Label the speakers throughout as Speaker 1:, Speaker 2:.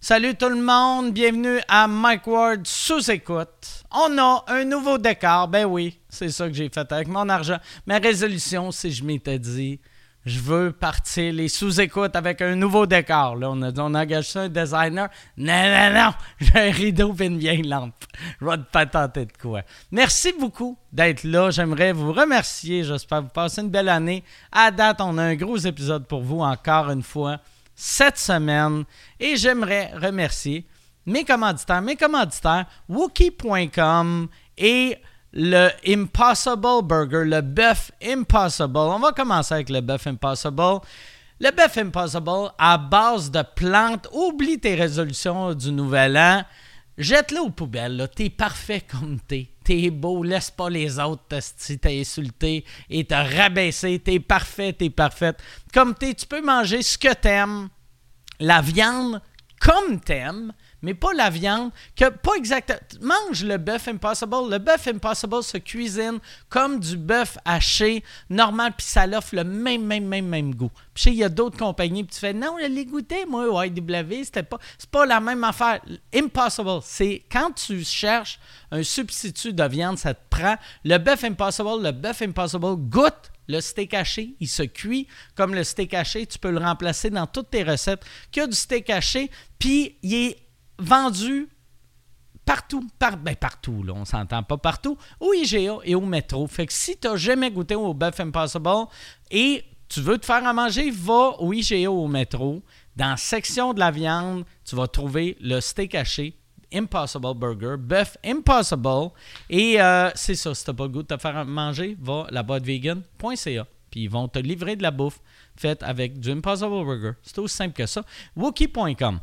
Speaker 1: Salut tout le monde, bienvenue à Mike Ward sous écoute. On a un nouveau décor, ben oui, c'est ça que j'ai fait avec mon argent. Ma résolution, c'est je m'étais dit, je veux partir les sous-écoutes avec un nouveau décor. Là, on a dit, on engage ça, un designer. Non, non, non, j'ai un rideau et une vieille lampe. Je vais te patenter de quoi. Merci beaucoup d'être là. J'aimerais vous remercier. J'espère vous passer une belle année. À date, on a un gros épisode pour vous encore une fois cette semaine. Et j'aimerais remercier mes commanditaires, mes commanditaires, Wookie.com et le Impossible Burger, le bœuf Impossible. On va commencer avec le bœuf Impossible. Le bœuf Impossible à base de plantes. Oublie tes résolutions du nouvel an. Jette-le aux poubelles. là. T'es parfait comme t'es. T'es beau. Laisse pas les autres te- si t'as insulté et te rabaisser. T'es parfait, t'es parfaite. Comme t'es, tu peux manger ce que t'aimes la viande comme t'aimes, mais pas la viande que pas exactement. Mange le bœuf Impossible. Le bœuf Impossible se cuisine comme du bœuf haché normal, puis ça l'offre le même, même, même, même goût. Puis je sais, il y a d'autres compagnies, puis tu fais non, je l'ai goûté, moi, au IW, c'était pas, c'est pas la même affaire. Impossible, c'est quand tu cherches un substitut de viande, ça te prend. Le bœuf Impossible, le bœuf Impossible goûte le steak haché, il se cuit comme le steak haché. Tu peux le remplacer dans toutes tes recettes. Qu'il y a du steak haché, puis il est vendu partout, par, ben partout, là, on s'entend pas partout, au IGA et au métro. Fait que si tu n'as jamais goûté au Buff Impossible et tu veux te faire à manger, va au IGA ou au métro. Dans la section de la viande, tu vas trouver le steak haché. Impossible Burger, Buff Impossible. Et euh, c'est ça, si t'as pas le goût de te faire à manger, va à vegan.ca puis ils vont te livrer de la bouffe faite avec du Impossible Burger. C'est aussi simple que ça. Wookie.com.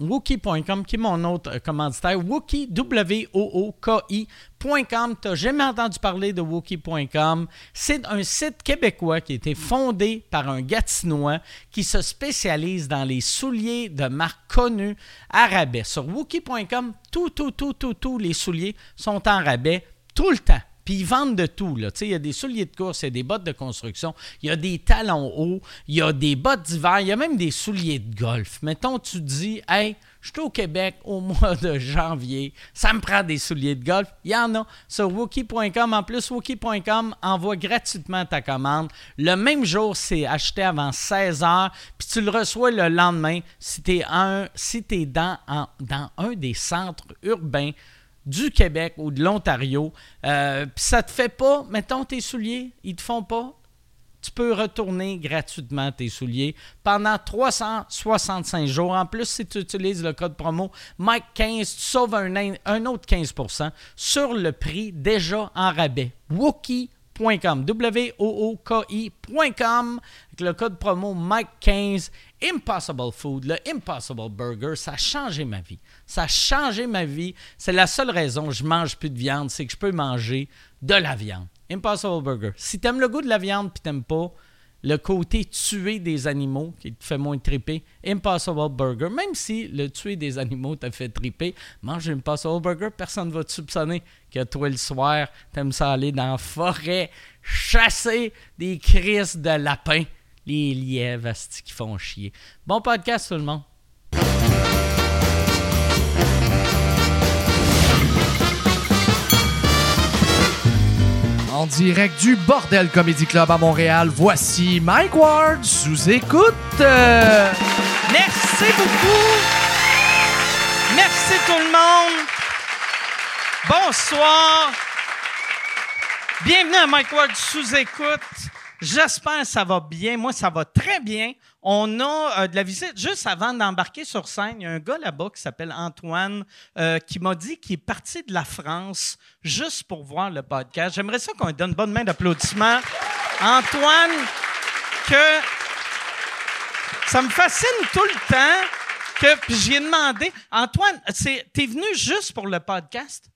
Speaker 1: Wookie.com, qui est mon autre euh, commanditaire. Wookie, W-O-O-K-I.com. Tu n'as jamais entendu parler de Wookie.com. C'est un site québécois qui a été fondé par un Gatinois qui se spécialise dans les souliers de marques connues à rabais. Sur Wookie.com, tout, tout, tout, tout, tous les souliers sont en rabais tout le temps. Puis ils vendent de tout. là. Tu sais, Il y a des souliers de course, il y a des bottes de construction, il y a des talons hauts, il y a des bottes d'hiver, il y a même des souliers de golf. Mettons, tu dis, hey, je suis au Québec au mois de janvier, ça me prend des souliers de golf. Il y en a sur Wookie.com. En plus, Wookie.com envoie gratuitement ta commande. Le même jour, c'est acheté avant 16 heures, puis tu le reçois le lendemain si tu es, si t'es dans, en- dans un des centres urbains du Québec ou de l'Ontario. Euh, Puis ça te fait pas, mettons tes souliers, ils te font pas. Tu peux retourner gratuitement tes souliers pendant 365 jours. En plus, si tu utilises le code promo Mike15, tu sauves un, in- un autre 15 sur le prix déjà en rabais. Wookie.com. W-O-O-K-I.com. Avec le code promo Mike15, Impossible Food, le Impossible Burger, ça a changé ma vie. Ça a changé ma vie. C'est la seule raison que je mange plus de viande, c'est que je peux manger de la viande. Impossible Burger. Si t'aimes le goût de la viande puis t'aimes pas le côté tuer des animaux qui te fait moins triper, Impossible Burger. Même si le tuer des animaux te fait triper, mange Impossible Burger, personne ne va te soupçonner que toi le soir, t'aimes ça aller dans la forêt, chasser des crises de lapins, les lièvres asti, qui font chier. Bon podcast tout le monde.
Speaker 2: En direct du Bordel Comedy Club à Montréal, voici Mike Ward sous écoute. Euh,
Speaker 1: Merci beaucoup. Merci tout le monde. Bonsoir. Bienvenue à Mike Ward sous écoute. J'espère que ça va bien. Moi, ça va très bien. On a euh, de la visite. Juste avant d'embarquer sur scène, il y a un gars là-bas qui s'appelle Antoine euh, qui m'a dit qu'il est parti de la France juste pour voir le podcast. J'aimerais ça qu'on lui donne une bonne main d'applaudissement. Antoine, que ça me fascine tout le temps que puis j'ai demandé Antoine, c'est t'es venu juste pour le podcast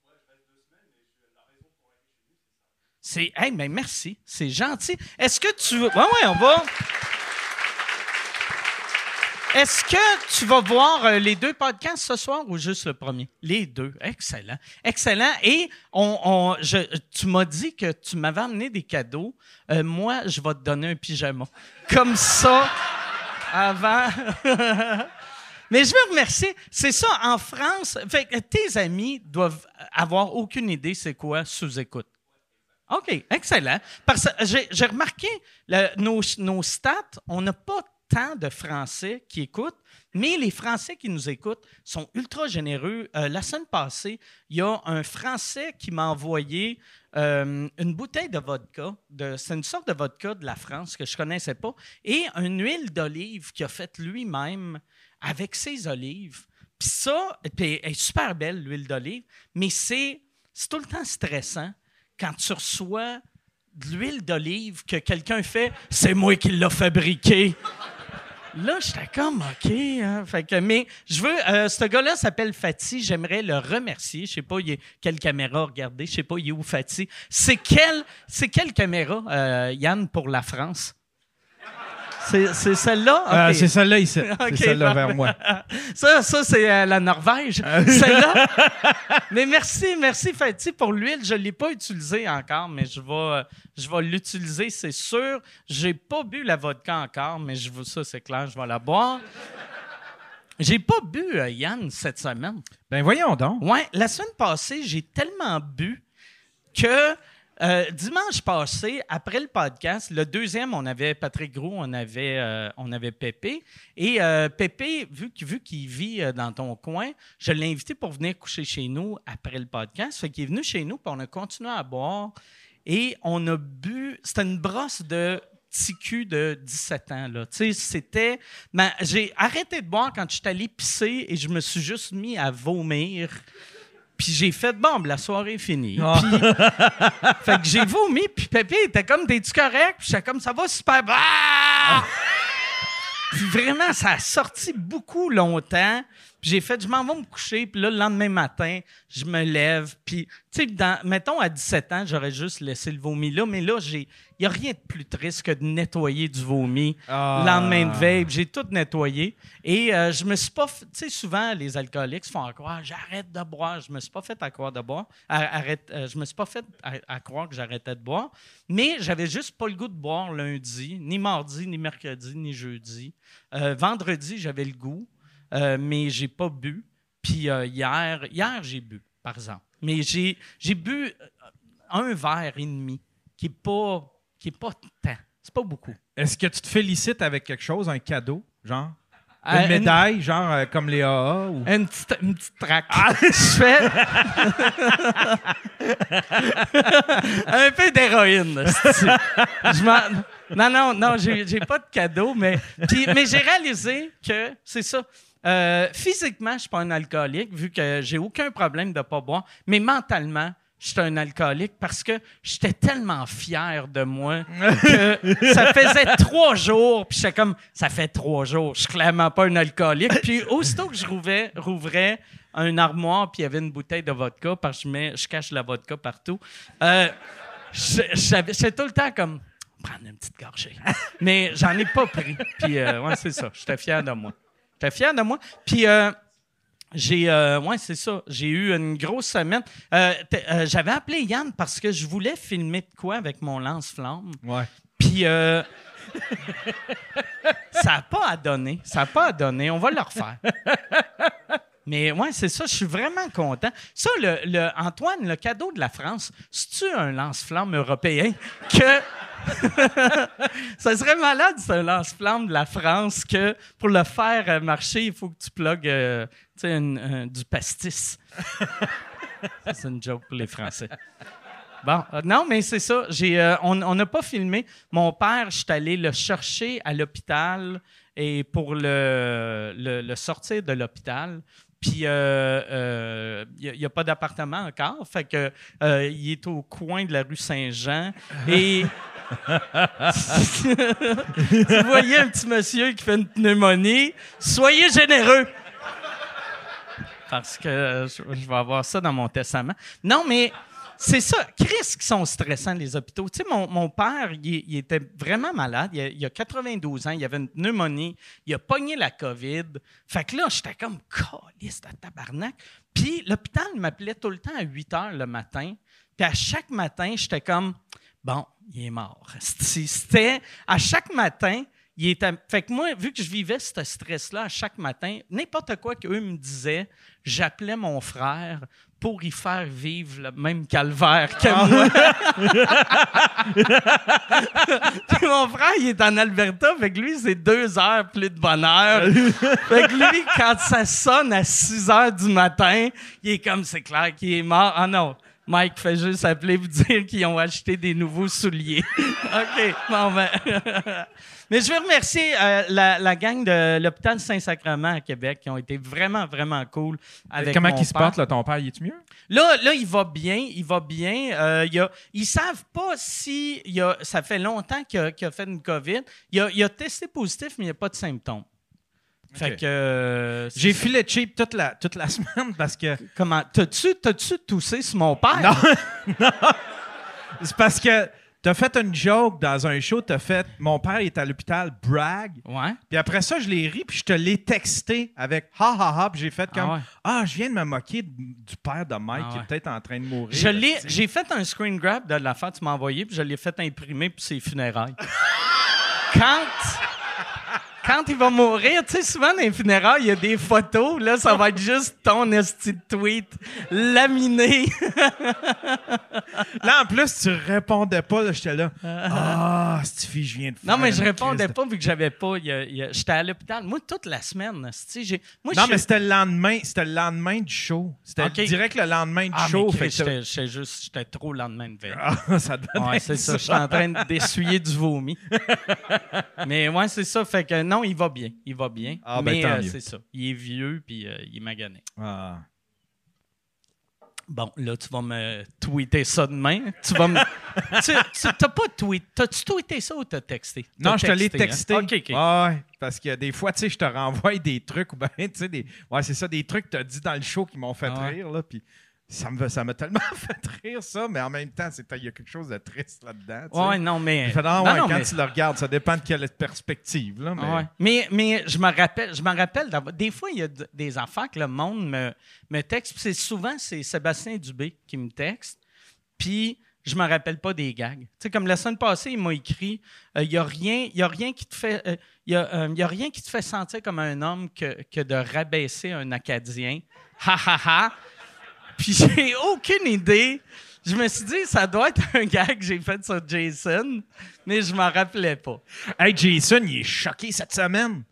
Speaker 1: C'est hey mais merci, c'est gentil. Est-ce que tu veux Ouais ouais, on va Est-ce que tu vas voir euh, les deux podcasts ce soir ou juste le premier? Les deux.
Speaker 3: hein?
Speaker 1: Excellent. Excellent. Et on, on- je- tu m'as dit que tu m'avais amené des cadeaux. Euh, moi, je vais te donner un pyjama. Comme ça, avant.
Speaker 3: Mais je veux remercier. C'est ça, en France, fait que tes amis doivent avoir aucune idée c'est quoi sous-écoute. OK, excellent. Parce que j'ai, j'ai remarqué, le- nos, nos stats, on n'a pas tant de Français qui écoutent, mais les Français qui nous écoutent sont ultra généreux. Euh, la semaine passée, il y a un Français qui m'a envoyé euh, une bouteille de vodka. de- c'est une sorte de vodka de la France que je ne connaissais pas. Et une huile d'olive qu'il a faite lui-même avec ses olives. Puis ça, puis elle est super belle, l'huile d'olive, mais c'est, c'est tout le temps stressant quand tu reçois de l'huile d'olive que quelqu'un fait « C'est moi qui l'a fabriqué ». Là, j'étais comme OK. hein. Fait que, mais je veux. euh, ce gars-là s'appelle Fati. J'aimerais le remercier. Je sais pas il est- quelle caméra regarder. Je sais pas il est où Fati. C'est quelle, c'est quelle caméra, euh, Yann, pour la France? C'est, c'est celle-là?
Speaker 4: Euh,
Speaker 3: OK.
Speaker 4: c'est celle-là ici.
Speaker 3: Ok,
Speaker 4: c'est celle-là
Speaker 3: parfait.
Speaker 4: vers moi.
Speaker 3: Ça, ça c'est euh, la Norvège. Celle-là. mais merci, merci, Fatih, pour l'huile. Je ne l'ai pas utilisée encore, mais je vais, euh, je vais l'utiliser, c'est sûr. J'ai pas bu la vodka encore, mais je veux ça, c'est clair, je vais la boire. J'ai pas bu, euh, Yann, cette semaine.
Speaker 4: Ben voyons donc.
Speaker 3: Ouais, la semaine passée, j'ai tellement bu que euh, dimanche passé, après le podcast, le deuxième, on avait Patrick Gros, on avait, euh, on avait Pépé. Et euh, Pépé, vu, qu'- vu qu'il vit euh, dans ton coin, je l'ai invité pour venir coucher chez nous après le podcast. Fait qu'il est venu chez nous, puis on a continué à boire. Et on a bu. C'était une brosse de petit cul de 17 ans. Là. Tu sais, c'était. ben, j'ai arrêté de boire quand je suis allé pisser et je me suis juste mis à vomir. Puis j'ai fait, bon, ben, la soirée est finie.
Speaker 4: Ah.
Speaker 3: Puis- fait que j'ai vomi, puis Pépé était comme, t'es-tu correct? Puis j'étais comme, ça va super bien.
Speaker 4: Ah.
Speaker 3: Puis vraiment, ça a sorti beaucoup longtemps. Puis j'ai fait, je m'en vais me coucher. Puis là, le lendemain matin, je me lève. Puis, tu sais, dans- mettons, à 17 ans, j'aurais juste laissé le vomi là. Mais là, il n'y a rien de plus triste que de nettoyer du vomi
Speaker 4: Ah.
Speaker 3: le lendemain de veille. Puis J'ai tout nettoyé. Et euh, je me suis pas... f- Tu sais, souvent, les alcooliques se font à croire, j'arrête de boire. Je me suis pas fait à croire de boire. À- Arrête, euh, je me suis pas fait à, à croire que j'arrêtais de boire. Mais j'avais juste pas le goût de boire lundi, ni mardi, ni mercredi, ni jeudi. Euh, vendredi, j'avais le goût, euh, mais j'ai pas bu. Puis euh, hier, hier j'ai bu, par exemple. Mais j'ai j'ai bu euh, un verre et demi, qui est pas qui est pas tant. C'est pas beaucoup.
Speaker 4: Est-ce que tu te félicites avec quelque chose, un cadeau, genre?
Speaker 3: Euh,
Speaker 4: une médaille, genre euh, comme les AA ou...
Speaker 3: Une petite, une petite traque. Je fais. un peu d'héroïne. c'est-tu. Je m'en- Non, non, non, j'ai j'ai pas de cadeau, mais, puis- mais j'ai réalisé que c'est ça. Euh, physiquement, je suis pas un alcoolique, vu que j'ai aucun problème de pas boire, mais mentalement, je suis un alcoolique parce que j'étais tellement fier de moi que ça faisait trois jours, puis j'étais comme, ça fait trois jours, je suis clairement pas un alcoolique. Puis aussitôt que je rouvrais, rouvrais un armoire, puis il y avait une bouteille de vodka, parce que je, mets, je cache la vodka partout, euh, je- je savais- j'étais tout le temps comme, prendre une petite gorgée. Mais j'en ai pas pris. Puis euh, ouais, c'est ça, j'étais fier de moi. J'étais fier de moi. Puis... euh, j'ai, euh, ouais, c'est ça. J'ai eu une grosse semaine. Euh, t- euh, j'avais appelé Yann parce que je voulais filmer de quoi avec mon lance-flamme.
Speaker 4: Ouais.
Speaker 3: Puis euh, ça n'a pas à donner. Ça n'a pas à donner. On va le refaire. Mais ouais, c'est ça. Je suis vraiment content. Ça, le, le- Antoine, le cadeau de la France, c'est-tu un lance-flamme européen que. ça serait malade, c'est un lance-flamme de la France que pour le faire euh, marcher, il faut que tu plugues euh, tu sais, une- un- du pastis. Ça, c'est une joke pour les Français. Bon, euh, non, mais c'est ça. J'ai, euh, on on n'a pas filmé. Mon père, je suis allé le chercher à l'hôpital et pour le, le, le sortir de l'hôpital. Puis, il n'y a, pas d'appartement encore. Fait que euh, il est au coin de la rue Saint-Jean. Et. si vous voyez un petit monsieur qui fait une pneumonie, soyez généreux! Parce que euh, je, je vais avoir ça dans mon testament. Non, mais. C'est ça, Chris, qui sont stressants, les hôpitaux. Tu sais, mon, mon père, il, il était vraiment malade. Il a, il a 92 ans, il avait une pneumonie, il a pogné la COVID. Fait que là, j'étais comme, caliste à tabarnak. Puis l'hôpital m'appelait tout le temps à 8 heures le matin. Puis à chaque matin, j'étais comme, bon, il est mort. C'était, à chaque matin, il était- Fait que moi, vu que je vivais ce stress-là à chaque matin, n'importe quoi qu'eux me disaient, j'appelais mon frère pour y faire vivre le même calvaire que moi. Puis mon frère, il est en Alberta, fait que lui, c'est deux heures plus de bonheur. fait que lui, quand ça sonne à 6 heures du matin, il est comme, c'est clair qu'il est mort. Ah non, Mike fait juste appeler pour dire qu'ils ont acheté des nouveaux souliers. OK, bon ben... Mais je veux remercier euh, la, la gang de l'hôpital Saint-Sacrement à Québec qui ont été vraiment, vraiment cool avec
Speaker 4: Comment
Speaker 3: mon
Speaker 4: qu'il se
Speaker 3: père.
Speaker 4: porte, là, ton père? Il est-tu mieux?
Speaker 3: Là, là, il va bien, il va bien. Euh, il y a, ils savent pas si il y a- ça fait longtemps qu'il a, qu'il a fait une COVID. Il a, il a testé positif, mais il n'y a pas de symptômes. Fait
Speaker 4: Ok.
Speaker 3: que euh, c'est
Speaker 4: J'ai
Speaker 3: ça.
Speaker 4: filé cheap toute la, toute la semaine parce que.
Speaker 3: comment t'as-tu t'as-tu toussé sur mon père
Speaker 4: Non, non. C'est parce que t'as fait une joke dans un show, t'as fait Mon père est à l'hôpital, brag.
Speaker 3: Ouais.
Speaker 4: Puis après ça, je l'ai ri, puis je te l'ai texté avec ha ha ha, puis j'ai fait
Speaker 3: Ah
Speaker 4: comme
Speaker 3: ouais.
Speaker 4: Ah, je viens de me moquer de- du père de Mike
Speaker 3: Ah
Speaker 4: qui est
Speaker 3: ouais.
Speaker 4: peut-être en train de mourir.
Speaker 3: Je l'ai,
Speaker 4: Est-ce que-
Speaker 3: j'ai fait un screen grab de l'affaire que tu m'as envoyé, puis je l'ai fait imprimer pour ses funérailles. quand, quand il va mourir, tu sais, souvent dans les funérailles, il y a des photos, là, ça va être juste ton esti de tweet laminé.
Speaker 4: Là, en plus, tu répondais pas, là, j'étais là. Ah, cette fille, je viens de faire.
Speaker 3: Euh, Non, mais je
Speaker 4: une
Speaker 3: répondais
Speaker 4: crise de-
Speaker 3: pas vu que j'avais pas. il y a- il y a- j'étais à l'hôpital, moi, toute la semaine. esti, j'ai- moi,
Speaker 4: Non,
Speaker 3: je-
Speaker 4: mais c'était le lendemain, c'était le lendemain du show. C'était
Speaker 3: Ok.
Speaker 4: direct le lendemain du
Speaker 3: Ah, mais
Speaker 4: show.
Speaker 3: Chris,
Speaker 4: fait que
Speaker 3: j'étais, j'étais juste, j'étais trop le lendemain de veille.
Speaker 4: Ah, ça donne
Speaker 3: Ouais, ben, c'est ça. Je suis en train d'essuyer du vomi. mais ouais, c'est ça. Fait que non, il va bien. Il va bien.
Speaker 4: Ah, ben,
Speaker 3: mais
Speaker 4: tant
Speaker 3: euh,
Speaker 4: mieux.
Speaker 3: c'est ça. Il est vieux puis euh, il est magané.
Speaker 4: Ah.
Speaker 3: Bon, là, tu vas me tweeter ça demain. Tu vas me. tu tu- t'as pas tweet. T'as-tu tweeté ça ou t'as texté? T'as
Speaker 4: Non, je te l'ai
Speaker 3: hein?
Speaker 4: texté.
Speaker 3: OK, OK.
Speaker 4: Ah ouais, parce que des fois, tu sais, je te renvoie des trucs ou ben, tu sais, des... ouais, c'est ça, des trucs que tu as dit dans le show qui m'ont fait
Speaker 3: Ah ouais.
Speaker 4: rire, là, puis ça me ça m'a tellement fait rire, ça, mais en même temps, c'est- il y a quelque chose de triste là-dedans, tu sais.
Speaker 3: Ah, Ouais, non, mais.
Speaker 4: Je fais, non,
Speaker 3: non,
Speaker 4: ouais,
Speaker 3: non,
Speaker 4: quand
Speaker 3: mais-
Speaker 4: tu le regardes, ça dépend de quelle perspective, là, mais...
Speaker 3: Ah ouais. Mais, mais je me rappelle, je me rappelle d'avoir- des fois, il y a d- des affaires que le monde me, me texte. puis C'est souvent, c'est Sébastien Dubé qui me texte. Puis, je me rappelle pas des gags. Tu sais, comme la semaine passée, il m'a écrit euh, Il y a rien n'y a, rien qui te fait euh, il y a, euh, il y a rien qui te fait sentir comme un homme que, que de rabaisser un Acadien. Ha ha ha. Puis, j'ai aucune idée. Je me suis dit, ça doit être un gag que j'ai fait sur Jason, mais je m'en rappelais pas.
Speaker 4: Hey, Jason, il est choqué cette semaine.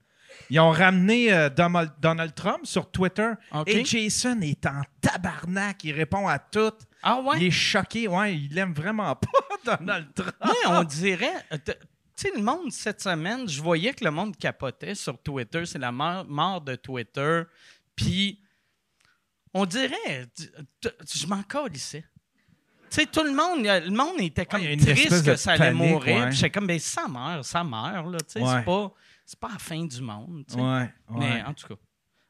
Speaker 4: Ils ont ramené euh, Donald Donald Trump sur Twitter.
Speaker 3: OK.
Speaker 4: Et Jason est en tabarnak. Il répond à tout.
Speaker 3: Ah ouais?
Speaker 4: Il est choqué. Ouais, il aime vraiment pas Donald Trump.
Speaker 3: Moi, on dirait. euh, t- Tu sais, le monde, cette semaine, je voyais que le monde capotait sur Twitter. C'est la mort, mort de Twitter. Puis, on dirait. t- t- Je m'en ici. Tu sais, tout le monde, euh, le monde était comme
Speaker 4: Ouais, il y a une espèce
Speaker 3: triste
Speaker 4: de
Speaker 3: que ça allait
Speaker 4: panique,
Speaker 3: mourir.
Speaker 4: ouais.
Speaker 3: Puis J'étais comme, ben, ça meurt, ça meurt, là. Tu sais,
Speaker 4: Ouais.
Speaker 3: c'est pas, c'est pas la fin du monde. tu sais.
Speaker 4: Ouais.
Speaker 3: Mais euh, en tout cas.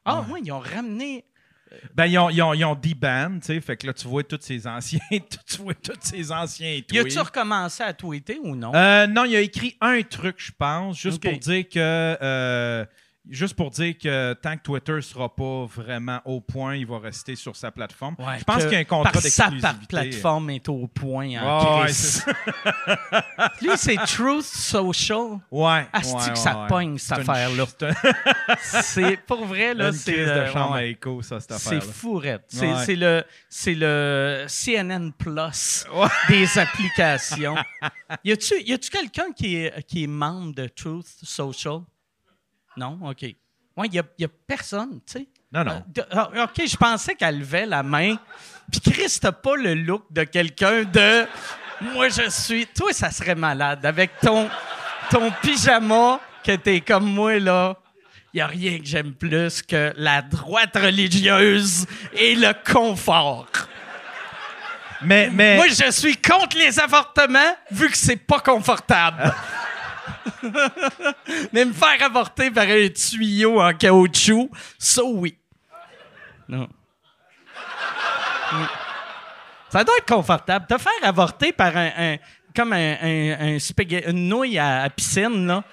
Speaker 3: Ah,
Speaker 4: Ouais.
Speaker 3: ouais, ils ont ramené.
Speaker 4: Ben, ils ont, ils ont, ils ont D-Ban, tu sais. Fait que là, tu vois tous ces anciens. tu vois tous ces anciens
Speaker 3: Y a-tu
Speaker 4: tweets.
Speaker 3: recommencé à tweeter ou non?
Speaker 4: Euh, non, il a écrit un truc, je pense, juste
Speaker 3: Ok.
Speaker 4: pour dire que. euh, Juste pour dire que tant que Twitter sera pas vraiment au point, il va rester sur sa plateforme.
Speaker 3: Ouais,
Speaker 4: je pense
Speaker 3: que
Speaker 4: qu'il y a un contrat
Speaker 3: par sa
Speaker 4: d'exclusivité.
Speaker 3: par- plateforme est au point
Speaker 4: Ouais,
Speaker 3: en
Speaker 4: ouais,
Speaker 3: crise.
Speaker 4: c'est
Speaker 3: Lui, c'est Truth Social.
Speaker 4: Ouais.
Speaker 3: Asti
Speaker 4: ouais,
Speaker 3: Ah, que
Speaker 4: ouais,
Speaker 3: ça
Speaker 4: ouais.
Speaker 3: pogne, cette
Speaker 4: C'est une
Speaker 3: affaire-là.
Speaker 4: ch-
Speaker 3: C'est pour vrai
Speaker 4: C'est une
Speaker 3: là,
Speaker 4: crise
Speaker 3: c'est euh,
Speaker 4: de chambre
Speaker 3: ouais,
Speaker 4: à écho, ça, cette
Speaker 3: c'est
Speaker 4: affaire-là.
Speaker 3: fourrette. C'est
Speaker 4: Ouais.
Speaker 3: c'est le c'est le CNN Plus
Speaker 4: Ouais.
Speaker 3: des applications. y a-tu y a-tu quelqu'un qui est qui est membre de Truth Social Non, ok. Ouais, y a, y a personne, tu sais.
Speaker 4: Non,
Speaker 3: Euh,
Speaker 4: non.
Speaker 3: de- ah, ok, je pensais qu'elle levait la main. Puis Chris, t'as pas le look de quelqu'un de. Moi, je suis. Toi, ça serait malade avec ton, ton pyjama que t'es comme moi, là. Y a rien que j'aime plus que la droite religieuse et le confort.
Speaker 4: Mais, mais,
Speaker 3: Moi, je suis contre les avortements vu que c'est pas confortable. Mais me faire avorter par un tuyau en caoutchouc, ça oui. Non. Ça doit être confortable. Te faire avorter par un, un- comme un, un- un spaghe- une nouille à, à piscine, là.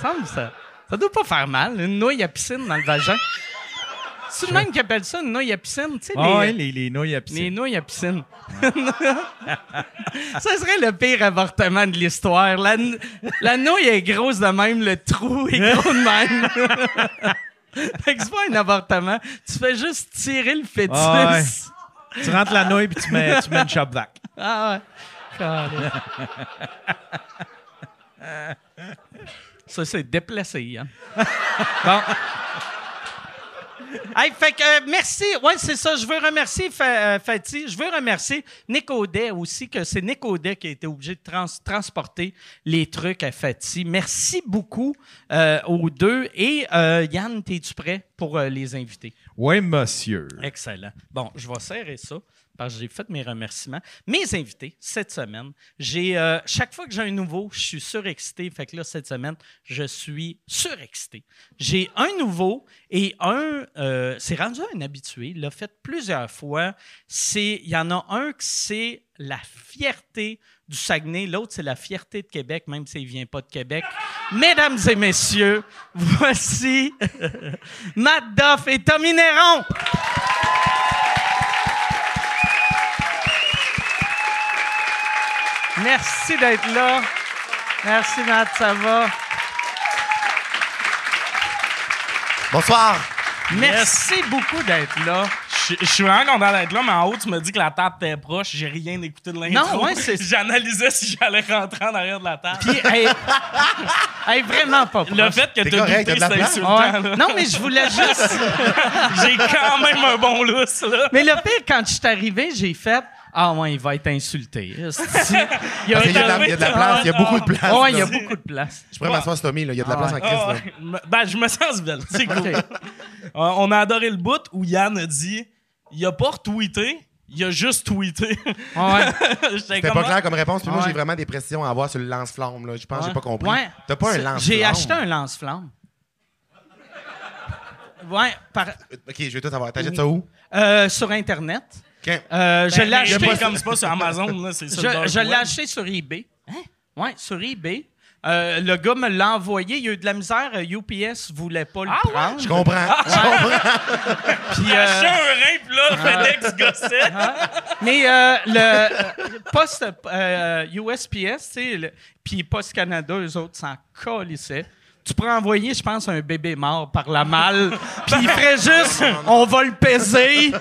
Speaker 3: Semble ça. Ça doit pas faire mal, une nouille à piscine dans le vagin. C'est le même qui appelle ça une nouille à piscine, tu sais,
Speaker 4: Ah
Speaker 3: les, euh,
Speaker 4: ouais, les, les nouilles à
Speaker 3: les
Speaker 4: piscine.
Speaker 3: nouilles à piscine. ça serait le pire avortement de l'histoire. La, n- la nouille est grosse de même, le trou est gros de même. fait que c'est pas un avortement. Tu fais juste tirer le fœtus.
Speaker 4: Ah Tu rentres la nouille puis tu mets, tu mets une shop vac.
Speaker 3: Ah ouais. Calais. Ça, c'est déplacé, hein?
Speaker 4: Bon,
Speaker 3: Hey, fait que, euh, merci. Ouais, c'est ça. Je veux remercier Fa- euh, Fatih. Je veux remercier Nick Audet aussi, que c'est Nick Audet qui a été obligé de trans- transporter les trucs à Fatih. Merci beaucoup euh, aux deux. Et euh, Yann, t'es-tu prêt pour euh, les invités?
Speaker 4: oui, monsieur.
Speaker 3: Excellent. Bon, je vais serrer ça parce que j'ai fait mes remerciements. Mes invités, cette semaine, j'ai euh, chaque fois que j'ai un nouveau, je suis surexcité. Fait que là, cette semaine, je suis surexcité. J'ai un nouveau et un, euh, c'est rendu un habitué, il l'a fait plusieurs fois. C'est- Il y en a un qui c'est la fierté du Saguenay, l'autre c'est la fierté de Québec, même s'il vient pas de Québec. Mesdames et messieurs, voici Matt Doff et Tommy Néron. Merci d'être là. Merci, Matt, ça va?
Speaker 5: Bonsoir.
Speaker 3: Merci beaucoup d'être là.
Speaker 6: Je je suis vraiment content d'être là, mais en haut, tu me dis que la table était proche. J'ai rien écouté de l'intro.
Speaker 3: Non, ouais, c'est-
Speaker 6: J'analysais si j'allais rentrer en arrière de la table.
Speaker 3: Puis, hey, hey, vraiment pas proche.
Speaker 6: le fait que
Speaker 5: T'es
Speaker 6: tu
Speaker 5: correct, t'as
Speaker 6: douté,
Speaker 5: de la
Speaker 6: c'est
Speaker 5: place.
Speaker 6: insultant.
Speaker 3: Ouais.
Speaker 6: là.
Speaker 3: Non, mais je voulais juste.
Speaker 6: J'ai quand même un bon lousse, là.
Speaker 3: Mais le pire, quand je suis arrivé, j'ai fait Ah, ouais, il va être insulté. Esti.
Speaker 6: Il y
Speaker 5: Parce qu'il y a de la- il y a de la place, il y a beaucoup de place.
Speaker 3: Ouais, il y a
Speaker 5: là.
Speaker 3: beaucoup de place.
Speaker 5: Je pourrais m'asseoir sur Tommy, là. il y a de la
Speaker 3: Ah
Speaker 5: place en
Speaker 6: Ah
Speaker 5: crise. là.
Speaker 6: ouais. Me- Ben, je me sens belle. C'est cool.
Speaker 3: OK.
Speaker 6: Euh, On a adoré le bout où Yann a dit il a pas retweeté, il a juste tweeté. Ah,
Speaker 3: Ouais.
Speaker 6: C'était
Speaker 5: C'était pas clair comme réponse, puis moi
Speaker 3: Ouais.
Speaker 5: j'ai vraiment des pressions à avoir sur le lance-flamme. là. Je pense que Ah, j'ai pas compris.
Speaker 3: Ouais.
Speaker 5: T'as pas un
Speaker 3: C'est-
Speaker 5: lance-flamme.
Speaker 3: J'ai acheté un lance-flamme. Ouais, par,
Speaker 5: Ok, je vais tout savoir. T'achètes ça où?
Speaker 3: euh, sur Internet.
Speaker 5: Ok.
Speaker 3: Euh, je l'ai acheté,
Speaker 6: pas comme c'est pas sur Amazon, là, c'est
Speaker 3: je,
Speaker 6: sur le dark
Speaker 3: je l'ai
Speaker 6: web.
Speaker 3: acheté sur eBay.
Speaker 6: Hein?
Speaker 3: Ouais, sur eBay. Euh, le gars me l'a envoyé. Il y a eu de la misère. euh, UPS voulait pas le
Speaker 6: Ah ouais? Ah,
Speaker 3: prendre.
Speaker 5: Je comprends. Je comprends.
Speaker 3: Puis, euh, Ah.
Speaker 6: Acheter un rein, puis là, FedEx gossait.
Speaker 3: mais euh, le euh, poste euh, USPS, tu sais, le- puis Poste Canada, eux autres s'en colissaient. Tu pourrais envoyer, je pense, un bébé mort par la malle. Puis il ferait juste, on va le peser.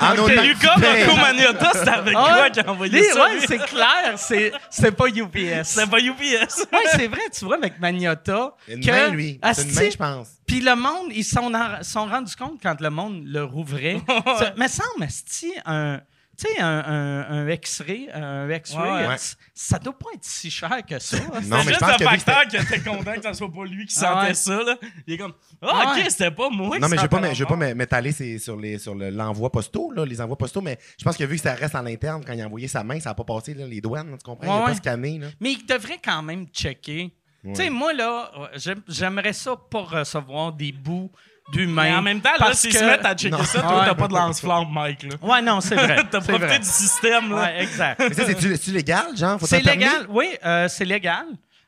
Speaker 5: En autant que tu
Speaker 6: Lucas
Speaker 5: payes.
Speaker 6: Marco Maniota, c'est avec
Speaker 3: Ah
Speaker 6: toi
Speaker 3: ouais.
Speaker 6: qui a envoyé
Speaker 3: Les-
Speaker 6: ça.
Speaker 3: ouais,
Speaker 6: lui.
Speaker 3: c'est clair, c'est c'est pas UPS.
Speaker 6: c'est pas UPS.
Speaker 3: Ouais, c'est vrai, tu vois, avec Magnota.
Speaker 5: Une
Speaker 3: que-
Speaker 5: main,
Speaker 3: Ah,
Speaker 5: lui. C'est une
Speaker 3: Asti,
Speaker 5: main, je pense.
Speaker 3: Puis le monde, ils sont en- sont rendus compte quand le monde le rouvrait. Ça- Mais semble, Asti, un. Tu sais, un, un, un X-ray, un X-ray,
Speaker 6: Ouais.
Speaker 3: euh, ça doit pas être si cher que ça. hein.
Speaker 5: Non,
Speaker 6: C'est
Speaker 5: mais je
Speaker 6: juste
Speaker 5: pense
Speaker 6: le
Speaker 5: que lui,
Speaker 6: facteur qui était content que ça soit pas lui qui
Speaker 3: Ah
Speaker 6: sentait
Speaker 3: ouais.
Speaker 6: ça. Là. Il est comme Ah,
Speaker 3: Ah ouais.
Speaker 6: ok, c'était pas moi
Speaker 5: Non,
Speaker 6: qui
Speaker 5: mais je vais pas,
Speaker 6: sentais
Speaker 5: m'é- je vais pas
Speaker 6: l'enfant.
Speaker 5: m'é- m'étaler c'est- sur les- sur le- l'envoi postaux, là, les envois postaux, mais je pense que vu que ça reste en interne, quand il a envoyé sa main, ça n'a pas passé là, les douanes, tu comprends? il
Speaker 3: Ouais,
Speaker 5: a
Speaker 3: ouais.
Speaker 5: pas scanné. Là.
Speaker 3: Mais ils devraient quand même checker. Tu sais, moi, là, euh, j'aime- j'aimerais ça pas recevoir des bouts d'humains.
Speaker 6: Mais en même temps, là,
Speaker 3: parce
Speaker 6: s'ils
Speaker 3: que-
Speaker 6: se mettent à checker
Speaker 5: Non. Ah
Speaker 6: ça, toi,
Speaker 3: Ouais.
Speaker 6: t'as pas de lance-flamme, Mike. Là.
Speaker 3: Ouais, non, c'est vrai.
Speaker 6: T'as
Speaker 3: c'est
Speaker 6: profité
Speaker 3: vrai.
Speaker 6: du système. Là.
Speaker 3: Ouais, exact.
Speaker 5: Mais ça, c'est-tu c'est-tu légal, genre? Faut-tu
Speaker 3: C'est
Speaker 5: un permis?
Speaker 3: légal, oui, euh, c'est légal.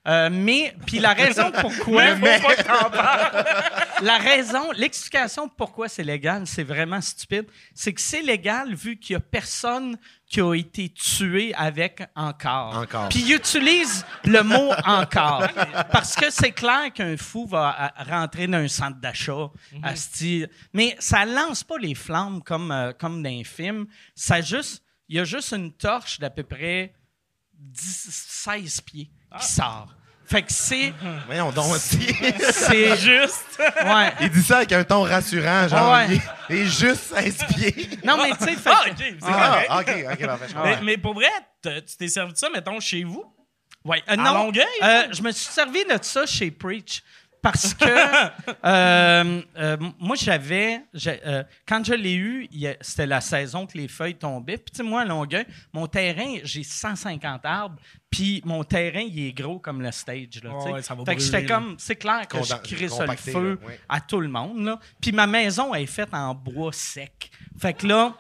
Speaker 3: Euh, mais, puis la raison pourquoi.
Speaker 6: Faut pas que t'en parles.
Speaker 3: la raison, l'explication pourquoi c'est légal, c'est vraiment stupide. C'est que c'est légal vu qu'il y a personne qui a été tué avec encore.
Speaker 5: Encore.
Speaker 3: Puis ils utilisent le mot encore. Parce que c'est clair qu'un fou va à- rentrer dans un centre d'achat, à style. Mais ça lance pas les flammes comme, euh, comme dans les films. Ça juste, il y a juste une torche d'à peu près 10, 16 pieds qui sort. Fait que c'est.
Speaker 5: Voyons donc. si-
Speaker 3: C'est.
Speaker 6: Juste.
Speaker 3: Ouais.
Speaker 5: Il dit ça avec un ton rassurant, genre,
Speaker 3: Ouais.
Speaker 5: il, est, il est juste 16 pieds.
Speaker 3: Non, mais tu sais, fait
Speaker 6: Ah,
Speaker 3: que-
Speaker 6: ok, c'est correct.
Speaker 5: Ah, ok, ok, parfait. je comprends.
Speaker 6: Mais, mais pour vrai, t'as- tu t'es servi de ça, mettons, chez vous.
Speaker 3: Ouais, euh,
Speaker 6: À
Speaker 3: non,
Speaker 6: Longueuil?
Speaker 3: euh, je me suis servi de ça chez Preach parce que euh, euh, moi, j'avais. j'ai- euh, quand je l'ai eu, il y a- c'était la saison que les feuilles tombaient. Puis, tu sais, moi, à Longueuil, mon terrain, j'ai 150 arbres. Puis, mon terrain, il est gros comme le stage. Là, tu sais.
Speaker 6: Ouais, ça va
Speaker 3: fait que
Speaker 6: brûler,
Speaker 3: j'étais
Speaker 6: là.
Speaker 3: comme. C'est clair que je
Speaker 5: Condan-
Speaker 3: crée sur le
Speaker 5: compacté,
Speaker 3: feu
Speaker 5: là, ouais.
Speaker 3: à tout le monde. Là. Puis, ma maison, elle est faite en bois sec. Fait que là.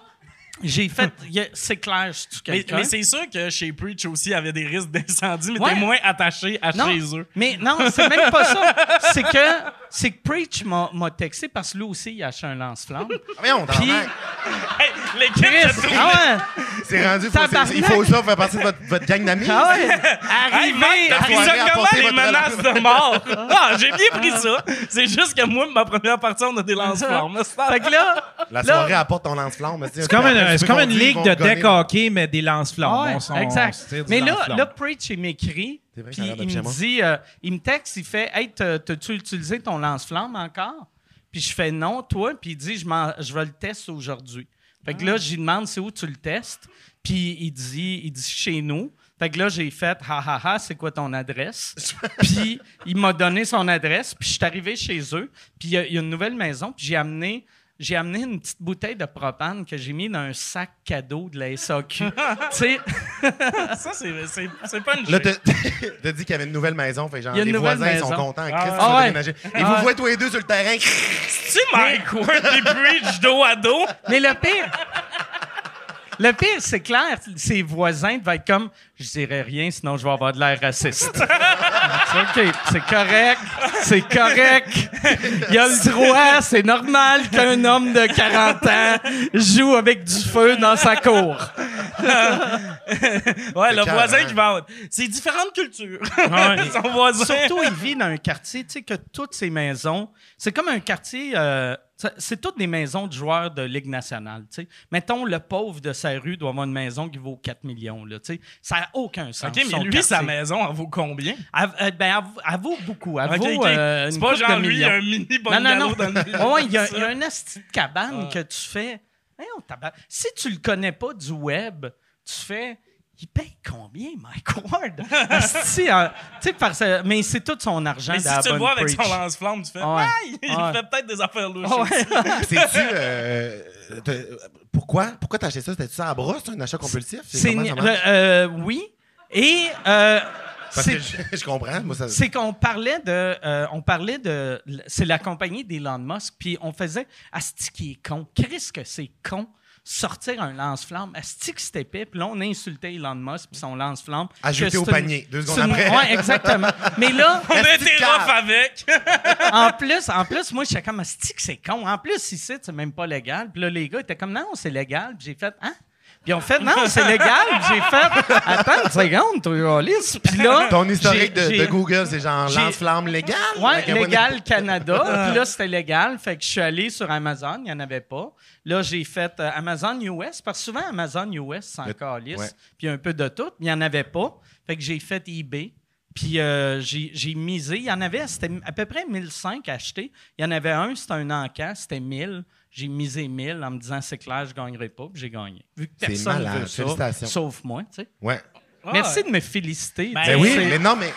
Speaker 3: J'ai fait. y a- C'est clair, je tue
Speaker 6: Mais,
Speaker 3: quelqu'un.
Speaker 6: mais c'est sûr que chez Preach aussi, il y avait des risques d'incendie, mais
Speaker 3: Ouais.
Speaker 6: t'es moins attaché à
Speaker 3: non,
Speaker 6: chez eux.
Speaker 3: Mais non, c'est même pas ça. C'est que, c'est que Preach m'a m'a texté parce que lui aussi, il a acheté un lance-flamme.
Speaker 5: Mais on
Speaker 3: Puis,
Speaker 6: Hey, l'équipe
Speaker 3: Chris,
Speaker 6: de tournée-
Speaker 3: ah ouais,
Speaker 5: C'est rendu. faut-
Speaker 3: Tabarnak!
Speaker 5: c'est- il faut ça pour faire partie de votre, votre gang d'amis.
Speaker 3: ah ouais,
Speaker 6: Hey, Marc,
Speaker 3: arrivé,
Speaker 6: t'as pris
Speaker 5: soirée
Speaker 6: ça
Speaker 5: a
Speaker 6: comment,
Speaker 5: passé
Speaker 6: les
Speaker 5: votre
Speaker 6: menaces de mort? Ah, j'ai bien pris ça. C'est juste que moi, ma première partie, on a des lance-flammes. C'est pas-
Speaker 3: Fait que là,
Speaker 5: La
Speaker 3: Là-
Speaker 5: soirée apporte ton lance-flamme.
Speaker 4: C'est comme, une, c'est comme une ligue de deck hockey, mais des
Speaker 3: Ah
Speaker 4: lance-flammes.
Speaker 3: ouais,
Speaker 4: On s'en- on se
Speaker 3: exact.
Speaker 4: tire du
Speaker 3: Mais là,
Speaker 4: lance-flamme.
Speaker 3: là, Preach, il m'écrit,
Speaker 5: C'est vrai,
Speaker 3: puis
Speaker 5: ça a l'air de
Speaker 3: il me
Speaker 5: pyjama.
Speaker 3: dit, euh, il me texte, il fait, hey, t'as- t'as-tu utilisé ton lance-flamme encore? Puis je fais non, toi, puis il dit, je, m'en- je vais le tester aujourd'hui. Fait
Speaker 5: Ah.
Speaker 3: que là, j'y demande, c'est où tu le testes? Puis il dit, il dit chez nous. Fait que là, j'ai fait, ha ha ha, c'est quoi ton adresse? puis il m'a donné son adresse, puis je suis arrivé chez eux, puis il y, a- il y a une nouvelle maison, puis j'ai amené. J'ai amené une petite bouteille de propane que j'ai mis dans un sac cadeau de la SAQ. tu sais,
Speaker 6: Ça, c'est c'est- c'est pas une
Speaker 5: Là,
Speaker 6: chose.
Speaker 5: t'as t'as dit qu'il y avait une nouvelle maison. Fait genre,
Speaker 3: Il y a une
Speaker 5: les
Speaker 3: nouvelle
Speaker 5: voisins
Speaker 3: maison.
Speaker 5: sont contents. Chris,
Speaker 6: Ah
Speaker 5: ils
Speaker 6: ouais.
Speaker 5: vont
Speaker 3: Ah ouais.
Speaker 5: déménager. Ils
Speaker 3: Ah ouais.
Speaker 5: vous voient tous les deux sur le terrain.
Speaker 6: Tu Mike Ward et Preach dos à dos?
Speaker 3: Mais le pire. Le pire, c'est clair, ses voisins devaient être comme je dirais rien, sinon je vais avoir de l'air raciste. C'est OK, c'est correct, c'est correct. Il a le droit, c'est normal qu'un homme de 40 ans joue avec du feu dans sa cour.
Speaker 6: Ouais, le
Speaker 5: C'est
Speaker 6: voisin
Speaker 5: carré.
Speaker 6: qui va. C'est différentes cultures. Son voisin.
Speaker 3: Surtout, il vit dans un quartier, tu sais, que toutes ces maisons, c'est comme un quartier, euh, c'est- c'est toutes des maisons de joueurs de Ligue nationale, tu sais. Mettons, le pauvre de sa rue doit avoir une maison qui vaut 4 millions, là, tu sais. Ça n'a aucun sens.
Speaker 6: OK, mais
Speaker 3: son
Speaker 6: lui,
Speaker 3: quartier.
Speaker 6: sa maison, elle vaut combien?
Speaker 3: Elle, euh, ben, elle vaut- elle vaut beaucoup. Elle
Speaker 6: OK,
Speaker 3: vaut
Speaker 6: OK.
Speaker 3: euh, une
Speaker 6: c'est pas
Speaker 3: couple
Speaker 6: genre
Speaker 3: de
Speaker 6: lui, il
Speaker 3: millions.
Speaker 6: a un mini
Speaker 3: non, non,
Speaker 6: bungalow
Speaker 3: non.
Speaker 6: dans le milieu. Ah.
Speaker 3: Ouais, il y a,
Speaker 6: Ça.
Speaker 3: il y a un asti de cabane que tu fais. Hey, on tabarnak. si tu le connais pas du web, tu fais. Il paye combien, Mike Ward? Asti, euh, tu sais, parce, que- mais c'est tout son argent.
Speaker 6: Mais
Speaker 3: de la
Speaker 6: si tu le
Speaker 3: bonne
Speaker 6: vois avec son
Speaker 3: preach.
Speaker 6: lance-flamme, tu fais.
Speaker 3: Ouais.
Speaker 6: Aïe! Il
Speaker 3: Ouais.
Speaker 6: fait peut-être des affaires louches.
Speaker 3: Ah ouais.
Speaker 5: C'est-tu. euh, t'as- pourquoi pourquoi t'as acheté ça? C'était-tu ça à bras? C'est un achat compulsif?
Speaker 3: C'est
Speaker 5: comment ça
Speaker 3: ni-
Speaker 5: marche?
Speaker 3: le- euh, oui. Et euh,
Speaker 5: Parce que
Speaker 3: c'est
Speaker 5: je, je comprends. Moi, ça.
Speaker 3: c'est qu'on parlait de, euh, on parlait de, c'est la compagnie d'Elon Musk, puis on faisait Asti qui est con, Chris que c'est con, sortir un lance-flamme, Asti que c'était épais, puis là on insultait Elon Musk puis son lance-flamme.
Speaker 5: Ajouté
Speaker 3: que
Speaker 5: au
Speaker 3: c'est une-
Speaker 5: panier, deux secondes
Speaker 3: c'est une-
Speaker 5: après.
Speaker 3: Ouais, exactement. Mais là,
Speaker 6: On a été
Speaker 5: Esti de
Speaker 6: rough
Speaker 5: cave.
Speaker 6: avec.
Speaker 3: en plus, en plus, moi, j'étais comme, Asti que c'est con. En plus, ici, c'est même pas légal. Puis là, les gars étaient comme, non, c'est légal. Puis j'ai fait, hein? Puis on fait, non, c'est légal. Puis j'ai fait, attends une seconde, toi, Alice. Puis là.
Speaker 5: Ton historique
Speaker 3: j'ai-
Speaker 5: de, de
Speaker 3: j'ai-
Speaker 5: Google, c'est genre
Speaker 3: j'ai-
Speaker 5: lance-flamme légal?
Speaker 3: Ouais,
Speaker 5: Avec un bon-
Speaker 3: légal Canada. Puis là, c'était légal. Fait que je suis allé sur Amazon. Il n'y en avait pas. Là, j'ai fait euh, Amazon US. Parce que souvent, Amazon US, c'est
Speaker 5: Le-
Speaker 3: encore lisse.
Speaker 5: ouais.
Speaker 3: Puis un peu de tout. Mais il n'y en avait pas. Fait que j'ai fait eBay. Puis euh, j'ai j'ai misé. Il y en avait, c'était à peu près 1005 achetés. Il y en avait un, c'était un encan, c'était 1000. J'ai misé 1000 en me disant, c'est clair, je ne gagnerai pas. Puis j'ai gagné. Vu que
Speaker 5: C'est
Speaker 3: personne
Speaker 5: malade.
Speaker 3: veut ça,
Speaker 5: Félicitations.
Speaker 3: sauf moi. tu sais.
Speaker 5: Ouais.
Speaker 3: Merci de me féliciter.
Speaker 6: Ben
Speaker 3: tu sais,
Speaker 5: Ben oui,
Speaker 3: c'est-
Speaker 5: mais non, mais.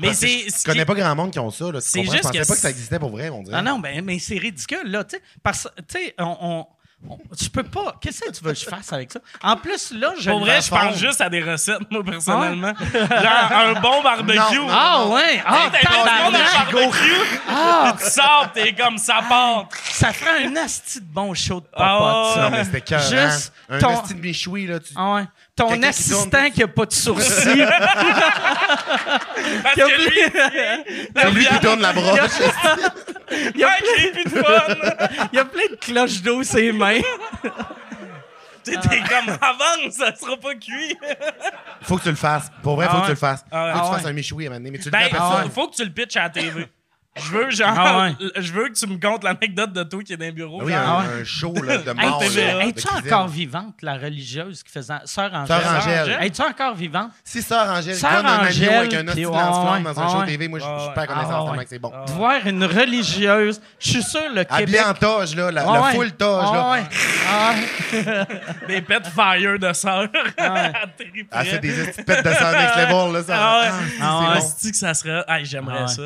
Speaker 6: Mais
Speaker 5: Parce que
Speaker 6: c'est.
Speaker 5: Je connais pas grand monde qui ont ça. Là, tu
Speaker 6: C'est
Speaker 5: comprends? Je
Speaker 6: juste
Speaker 5: pensais
Speaker 6: que
Speaker 5: pas que
Speaker 6: c'est-
Speaker 5: ça existait pour vrai, on dirait.
Speaker 3: Ah non, ben, mais c'est ridicule, là, tu sais. Parce que, tu sais, on, on- on- tu peux pas. Qu'est-ce que tu veux que je fasse avec ça? En plus, là, je.
Speaker 6: Pour
Speaker 3: le
Speaker 6: vrai, je
Speaker 3: refonds.
Speaker 6: pense juste à des recettes, moi, personnellement. Genre, un bon barbecue.
Speaker 5: Non, non.
Speaker 3: Ah ouais! Ah,
Speaker 6: Hey, t'as pas le monde
Speaker 3: tabarnak!
Speaker 6: à barbecue.
Speaker 3: Ah!
Speaker 6: Tu sors, t'es comme ça part.
Speaker 3: Ça ferait un asti de bon show de popote,
Speaker 6: Ah,
Speaker 3: ça.
Speaker 5: Non, mais c'était cœur. hein?
Speaker 3: Juste
Speaker 5: Un
Speaker 3: ton-
Speaker 5: esti de michoui, là. Tu...
Speaker 3: Ah ouais. Ton
Speaker 5: Quelqu'un qui
Speaker 3: assistant
Speaker 5: tourne.
Speaker 3: qui a pas de sourcils.
Speaker 6: Parce
Speaker 3: qui a
Speaker 6: que lui,
Speaker 3: plein-
Speaker 5: C'est lui qui tourne la broche.
Speaker 3: il y a
Speaker 6: hey, j'ai plus de fun.
Speaker 3: plein- il y a plein de cloches d'eau ses mains.
Speaker 6: T'es t'es
Speaker 5: Ah.
Speaker 6: comme, avance, ça sera pas cuit.
Speaker 5: Faut que tu le fasses. Pour vrai, faut
Speaker 6: Ah
Speaker 5: que
Speaker 6: ouais.
Speaker 5: tu le fasses.
Speaker 6: Ah ouais.
Speaker 5: Faut que
Speaker 3: Ah
Speaker 5: tu
Speaker 3: ouais.
Speaker 5: fasses un michoui à un moment donné, mais tu le dis
Speaker 6: Ben,
Speaker 5: à personne.
Speaker 6: faut, faut que tu le pitches à la TV. Je veux, genre,
Speaker 3: Ah
Speaker 6: je veux que tu me contes l'anecdote de toi qui est dans le bureau.
Speaker 5: Ah Oui,
Speaker 6: genre.
Speaker 5: un,
Speaker 3: Ah ouais.
Speaker 5: un show là, de
Speaker 3: Hey,
Speaker 5: mort.
Speaker 3: tu-
Speaker 5: là, de
Speaker 3: Es-tu
Speaker 5: cuisine.
Speaker 3: encore vivante, la religieuse qui faisait. Sœur
Speaker 5: Sœur
Speaker 3: Angèle.
Speaker 5: Angèle.
Speaker 6: Angèle.
Speaker 3: Es-tu encore vivante?
Speaker 5: Si Sœur Angèle
Speaker 3: Sœur
Speaker 5: donne un
Speaker 3: Angèle,
Speaker 5: agneau avec un
Speaker 3: puis
Speaker 5: hostie de
Speaker 3: ouais,
Speaker 5: lance-flamme dans
Speaker 3: ouais,
Speaker 5: un show
Speaker 3: ouais.
Speaker 5: TV, moi, je je
Speaker 6: Ah
Speaker 5: suis pas à
Speaker 3: ouais.
Speaker 5: connaissance tellement que c'est bon.
Speaker 3: De voir une religieuse. Je suis sûr, le
Speaker 5: Habillé
Speaker 3: Québec.
Speaker 5: en toge, là, la,
Speaker 3: Ah
Speaker 5: la
Speaker 3: ouais.
Speaker 5: full toge,
Speaker 3: Ah
Speaker 5: là.
Speaker 3: ouais. Ah ouais.
Speaker 5: hein.
Speaker 6: Des pets fire de sœur.
Speaker 3: Ah
Speaker 5: Elle fait des petites pètes de son next level, là, ça.
Speaker 6: Ah ouais.
Speaker 3: Ah
Speaker 6: Ah,
Speaker 3: ouais.
Speaker 5: c'est bon.
Speaker 6: c'est-tu que ça serait. Hey, j'aimerais
Speaker 3: Ah ouais.
Speaker 6: ça.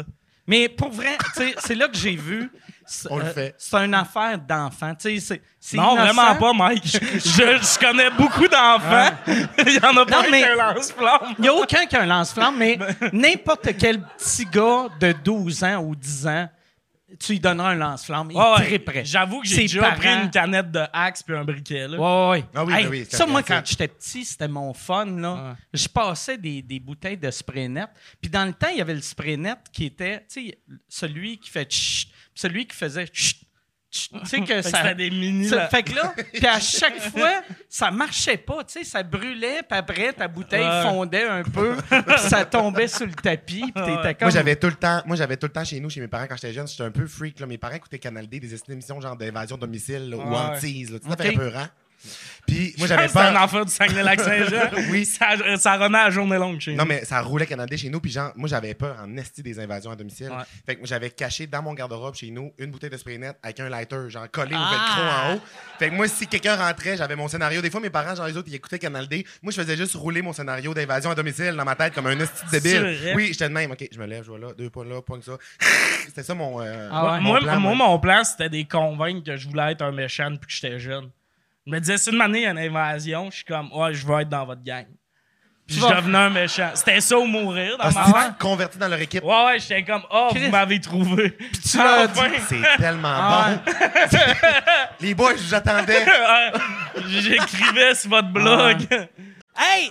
Speaker 3: Mais pour vrai, tu sais, c'est là que j'ai vu. c'est-
Speaker 5: On le
Speaker 3: euh,
Speaker 5: fait.
Speaker 3: C'est une affaire d'enfant. Tu sais, c'est- c'est
Speaker 6: Non,
Speaker 3: innocent.
Speaker 6: vraiment pas, Mike. Je, Ah. je- je connais beaucoup d'enfants. Il y en a pas
Speaker 3: mais-
Speaker 6: qui lance-flamme.
Speaker 3: Il n'y a aucun qui a un lance-flamme, mais n'importe quel petit gars de 12 ans ou 10 ans, tu lui donneras un lance-flamme. Il
Speaker 6: Ouais, ouais.
Speaker 3: triperait.
Speaker 6: J'avoue que
Speaker 3: Ses
Speaker 6: j'ai déjà
Speaker 3: parents-
Speaker 6: pris une canette de Axe puis un briquet,
Speaker 3: Ouais,
Speaker 6: là.
Speaker 3: ouais, ouais.
Speaker 5: Ah oui,
Speaker 3: Hey,
Speaker 5: ben oui, c'est
Speaker 3: ça, moi,
Speaker 5: classique.
Speaker 3: quand j'étais petit, c'était mon fun. Là.
Speaker 6: Ouais.
Speaker 3: Je passais des, des bouteilles de spray net. Puis dans le temps, il y avait le spray net qui était tu sais, celui qui fait chut, puis celui qui faisait chut, chut. Tu sais que
Speaker 6: Fait que
Speaker 3: ça.
Speaker 6: c'était des mini,
Speaker 3: ça-
Speaker 6: là.
Speaker 3: Fait que là, puis à chaque fois, ça marchait pas, tu sais, ça brûlait, puis après, ta bouteille
Speaker 6: Ouais.
Speaker 3: fondait un peu, puis ça tombait sur le tapis, puis t'étais comme...
Speaker 5: Moi, j'avais tout le temps, moi, j'avais tout le temps chez nous, chez mes parents, quand j'étais jeune, j'étais un peu freak, là. Mes parents écoutaient Canal D, des émissions genre d'invasion de domicile, là, ou
Speaker 6: Ouais.
Speaker 5: hantise, là. Tu sais, ça
Speaker 3: Ok.
Speaker 5: fait peur, hein? Puis, moi,
Speaker 6: Je
Speaker 5: j'avais
Speaker 6: pense que c'est un
Speaker 5: peur.
Speaker 6: enfant du Saguenay-Lac-Saint-Jean.
Speaker 5: Oui.
Speaker 6: Ça, ça remet à la journée longue chez
Speaker 5: Non,
Speaker 6: nous.
Speaker 5: mais ça roulait Canal D chez nous, puis genre, moi, j'avais peur en esti des invasions à domicile.
Speaker 6: Ouais.
Speaker 5: Fait que moi, j'avais caché dans mon garde-robe chez nous une bouteille de spray net avec un lighter, genre collé au velcro
Speaker 3: Ah!
Speaker 5: en haut. Fait que moi, si quelqu'un rentrait, j'avais mon scénario. Des fois, mes parents, genre les autres, ils écoutaient Canal D. Moi, je faisais juste rouler mon scénario d'invasion à domicile dans ma tête comme un esti de
Speaker 6: C'est
Speaker 5: débile.
Speaker 6: vrai?
Speaker 5: Oui, j'étais de même. OK, je me lève, je vois là, deux points là, point que ça. C'était ça mon. euh,
Speaker 3: Ah ouais.
Speaker 5: mon
Speaker 6: moi,
Speaker 5: plan,
Speaker 6: moi,
Speaker 5: ouais.
Speaker 6: mon plan, c'était de les convaincre que je voulais être un méchant depuis que j'étais jeune. Je me disais, si une année, il y a une invasion, je suis comme, ouais, je veux être dans votre gang. Puis
Speaker 3: Tu
Speaker 6: je
Speaker 3: vas-
Speaker 6: devenais un méchant. C'était ça ou mourir dans
Speaker 5: Ah,
Speaker 6: ma
Speaker 5: c'est-tu
Speaker 6: mère.
Speaker 5: converti dans leur équipe.
Speaker 6: Ouais, ouais, j'étais comme, oh,
Speaker 3: Chris.
Speaker 6: vous m'avez trouvé. Puis
Speaker 3: tu l'as
Speaker 5: C'est tellement
Speaker 6: Ah
Speaker 5: bon. Les boys, je vous attendais.
Speaker 6: J'écrivais sur votre blog.
Speaker 3: Hey,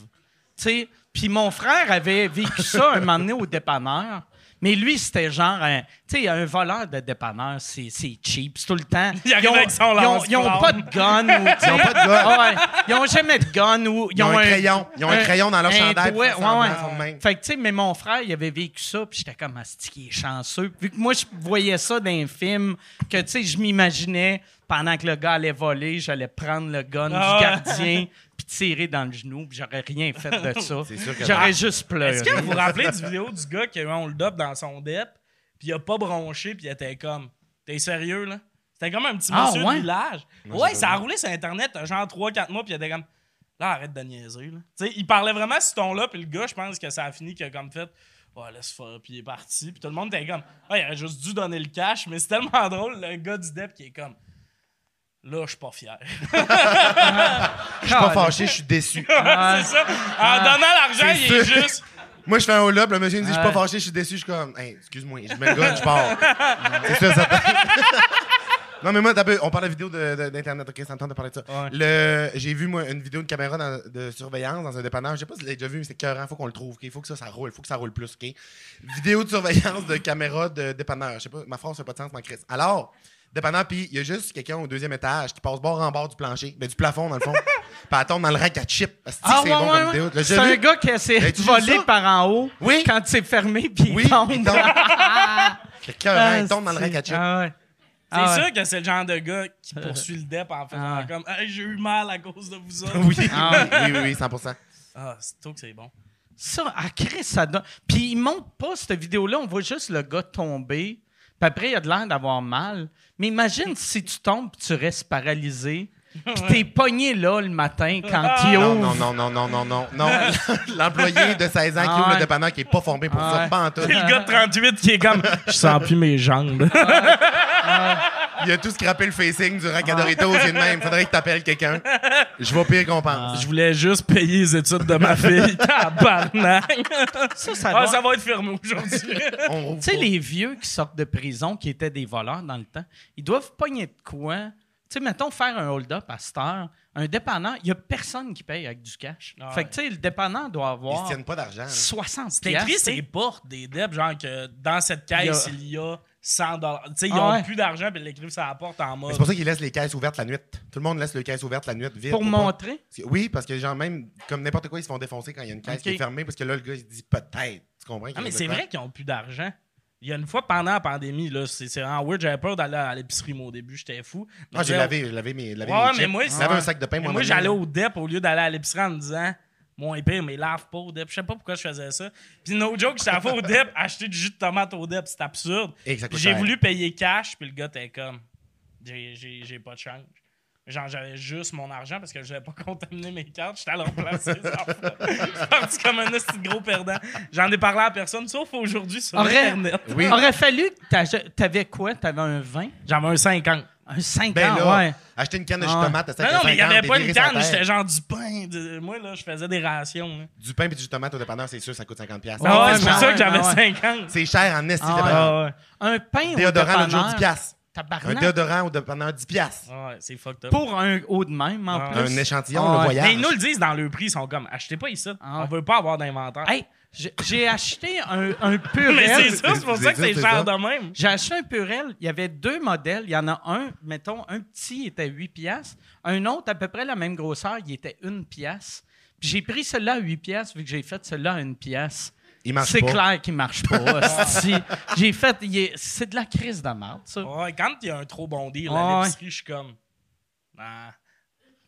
Speaker 3: Tu sais, puis mon frère avait vécu ça un moment donné au dépanneur. Mais lui, c'était genre un. Tu sais, un voleur de dépanneur, c'est c'est cheap, c'est tout le temps.
Speaker 6: Il arrive
Speaker 3: ont-
Speaker 6: avec
Speaker 3: ils
Speaker 6: son
Speaker 3: ont,
Speaker 6: lance-flamme.
Speaker 3: ils ont pas de gun. Ou,
Speaker 5: Ils ont pas de gun.
Speaker 3: Ah ouais. Ils ont jamais de gun. Ou,
Speaker 5: Ils ont un crayon. Ils ont un crayon dans leur
Speaker 3: Euh, un
Speaker 5: chandail,
Speaker 3: doigt.
Speaker 5: puis ils font
Speaker 3: Ouais,
Speaker 5: semblant,
Speaker 3: ouais.
Speaker 5: ils font de même.
Speaker 3: Fait que, tu sais, mais mon frère, il avait vécu ça, puis j'étais comme, Asti, qui est chanceux. Vu que moi, je voyais ça dans un film, que, tu sais, je m'imaginais, pendant que le gars allait voler, j'allais prendre le gun
Speaker 6: Ah
Speaker 3: du
Speaker 6: ouais.
Speaker 3: gardien, puis tirer dans le genou, puis j'aurais rien fait de ça.
Speaker 5: C'est sûr que-
Speaker 3: J'aurais juste pleuré.
Speaker 6: Est-ce que vous vous rappelez du vidéo du gars qui a eu un hold-up dans son dep, puis il a pas bronché, puis il était comme, t'es sérieux, là? C'était comme un petit
Speaker 3: Ah,
Speaker 6: monsieur
Speaker 3: ouais?
Speaker 6: du village.
Speaker 5: Non,
Speaker 6: ouais,
Speaker 5: j'ai pas
Speaker 6: ça a
Speaker 5: vu.
Speaker 6: roulé sur Internet, euh, genre 3-4 mois, puis il était comme, là, arrête de niaiser, là. Tu sais, il parlait vraiment ce ton-là, puis le gars, je pense que ça a fini qu'il a comme fait, ouais, laisse faire, puis il est parti, puis tout le monde était comme, ouais, il aurait juste dû donner le cash, mais c'est tellement drôle, le gars du dep qui est comme, là, je suis pas fier.
Speaker 5: Je suis pas fâché, je suis déçu.
Speaker 6: c'est ça. En donnant l'argent,
Speaker 5: C'est
Speaker 6: il est
Speaker 5: sûr.
Speaker 6: juste.
Speaker 5: Moi, je fais un hold-up, le monsieur me dit, je suis
Speaker 3: Ouais.
Speaker 5: pas fâché, je suis déçu. Je suis comme, hey, excuse-moi, je mets le gun, je pars. C'est ça, ça Non, mais moi, t'as peu- on parle de vidéo de- de- d'Internet, ok, ça me tente de parler de ça.
Speaker 6: Ouais.
Speaker 5: Le- J'ai vu, moi, une vidéo de caméra dans- de surveillance dans un dépanneur. Je sais pas si vous l'avez déjà vu, mais c'est cœurant, faut qu'on le trouve, ok? Faut que ça, ça roule, faut que ça roule plus, ok? Vidéo de surveillance de caméra de dépanneur. Je sais pas, ma phrase fait pas de sens, ma crise. Alors, dépanneur, puis il y a juste quelqu'un au deuxième étage qui passe bord en bord du plancher, mais du plafond, dans le fond. puis elle tombe dans le rack à chip. Asti,
Speaker 3: Ah,
Speaker 5: c'est
Speaker 3: ouais,
Speaker 5: bon
Speaker 3: ouais,
Speaker 5: comme
Speaker 3: ouais.
Speaker 5: vidéo. L'as
Speaker 3: C'est
Speaker 5: déjà
Speaker 3: un
Speaker 5: vu?
Speaker 3: gars qui essaie de
Speaker 5: As-tu vu
Speaker 3: voler
Speaker 5: ça?
Speaker 3: par en haut
Speaker 5: Oui.
Speaker 3: quand c'est fermé, puis
Speaker 5: Oui,
Speaker 3: il tombe.
Speaker 5: il tombe. C'est cœurant, il tombe dans le
Speaker 3: Asti.
Speaker 5: rack à chip.
Speaker 3: Ah ouais.
Speaker 6: C'est
Speaker 3: Ah ouais.
Speaker 6: sûr que c'est le genre de gars qui poursuit le dep en faisant
Speaker 3: Ah ouais.
Speaker 6: comme Hey, j'ai eu mal à cause de vous autres.
Speaker 5: Oui,
Speaker 3: Ah
Speaker 5: oui, oui, oui, 100%.
Speaker 6: Ah, c'est tout que c'est bon.
Speaker 3: Ça, à Chris, ça donne. Puis il montre pas cette vidéo-là, on voit juste le gars tomber. Puis après, il a de l'air d'avoir mal. Mais imagine si tu tombes et tu restes paralysé. Puis t'es pogné là le matin quand il
Speaker 5: Ah, Non,
Speaker 3: ouvre.
Speaker 5: non, non, non, non, non, non. non. L'employé de 16 ans qui
Speaker 3: Ah
Speaker 5: ouvre
Speaker 3: ouais.
Speaker 5: le dépanneur qui est pas formé pour
Speaker 3: Ah ouais.
Speaker 5: ça, pas en tout.
Speaker 6: C'est le gars de 38 qui est comme Je sens plus mes jambes.
Speaker 5: Il a tout scrappé le facing du rack à Doritos, c'est le même. Faudrait que t'appelles quelqu'un. Je vais pire qu'on pense.
Speaker 6: Je voulais juste payer les études de ma fille. Tabarnak!
Speaker 3: Ça, ça
Speaker 6: Ah,
Speaker 3: doit-
Speaker 6: ça va être fermé aujourd'hui.
Speaker 5: On rouvre
Speaker 3: Tu
Speaker 5: pas.
Speaker 3: sais, les vieux qui sortent de prison, qui étaient des voleurs dans le temps, ils doivent pogner de quoi Tu sais, mettons, faire un hold-up à cette heure, un dépanneur, il n'y a personne qui paye avec du cash.
Speaker 6: Ah
Speaker 3: fait
Speaker 6: ouais.
Speaker 3: que, tu sais, le dépanneur doit
Speaker 5: Ils se
Speaker 3: avoir
Speaker 5: tiennent pas d'argent. hein. là.
Speaker 3: 60
Speaker 6: C'est écrit
Speaker 3: piastres,
Speaker 6: sur les portes des debs, genre que dans cette caisse, il y a, 100 dollars. Tu sais, ils
Speaker 3: Ah
Speaker 6: ont
Speaker 3: ouais.
Speaker 6: plus d'argent, puis ils l'écrivent sur la porte en
Speaker 5: Mais
Speaker 6: mode.
Speaker 5: C'est pour ça qu'ils laissent les caisses ouvertes la nuit. Tout le monde laisse les caisses ouvertes la nuit, vite.
Speaker 3: pour
Speaker 5: pas-
Speaker 3: montrer.
Speaker 5: Parce que- Oui, parce que genre même, comme n'importe quoi, ils se font défoncer quand il y a une caisse
Speaker 3: Ok.
Speaker 5: qui est fermée, parce que là, le gars, il se dit peut-être. Tu comprends?
Speaker 6: Ah,
Speaker 5: qu'il
Speaker 6: mais
Speaker 5: y a
Speaker 6: c'est
Speaker 5: de quoi?
Speaker 6: vrai qu'ils ont plus d'argent. Il y a une fois pendant la pandémie, là, c'est c'est vraiment weird. J'avais peur d'aller à l'épicerie, moi, au début, j'étais fou.
Speaker 5: Ah, j'ai
Speaker 6: Mais-
Speaker 5: lavé, j'ai lavé mes, lavé
Speaker 6: Ouais,
Speaker 5: mes
Speaker 6: mais
Speaker 5: chips.
Speaker 6: moi,
Speaker 5: J'ai
Speaker 6: c'est-
Speaker 5: lavé un sac de pain,
Speaker 6: Mais Moi,
Speaker 5: moi-même.
Speaker 6: j'allais au DEP au lieu d'aller à l'épicerie en me disant Moins pire, mais lave pas au DEP. Je sais pas pourquoi je faisais ça. Puis, no joke, j'étais allé au DEP acheter du jus de tomate au DEP. C'était absurde.
Speaker 5: Et que ça
Speaker 6: Puis
Speaker 5: coûte
Speaker 6: j'ai
Speaker 5: cher.
Speaker 6: voulu payer cash, puis le gars était comme J'ai- J'ai j'ai pas de change. Genre, j'avais juste mon argent parce que je n'avais pas contaminé mes cartes. J'étais allé remplacer les enfants. Je suis parti comme un petit gros perdant. J'en ai parlé à personne, sauf aujourd'hui sur
Speaker 3: Aurait-
Speaker 6: Internet.
Speaker 5: Oui.
Speaker 3: Aurait fallu que t'ach- t'avais quoi? T'avais un 20?
Speaker 6: J'avais un 50.
Speaker 3: Un 50,
Speaker 5: Ben là,
Speaker 3: ouais.
Speaker 5: acheter une canne de jus
Speaker 3: Ah
Speaker 5: de
Speaker 3: ouais.
Speaker 5: tomate à
Speaker 6: Non,
Speaker 5: 5,50,
Speaker 6: non, mais il n'y avait pas
Speaker 5: des
Speaker 6: une
Speaker 5: virées sur
Speaker 6: canne.
Speaker 5: la
Speaker 6: J'étais
Speaker 5: terre.
Speaker 6: genre du pain. de- Moi, là, je faisais des rations. là.
Speaker 5: Du pain et du jus de tomate au dépanneur, c'est sûr, ça coûte 50$. piastres.
Speaker 3: Ouais,
Speaker 6: Ah ouais,
Speaker 3: ouais,
Speaker 6: c'est pour
Speaker 3: ouais,
Speaker 6: ça que j'avais
Speaker 3: ouais.
Speaker 6: 50.
Speaker 5: C'est cher en esti,
Speaker 3: Ah
Speaker 5: le dépanneur.
Speaker 6: Ah ouais.
Speaker 3: Un pain au
Speaker 5: Déodorant, le jour, 10$.
Speaker 3: dépanneur.
Speaker 5: piastres. Un
Speaker 3: Tabarnak.
Speaker 5: déodorant au dépanneur, 10$. piastres.
Speaker 6: Ah ouais, c'est fucked up.
Speaker 3: Pour un haut de même, en
Speaker 6: Ah.
Speaker 3: plus.
Speaker 5: Un échantillon,
Speaker 3: Ah ouais.
Speaker 5: le
Speaker 6: Mais
Speaker 5: voyage.
Speaker 6: ils nous le disent dans le prix, ils sont comme achetez pas ici.
Speaker 3: Ah ouais.
Speaker 6: On veut pas avoir d'inventaire.
Speaker 3: Hey, j'ai- j'ai acheté un, un purel.
Speaker 6: mais c'est ça, c'est pour
Speaker 5: Vous
Speaker 6: ça que
Speaker 5: êtes
Speaker 6: c'est
Speaker 5: sûr,
Speaker 6: cher
Speaker 5: c'est
Speaker 6: de même.
Speaker 3: J'ai acheté un Purel. Il y avait deux modèles. Il y en a un, mettons, un petit, il était 8 piastres. Un autre, à peu près la même grosseur, il était 1 piastre. Puis j'ai pris celui-là à 8 piastres, vu que j'ai fait celui-là à 1 piastre.
Speaker 5: Il marche
Speaker 3: C'est
Speaker 5: pas.
Speaker 3: clair qu'il marche pas. hostie. j'ai fait... il est- C'est de la crise de merde, ça.
Speaker 6: Ouais, quand il y a un trop bon deal
Speaker 3: Ouais,
Speaker 6: à
Speaker 3: ouais.
Speaker 6: l'épicerie, je suis comme. Ah.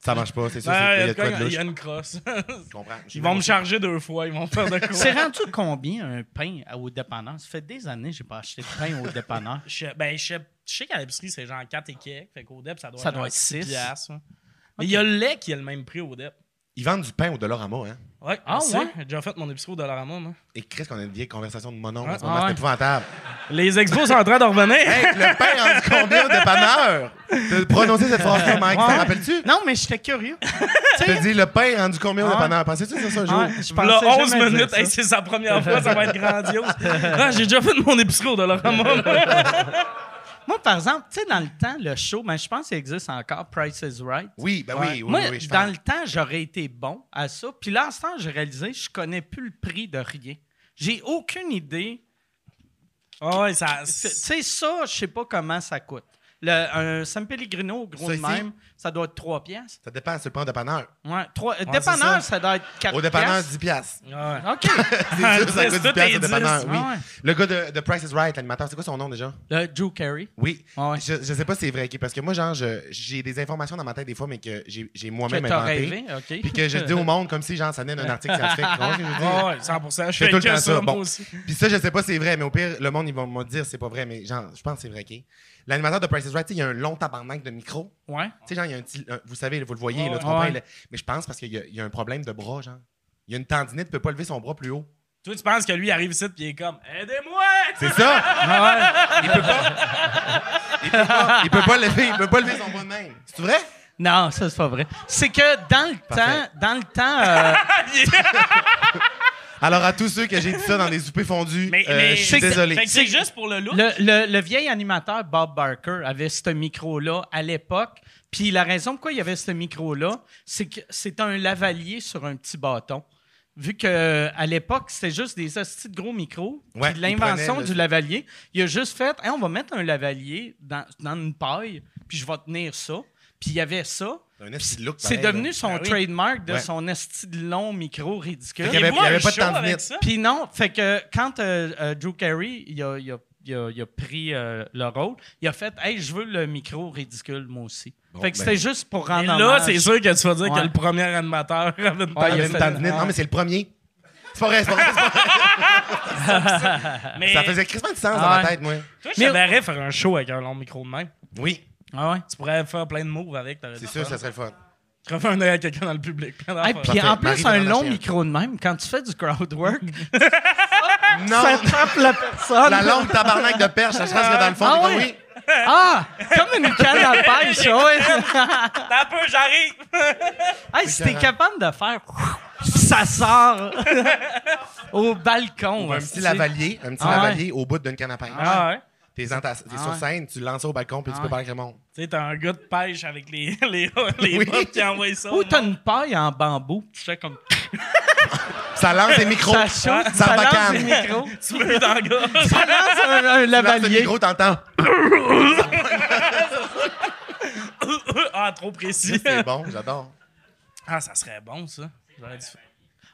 Speaker 5: Ça marche pas, c'est sûr.
Speaker 6: Ah,
Speaker 5: c'est-
Speaker 6: Il
Speaker 5: Il y a de quoi de
Speaker 6: y a
Speaker 5: louche.
Speaker 6: une crosse.
Speaker 5: Je comprends.
Speaker 6: Ils vont me charger deux fois, ils vont faire de
Speaker 3: C'est
Speaker 6: quoi.
Speaker 3: rendu combien un pain à- au dépanneur? Ça fait des années que j'ai pas acheté de pain au dépanneur.
Speaker 6: Je, ben, je, sais- je sais qu'à l'épicerie, c'est genre 4 et quelques. Fait qu'au DEP, ça doit
Speaker 3: Ça
Speaker 6: être,
Speaker 3: doit
Speaker 6: genre
Speaker 3: être
Speaker 6: six
Speaker 3: six.
Speaker 6: piastres, hein. Mais il y a le lait qui a le même prix au DEP.
Speaker 5: Ils vendent du pain au Dollarama, hein.
Speaker 6: Ouais,
Speaker 3: Ah,
Speaker 6: ah, ouais.
Speaker 3: ouais?
Speaker 6: J'ai déjà fait mon épicerie au Dollarama, moi.
Speaker 5: Et Chris, qu'on a une vieille conversation de monon
Speaker 6: Ah,
Speaker 5: en ce moment,
Speaker 3: ah ouais.
Speaker 5: c'est épouvantable.
Speaker 6: Les expos sont en train de revenir.
Speaker 5: Hey, le pain en dit combien au dépanneur? T'as prononcé cette phrase-là, Mike, t'en rappelles-tu?
Speaker 3: Non, mais j'étais curieux.
Speaker 5: Tu te dis le pain rendu combien au
Speaker 3: Ah ouais.
Speaker 5: dépanneur? Pensais-tu que c'est ça un jour?
Speaker 3: Ouais, je
Speaker 6: Là,
Speaker 3: pensais jamais
Speaker 6: 11
Speaker 3: dire
Speaker 6: minutes,
Speaker 3: ça.
Speaker 6: Hey, c'est sa première fois, ça va être grandiose. Ah, j'ai déjà fait de mon épicerie au Dollarama. moi.
Speaker 3: Moi, par exemple, tu sais, dans le temps, le show, ben, je pense qu'il existe encore, Price is Right.
Speaker 5: Oui, ben oui, oui,
Speaker 3: Moi,
Speaker 5: oui, oui, je
Speaker 3: dans
Speaker 5: pense.
Speaker 3: le temps, j'aurais été bon à ça. Puis là, en ce temps, j'ai réalisé, je connais plus le prix de rien. J'ai aucune idée.
Speaker 6: Ah ouais, ça.
Speaker 3: Tu sais, ça, je sais pas comment ça coûte. Le, un San Pellegrino, gros
Speaker 5: Ça
Speaker 3: de
Speaker 5: ici?
Speaker 3: même, ça doit être 3 piastres.
Speaker 5: Ça dépend, c'est le pain au dépanneur.
Speaker 3: Ouais, trois- euh,
Speaker 6: Ouais,
Speaker 3: dépanneur,
Speaker 6: c'est ça.
Speaker 3: ça. doit être 4
Speaker 5: Au dépanneur, 10 piastres.
Speaker 6: ah Ouais.
Speaker 3: OK.
Speaker 5: C'est sûr, ça
Speaker 6: Dix,
Speaker 5: coûte
Speaker 6: tout
Speaker 5: 10 piastres
Speaker 6: est
Speaker 5: au dépanneur,
Speaker 6: dix.
Speaker 5: oui.
Speaker 3: Ah ouais.
Speaker 5: Le gars de, de Price is Right, l'animateur, c'est quoi son nom déjà?
Speaker 3: Le Drew Carey.
Speaker 5: Oui.
Speaker 3: Ah ouais.
Speaker 5: Je, je sais pas si c'est vrai, ok, parce que moi, genre, je- j'ai des informations dans ma tête des fois, mais que j'ai j'ai
Speaker 3: Que
Speaker 5: moi-même
Speaker 3: t'as
Speaker 5: inventé.
Speaker 3: rêvé, OK.
Speaker 5: Puis que je dis au monde comme si, genre, ça venait d'un article scientifique. Tu comprends ce que je veux dire?
Speaker 6: Ah ouais, 100%. Je
Speaker 5: J'ai
Speaker 6: fais
Speaker 5: tout le
Speaker 6: que
Speaker 5: temps
Speaker 6: ça,
Speaker 5: ça.
Speaker 6: moi
Speaker 5: Bon.
Speaker 6: aussi.
Speaker 5: Puis ça, je sais pas si c'est vrai, mais au pire, le monde, ils vont me dire c'est pas vrai, mais genre, je pense que c'est vrai, OK? L'animateur de Price is Right, tu sais, il y a un long tabarnak de micro.
Speaker 3: Ouais.
Speaker 5: Tu sais, genre, il y a un petit. un- vous savez, vous le voyez,
Speaker 6: Ouais,
Speaker 5: là, tu comprends?
Speaker 3: ouais.
Speaker 5: là. Mais je pense parce qu'il y, a- il y a un problème de bras, genre. Il y a une tendinite, il peut pas lever son bras plus haut.
Speaker 6: Toi, tu penses que lui il arrive ici puis il est comme Aidez-moi!
Speaker 5: C'est ça! Il peut pas. Il peut pas, il peut pas lever, il peut pas lever son bras de même. C'est vrai?
Speaker 3: Non, ça, c'est pas vrai. C'est que dans le
Speaker 5: Parfait.
Speaker 3: temps, dans le temps, euh,
Speaker 5: Alors, à tous ceux que j'ai dit ça dans des soupers fondus,
Speaker 6: Mais,
Speaker 5: euh,
Speaker 6: mais
Speaker 5: je
Speaker 6: Fait
Speaker 5: suis
Speaker 6: que-
Speaker 5: désolé.
Speaker 6: Fait que c'est juste pour le look.
Speaker 3: Le, le- le vieil animateur Bob Barker avait ce micro-là à l'époque. Puis la raison pourquoi il y avait ce micro-là, c'est que c'était un lavalier sur un petit bâton. Vu que à l'époque, c'était juste des hosties de gros micros. Puis
Speaker 5: Ouais, il
Speaker 3: l'invention
Speaker 5: prenait le-
Speaker 3: du lavalier, il a juste fait Hey, on va mettre un lavalier dans, dans une paille, puis je vais tenir ça. Puis il y avait ça.
Speaker 5: C'est un esti de look
Speaker 3: C'est
Speaker 5: pareil,
Speaker 3: devenu
Speaker 5: là.
Speaker 3: son
Speaker 6: Ben oui.
Speaker 3: trademark de
Speaker 5: Ouais.
Speaker 3: son esti de long micro ridicule.
Speaker 5: Fait qu'il y avait-
Speaker 6: Moi,
Speaker 5: il y avait
Speaker 6: un
Speaker 5: pas de
Speaker 6: show
Speaker 5: temps de
Speaker 6: avec
Speaker 5: venir.
Speaker 6: ça.
Speaker 3: Puis non, fait que quand euh, euh, Drew Carey, il a, il a- il a- il a pris euh, le rôle, il a fait Hey, je veux le micro ridicule, moi aussi. fait que
Speaker 5: ben.
Speaker 3: c'était juste pour
Speaker 6: Et
Speaker 3: rendre
Speaker 6: là,
Speaker 3: hommage.
Speaker 6: c'est sûr que tu vas dire
Speaker 3: Ah, Ouais.
Speaker 6: que le premier animateur avait une
Speaker 3: Ouais,
Speaker 5: Ah, Il y
Speaker 6: tendinite.
Speaker 5: a une tendinite. Non, mais c'est le premier. C'est pas vrai, c'est pas vrai. c'est pas vrai.
Speaker 6: Mais
Speaker 5: Ça faisait crissement de sens dans
Speaker 3: Ouais.
Speaker 5: ma tête, moi.
Speaker 6: toi, je te verrais faire un show avec un long micro de même.
Speaker 5: Oui,
Speaker 3: Ah ouais.
Speaker 6: Tu pourrais faire plein de moves avec. t'aurais
Speaker 5: c'est
Speaker 6: du
Speaker 5: sûr,
Speaker 6: fun.
Speaker 5: ça serait le fun.
Speaker 6: Tu ferais un œil à quelqu'un dans le public. plein
Speaker 3: Hey,
Speaker 6: d'affaires.
Speaker 3: puis en
Speaker 5: Parfait.
Speaker 3: plus,
Speaker 5: Marie
Speaker 3: un
Speaker 5: Devant
Speaker 3: long
Speaker 5: la chaîne.
Speaker 3: micro de même, quand tu fais du crowd work,
Speaker 5: Non,
Speaker 3: ça tape la personne.
Speaker 5: la langue tabarnak de perche, ça se passe que dans le fond.
Speaker 3: Ah
Speaker 5: t'es
Speaker 3: ouais? Ah! Comme une canne à pêche, ouais.
Speaker 6: T'as un peu, j'arrive!
Speaker 3: hey, si t'es capable de faire, ça sort au balcon.
Speaker 5: comme oui. Un petit lavalier, un petit
Speaker 3: Ah ouais.
Speaker 5: lavalier au bout d'une canne à pain.
Speaker 6: Ah ouais?
Speaker 5: T'es en ta- t'es sur scène, tu le lances au balcon, puis tu peux parler avec le monde.
Speaker 6: Tu sais, t'as un gars de pêche avec les, les, les
Speaker 5: Oui.
Speaker 6: bottes qui envoient ça.
Speaker 3: Ou
Speaker 6: au
Speaker 3: t'as
Speaker 6: monde.
Speaker 3: une paille en bambou, tu fais comme.
Speaker 5: Ça lance les micros.
Speaker 3: Ça
Speaker 5: Ça
Speaker 3: saute, ça lance
Speaker 5: bacane.
Speaker 3: le micro.
Speaker 6: Tu veux dans le gars?
Speaker 3: Ça lance un, un
Speaker 5: Tu lances le
Speaker 3: lavalier.
Speaker 5: micro, t'entends.
Speaker 6: ah, trop précis.
Speaker 5: C'est bon, j'adore.
Speaker 6: Ah, ça serait bon, ça. J'aurais dû faire-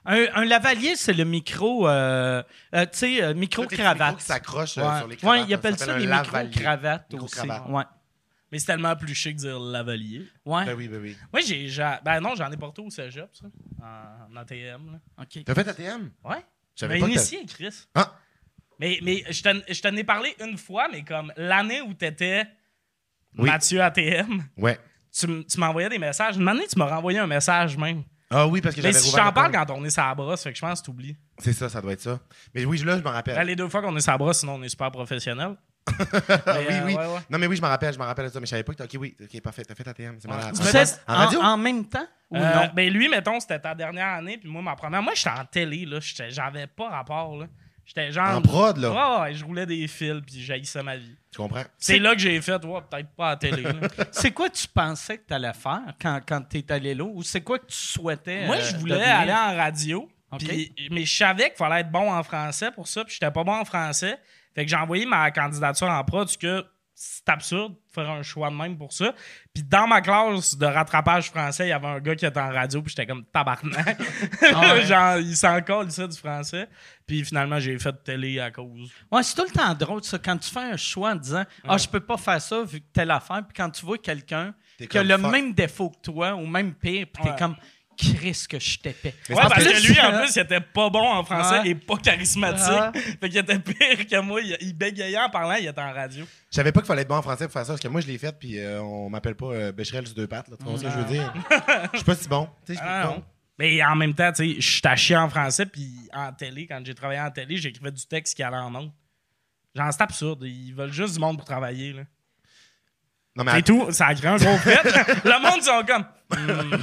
Speaker 3: Un, un lavalier, c'est le micro, euh, euh, tu sais, euh,
Speaker 5: Les micros
Speaker 3: micro-cravate.
Speaker 5: qui s'accrochent euh, sur les
Speaker 3: Ouais,
Speaker 5: cravates.
Speaker 3: ouais, ils appellent ça,
Speaker 5: s'appelle
Speaker 3: les
Speaker 5: un lavalier.
Speaker 3: micro-cravates aussi.
Speaker 5: Micro-cravate.
Speaker 3: Ouais.
Speaker 6: Mais c'est tellement plus chic de dire lavalier.
Speaker 3: Ouais.
Speaker 5: Ben oui, ben oui.
Speaker 6: Moi, j'ai. j'ai- Ben non, j'en ai porté au cégep, ça. En, en ATM, là.
Speaker 3: OK.
Speaker 5: T'as fait ta TM?
Speaker 6: Ouais. Ben
Speaker 5: Je savais
Speaker 6: Mais
Speaker 5: pas que
Speaker 6: initié, Chris.
Speaker 5: Ah.
Speaker 6: Mais, mais je t'en je t'en ai parlé une fois, mais comme l'année où t'étais
Speaker 5: Oui.
Speaker 6: Mathieu ATM,
Speaker 5: t'as- Ouais.
Speaker 6: tu, m- tu m'envoyais des messages. Une année, tu m'as renvoyé un message même.
Speaker 5: Ah oui, parce que
Speaker 6: Mais
Speaker 5: j'avais
Speaker 6: si je
Speaker 5: rouvert
Speaker 6: t'en
Speaker 5: la
Speaker 6: parle
Speaker 5: porte.
Speaker 6: quand on est sur la brosse, fait que je pense que t'oublies.
Speaker 5: C'est ça, ça doit être ça. Mais oui, je- là, je m'en rappelle.
Speaker 6: Ben, les deux fois qu'on est sur la brosse, sinon on est super professionnel.
Speaker 5: Ah,
Speaker 6: Mais,
Speaker 5: Euh, oui,
Speaker 6: euh,
Speaker 5: oui.
Speaker 6: ouais, ouais.
Speaker 5: Non, mais oui, je m'en rappelle, je m'en rappelle de ça, mais je savais pas que t'as. Ok, oui, ok, parfait, t'as fait ta TM, c'est malade.
Speaker 3: Tu
Speaker 5: En-
Speaker 3: fais
Speaker 5: en radio?
Speaker 3: en même temps ou
Speaker 6: Euh,
Speaker 3: non?
Speaker 6: Ben lui, mettons, c'était ta dernière année, puis moi, ma première. Moi, j'étais en télé, là. J'étais- J'avais pas rapport, là. J'étais genre.
Speaker 5: En prod, là.
Speaker 6: Ouais, ouais, je roulais des fils, puis j'haïssais ma vie.
Speaker 5: Tu comprends?
Speaker 6: C'est là que j'ai fait, ouais, peut-être pas à la télé. là.
Speaker 3: C'est quoi tu pensais que tu allais faire quand, quand tu es allé là? Ou c'est quoi que tu souhaitais?
Speaker 6: Moi,
Speaker 3: euh,
Speaker 6: je voulais
Speaker 3: devenir?
Speaker 6: aller en radio,
Speaker 3: Ok.
Speaker 6: puis- mais je savais qu'il fallait être bon en français pour ça, puis j'étais pas bon en français. Fait que j'ai envoyé ma candidature en prod, parce que c'est absurde de faire un choix de même pour ça. Puis dans ma classe de rattrapage français, il y avait un gars qui était en radio, puis j'étais comme tabarnak.
Speaker 3: Ah
Speaker 6: Genre, il s'en colle, ça, du français. Puis finalement, j'ai fait de télé à cause.
Speaker 3: Ouais, c'est tout le temps drôle, ça. Quand tu fais un choix en disant Ah, je peux pas faire ça vu que telle affaire, puis quand tu vois quelqu'un
Speaker 5: T'es
Speaker 3: qui a
Speaker 5: comme,
Speaker 3: le
Speaker 5: fuck.
Speaker 3: même défaut que toi, ou même pire, puis t'es
Speaker 6: Ouais.
Speaker 3: comme Chris que je t'épais.
Speaker 5: Mais
Speaker 6: ouais,
Speaker 5: c'est
Speaker 6: parce
Speaker 5: parce
Speaker 6: que
Speaker 5: que-
Speaker 6: lui, en plus, il était pas bon en français
Speaker 3: Ouais.
Speaker 6: et pas charismatique.
Speaker 3: Ouais.
Speaker 6: Fait qu'il était pire que moi. Il, il bégayait en parlant, il était en radio.
Speaker 5: Je savais pas qu'il fallait être bon en français pour faire ça, parce que moi, je l'ai fait, puis euh, on m'appelle pas euh, Becherel sur deux pattes, là. Tu comprends ce que je veux dire? Je suis pas si bon. Tu sais, je suis
Speaker 6: Ah,
Speaker 5: pas
Speaker 6: non.
Speaker 5: bon.
Speaker 6: Mais en même temps, tu sais, je suis à chier en français, puis en télé, quand j'ai travaillé en télé, j'écrivais du texte qui allait en ondes. Genre, c'est absurde. Ils veulent juste du monde pour travailler, là.
Speaker 5: Non, mais
Speaker 6: C'est tout. Ça a créé un gros fait. Le monde, ils sont comme... Hmm,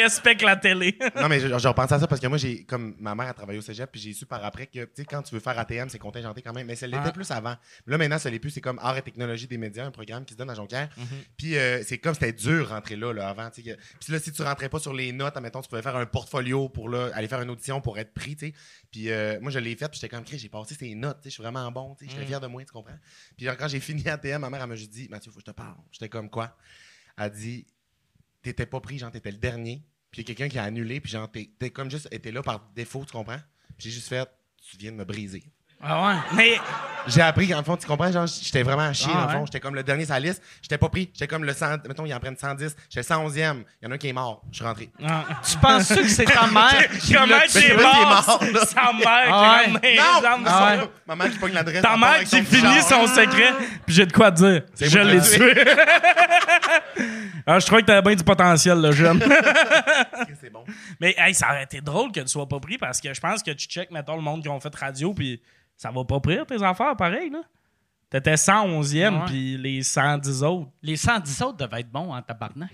Speaker 6: respecte la télé.
Speaker 5: Non, mais je, je repensais à ça parce que moi, j'ai comme ma mère a travaillé au cégep, puis j'ai su par après que, tu sais, quand tu veux faire ATM, c'est contingenté quand même, mais ça l'était plus avant. Là, maintenant, ça l'est plus. C'est comme Art et technologie des médias, un programme qui se donne à Jonquière. Puis euh, c'est comme c'était dur rentrer là, là avant. tu sais, que- Puis là, si tu rentrais pas sur les notes, admettons, tu pouvais faire un portfolio pour là, aller faire une audition pour être pris, tu sais. Puis euh, moi, je l'ai fait, puis j'étais comme, Chris, j'ai passé ces notes, tu sais, je suis vraiment bon, tu sais, j'étais fier de moi, tu comprends? Puis genre, quand j'ai fini ATM, ma mère, elle m'a juste dit, Mathieu, faut que je te parle. J'étais comme quoi? Elle dit, t'étais pas pris, genre, t'étais le dernier. Puis il y a quelqu'un qui a annulé, puis genre, t'es, t'es comme juste, était là par défaut, tu comprends? Puis j'ai juste fait, tu viens de me briser.
Speaker 3: Ah
Speaker 6: Mais
Speaker 5: J'ai appris qu'en fond, tu comprends, genre, j'étais vraiment à chier,
Speaker 6: Ah,
Speaker 5: dans le fond.
Speaker 6: ouais.
Speaker 5: J'étais comme le dernier sur la liste, j'étais pas pris, j'étais comme le 100, mettons, ils en prennent 110, j'étais 111e, il y en a un qui est mort, je suis rentré.
Speaker 3: Tu penses que c'est ta mère qui
Speaker 6: comment
Speaker 3: l'a-
Speaker 6: t'es
Speaker 5: Mais c'est
Speaker 6: mort?
Speaker 5: vrai qu'il est mort, là.
Speaker 6: Sa mère,
Speaker 3: Ah
Speaker 6: quand
Speaker 3: ouais.
Speaker 6: même,
Speaker 5: Non!
Speaker 6: genre,
Speaker 3: Ah
Speaker 5: non! Maman qui pogne l'adresse.
Speaker 6: Ta
Speaker 5: elle part
Speaker 6: mère
Speaker 5: avec
Speaker 6: qui
Speaker 5: son
Speaker 6: finit
Speaker 5: char.
Speaker 6: son secret, puis j'ai de quoi te dire.
Speaker 5: C'est
Speaker 6: Je
Speaker 5: moi
Speaker 6: l'ai
Speaker 5: qui
Speaker 6: tué. Ah, je trouvais que t'avais bien du potentiel, le jeune.
Speaker 5: Ok, C'est bon.
Speaker 6: Mais hey, ça aurait été drôle que tu sois pas pris parce que je pense que tu check, mettons, le monde qui ont fait radio, puis ça va pas pire tes affaires, pareil, là. T'étais 111e,
Speaker 3: Ouais.
Speaker 6: puis les 110 autres.
Speaker 3: Les 110 autres devaient être bons en tabarnak.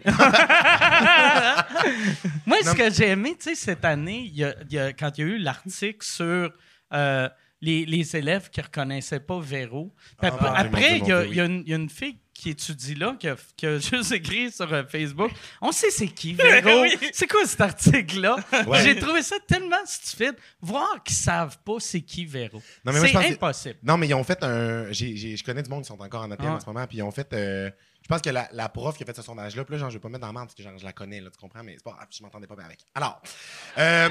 Speaker 3: Moi, ce que j'ai aimé, tu sais, cette année, il y a- il y a- quand il y a eu l'article sur euh, les, les élèves qui ne reconnaissaient pas Véro, puis
Speaker 5: Ah,
Speaker 3: après,
Speaker 5: mon Dieu,
Speaker 3: après,
Speaker 5: mon Dieu,
Speaker 3: il y a,
Speaker 5: mon Dieu,
Speaker 3: il y a une, il y a une fille qui étudie là, qui a, qui a juste écrit sur euh, Facebook « On sait c'est qui, Véro?
Speaker 6: Oui.
Speaker 3: C'est quoi cet article-là?
Speaker 5: Ouais.
Speaker 3: J'ai trouvé ça tellement stupide. Voir qu'ils savent pas c'est qui, Véro.
Speaker 5: Non, mais moi, je
Speaker 3: C'est
Speaker 5: pense que-
Speaker 3: impossible.
Speaker 5: Non, mais ils ont fait un. j'ai- j'ai- je connais du monde qui sont encore en ATM
Speaker 3: Ah.
Speaker 5: en ce moment, puis ils ont fait. euh, je pense que la, la prof qui a fait ce sondage-là, puis là, genre, je vais pas mettre dans la merde parce que genre, je la connais, là, tu comprends, mais c'est pas grave, je m'entendais pas bien avec. Alors. Euh,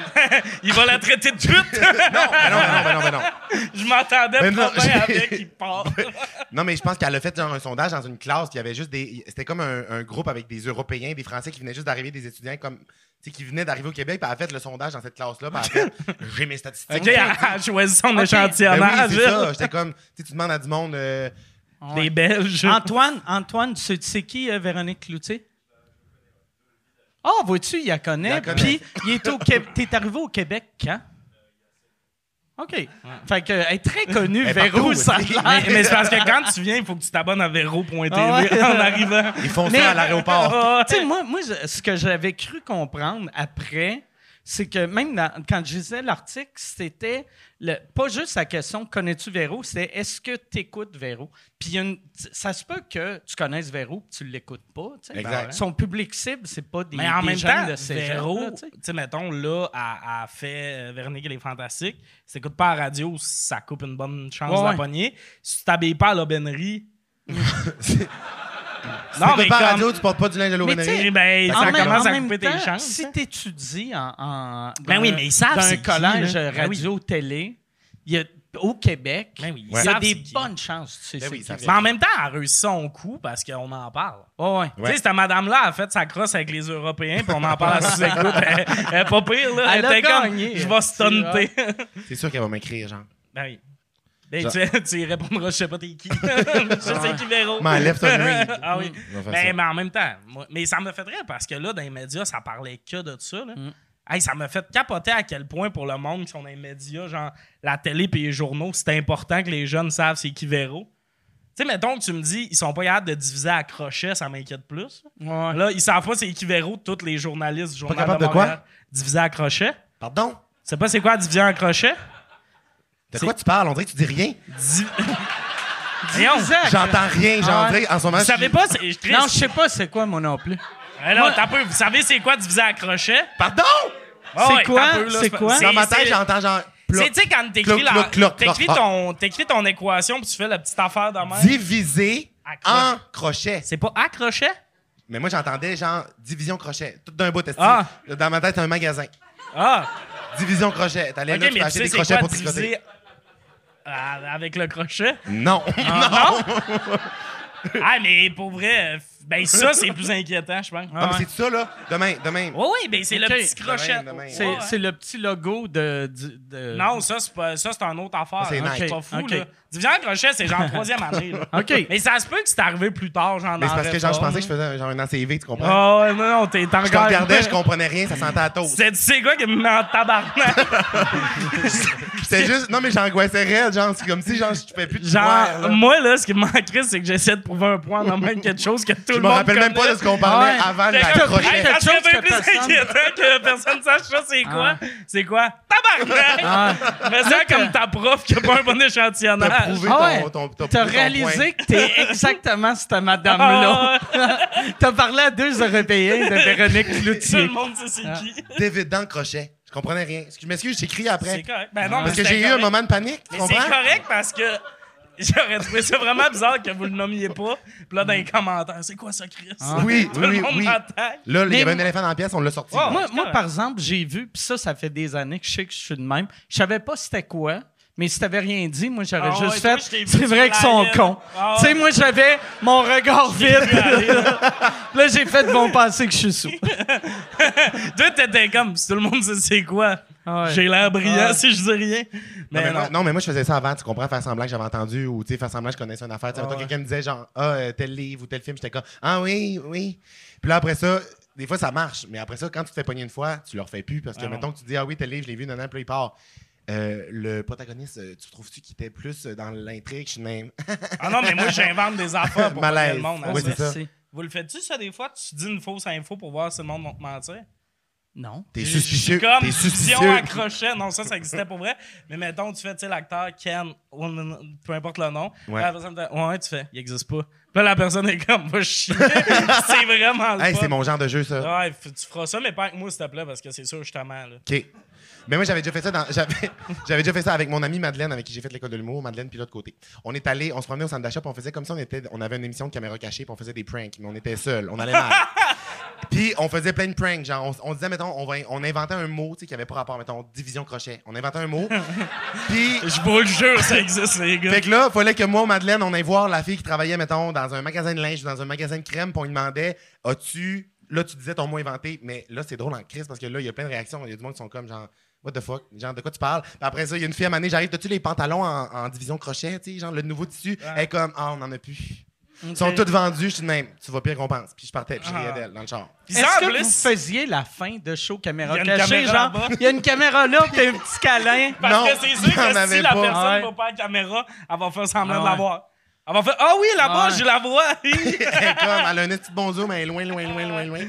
Speaker 6: Il va la traiter de pute!
Speaker 5: non, ben non, ben non, ben non, ben non.
Speaker 6: je m'entendais
Speaker 5: Mais
Speaker 6: pas
Speaker 5: non,
Speaker 6: bien
Speaker 5: j'ai- Ben,
Speaker 6: avec, il part.
Speaker 5: Non, mais je pense qu'elle a fait genre un sondage dans une classe, puis il y avait juste des. C'était comme un, un groupe avec des Européens, des Français qui venaient juste d'arriver, des étudiants comme. Tu sais, qui venaient d'arriver au Québec, puis elle a fait le sondage dans cette classe-là, puis elle a fait. J'ai mes statistiques.
Speaker 6: OK, elle a choisi son
Speaker 5: Ben oui,
Speaker 6: échantillonnage.
Speaker 5: c'est ça. J'étais comme. Tu sais, tu demandes à du monde. euh,
Speaker 6: Des Belges.
Speaker 3: Antoine, Antoine, tu sais, tu sais qui, euh, Véronique Cloutier? Ah, vois-tu, il la
Speaker 5: Il
Speaker 3: connaît.
Speaker 5: la connaît.
Speaker 3: Puis, il est au Québec. T'es arrivé au Québec quand? OK. Fait que, elle est très connue,
Speaker 5: Elle est
Speaker 3: Véro,
Speaker 5: partout,
Speaker 3: ça a
Speaker 5: aussi.
Speaker 3: l'air.
Speaker 6: mais mais c'est parce que quand tu viens, il faut que tu t'abonnes à Véro.tv
Speaker 3: Ah ouais.
Speaker 6: en arrivant.
Speaker 5: ils font
Speaker 3: Mais-
Speaker 5: ça à l'aéroport.
Speaker 3: Tu sais, moi, moi je- ce que j'avais cru comprendre après, c'est que même dans- quand je lisais l'article, c'était le- pas juste la question connais-tu Véro, c'est est-ce que tu écoutes Véro Puis il y a une- ça se peut que tu connaisses Véro puis tu l'écoutes pas. tu sais.
Speaker 5: Exact.
Speaker 3: Son public cible, c'est pas des,
Speaker 6: Mais en
Speaker 3: des
Speaker 6: même
Speaker 3: jeunes
Speaker 6: temps,
Speaker 3: de cégep, là,
Speaker 6: Véro,
Speaker 3: tu sais.
Speaker 6: tu sais, mettons, là, a, a fait euh, Véronique et les Fantastiques. Si t'écoutes pas à la radio, ça coupe une bonne chance
Speaker 3: Ouais,
Speaker 6: de la
Speaker 3: ouais.
Speaker 6: pogner. Si tu t'habilles pas à l'aubainerie...
Speaker 5: Non, mais pas à la
Speaker 6: comme-
Speaker 5: radio, tu portes pas du linge de
Speaker 6: Mais tu sais,
Speaker 5: l'aubainerie.
Speaker 6: ben,
Speaker 3: En
Speaker 6: ça
Speaker 3: même-
Speaker 6: commence
Speaker 3: en
Speaker 6: à
Speaker 3: même
Speaker 6: couper
Speaker 3: temps,
Speaker 6: tes chances.
Speaker 3: Si
Speaker 6: hein.
Speaker 3: tu étudies en, en-
Speaker 6: Ben
Speaker 3: dans
Speaker 6: oui,
Speaker 3: un-
Speaker 6: mais ils savent
Speaker 3: dans
Speaker 6: c'est
Speaker 3: un
Speaker 6: qui,
Speaker 3: collège
Speaker 6: là. Ben oui.
Speaker 3: radio-télé, il y a- au Québec,
Speaker 6: Ben oui, ils
Speaker 3: il y a
Speaker 6: savent
Speaker 3: des
Speaker 6: c'est qui.
Speaker 3: bonnes chances. Tu sais,
Speaker 5: Ben
Speaker 3: c'est
Speaker 5: oui,
Speaker 3: qui.
Speaker 5: ça
Speaker 6: Mais en même temps, elle a réussi son coup parce qu'on en parle.
Speaker 3: Ouais, ouais.
Speaker 5: Ouais.
Speaker 6: Tu sais, cette madame-là a fait sa crosse avec les Européens, puis on en parle à sous-écoute. Elle, elle est pas pire, là.
Speaker 3: Elle a
Speaker 6: était comme,
Speaker 3: gagné.
Speaker 6: je vais stunter.
Speaker 5: C'est sûr qu'elle va m'écrire, genre.
Speaker 6: ben oui. Ben,
Speaker 5: Ça-
Speaker 6: tu, tu y répondras, je sais pas t'es qui. je sais qui, Véro.
Speaker 5: M'enlève ton read.
Speaker 6: Ah oui.
Speaker 5: On va faire
Speaker 6: Mais,
Speaker 5: ça.
Speaker 6: mais en même temps, moi- mais ça me fait rire parce que là, dans les médias, ça parlait que de ça. Là. Hey, ça me fait capoter à quel point pour le monde qui sont dans les médias, genre la télé et les journaux, c'est important que les jeunes savent c'est qui Véro. Tu sais, mettons que tu me dis, ils sont pas capables de diviser à crochet, ça m'inquiète plus. Là, ils savent pas c'est qui Véro, tous les journalistes du journal
Speaker 5: capables de quoi?
Speaker 6: Montréal. Diviser à crochet.
Speaker 5: Pardon?
Speaker 6: Tu sais pas c'est quoi diviser en crochet?
Speaker 5: De quoi tu parles? On dirait que tu dis rien.
Speaker 6: Di- Voyons,
Speaker 5: J'entends rien, j'en
Speaker 3: Ah ouais.
Speaker 5: dirais, En ce moment,
Speaker 6: Vous
Speaker 5: je
Speaker 6: savez
Speaker 5: suis-
Speaker 6: pas, c'est. Chris,
Speaker 3: Non, je sais pas c'est quoi moi non plus.
Speaker 6: Eh non, t'as peu, vous savez c'est quoi diviser à crochet?
Speaker 5: Pardon?
Speaker 6: Ah
Speaker 3: C'est
Speaker 6: ouais,
Speaker 3: quoi?
Speaker 6: t'as peu, là,
Speaker 3: C'est
Speaker 6: c'est pas-
Speaker 3: quoi?
Speaker 6: c'est-
Speaker 5: Dans ma tête,
Speaker 6: c'est-
Speaker 5: j'entends genre. plop.
Speaker 6: C'est, tu sais, quand t'écris,
Speaker 5: Cloc,
Speaker 6: la-
Speaker 5: cloc, cloc,
Speaker 6: t'écris
Speaker 5: cloc.
Speaker 6: ton, t'écris ton équation puis tu fais la petite affaire de même.
Speaker 5: Ah, Divisé
Speaker 6: Accroche.
Speaker 5: en crochet.
Speaker 6: C'est pas à crochet?
Speaker 5: Mais moi, j'entendais genre division crochet. Tout d'un bout, t'es
Speaker 6: Ah.
Speaker 5: Dans ma tête, c'est un magasin.
Speaker 6: Ah!
Speaker 5: Division crochet. T'allais
Speaker 6: OK,
Speaker 5: là, tu peux
Speaker 6: mais tu
Speaker 5: acheter
Speaker 6: sais,
Speaker 5: des
Speaker 6: c'est
Speaker 5: crochets
Speaker 6: quoi
Speaker 5: pour tricoter.
Speaker 6: diviser à- avec le crochet?
Speaker 5: Non.
Speaker 6: Ah, non? ah, mais pour vrai, euh, ben ça, c'est plus inquiétant, je pense.
Speaker 5: Non, Ah, mais c'est ça, là. Demain, demain.
Speaker 6: Oui, oui, ben c'est
Speaker 3: Ok.
Speaker 6: le petit crochet.
Speaker 5: Demain, demain.
Speaker 3: C'est
Speaker 6: Ouais, ouais.
Speaker 3: c'est le petit logo de. du- de-
Speaker 6: Non, ça, c'est, pas, ça, c'est une autre affaire.
Speaker 5: Ça, Ah, c'est
Speaker 6: hein,
Speaker 5: Nike.
Speaker 6: C'est pas fou,
Speaker 3: Ok.
Speaker 6: là. Division en crochet, c'est genre troisième année, là.
Speaker 3: OK.
Speaker 6: Mais ça se peut que c'est arrivé plus tard, genre
Speaker 5: Mais c'est
Speaker 6: dans
Speaker 5: parce que genre, je
Speaker 6: Réforme,
Speaker 5: pensais que je faisais un- genre un ACV, tu comprends?
Speaker 6: Ah ouais, non, non, t'es t'es encore...
Speaker 5: Je te regardais, je comprenais rien, ça sentait à toast.
Speaker 6: C'est tu sais quoi qui me met en tabarnak?
Speaker 5: C'était juste. Non, mais j'angoissais raide, genre. C'est comme si, genre, je pouvais plus te
Speaker 6: Genre,
Speaker 5: voir, là.
Speaker 6: moi, là, ce qui me manquerait, c'est que j'essaie de prouver un point en même quelque chose que tout
Speaker 5: Je
Speaker 6: le
Speaker 5: me
Speaker 6: monde
Speaker 5: rappelle même pas de ce qu'on parlait
Speaker 3: Ouais.
Speaker 5: avant
Speaker 6: Fait
Speaker 5: la
Speaker 6: que-
Speaker 5: crochet.
Speaker 6: Hey, ça
Speaker 3: Quelque
Speaker 6: serait bien
Speaker 3: chose que
Speaker 6: plus
Speaker 3: personne- Ah.
Speaker 6: inquiétant que personne sache ça, c'est quoi? C'est quoi? Tabarnak! Mais ça, comme ta prof qui a pas un bon
Speaker 5: T'as
Speaker 6: échantillonnage.
Speaker 5: prouvé
Speaker 3: Ah ouais.
Speaker 5: ton, ton, ton,
Speaker 3: T'as
Speaker 5: ton
Speaker 3: réalisé que t'es exactement cette
Speaker 6: Ah,
Speaker 3: madame-là. T'as parlé à deux Européens de Véronique
Speaker 6: Tout le
Speaker 3: Cloutier.
Speaker 6: monde sait c'est
Speaker 3: Ah.
Speaker 6: qui.
Speaker 5: point. D'évident crochet. Je comprenais rien. Excuse- Je m'excuse, j'ai crié
Speaker 6: C'est
Speaker 5: après.
Speaker 6: correct. Ben non, mais
Speaker 5: Parce que
Speaker 6: c'était
Speaker 5: j'ai eu un
Speaker 6: correct.
Speaker 5: moment de panique, tu
Speaker 6: Mais c'est
Speaker 5: comprends?
Speaker 6: correct parce que j'aurais trouvé ça vraiment bizarre que vous le nommiez pas. Puis là, dans les commentaires, c'est quoi ça, Chris?
Speaker 5: Ah. Oui,
Speaker 6: Tout
Speaker 5: oui, oui,
Speaker 6: le monde
Speaker 5: oui.
Speaker 6: m'attaque.
Speaker 5: Là, il y
Speaker 3: Mais
Speaker 5: avait un
Speaker 3: moi-
Speaker 5: éléphant dans la pièce, on l'a sorti.
Speaker 6: Oh.
Speaker 3: Moi,
Speaker 6: c'est
Speaker 3: moi
Speaker 6: correct.
Speaker 3: par exemple, j'ai vu, puis ça, ça fait des années que je sais que je suis de même. Je savais pas c'était quoi, mais si t'avais rien dit, moi, j'aurais
Speaker 6: Ah
Speaker 3: juste
Speaker 6: ouais, toi, je t'ai
Speaker 3: fait.
Speaker 6: vu
Speaker 3: C'est
Speaker 6: sur
Speaker 3: vrai
Speaker 6: la
Speaker 3: qu'ils sont
Speaker 6: ligne.
Speaker 3: cons.
Speaker 6: Ah ouais.
Speaker 3: Tu sais, moi, j'avais mon regard vide. là, j'ai fait, ils vont penser que je suis sous.
Speaker 6: Toi, t'étais comme, si tout le monde sait c'est quoi,
Speaker 3: Ah ouais.
Speaker 6: j'ai l'air brillant
Speaker 3: Ah.
Speaker 6: si je dis rien.
Speaker 5: Non,
Speaker 6: Mais
Speaker 5: mais moi-
Speaker 6: non.
Speaker 5: non, mais moi, je faisais ça avant, tu comprends, faire semblant que j'avais entendu ou tu sais, faire semblant que je connaissais une affaire. Tu sais, mettons, quelqu'un me disait genre, ah, euh, tel livre ou tel film, j'étais comme, ah oui, oui. Puis là, après ça, des fois, ça marche, mais après ça, quand tu te fais pogner une fois, tu le refais plus parce que,
Speaker 6: Ah non.
Speaker 5: mettons, que tu dis, ah oui, tel livre, je l'ai vu, non, non, puis là, il part. Euh, le protagoniste, euh, tu trouves-tu qu'il était plus euh, dans l'intrigue? Je suis même.
Speaker 6: Ah non, mais moi, j'invente des affaires pour
Speaker 5: Malaise.
Speaker 6: que le monde. hein,
Speaker 5: Oui, c'est
Speaker 6: ça.
Speaker 5: ça.
Speaker 3: Merci.
Speaker 6: Vous le faites-tu, ça, des fois? Tu dis une fausse info pour voir si le monde va te mentir?
Speaker 3: Non.
Speaker 5: T'es
Speaker 6: J'ai-
Speaker 5: suspicieux.
Speaker 6: j'ai Comme
Speaker 5: T'es
Speaker 6: vision
Speaker 5: suspicieux.
Speaker 6: à crochet. Non, ça, ça existait pour vrai. Mais mettons, tu fais, tu sais, l'acteur Ken, on- peu importe le nom.
Speaker 5: Ouais.
Speaker 6: La personne fait, ouais, tu fais, il existe pas. Puis là, la personne est comme, va chier. c'est vraiment le
Speaker 5: Hey,
Speaker 6: fun.
Speaker 5: c'est mon genre de jeu, ça.
Speaker 6: Ouais, f- tu feras ça, mais pas avec moi, s'il te plaît, parce que c'est sûr, justement, là.
Speaker 5: OK. Mais moi, j'avais déjà fait ça dans- j'avais, j'avais déjà fait ça avec mon amie Madeleine, avec qui j'ai fait l'école de l'humour, Madeleine, puis l'autre côté. On est allé, on se promenait au centre d'achat, puis on faisait comme si on était, on avait une émission de caméra cachée, puis on faisait des pranks, mais on était seuls, on allait mal. puis on faisait plein de pranks, genre, on, on disait, mettons, on, va- on inventait un mot, tu sais, qui avait pas rapport, mettons, division crochet. On inventait un mot, puis...
Speaker 6: Je vous le jure, ça existe, les gars.
Speaker 5: Fait que là, fallait que moi, Madeleine, on aille voir la fille qui travaillait, mettons, dans un magasin de linge ou dans un magasin de crème, puis on lui demandait As-tu. Là, tu disais ton mot inventé, mais là, c'est drôle en crise parce que là, il y a plein de réactions. Il y a du monde qui sont comme genre. What the fuck? Genre, de quoi tu parles? Puis après ça, il y a une fille à maner, j'arrive, t'as-tu les pantalons en, en division crochet, tu sais, genre le nouveau tissu? Elle est comme, ah, on n'en a plus. Ils sont tous vendus, je dis de même, tu vas pire qu'on pense. Puis je partais, puis je riais
Speaker 6: Ah.
Speaker 5: d'elle dans le char.
Speaker 6: Puis ça,
Speaker 3: Est-ce
Speaker 6: en
Speaker 3: que vous
Speaker 6: plus,
Speaker 3: faisiez la fin de show caméra
Speaker 6: hein? Il y a une
Speaker 3: cachée?
Speaker 6: caméra
Speaker 3: Genre,
Speaker 6: là-bas.
Speaker 3: il y a une caméra là, puis un petit câlin.
Speaker 6: parce
Speaker 5: Non,
Speaker 6: que c'est sûr
Speaker 5: il y en
Speaker 6: que si
Speaker 5: avait
Speaker 6: la
Speaker 5: pas.
Speaker 6: personne
Speaker 3: Ouais.
Speaker 6: va pas à la caméra, elle va faire semblant
Speaker 3: Ah
Speaker 6: de l'avoir. Elle va faire Ah oui, là-bas,
Speaker 3: Ouais.
Speaker 6: je la vois.
Speaker 5: Elle est comme, elle a un petit bon zoom, elle est loin, loin, loin, loin, loin.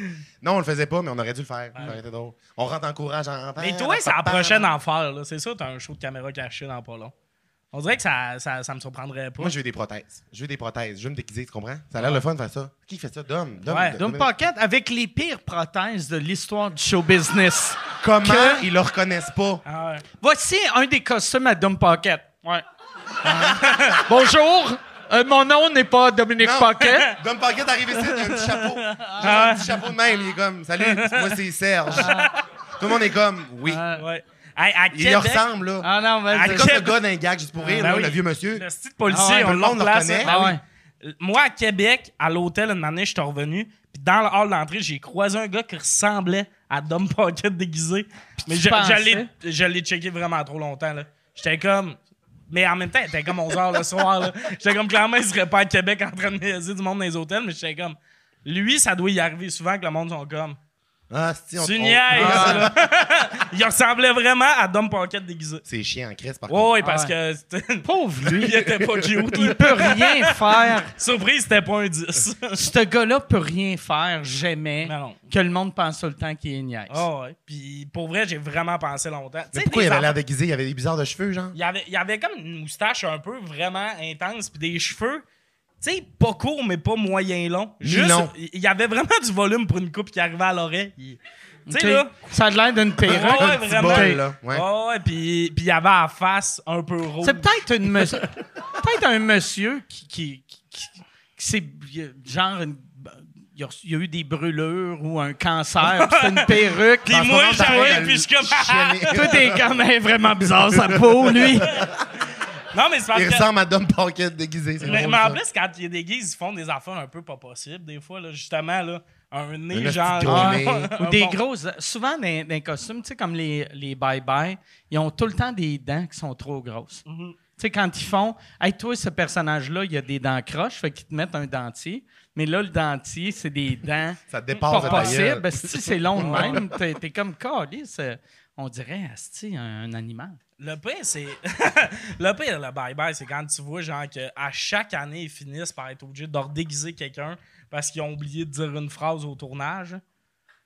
Speaker 5: Non, on le faisait pas, mais on aurait dû le faire. Ça aurait été drôle. On rentre en courage en
Speaker 6: Mais toi, c'est la prochaine affaire. là. C'est ça, t'as un show de caméra cachée dans pas long. On dirait que ça, ça, ça me surprendrait pas.
Speaker 5: Moi, je veux des prothèses. Je veux des prothèses. Je veux me déguiser, tu comprends? Ça a l'air le fun de faire ça. Qui fait ça? Dom. Dom,
Speaker 6: Ouais,
Speaker 5: Dom-
Speaker 3: Dom Pocket avec les pires prothèses de l'histoire du show business.
Speaker 5: Comment
Speaker 3: que-
Speaker 5: ils le reconnaissent pas?
Speaker 6: Ah ouais.
Speaker 3: Voici un des costumes à Dom Pocket. Ouais. Bonjour. euh, mon nom n'est pas Dominique
Speaker 5: Non.
Speaker 3: Pocket.
Speaker 5: Dom Pocket arrive ici, il a un petit chapeau. Juste
Speaker 6: Ah.
Speaker 5: un petit chapeau de même. Il est comme, salut, moi, c'est Serge. Tout le monde est comme, oui.
Speaker 6: ouais. Hey, à
Speaker 5: Il leur
Speaker 6: Ah. Québec,
Speaker 5: ressemble, là.
Speaker 3: Ah non, vas-y.
Speaker 6: Ah,
Speaker 5: C'est comme le
Speaker 6: Québec.
Speaker 5: gars d'un gag juste pour rire,
Speaker 6: Ben
Speaker 5: là,
Speaker 6: oui.
Speaker 5: le vieux monsieur.
Speaker 6: Le style policier,
Speaker 5: Ah ouais,
Speaker 6: on
Speaker 5: tout le monde
Speaker 6: le
Speaker 5: le
Speaker 6: place.
Speaker 5: reconnaît.
Speaker 6: Ah
Speaker 3: Ah
Speaker 6: oui.
Speaker 3: ouais.
Speaker 6: Moi, à Québec, à l'hôtel, une année, je suis revenu. Puis dans le hall d'entrée, j'ai croisé un gars qui ressemblait à Dom Pocket déguisé. Mais je,
Speaker 3: pensais?
Speaker 6: je l'ai- je l'ai checké vraiment trop longtemps. là. J'étais comme. Mais en même temps, il était comme 11h le soir. là. J'étais comme, clairement, il serait pas à Québec en train de niaiser du monde dans les hôtels. Mais j'étais comme. Lui, ça doit y arriver souvent que le monde sont comme.
Speaker 5: Ah, si, on-
Speaker 6: Tu
Speaker 5: on-
Speaker 6: niaises, là. Il ressemblait vraiment à Dom Pocket déguisé.
Speaker 5: C'est chiant en crise, par contre.
Speaker 6: Ouais, ouais, parce
Speaker 3: Ah
Speaker 6: que.
Speaker 3: Pauvre
Speaker 6: Lui,
Speaker 3: lui.
Speaker 6: il était pas cute. là.
Speaker 3: Il peut rien faire.
Speaker 6: Surprise, c'était pas un 10.
Speaker 3: Ce gars-là peut rien faire jamais
Speaker 6: Mais non.
Speaker 3: que le monde pense tout le temps qu'il est niaise.
Speaker 6: Ah ouais. Puis pour vrai, j'ai vraiment pensé longtemps. Tu
Speaker 5: Mais
Speaker 6: sais,
Speaker 5: pourquoi
Speaker 6: des
Speaker 5: il avait l'air
Speaker 6: affaires-
Speaker 5: déguisé? Il avait des bizarres de cheveux, genre?
Speaker 6: il y avait, il y avait comme une moustache un peu vraiment intense, puis des cheveux, tu sais, pas courts, mais pas moyen long. Juste,
Speaker 5: long.
Speaker 6: il il y avait vraiment du volume pour une coupe qui arrivait à l'oreille. Il- Tu sais,
Speaker 3: Ok?
Speaker 6: là.
Speaker 3: Ça a l'air d'une
Speaker 6: Ouais,
Speaker 3: perruque.
Speaker 6: ouais,
Speaker 5: petit
Speaker 6: vraiment. Ah
Speaker 5: bol, là. Ouais.
Speaker 6: Ouais, ouais, puis puis il y avait la face un peu rouge.
Speaker 3: C'est peut-être une mons- peut-être un monsieur qui, qui, qui, qui- qui s'est- euh, genre une- il a, reçu- il a eu des brûlures ou un cancer, puis c'est une perruque.
Speaker 6: Puis moi, j'arrive, puis je suis comme.
Speaker 3: Tout est comme Elle est vraiment bizarre sa peau lui.
Speaker 6: non, mais c'est parce
Speaker 5: Il
Speaker 6: que.
Speaker 5: ressemble à Dom Pocket déguisé. c'est
Speaker 6: Mais,
Speaker 5: drôle,
Speaker 6: mais en
Speaker 5: ça.
Speaker 6: plus, quand ils déguisent, ils font des affaires un peu pas possibles, des fois, là, justement, là, un
Speaker 5: Un
Speaker 6: nez,
Speaker 5: petit
Speaker 6: genre.
Speaker 5: gros nez.
Speaker 6: Ouais.
Speaker 3: Ah, Ou des
Speaker 6: Bon.
Speaker 3: grosses. Souvent, dans dans les costumes, tu sais, comme les, les bye-bye, ils ont tout le temps des dents qui sont trop grosses.
Speaker 6: Mm-hmm.
Speaker 3: Tu sais, quand ils font, hey, toi, ce personnage-là, il a des dents croches, fait qu'ils te mettent un dentier. Mais là, le dentier, c'est des dents
Speaker 5: Ça
Speaker 3: pas
Speaker 5: dépasse la
Speaker 3: possible.
Speaker 5: gueule.
Speaker 3: Asti, c'est long de même. T'es t'es comme calice. euh, On dirait, asti, un, un animal.
Speaker 6: Le pire, c'est. le pire, le bye-bye, c'est quand tu vois, genre, qu'à chaque année, ils finissent par être obligés de redéguiser quelqu'un parce qu'ils ont oublié de dire une phrase au tournage.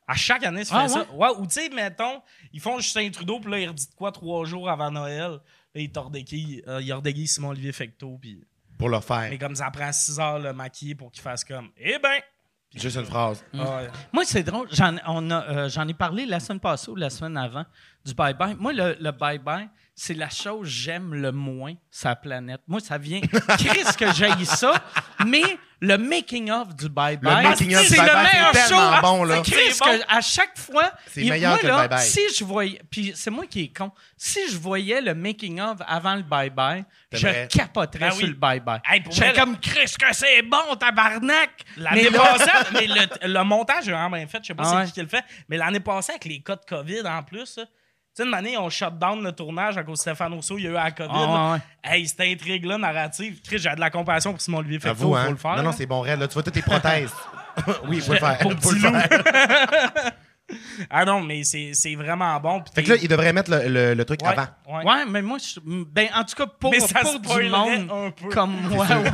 Speaker 6: À chaque année, ils
Speaker 3: Ah,
Speaker 6: font ça. Ouais, ou tu sais, mettons, ils font Justin Trudeau, puis là, ils redisent de quoi trois jours avant Noël. Là, ils te redéguisent- euh, ils redéguisent Simon-Olivier Fecteau, puis.
Speaker 5: Pour le faire.
Speaker 6: Mais comme ça prend 6 heures le maquiller pour qu'il fasse comme. Eh ben!
Speaker 5: Juste une phrase.
Speaker 6: Ah,
Speaker 3: Moi, c'est drôle. J'en on a, euh, j'en ai parlé la semaine passée ou la semaine avant du bye-bye. Moi, le, le bye-bye, c'est la chose que j'aime le moins sa planète. Moi, ça vient. Chris que j'aille ça, mais le making-of du
Speaker 5: Le
Speaker 3: bye-bye, c'est le
Speaker 5: making of du bye-bye,
Speaker 3: meilleur
Speaker 5: c'est tellement
Speaker 3: show.
Speaker 5: bon, là.
Speaker 3: Chris,
Speaker 6: C'est bon.
Speaker 3: que à chaque fois,
Speaker 5: C'est
Speaker 3: il-
Speaker 5: meilleur
Speaker 3: moi,
Speaker 5: que le
Speaker 3: là,
Speaker 5: bye-bye.
Speaker 3: si je voyais, puis c'est moi qui est con, si je voyais le making of avant le bye-bye, je
Speaker 5: T'aimerais.
Speaker 3: capoterais
Speaker 6: Ben oui.
Speaker 3: sur le bye-bye.
Speaker 6: Hey, pour
Speaker 3: Je serais
Speaker 6: vrai,
Speaker 3: comme Chris que c'est bon, tabarnak.
Speaker 6: L'année
Speaker 3: Mais là-
Speaker 6: passée, mais le, le montage est vraiment bien fait. Je sais pas
Speaker 3: Ah
Speaker 6: c'est
Speaker 3: ouais.
Speaker 6: qui qui le fait, mais l'année passée, avec les cas de COVID en plus, là, tu sais, une année, on shut down le tournage à cause de Stéphane Rousseau, il y a eu la COVID.
Speaker 3: Ah ouais,
Speaker 6: là.
Speaker 3: ouais.
Speaker 6: Hey, cette intrigue-là, narrative, Chris, j'ai de la compassion pour Simon Olivier
Speaker 5: Avoue,
Speaker 6: Fecteau, faut
Speaker 5: hein.
Speaker 6: le faire.
Speaker 5: Non, non, c'est bon, Red. Là, tu vois toutes tes prothèses. oui, faut le faire. Faut
Speaker 6: Pour
Speaker 5: le
Speaker 6: petit loup.
Speaker 5: faire.
Speaker 6: Ah non, mais c'est c'est vraiment bon. puis
Speaker 5: Fait que là,
Speaker 6: t'es-
Speaker 5: il devrait mettre le, le- le truc
Speaker 6: Ouais,
Speaker 5: avant.
Speaker 6: ouais.
Speaker 3: Ouais, mais moi, je- ben, en tout cas, pour,
Speaker 6: Mais ça
Speaker 3: pour du
Speaker 6: spoilerait
Speaker 3: monde
Speaker 6: un peu.
Speaker 3: comme moi. ouais.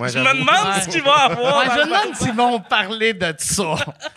Speaker 5: Ouais,
Speaker 6: Je me
Speaker 5: j'avoue.
Speaker 6: demande
Speaker 3: Ouais.
Speaker 6: ce qu'il va avoir.
Speaker 3: Ouais,
Speaker 6: dans
Speaker 3: je
Speaker 6: le-
Speaker 3: me demande s'ils vont parler de ça.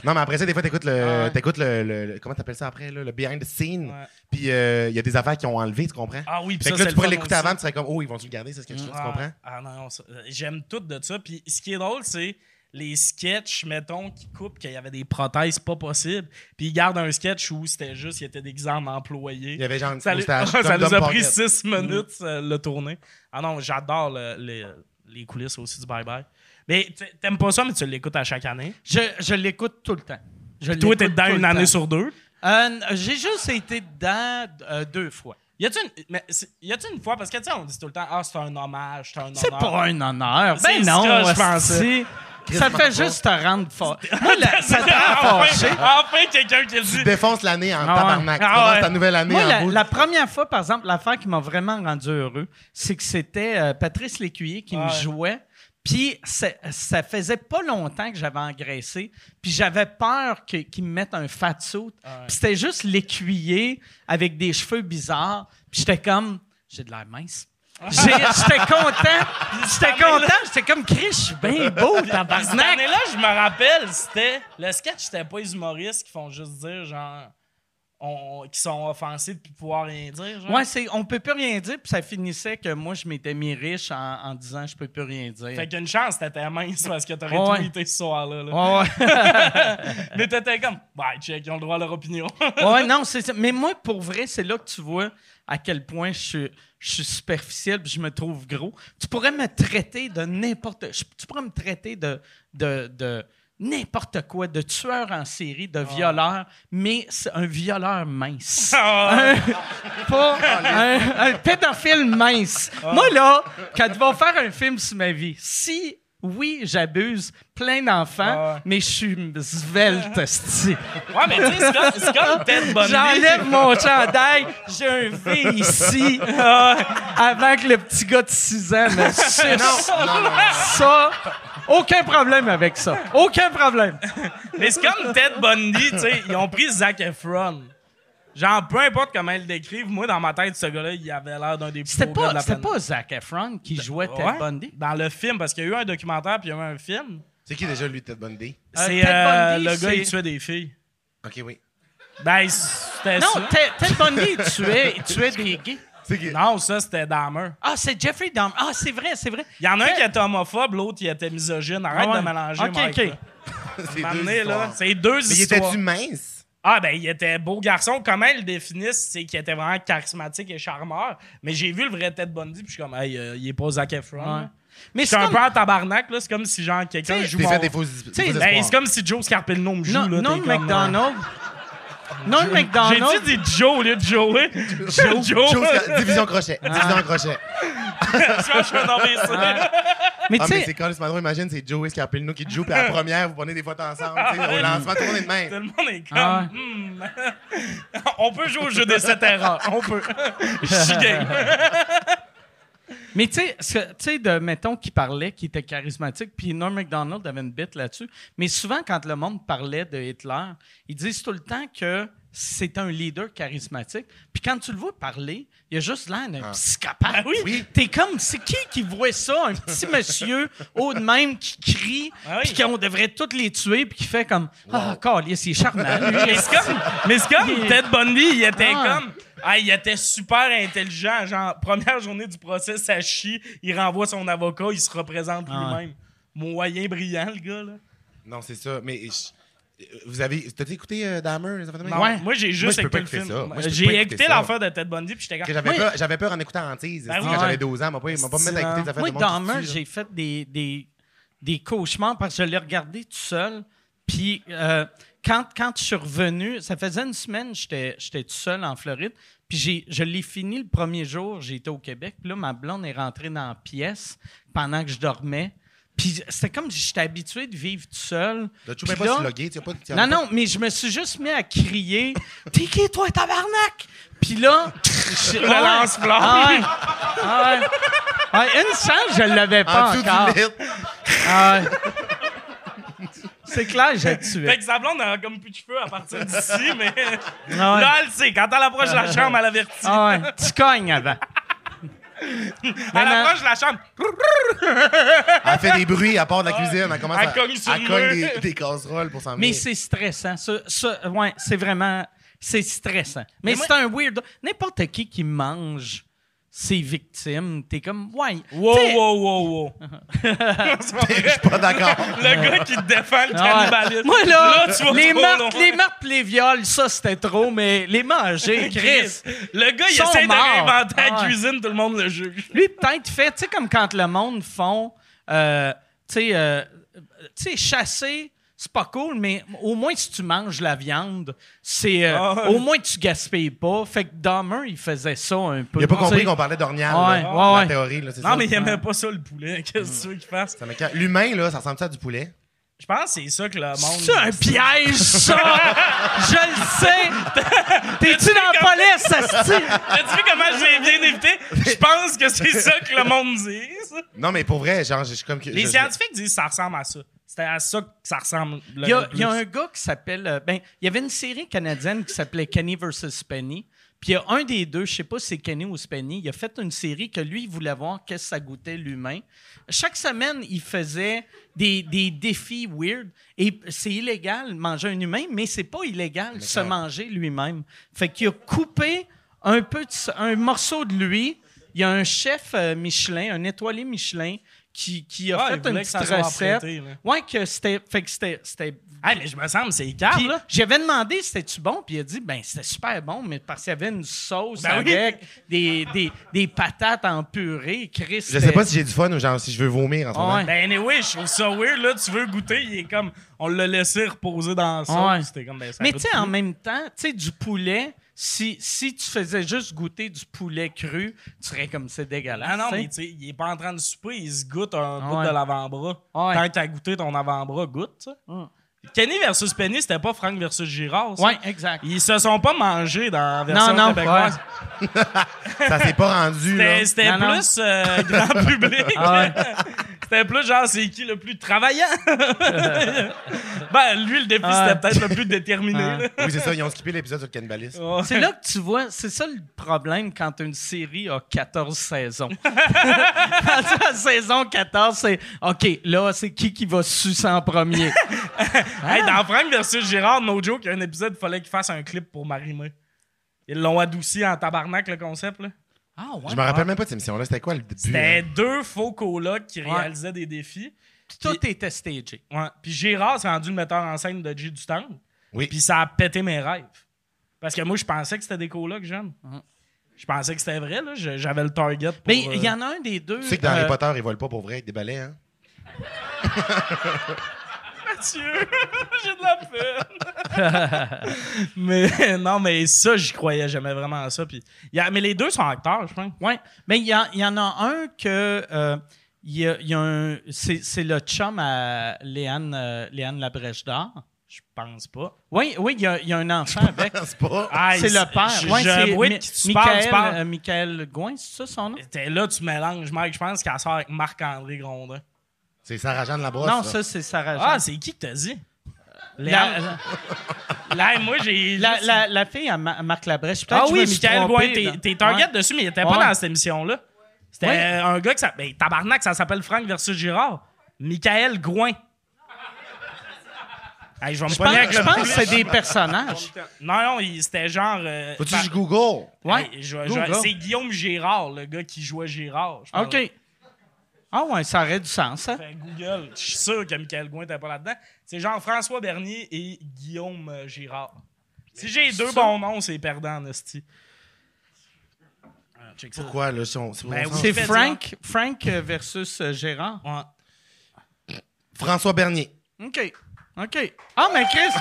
Speaker 5: Non, mais après ça, des fois, t'écoutes le, t'écoutes le, le- le- Comment t'appelles ça après, là? Le behind the scene.
Speaker 6: Ouais.
Speaker 5: Puis euh, il y a des affaires qui ont enlevé, tu comprends?
Speaker 6: Ah oui, puis
Speaker 5: fait
Speaker 6: ça,
Speaker 5: que là,
Speaker 6: c'est
Speaker 5: tu
Speaker 6: le
Speaker 5: pourrais
Speaker 6: fun
Speaker 5: l'écouter
Speaker 6: aussi.
Speaker 5: avant, tu serais comme, oh, ils vont se le garder, c'est ce que je tu
Speaker 6: Ah,
Speaker 5: comprends?
Speaker 6: Ah non, non, ça- euh, j'aime tout de ça. Puis ce qui est drôle, c'est les sketchs, mettons, qui coupent qu'il y avait des prothèses pas possibles. Puis ils gardent un sketch où c'était juste, il était des en employé.
Speaker 5: Il y avait genre une
Speaker 6: ça les,
Speaker 5: moustache,
Speaker 6: ça
Speaker 5: comme
Speaker 6: les
Speaker 5: Dom
Speaker 6: a pris
Speaker 5: Pocket.
Speaker 6: six
Speaker 3: Mm.
Speaker 6: minutes euh, le tourner. Ah non, j'adore le- les, les coulisses aussi du Bye Bye. Mais tu- t'aimes pas ça, mais tu l'écoutes à chaque année.
Speaker 3: Je, je l'écoute tout le temps. Je
Speaker 6: Toi,
Speaker 3: l'écoute
Speaker 6: t'es dedans
Speaker 3: tout le
Speaker 6: une année
Speaker 3: temps.
Speaker 6: sur deux.
Speaker 3: Euh, J'ai juste été dedans euh, deux fois.
Speaker 6: Y a-tu une, mais c'est- y a-tu une fois, parce que tu sais, on dit tout le temps, ah, c'est un hommage, c'est un
Speaker 3: C'est
Speaker 6: honneur.
Speaker 3: pas un honneur.
Speaker 6: C'est
Speaker 3: Ben
Speaker 6: ce
Speaker 3: non,
Speaker 6: que je
Speaker 3: hostie.
Speaker 6: pensais.
Speaker 3: Ça
Speaker 5: Christ,
Speaker 3: fait
Speaker 5: je m'en
Speaker 3: juste te rendre fort. Moi, la- ça te rend
Speaker 6: enfin,
Speaker 3: fâché.
Speaker 6: enfin quelqu'un qui le dit.
Speaker 5: Tu défonces l'année en
Speaker 3: Ah ouais.
Speaker 5: tabarnak. Tu
Speaker 6: Ah
Speaker 5: commences
Speaker 6: ouais.
Speaker 5: ta nouvelle année
Speaker 3: Moi,
Speaker 5: en
Speaker 3: la,
Speaker 5: boule.
Speaker 3: la première fois, par exemple, l'affaire qui m'a vraiment rendu heureux, c'est que c'était euh, Patrice Lécuyer qui me
Speaker 6: Ouais.
Speaker 3: jouait. Puis ça, ça faisait pas longtemps que j'avais engraissé. Puis j'avais peur que- qu'il me mette un fat suit. Puis c'était juste l'écuyer avec des cheveux bizarres. Puis j'étais comme, j'ai de l'air mince. J'ai- J'étais content. J'étais content. J'étais comme Chris, je suis bien beau,
Speaker 6: Cette
Speaker 3: tabarnak.
Speaker 6: année-là, je me rappelle, c'était. Le sketch, c'était pas les humoristes qui font juste dire, genre. On, qui sont offensés de pouvoir rien dire. Genre.
Speaker 3: Ouais, c'est, on peut plus rien dire, puis ça finissait que moi, je m'étais mis riche en, en disant je peux plus rien dire.
Speaker 6: Fait qu'une chance, t'étais mince parce que t'aurais
Speaker 3: Ouais.
Speaker 6: tweeté ce soir-là. là.
Speaker 3: Ouais, ouais.
Speaker 6: Mais t'étais comme, bah, check, ils ont le droit à leur opinion.
Speaker 3: Ouais, non, c'est ça. Mais moi, pour vrai, c'est là que tu vois à quel point je suis, je suis superficiel puis je me trouve gros. Tu pourrais me traiter de n'importe... je- Tu pourrais me traiter de, de, de n'importe quoi, de tueur en série, de violeur, mais c'est un violeur mince.
Speaker 6: Ah,
Speaker 3: Pas un, un pédophile mince. Moi, là, quand ils vont faire un film sur ma vie, si... Oui, j'abuse plein d'enfants,
Speaker 6: Ouais.
Speaker 3: mais je suis svelte, esti.
Speaker 6: ouais, mais tu sais, c'est comme- c'est comme Ted Bundy.
Speaker 3: J'enlève mon chandail, j'ai un V ici, euh, avant que le petit gars de 6 ans me suce. Ça, aucun problème avec ça. Aucun problème.
Speaker 6: Mais c'est comme Ted Bundy, tu sais, ils ont pris Zac Efron. Genre, peu importe comment ils le décrivent, moi, dans ma tête, ce gars-là, il avait l'air d'un des plus
Speaker 3: C'était
Speaker 6: beaux gars de
Speaker 3: pas,
Speaker 6: la
Speaker 3: c'était
Speaker 6: planète.
Speaker 3: pas Zac Efron qui jouait Ted
Speaker 6: Ouais,
Speaker 3: Bundy.
Speaker 6: Dans le film, parce qu'il y a eu un documentaire puis il y a eu un film.
Speaker 5: C'est qui déjà, lui, Ted Bundy?
Speaker 6: c'est
Speaker 3: Ted
Speaker 6: euh,
Speaker 3: Bundy,
Speaker 6: le gars, il
Speaker 3: c'est-
Speaker 6: tuait des filles.
Speaker 5: OK, oui.
Speaker 6: Ben, c'était
Speaker 3: Non,
Speaker 6: ça.
Speaker 3: Ted, Ted Bundy il tuait, il tuait des gays.
Speaker 5: C'est qui?
Speaker 6: Non, ça, c'était Dahmer.
Speaker 3: Ah, c'est Jeffrey Dahmer. Ah, c'est vrai, c'est vrai.
Speaker 6: Il y en a un qui était homophobe, l'autre, il était misogyne. Arrête
Speaker 3: Ah ouais.
Speaker 6: de mélanger,
Speaker 3: Ok,
Speaker 6: Mike.
Speaker 3: ok.
Speaker 6: là.
Speaker 5: C'est
Speaker 6: M'amener,
Speaker 5: deux
Speaker 6: là,
Speaker 5: histoires.
Speaker 6: c'est deux
Speaker 5: Mais il
Speaker 6: histoires.
Speaker 5: était-tu mince?
Speaker 6: Ah, ben, il était beau garçon. Comment ils le définissent, c'est qu'il était vraiment charismatique et charmeur. Mais j'ai vu le vrai Ted Bundy, puis je suis comme, hey, euh, il est pas Zac Efron.
Speaker 3: Ouais.
Speaker 6: là.
Speaker 3: Mais
Speaker 6: Je suis
Speaker 3: c'est
Speaker 6: un
Speaker 3: comme...
Speaker 6: peu en tabarnak, là. C'est comme si, genre, quelqu'un
Speaker 3: T'sais,
Speaker 6: joue
Speaker 5: T'es fait
Speaker 6: mon-
Speaker 5: des faux
Speaker 3: sais,
Speaker 5: faux
Speaker 6: Ben,
Speaker 5: espoirs.
Speaker 6: c'est comme si Joe Scarpino me joue,
Speaker 3: Non,
Speaker 6: là.
Speaker 3: non
Speaker 6: t'es comme,
Speaker 3: McDonald. Non,
Speaker 6: euh,
Speaker 3: McDonald.
Speaker 6: J'ai dit, dit Joe au lieu de Joey. Joe.
Speaker 5: Chose-
Speaker 6: Joe.
Speaker 5: Division crochet.
Speaker 3: Ah.
Speaker 5: Division crochet.
Speaker 6: Je crois que je suis un imbécile.
Speaker 3: Mais
Speaker 5: Ah,
Speaker 3: tu
Speaker 5: mais
Speaker 3: sais,
Speaker 5: c'est quand drôle, imagine, c'est Joey Scarpellino qui joue, puis à la première, vous prenez des photos ensemble, tu sais, au lancement, tout le monde est de
Speaker 6: Tout
Speaker 5: même.
Speaker 6: le monde est comme.
Speaker 3: Ah ouais.
Speaker 6: Hmm. On peut jouer au jeu des sept erreurs. On peut. Je suis game.
Speaker 3: Mais tu sais, ce- tu sais, de mettons qui parlait, qui était charismatique, puis Norm Macdonald avait une bite là-dessus. Mais souvent, quand le monde parlait de Hitler, ils disent tout le temps que c'est un leader charismatique. Puis quand tu le vois parler, il a juste l'air d'un psychopathe.
Speaker 6: Ah oui?
Speaker 3: T'es comme, c'est qui qui voit ça, un petit monsieur haut de même qui crie,
Speaker 6: Ah oui.
Speaker 3: puis qu'on devrait tous les tuer, puis qui fait comme, ah, câlisse, il est charmant, lui.
Speaker 6: Mais c'est comme, mais c'est comme
Speaker 3: Il-
Speaker 6: Ted Bundy, il était
Speaker 3: Ah.
Speaker 6: comme. Ah, il était super intelligent. Genre, première journée du procès, ça chie. Il renvoie son avocat, il se représente
Speaker 3: Ah
Speaker 6: lui-même. Moyen brillant, le gars, là.
Speaker 5: Non, c'est ça, mais je- euh, vous avez. T'as-tu écouté euh, Dahmer, les affaires de même?
Speaker 6: Non, Moi, j'ai
Speaker 5: Moi,
Speaker 6: juste
Speaker 5: je peux
Speaker 6: écouté
Speaker 5: pas
Speaker 6: le
Speaker 5: écouter
Speaker 6: film.
Speaker 5: ça. Moi, je peux pas
Speaker 6: J'ai
Speaker 5: écouter
Speaker 6: écouté
Speaker 5: ça.
Speaker 6: l'affaire de Ted Bundy, puis j'étais
Speaker 5: Que
Speaker 6: comme.
Speaker 5: j'avais
Speaker 3: Moi-
Speaker 5: peur, j'avais peur en écoutant Antise.
Speaker 6: Ben
Speaker 5: tu sais,
Speaker 6: oui.
Speaker 5: quand
Speaker 3: Ouais.
Speaker 5: j'avais 12 ans, m'a pas, m'a pas me mettre à écouter des affaires
Speaker 3: Moi,
Speaker 5: de monde qui
Speaker 3: Dahmer,
Speaker 5: se tue, là.
Speaker 3: j'ai fait des, des, des cauchemars parce que je l'ai regardé tout seul. Puis euh, quand, quand je suis revenu, ça faisait une semaine, j'étais j'étais tout seul en Floride. Puis j'ai- je l'ai fini le premier jour, j'étais au Québec. Puis là, ma blonde est rentrée dans la pièce pendant que je dormais. Puis c'était comme si j'étais habitué de vivre tout seul.
Speaker 5: T'as-tu
Speaker 3: Puis
Speaker 5: même pas
Speaker 3: là-
Speaker 5: slogué? tu as pas- tu as
Speaker 3: non,
Speaker 5: pas-
Speaker 3: non, mais je me suis juste mis à crier T'es qui, toi, tabarnak? Puis là, je-
Speaker 6: Le
Speaker 3: Ouais.
Speaker 6: lance-flamme.
Speaker 3: Ah ouais. Ah ouais. Ouais, une chance, je l'avais
Speaker 5: En
Speaker 3: pas
Speaker 5: dessous
Speaker 3: encore.
Speaker 5: du lit.
Speaker 3: Ah ouais. C'est clair, j'ai
Speaker 6: Fait
Speaker 3: tué.
Speaker 6: que sa blonde elle a comme plus de cheveux à partir d'ici, mais.
Speaker 3: Ah ouais.
Speaker 6: Là, elle le sait. Quand elle approche la chambre, elle avertit.
Speaker 3: Ah ouais, tu cognes avant.
Speaker 6: Elle
Speaker 3: non.
Speaker 6: approche la chambre.
Speaker 5: Elle fait des bruits à
Speaker 3: Ah.
Speaker 5: part de la cuisine. Elle commence
Speaker 6: Elle
Speaker 5: à
Speaker 6: cogne sur
Speaker 5: elle
Speaker 6: le
Speaker 5: cogne
Speaker 6: mur.
Speaker 5: des, des casseroles pour s'en
Speaker 3: Mais
Speaker 5: venir.
Speaker 3: c'est stressant. Ça- ça- ouais, c'est vraiment. C'est stressant. Mais,
Speaker 6: Mais moi-
Speaker 3: c'est un weird. N'importe qui qui mange ses victimes, t'es comme, ouais.
Speaker 6: Wow,
Speaker 3: T'sais,
Speaker 6: wow, wow, wow. C'est pas
Speaker 5: Je
Speaker 6: vrai.
Speaker 5: suis pas d'accord.
Speaker 6: Le gars qui te défend le
Speaker 3: Ah ouais.
Speaker 6: cannibalisme.
Speaker 3: Moi, là,
Speaker 6: tu vas
Speaker 3: les,
Speaker 6: trop
Speaker 3: meurtres,
Speaker 6: loin.
Speaker 3: les meurtres, les viols, ça, c'était trop, mais les manger, Chris.
Speaker 6: Le gars, il
Speaker 3: Sont
Speaker 6: essaie de
Speaker 3: morts.
Speaker 6: réinventer la
Speaker 3: Ah ouais.
Speaker 6: cuisine, tout le monde le juge.
Speaker 3: Lui, peut-être fait, tu sais, comme quand le monde font, euh, tu sais, euh, tu sais, chasser, c'est pas cool, mais au moins si tu manges la viande, c'est, euh,
Speaker 6: Ah ouais.
Speaker 3: au moins tu gaspilles pas. Fait que Dahmer, il faisait ça un peu.
Speaker 5: Il a pas
Speaker 3: tu sais.
Speaker 5: compris qu'on parlait d'ornial. là,
Speaker 3: Ouais, ouais,
Speaker 5: dans
Speaker 3: ouais.
Speaker 5: La théorie, là, c'est
Speaker 6: Non,
Speaker 5: ça.
Speaker 6: mais il aimait pas ça, le poulet. Qu'est-ce que tu veux qu'il fasse?
Speaker 5: Ça m'écoeure. L'humain, là, ça ressemble ça à du poulet.
Speaker 6: Je pense que c'est ça que le monde...
Speaker 3: C'est un piège, ça! Je le sais! T'es-tu dans la police, asti?
Speaker 6: As-tu vu comment je l'ai bien évité? Je pense que c'est ça que le monde dit. ça.
Speaker 5: Non, mais pour vrai, genre, je suis comme que.
Speaker 6: Les
Speaker 5: je- je-
Speaker 6: scientifiques disent que ça ressemble à ça. C'était à ça que ça ressemble le
Speaker 3: Il y, a,
Speaker 6: plus.
Speaker 3: il y a un gars qui s'appelle. euh, ben, il y avait une série canadienne qui s'appelait Kenny vs. Penny. Puis il y a un des deux, je sais pas si c'est Kenny ou Spenny, il a fait une série que lui, il voulait voir qu'est-ce que ça goûtait l'humain. Chaque semaine, il faisait des, des défis weird. Et c'est illégal manger un humain, mais c'est pas illégal se manger lui-même. Fait qu'il a coupé un, peu de s- un morceau de lui. Il y a un chef euh, Michelin, un étoilé Michelin, qui, qui a
Speaker 6: Ah, il
Speaker 3: fait une
Speaker 6: voulait que
Speaker 3: petite
Speaker 6: ça soit
Speaker 3: recette.
Speaker 6: apprêté, là.
Speaker 3: Ouais, que c'était. Fait que c'était- c'était
Speaker 6: Ah, mais je me semble, c'est écart,
Speaker 3: puis,
Speaker 6: là.
Speaker 3: J'avais demandé c'était-tu bon, puis il a dit ben c'était super bon, mais parce qu'il y avait une sauce
Speaker 6: Ben oui.
Speaker 3: avec des, des, des patates en purée, Chris.
Speaker 5: Je sais pas si j'ai du fun ou genre si je veux vomir en ce moment.
Speaker 3: Ouais.
Speaker 6: Ben anyway, je trouve ça weird, là. Tu veux goûter, il est comme... On l'a laissé reposer dans la sauce.
Speaker 3: Ouais.
Speaker 6: C'était comme... Ben, ça
Speaker 3: Mais tu
Speaker 6: goûte
Speaker 3: sais, en
Speaker 6: plus.
Speaker 3: même temps, tu sais, du poulet, si, si tu faisais juste goûter du poulet cru, tu serais comme c'est dégueulasse.
Speaker 6: Ah non,
Speaker 3: tu sais.
Speaker 6: mais tu sais, il est pas en train de souper, il se goûte un
Speaker 3: Ah
Speaker 6: bout
Speaker 3: ouais.
Speaker 6: de l'avant-bras.
Speaker 3: Ah ouais.
Speaker 6: Tant que t'as goûté ton avant-bras, goûte, tu sais.
Speaker 3: Hum.
Speaker 6: Kenny versus Penny, c'était pas Frank versus Girard, ça.
Speaker 3: Ouais, exact.
Speaker 6: Ils se sont pas mangés dans la version
Speaker 3: non,
Speaker 6: québécoise.
Speaker 3: ouais.
Speaker 5: Ça s'est pas rendu. là.
Speaker 6: C'était- C'était
Speaker 3: Non, non.
Speaker 6: plus euh, grand public.
Speaker 3: Ah ouais.
Speaker 6: C'était plus genre, c'est qui le plus travaillant? ben, lui, le défi,
Speaker 3: Ah.
Speaker 6: c'était peut-être le plus déterminé.
Speaker 3: Ah.
Speaker 6: là.
Speaker 5: Oui, c'est ça, ils ont skippé l'épisode sur le cannibalisme.
Speaker 6: Ouais.
Speaker 3: C'est là que tu vois, c'est ça le problème quand une série a 14 saisons. Quand la saison 14, c'est OK, là, c'est qui qui va sucer en premier?
Speaker 6: Hey,
Speaker 3: Ah.
Speaker 6: dans Frank versus Gérard, no joke, il y a un épisode, il fallait qu'il fasse un clip pour Marimé. Ils l'ont adouci en tabarnak, le concept. là.
Speaker 3: Ah, ouais.
Speaker 5: Je me rappelle même pas de cette émission-là. C'était quoi le début?
Speaker 6: C'était
Speaker 5: hein?
Speaker 6: Ben, deux faux colocs qui
Speaker 3: Ouais.
Speaker 6: réalisaient des défis.
Speaker 3: Puis tout était stagé.
Speaker 6: Ouais. Puis Gérard s'est rendu le metteur en scène de G du temps.
Speaker 5: Oui.
Speaker 6: Puis ça a pété mes rêves. Parce que moi, je pensais que c'était des colocs jeunes. Je pensais que c'était vrai, là. Je- J'avais le target pour...
Speaker 3: Mm-hmm. Mais il y
Speaker 6: euh,
Speaker 3: en a un des deux.
Speaker 5: Tu sais que dans Harry
Speaker 3: euh,
Speaker 5: Potter, ils volent pas pour vrai avec des balais, hein?
Speaker 6: Mathieu, j'ai de la peine. mais non, mais ça, j'y croyais jamais vraiment à ça. Puis, il y a- mais les deux sont acteurs, je pense.
Speaker 3: Ouais, mais il y, en- il y en a un que euh, il y a, il y a un, c'est, c'est le chum à Léane, euh, Léane Labrèche d'Or.
Speaker 6: Je pense pas.
Speaker 3: Oui, oui, il y, a, il y a un enfant avec.
Speaker 5: C'est pas.
Speaker 6: Ah,
Speaker 3: c'est
Speaker 6: il-
Speaker 3: le
Speaker 6: Je,
Speaker 3: père. Ouais, c'est
Speaker 6: je avoue de
Speaker 3: Mi-
Speaker 6: qui tu parles, tu parles.
Speaker 3: euh, Michael Gouin, c'est ça son nom?
Speaker 6: T'es là, tu mélanges, Mike. Je pense qu'elle sort avec Marc-André Grondin.
Speaker 5: C'est Sarah Jeanne Labrosse.
Speaker 3: non,
Speaker 5: ça.
Speaker 3: ça, c'est Sarah
Speaker 6: Ah,
Speaker 3: Jeanne.
Speaker 6: c'est qui que t'as dit?
Speaker 3: la, la,
Speaker 6: Là, moi, j'ai.
Speaker 3: euh, la, la- la fille à Ma- Marc Labrèche. Peut-être
Speaker 6: ah
Speaker 3: que je
Speaker 6: oui,
Speaker 3: vais m'y
Speaker 6: Michael
Speaker 3: tromper,
Speaker 6: Gouin,
Speaker 3: là.
Speaker 6: t'es- t'es target
Speaker 3: Ouais.
Speaker 6: dessus, mais il était
Speaker 3: Ouais.
Speaker 6: pas dans cette émission-là. C'était
Speaker 3: Ouais.
Speaker 6: euh, un gars qui s'appelle. Ben, tabarnak, ça s'appelle Franck versus Girard. Michael Gouin. Hey, je vais me
Speaker 3: Je pense,
Speaker 6: pogner avec
Speaker 3: je
Speaker 6: le
Speaker 3: pense
Speaker 6: public.
Speaker 3: que c'est des personnages.
Speaker 6: Non, non, il- c'était genre. euh,
Speaker 5: Faut-tu
Speaker 6: par-
Speaker 5: que je Google?
Speaker 3: Ouais.
Speaker 6: Hey, je- je-
Speaker 3: Google.
Speaker 6: c'est Guillaume Gérard, le gars qui jouait Gérard. je pense.
Speaker 3: OK. Ah ouais, ça aurait du sens, hein?
Speaker 6: Fait Ben, Google, je suis sûr que Michael Gouin n'était pas là-dedans. C'est genre François Bernier et Guillaume euh, Gérard. Si
Speaker 3: Ben,
Speaker 6: j'ai deux bons noms, c'est perdant, Nasty.
Speaker 3: Ah,
Speaker 6: check ça.
Speaker 5: Pourquoi, là? si on- si on
Speaker 6: Ben
Speaker 5: s'en-
Speaker 6: oui.
Speaker 3: C'est
Speaker 6: Fais-y,
Speaker 3: Frank, Frank euh, versus euh, Gérard.
Speaker 6: Ouais.
Speaker 5: François Bernier.
Speaker 3: OK. OK. Ah, mais Chris!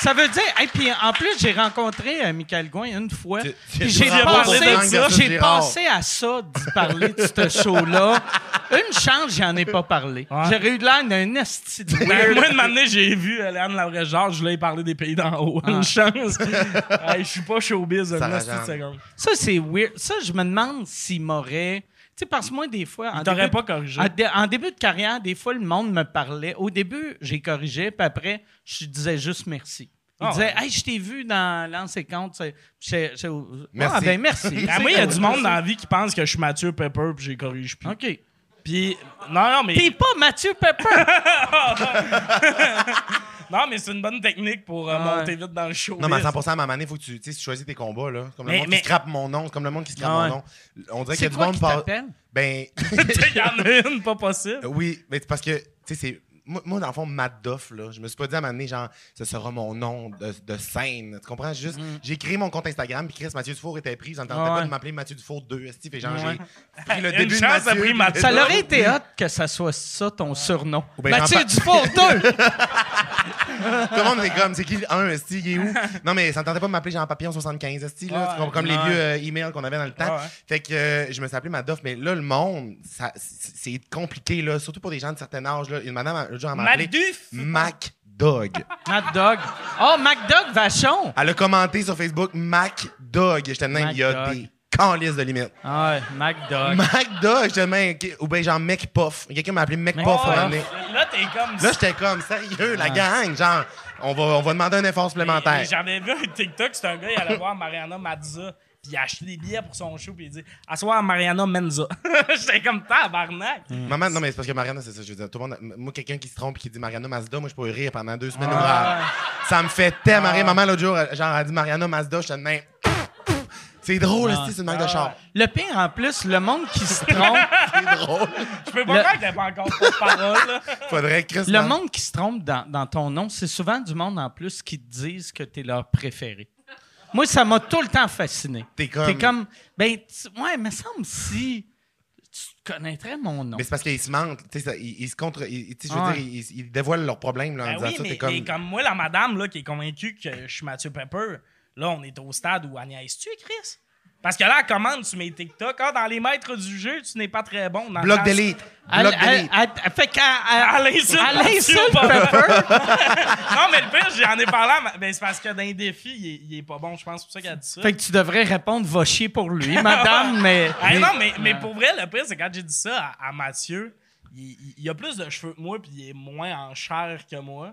Speaker 3: Ça veut dire. Et puis en plus, j'ai rencontré euh, Michael Gouin une fois.
Speaker 5: Tu- tu- tu
Speaker 3: Puis J'ai
Speaker 5: as
Speaker 6: parlé de
Speaker 3: pensé,
Speaker 5: Frank
Speaker 3: j'ai
Speaker 5: Gérard.
Speaker 3: pensé à ça d'y parler de ce show-là. Une chance, j'en ai pas parlé. J'aurais eu de l'air d'un esti de
Speaker 6: Ben,
Speaker 3: weird.
Speaker 6: moi, de m'amener, j'ai vu Alain Lavrèche Gérard, je voulais y parler des pays d'en haut.
Speaker 3: Ah.
Speaker 6: Une chance. Hey, je suis pas showbiz, une
Speaker 5: Ça
Speaker 6: nasty
Speaker 5: rajoute.
Speaker 6: seconde.
Speaker 3: Ça, c'est weird. Ça, je me demande s'il m'aurait. Tu sais, parce que moi, des fois. en
Speaker 6: T'aurais
Speaker 3: début-
Speaker 6: pas corrigé.
Speaker 3: En, dé- en début de carrière, des fois, le monde me parlait. Au début, j'ai corrigé, puis après, je disais juste merci. Il
Speaker 6: Ah,
Speaker 3: disait, hey, je t'ai vu dans Lance et Compte. c'est- c'est- c'est- Ah,
Speaker 5: Merci.
Speaker 3: ben merci.
Speaker 6: Ben, moi, il y a du monde dans la vie qui pense que je suis Mathieu Pepper puis j'ai corrige plus.
Speaker 3: OK.
Speaker 6: Puis, non, non, mais.
Speaker 3: T'es pas Mathieu Pepper.
Speaker 6: Non, mais c'est une bonne technique pour euh,
Speaker 3: Ah ouais.
Speaker 6: monter vite dans le show.
Speaker 5: Non, mais à 100 à ma manée, faut que tu, tu sais, tu choisis tes combats, là. C'est Comme le
Speaker 6: Mais-
Speaker 5: monde
Speaker 6: mais-
Speaker 5: qui scrape mon nom. C'est comme le monde qui scrape
Speaker 3: Ah ouais.
Speaker 5: mon nom. On dirait qu'il y a
Speaker 3: c'est
Speaker 5: du
Speaker 3: quoi
Speaker 5: monde
Speaker 3: qui
Speaker 5: par-
Speaker 3: t'appelle?
Speaker 5: Ben.
Speaker 6: Il y en a une, pas possible.
Speaker 5: Euh, Oui, mais c'est parce que, tu sais, c'est. Moi, moi, dans le fond, Matt Doff, là, je me suis pas dit à un moment donné, genre, ce sera mon nom de, de scène. Tu comprends? Juste,
Speaker 6: Mm.
Speaker 5: j'ai créé mon compte Instagram, puis Chris, Mathieu Dufour était pris. J'entendais
Speaker 3: Ah
Speaker 5: pas
Speaker 3: ouais.
Speaker 5: de m'appeler Mathieu Dufour 2, esti. Fait genre,
Speaker 3: Ouais.
Speaker 5: j'ai pris le
Speaker 6: Une
Speaker 5: début
Speaker 6: chance,
Speaker 5: de
Speaker 6: ça a
Speaker 5: Mathieu.
Speaker 6: pris
Speaker 5: puis-
Speaker 6: Mathieu.
Speaker 3: Ça l'aurait été hot que ça soit ça ton surnom.
Speaker 5: Ou ben,
Speaker 3: Mathieu
Speaker 5: j'en par-
Speaker 3: Dufour 2.
Speaker 5: Tout le monde est comme, c'est qui le 1, esti, il est où? Non, mais ça tentait pas de m'appeler Jean Papillon 75, esti, là.
Speaker 6: Ouais.
Speaker 5: C'est comme, comme les
Speaker 6: Ouais.
Speaker 5: vieux euh, emails qu'on avait dans le temps.
Speaker 6: Ouais.
Speaker 5: Fait que euh, je me suis appelé Madoff, mais là, le monde, ça- c'est c'est compliqué, là, surtout pour des gens de certain âge. Là. Une madame, l'autre jour, elle m'a appelé
Speaker 6: Malduff!
Speaker 5: Mac Dog.
Speaker 3: Matt Dog. Oh, Mac Dog Vachon.
Speaker 5: Elle a commenté sur Facebook Mac Dog. J'étais même,
Speaker 3: Mac
Speaker 5: il y a
Speaker 3: Dog.
Speaker 5: des calice de limite.
Speaker 3: Ah ouais, McDog.
Speaker 5: McDog, justement, qui- ou bien genre McPuff. Quelqu'un m'a appelé McPuff à un moment donné.
Speaker 6: Là, t'es comme
Speaker 5: Là, j'étais comme, sérieux, la gang, genre, on va, on va demander un effort supplémentaire.
Speaker 6: Mais J'avais vu un TikTok, c'est un gars, il allait voir Mariana Mazza, puis il a acheté des billets pour son show, puis il dit Assoir Mariana Menza. J'étais comme tabarnak.
Speaker 5: Maman, non, mais c'est parce que Mariana, c'est ça, je veux dire. Tout le monde, moi, quelqu'un qui se trompe et qui dit Mariana Mazda, moi, je pourrais rire pendant deux semaines ouvrables. Ça me fait
Speaker 3: Ah.
Speaker 5: tellement rire. Maman, l'autre jour, elle- genre, elle dit Mariana Mazda, je suis de même. C'est drôle,
Speaker 3: Ah.
Speaker 5: esti, c'est une marque de char.
Speaker 3: Le pire, en plus, le monde qui se trompe,
Speaker 5: C'est drôle.
Speaker 6: Je peux pas croire que t'as pas encore pas de parole. là.
Speaker 5: Faudrait que Chris
Speaker 3: le
Speaker 5: man-
Speaker 3: monde qui se trompe dans, dans ton nom, c'est souvent du monde, en plus, qui te disent que t'es leur préféré. Moi, ça m'a tout le temps fasciné.
Speaker 5: T'es comme-
Speaker 3: T'es comme... Ben, tu- ouais, me semble si... Tu connaîtrais mon nom.
Speaker 5: Mais c'est parce qu'ils se mentent. Tu sais, ça- ils, ils se contre. ils- tu sais, je veux
Speaker 3: Ouais.
Speaker 5: dire, ils, ils dévoilent leurs problèmes là, en
Speaker 6: Ben
Speaker 5: disant
Speaker 6: oui,
Speaker 5: ça.
Speaker 6: mais
Speaker 5: T'es
Speaker 6: mais
Speaker 5: comme.
Speaker 6: comme... moi, la madame là, qui est convaincue que je suis Mathieu Pepper, là, on est au stade où Agnès, tu es Chris? Parce que là, elle commande sur mes TikTok, ah, dans les maîtres du jeu, tu n'es pas très bon. Dans
Speaker 5: Bloc
Speaker 6: le sens-
Speaker 5: d'élite.
Speaker 3: Elle-
Speaker 5: Bloc
Speaker 3: elle-
Speaker 5: d'élite.
Speaker 3: elle- elle- fait qu'elle- elle-
Speaker 6: Elle insulte
Speaker 3: elle
Speaker 6: Mathieu
Speaker 3: insulte
Speaker 6: Pepper.
Speaker 3: Pepper.
Speaker 6: non, mais le pire, j'en ai parlé. à ma- Ben, c'est parce que dans les défis, il est, il est pas bon, je pense. C'est pour ça qu'elle a dit ça.
Speaker 3: Fait que tu devrais répondre « Va chier pour lui, madame », mais...
Speaker 6: Ah, non, mais, mais pour vrai, le pire, c'est quand j'ai dit ça à, à Mathieu, il, il- il a plus de cheveux que moi, puis il est moins en chair que moi.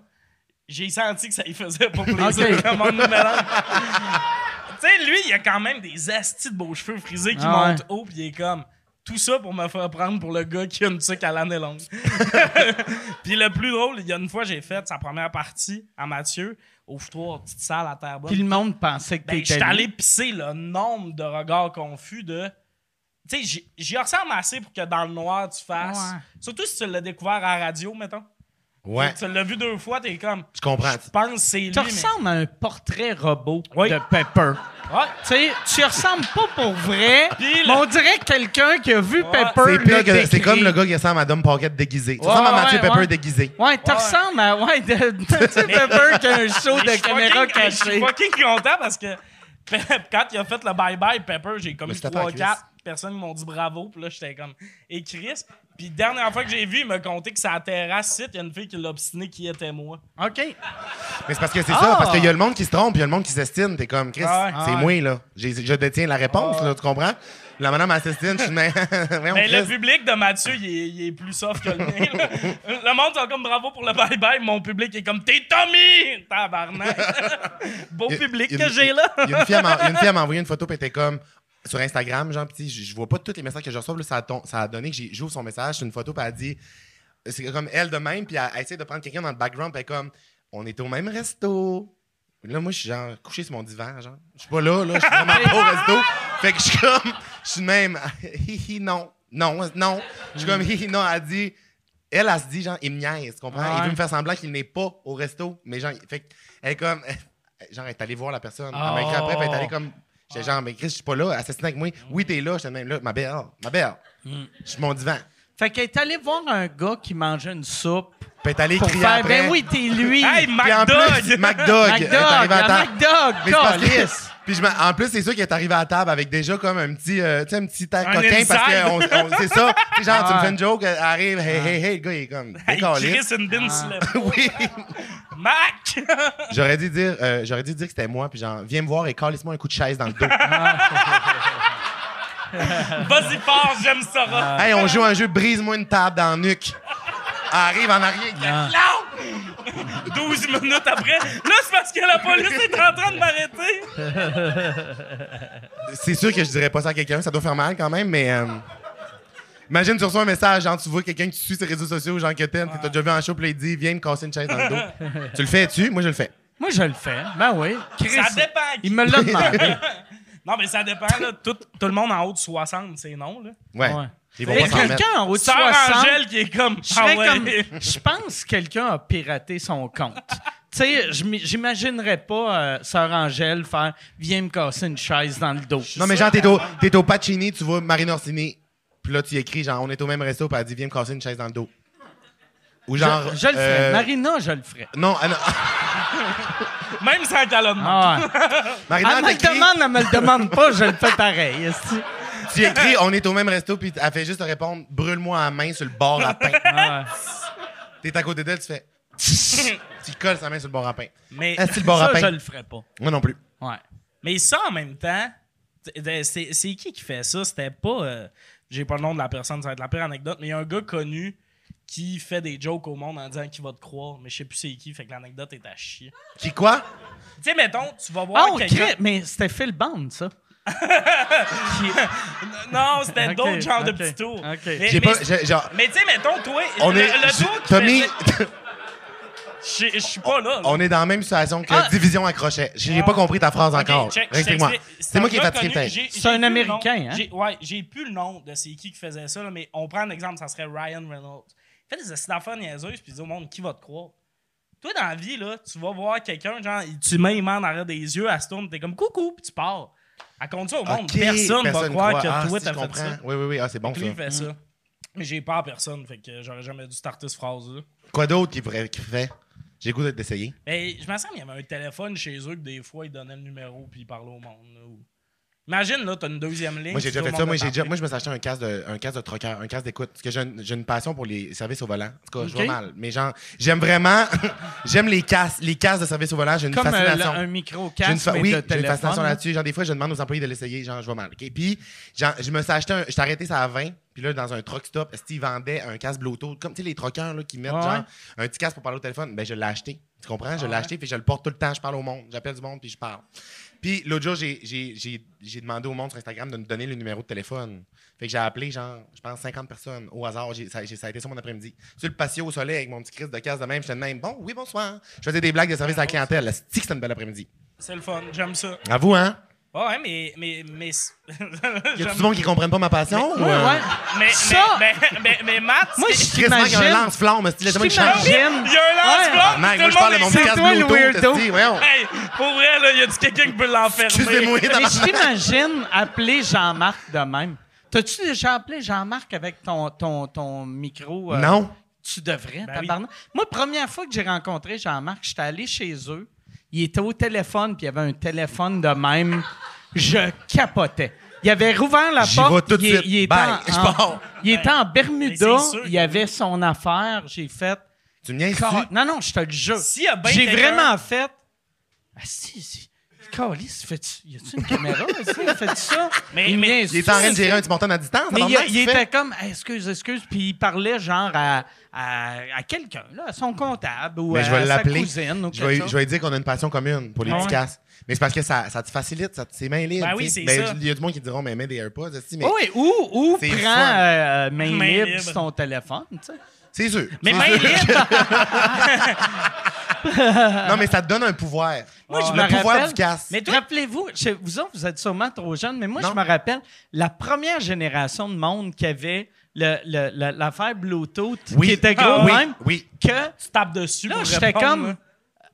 Speaker 6: J'ai senti que ça lui faisait pas plaisir
Speaker 3: Ok.
Speaker 6: comme on nous mélange. tu sais, lui, il a quand même des astis de beaux cheveux frisés qui
Speaker 3: Ah ouais.
Speaker 6: montent haut, puis il est comme. Tout ça pour me faire prendre pour le gars qui a une tuque à l'année longue. puis le plus drôle, il y a une fois, j'ai fait sa première partie à Mathieu, au foutoir, petite salle à terre basse.
Speaker 3: Puis le monde pensait que
Speaker 6: Ben,
Speaker 3: t'étais
Speaker 6: j'étais
Speaker 3: lui.
Speaker 6: allé pisser le nombre de regards confus de. Tu sais, j'y- j'y ressemble assez pour que dans le noir, tu fasses.
Speaker 3: Ouais.
Speaker 6: Surtout si tu l'as découvert à la radio, mettons.
Speaker 5: Ouais,
Speaker 6: Tu l'as vu deux fois, t'es comme.
Speaker 5: je comprends.
Speaker 6: Je pense que c'est lui.
Speaker 3: Tu
Speaker 6: mais-
Speaker 3: ressembles à un portrait robot
Speaker 6: Oui.
Speaker 3: de Pepper.
Speaker 6: Ouais.
Speaker 3: Tu sais, tu ressembles pas pour vrai,
Speaker 6: Puis le-
Speaker 3: mais on dirait quelqu'un qui a vu
Speaker 6: Ouais.
Speaker 3: Pepper.
Speaker 5: C'est pire
Speaker 3: l'a
Speaker 5: que. C'est
Speaker 3: décrit.
Speaker 5: comme le gars qui ressemble à Madame Pocket déguisé. Tu ressembles à
Speaker 3: ouais,
Speaker 5: Mathieu
Speaker 3: ouais.
Speaker 5: Pepper déguisé.
Speaker 3: Ouais, tu
Speaker 6: Ouais.
Speaker 3: ressembles à. Ouais, de, tu sais, Pepper qui a un show
Speaker 6: Mais
Speaker 3: de
Speaker 6: je suis
Speaker 3: caméra
Speaker 6: fucking- Je suis
Speaker 3: cachée.
Speaker 6: fucking content parce que Pep, quand il a fait le bye-bye, Pepper, j'ai comme
Speaker 5: Mais
Speaker 6: eu
Speaker 5: c'était pas à
Speaker 6: 3-4
Speaker 5: Chris.
Speaker 6: personnes qui m'ont dit bravo. Puis là, j'étais comme. Et Chris. Puis dernière fois que j'ai vu, il m'a conté que sa terrasse site, il y a une fille qui l'a obstinée qui était moi.
Speaker 3: OK.
Speaker 5: Mais c'est parce que c'est
Speaker 3: Ah!
Speaker 5: ça, parce qu'il y a le monde qui se trompe, puis il y a le monde qui s'estime. T'es comme, Chris,
Speaker 6: Ah ouais.
Speaker 5: c'est
Speaker 3: Ah
Speaker 5: moi, là. J'ai- je détiens la réponse, là, tu comprends? La madame elle s'estime, je suis mais. Voyons,
Speaker 6: Mais Ben, le
Speaker 5: Chris.
Speaker 6: public de Mathieu, il est, il est plus soft que le mien. là. le monde, sont comme bravo pour le bye-bye. Mon public est comme t'es Tommy! Tabarnak! Beau
Speaker 5: Il y a-
Speaker 6: public
Speaker 5: il y a
Speaker 6: que
Speaker 5: une-
Speaker 6: j'ai là!
Speaker 5: il y a une fille, elle m'a- il y a une fille, elle m'a envoyé une photo, puis elle était comme. Sur Instagram, genre, petit, je je vois pas tous les messages que je reçois. puis Là, ça, a ton- ça a donné que j'ai- j'ouvre son message, c'est une photo, puis elle dit. C'est comme elle de même, puis elle, elle essaie de prendre quelqu'un dans le background, puis elle est comme. On était au même resto. Là, moi, je suis genre couché sur mon divan, genre. Je suis pas là, là, je suis vraiment pas au resto. Fait que je suis comme. Je suis de même. Hi hi, non. Non, non. Je suis comme hi hi, non. Elle dit. Elle, elle se dit, genre, il me niaise, tu comprends? Il veut me faire semblant qu'il n'est pas au resto. Mais genre, fait que, elle est comme. Genre, elle est allée voir la personne. Elle m'a écrit après, puis elle est allée comme. J'étais genre, mais Chris, je suis pas là, assassiné avec moi. Oui, t'es là, j'étais de même là. Ma belle, ma belle.
Speaker 3: Mm.
Speaker 5: Je suis mon divan.
Speaker 3: Fait qu'elle est allée voir un gars qui mangeait une soupe
Speaker 5: Puis elle est allée
Speaker 3: pour
Speaker 5: crier
Speaker 3: faire.
Speaker 5: après.
Speaker 3: Ben oui, t'es lui.
Speaker 6: Hey,
Speaker 5: Puis en plus, McDog. elle est
Speaker 6: McDog!
Speaker 3: McDog.
Speaker 5: arrivée à
Speaker 3: regarde,
Speaker 5: table.
Speaker 3: McDog.
Speaker 5: Mais c'est parce que-
Speaker 3: calice.
Speaker 5: Puis je m'en- en plus, c'est sûr qu'il est arrivé à la table avec déjà comme un petit, euh, tu sais, un petit air
Speaker 6: Un
Speaker 5: coquin parce
Speaker 6: inside.
Speaker 5: que on- on- c'est ça. Tu sais, genre, tu me
Speaker 3: Ah.
Speaker 5: fais une joke, elle arrive, hey, hey, hey, le gars, il est comme
Speaker 6: Hey,
Speaker 5: décalé.
Speaker 6: Chris and Bin Slip.
Speaker 5: oui.
Speaker 6: Mac!
Speaker 5: J'aurais dû dire, euh, j'aurais dû dire que c'était moi, puis genre, viens me voir et calisse-moi un coup de chaise dans le dos.
Speaker 6: Vas-y fort, j'aime ça! Là!
Speaker 5: hey, on joue un jeu, brise-moi une table dans le nuque. Elle arrive en arrière.
Speaker 6: 12 minutes après, là, c'est parce que la police est en train de m'arrêter!
Speaker 5: C'est sûr que je dirais pas ça à quelqu'un, ça doit faire mal quand même, mais. euh, Imagine, tu reçois un message, genre, tu vois quelqu'un que tu suis sur les réseaux sociaux, genre, que t'aimes, que t'as déjà vu en show, puis là, il dit, viens me casser une chaise dans le dos. tu le fais-tu? Moi, je le fais.
Speaker 3: Moi, je le fais. Ben oui. Chris,
Speaker 6: Ça dépend!
Speaker 3: il me l'a demandé.
Speaker 6: Non, mais ça dépend, là. Tout, tout le monde en haut de 60, c'est non, là.
Speaker 5: Ouais.
Speaker 3: Ouais.
Speaker 5: Ils vont
Speaker 3: Mais
Speaker 5: pas s'en mettre.
Speaker 3: quelqu'un en haut de
Speaker 6: Sœur
Speaker 3: 60...
Speaker 6: Angèle qui est comme.
Speaker 3: Je
Speaker 6: ah
Speaker 3: serais
Speaker 6: ouais.
Speaker 3: comme- je pense que quelqu'un a piraté son compte. Tu sais, je m'i- j'imaginerais pas euh, Sœur Angèle faire « Viens me casser une chaise dans le dos
Speaker 5: Non, mais genre, t'es au, t'es au Pacini, tu vois Marine Orsini, puis là, tu écris, genre, on est au même resto, puis elle dit, viens me casser une chaise dans le dos. Ou ». genre.
Speaker 3: Je, je le ferais.
Speaker 5: euh,
Speaker 3: Marina, je le ferais.
Speaker 5: Non, ah, non.
Speaker 6: Même sans calonnement.
Speaker 3: Ah ouais.
Speaker 5: Marina,
Speaker 3: Elle me le
Speaker 5: t'écris,
Speaker 3: demande, elle me le demande pas, je le fais pareil. esti.
Speaker 5: tu écris, on est au même resto, puis elle fait juste te répondre, brûle-moi la main sur le bord à pain.
Speaker 3: Ah
Speaker 5: T'es à côté d'elle, tu fais. tu colles sa main sur le bord à pain.
Speaker 6: Mais,
Speaker 5: Est-ce que le bord à
Speaker 3: ouais. Ça, je
Speaker 5: pain?
Speaker 3: le ferais pas.
Speaker 5: Moi non plus.
Speaker 3: Ouais.
Speaker 6: mais ça, en même temps, tu de- C'est c'est qui qui fait ça? C'était pas. euh, J'ai pas le nom de la personne, ça va être la pire anecdote, mais il y a un gars connu qui fait des jokes au monde en disant qu'il va te croire, mais je sais plus c'est qui, fait que l'anecdote est à chier.
Speaker 5: Qui quoi?
Speaker 6: Tu sais, mettons, tu vas voir
Speaker 3: Ah, on
Speaker 6: quelqu'un.
Speaker 3: crée- mais c'était Phil Bond, ça.
Speaker 6: Non, c'était
Speaker 3: Ok,
Speaker 6: d'autres genres de
Speaker 3: ok,
Speaker 6: petits tours.
Speaker 3: ok.
Speaker 6: Mais,
Speaker 5: J'ai
Speaker 6: mais-
Speaker 5: pas. j'ai- Genre.
Speaker 6: mais tu sais, mettons, toi,
Speaker 5: On
Speaker 6: le,
Speaker 5: est.
Speaker 6: le
Speaker 5: je-
Speaker 6: tour qui
Speaker 5: Tommy,
Speaker 6: faisait- Je je suis pas là. là.
Speaker 5: on est dans la même situation que
Speaker 3: Ah.
Speaker 5: Division accrochait. J'ai pas compris ta phrase
Speaker 6: Ok,
Speaker 5: encore.
Speaker 6: check, je
Speaker 5: Explique-moi.
Speaker 6: t'explique.
Speaker 5: C'est moi qui ai
Speaker 6: un gars
Speaker 5: fatigué
Speaker 6: connu,
Speaker 5: peut-être.
Speaker 6: j'ai-
Speaker 3: C'est
Speaker 6: j'ai
Speaker 3: un
Speaker 6: plus le
Speaker 3: Américain,
Speaker 6: nom.
Speaker 3: hein?
Speaker 6: J'ai- Ouais, j'ai plus le nom de c'est qui qui faisait ça, là, mais on prend un exemple, ça serait Ryan Reynolds. Il fait des accidents niaiseuses, puis il dit au monde, qui va te croire? Toi, dans la vie, là, tu vas voir quelqu'un, genre, il- tu mets une main en arrière des yeux, elle se tourne, t'es comme coucou, puis tu pars. Elle compte ça au monde.
Speaker 5: Ok,
Speaker 6: personne, va croire
Speaker 5: croit.
Speaker 6: que
Speaker 5: Ah,
Speaker 6: toi,
Speaker 5: si,
Speaker 6: t'as
Speaker 5: je
Speaker 6: fait
Speaker 5: comprends.
Speaker 6: ça.
Speaker 5: Oui, oui, oui. Ah, c'est bon
Speaker 6: Lui, il
Speaker 5: ça.
Speaker 6: fait ça. Mais j'ai peur à personne, fait que j'aurais jamais dû starter cette phrase-là.
Speaker 5: Quoi d'autre qui pourrait- qui fait? J'ai le goût d'essayer.
Speaker 6: Mais je me sens qu'il y avait un téléphone chez eux que des fois, ils donnaient le numéro puis ils parlaient au monde. là, ou- Imagine, là, t'as une deuxième ligne.
Speaker 5: Moi, j'ai
Speaker 6: puis
Speaker 5: déjà
Speaker 6: tout
Speaker 5: fait
Speaker 6: le monde
Speaker 5: ça.
Speaker 6: te
Speaker 5: Moi, j'ai
Speaker 6: parle.
Speaker 5: déjà, moi, je me suis acheté un casque de, un casque de troqueur, un casque d'écoute. Parce que j'ai une, j'ai une passion pour les services au volant. En tout cas, je vois
Speaker 3: Ok.
Speaker 5: mal. Mais genre, j'aime vraiment, j'aime les casques, les casques de service au volant. J'ai une
Speaker 3: Comme euh,
Speaker 5: fascination.
Speaker 3: le- un micro
Speaker 5: J'ai une
Speaker 3: casque
Speaker 5: fa-
Speaker 3: mais
Speaker 5: oui,
Speaker 3: de
Speaker 5: j'ai une
Speaker 3: téléphone.
Speaker 5: fascination
Speaker 3: là.
Speaker 5: là-dessus. Genre, des fois, je demande aux employés de l'essayer. Genre, je vois mal. OK? Puis, genre, je me suis acheté un. Je t'ai arrêté ça à 20. Puis là, dans un truck stop, est-ce qu'ils vendaient un casque Bluetooth? Comme, tu sais, les troqueurs là, qui mettent
Speaker 3: Ouais.
Speaker 5: genre un petit casque pour parler au téléphone. Ben, je l'ai acheté. Tu comprends? Je l'ai acheté. Puis je le porte tout le temps. Je parle au monde. J'appelle du monde. Puis je parle. Puis l'autre jour, j'ai- j'ai j'ai- j'ai demandé au monde sur Instagram de me donner le numéro de téléphone. Fait que j'ai appelé, genre, je pense, 50 personnes au hasard. J'ai- Ça, j'ai- ça a été ça mon après-midi. Sur le patio au soleil avec mon petit Chris de casse de même, j'étais de même. Bon, oui, bonsoir. Je faisais des blagues de
Speaker 3: Ah,
Speaker 5: service à la clientèle. Stick, c'était une belle après-midi.
Speaker 6: C'est le fun, j'aime ça.
Speaker 5: À vous, hein?
Speaker 6: Ouais, mais. mais, mais...
Speaker 5: Y a tout
Speaker 6: j'aime-
Speaker 5: le monde qui comprenne pas ma passion? ou,
Speaker 3: Ouais,
Speaker 5: euh,
Speaker 3: ouais.
Speaker 6: mais,
Speaker 3: Ça-
Speaker 6: mais, mais, mais, mais Matt,
Speaker 3: Moi,
Speaker 6: c'est-
Speaker 3: je
Speaker 5: Chris, man, y a un
Speaker 3: t'imagine.
Speaker 5: lance-flamme, c'est
Speaker 3: Je
Speaker 5: le
Speaker 3: t'imagine.
Speaker 6: il y a un lance blanc
Speaker 5: Mec, moi, je parle de mon
Speaker 6: est...
Speaker 5: casque
Speaker 3: toi, le
Speaker 5: Bluetooth,
Speaker 3: weirdo.
Speaker 5: esti, voyons.
Speaker 6: Hey, pour vrai, là, y a-tu quelqu'un qui peut l'enfermer?
Speaker 5: Excusez-moi,
Speaker 3: Mais
Speaker 5: tabarnak.
Speaker 3: je t'imagine appeler Jean-Marc de même. T'as-tu déjà appelé Jean-Marc avec ton, ton, ton micro? euh,
Speaker 5: Non.
Speaker 3: Tu devrais,
Speaker 6: Ben oui.
Speaker 3: tabarnak. Moi, première fois que j'ai rencontré Jean-Marc, j'étais allé chez eux. Il était au téléphone, puis il y avait un téléphone de même. Je capotais. Il avait rouvert la
Speaker 5: J'y
Speaker 3: porte.
Speaker 5: vais tout de
Speaker 3: il,
Speaker 5: suite.
Speaker 3: il était
Speaker 5: Bye.
Speaker 3: en-
Speaker 5: Je
Speaker 3: en-
Speaker 5: pars.
Speaker 3: il était en
Speaker 6: Ben, Mais
Speaker 3: Bermuda.
Speaker 6: c'est sûr que-
Speaker 3: Il avait son affaire. J'ai fait...
Speaker 5: Tu me niaises-tu?
Speaker 3: Car- Non, non, je te le jure.
Speaker 6: S'il y a bien
Speaker 3: J'ai
Speaker 6: quelqu'un-
Speaker 3: vraiment fait. Ah, si, si. Calice, fais-tu. Y a-tu une caméra? Fais-tu ça?
Speaker 6: Mais-
Speaker 3: il
Speaker 6: mais-
Speaker 3: niaise.
Speaker 5: Il est en train de gérer un petit montant à distance.
Speaker 3: Mais il,
Speaker 5: tabarnak,
Speaker 3: il
Speaker 5: tu fais?
Speaker 3: était comme, Hey, excuse, excuse, puis il parlait genre à, à, à quelqu'un, là, à son comptable ou
Speaker 5: Mais
Speaker 3: à
Speaker 5: je vais
Speaker 3: sa
Speaker 5: l'appeler.
Speaker 3: cousine ou
Speaker 5: Je vais,
Speaker 3: quelque
Speaker 5: je
Speaker 3: chose.
Speaker 5: vais lui dire qu'on a une passion commune pour les
Speaker 3: Ah
Speaker 5: petits
Speaker 3: ouais.
Speaker 5: casques. Mais c'est parce que ça, ça te facilite, ça te- c'est main libre.
Speaker 6: Ben
Speaker 5: tu
Speaker 6: oui,
Speaker 5: sais.
Speaker 6: c'est
Speaker 5: Ben,
Speaker 6: ça.
Speaker 5: Il y a du monde qui diront, mais mets des AirPods, esti, mais
Speaker 3: Ah Oh Oui, ou, ou
Speaker 5: C'est
Speaker 3: prends
Speaker 5: fun.
Speaker 3: euh, main,
Speaker 6: Main
Speaker 3: libre,
Speaker 6: libre.
Speaker 3: sur ton téléphone, tu sais.
Speaker 5: c'est sûr. Ah.
Speaker 6: Mais
Speaker 5: C'est
Speaker 6: main
Speaker 5: sûr.
Speaker 6: libre!
Speaker 5: Non, mais ça te donne un pouvoir.
Speaker 3: Moi, je
Speaker 5: Ah. le
Speaker 3: me
Speaker 5: pouvoir
Speaker 3: rappelle-
Speaker 5: du casque.
Speaker 3: Mais rappelez-vous, je- vous autres, vous êtes sûrement trop jeunes, mais moi,
Speaker 5: Non.
Speaker 3: je me rappelle la première génération de monde qui avait le- le- le- l'affaire Bluetooth,
Speaker 5: Oui.
Speaker 3: qui était gros
Speaker 5: oui,
Speaker 3: même,
Speaker 5: oui.
Speaker 3: que
Speaker 6: tu tapes dessus.
Speaker 3: Là,
Speaker 6: pour
Speaker 3: j'étais
Speaker 6: répondre,
Speaker 3: comme.
Speaker 6: là.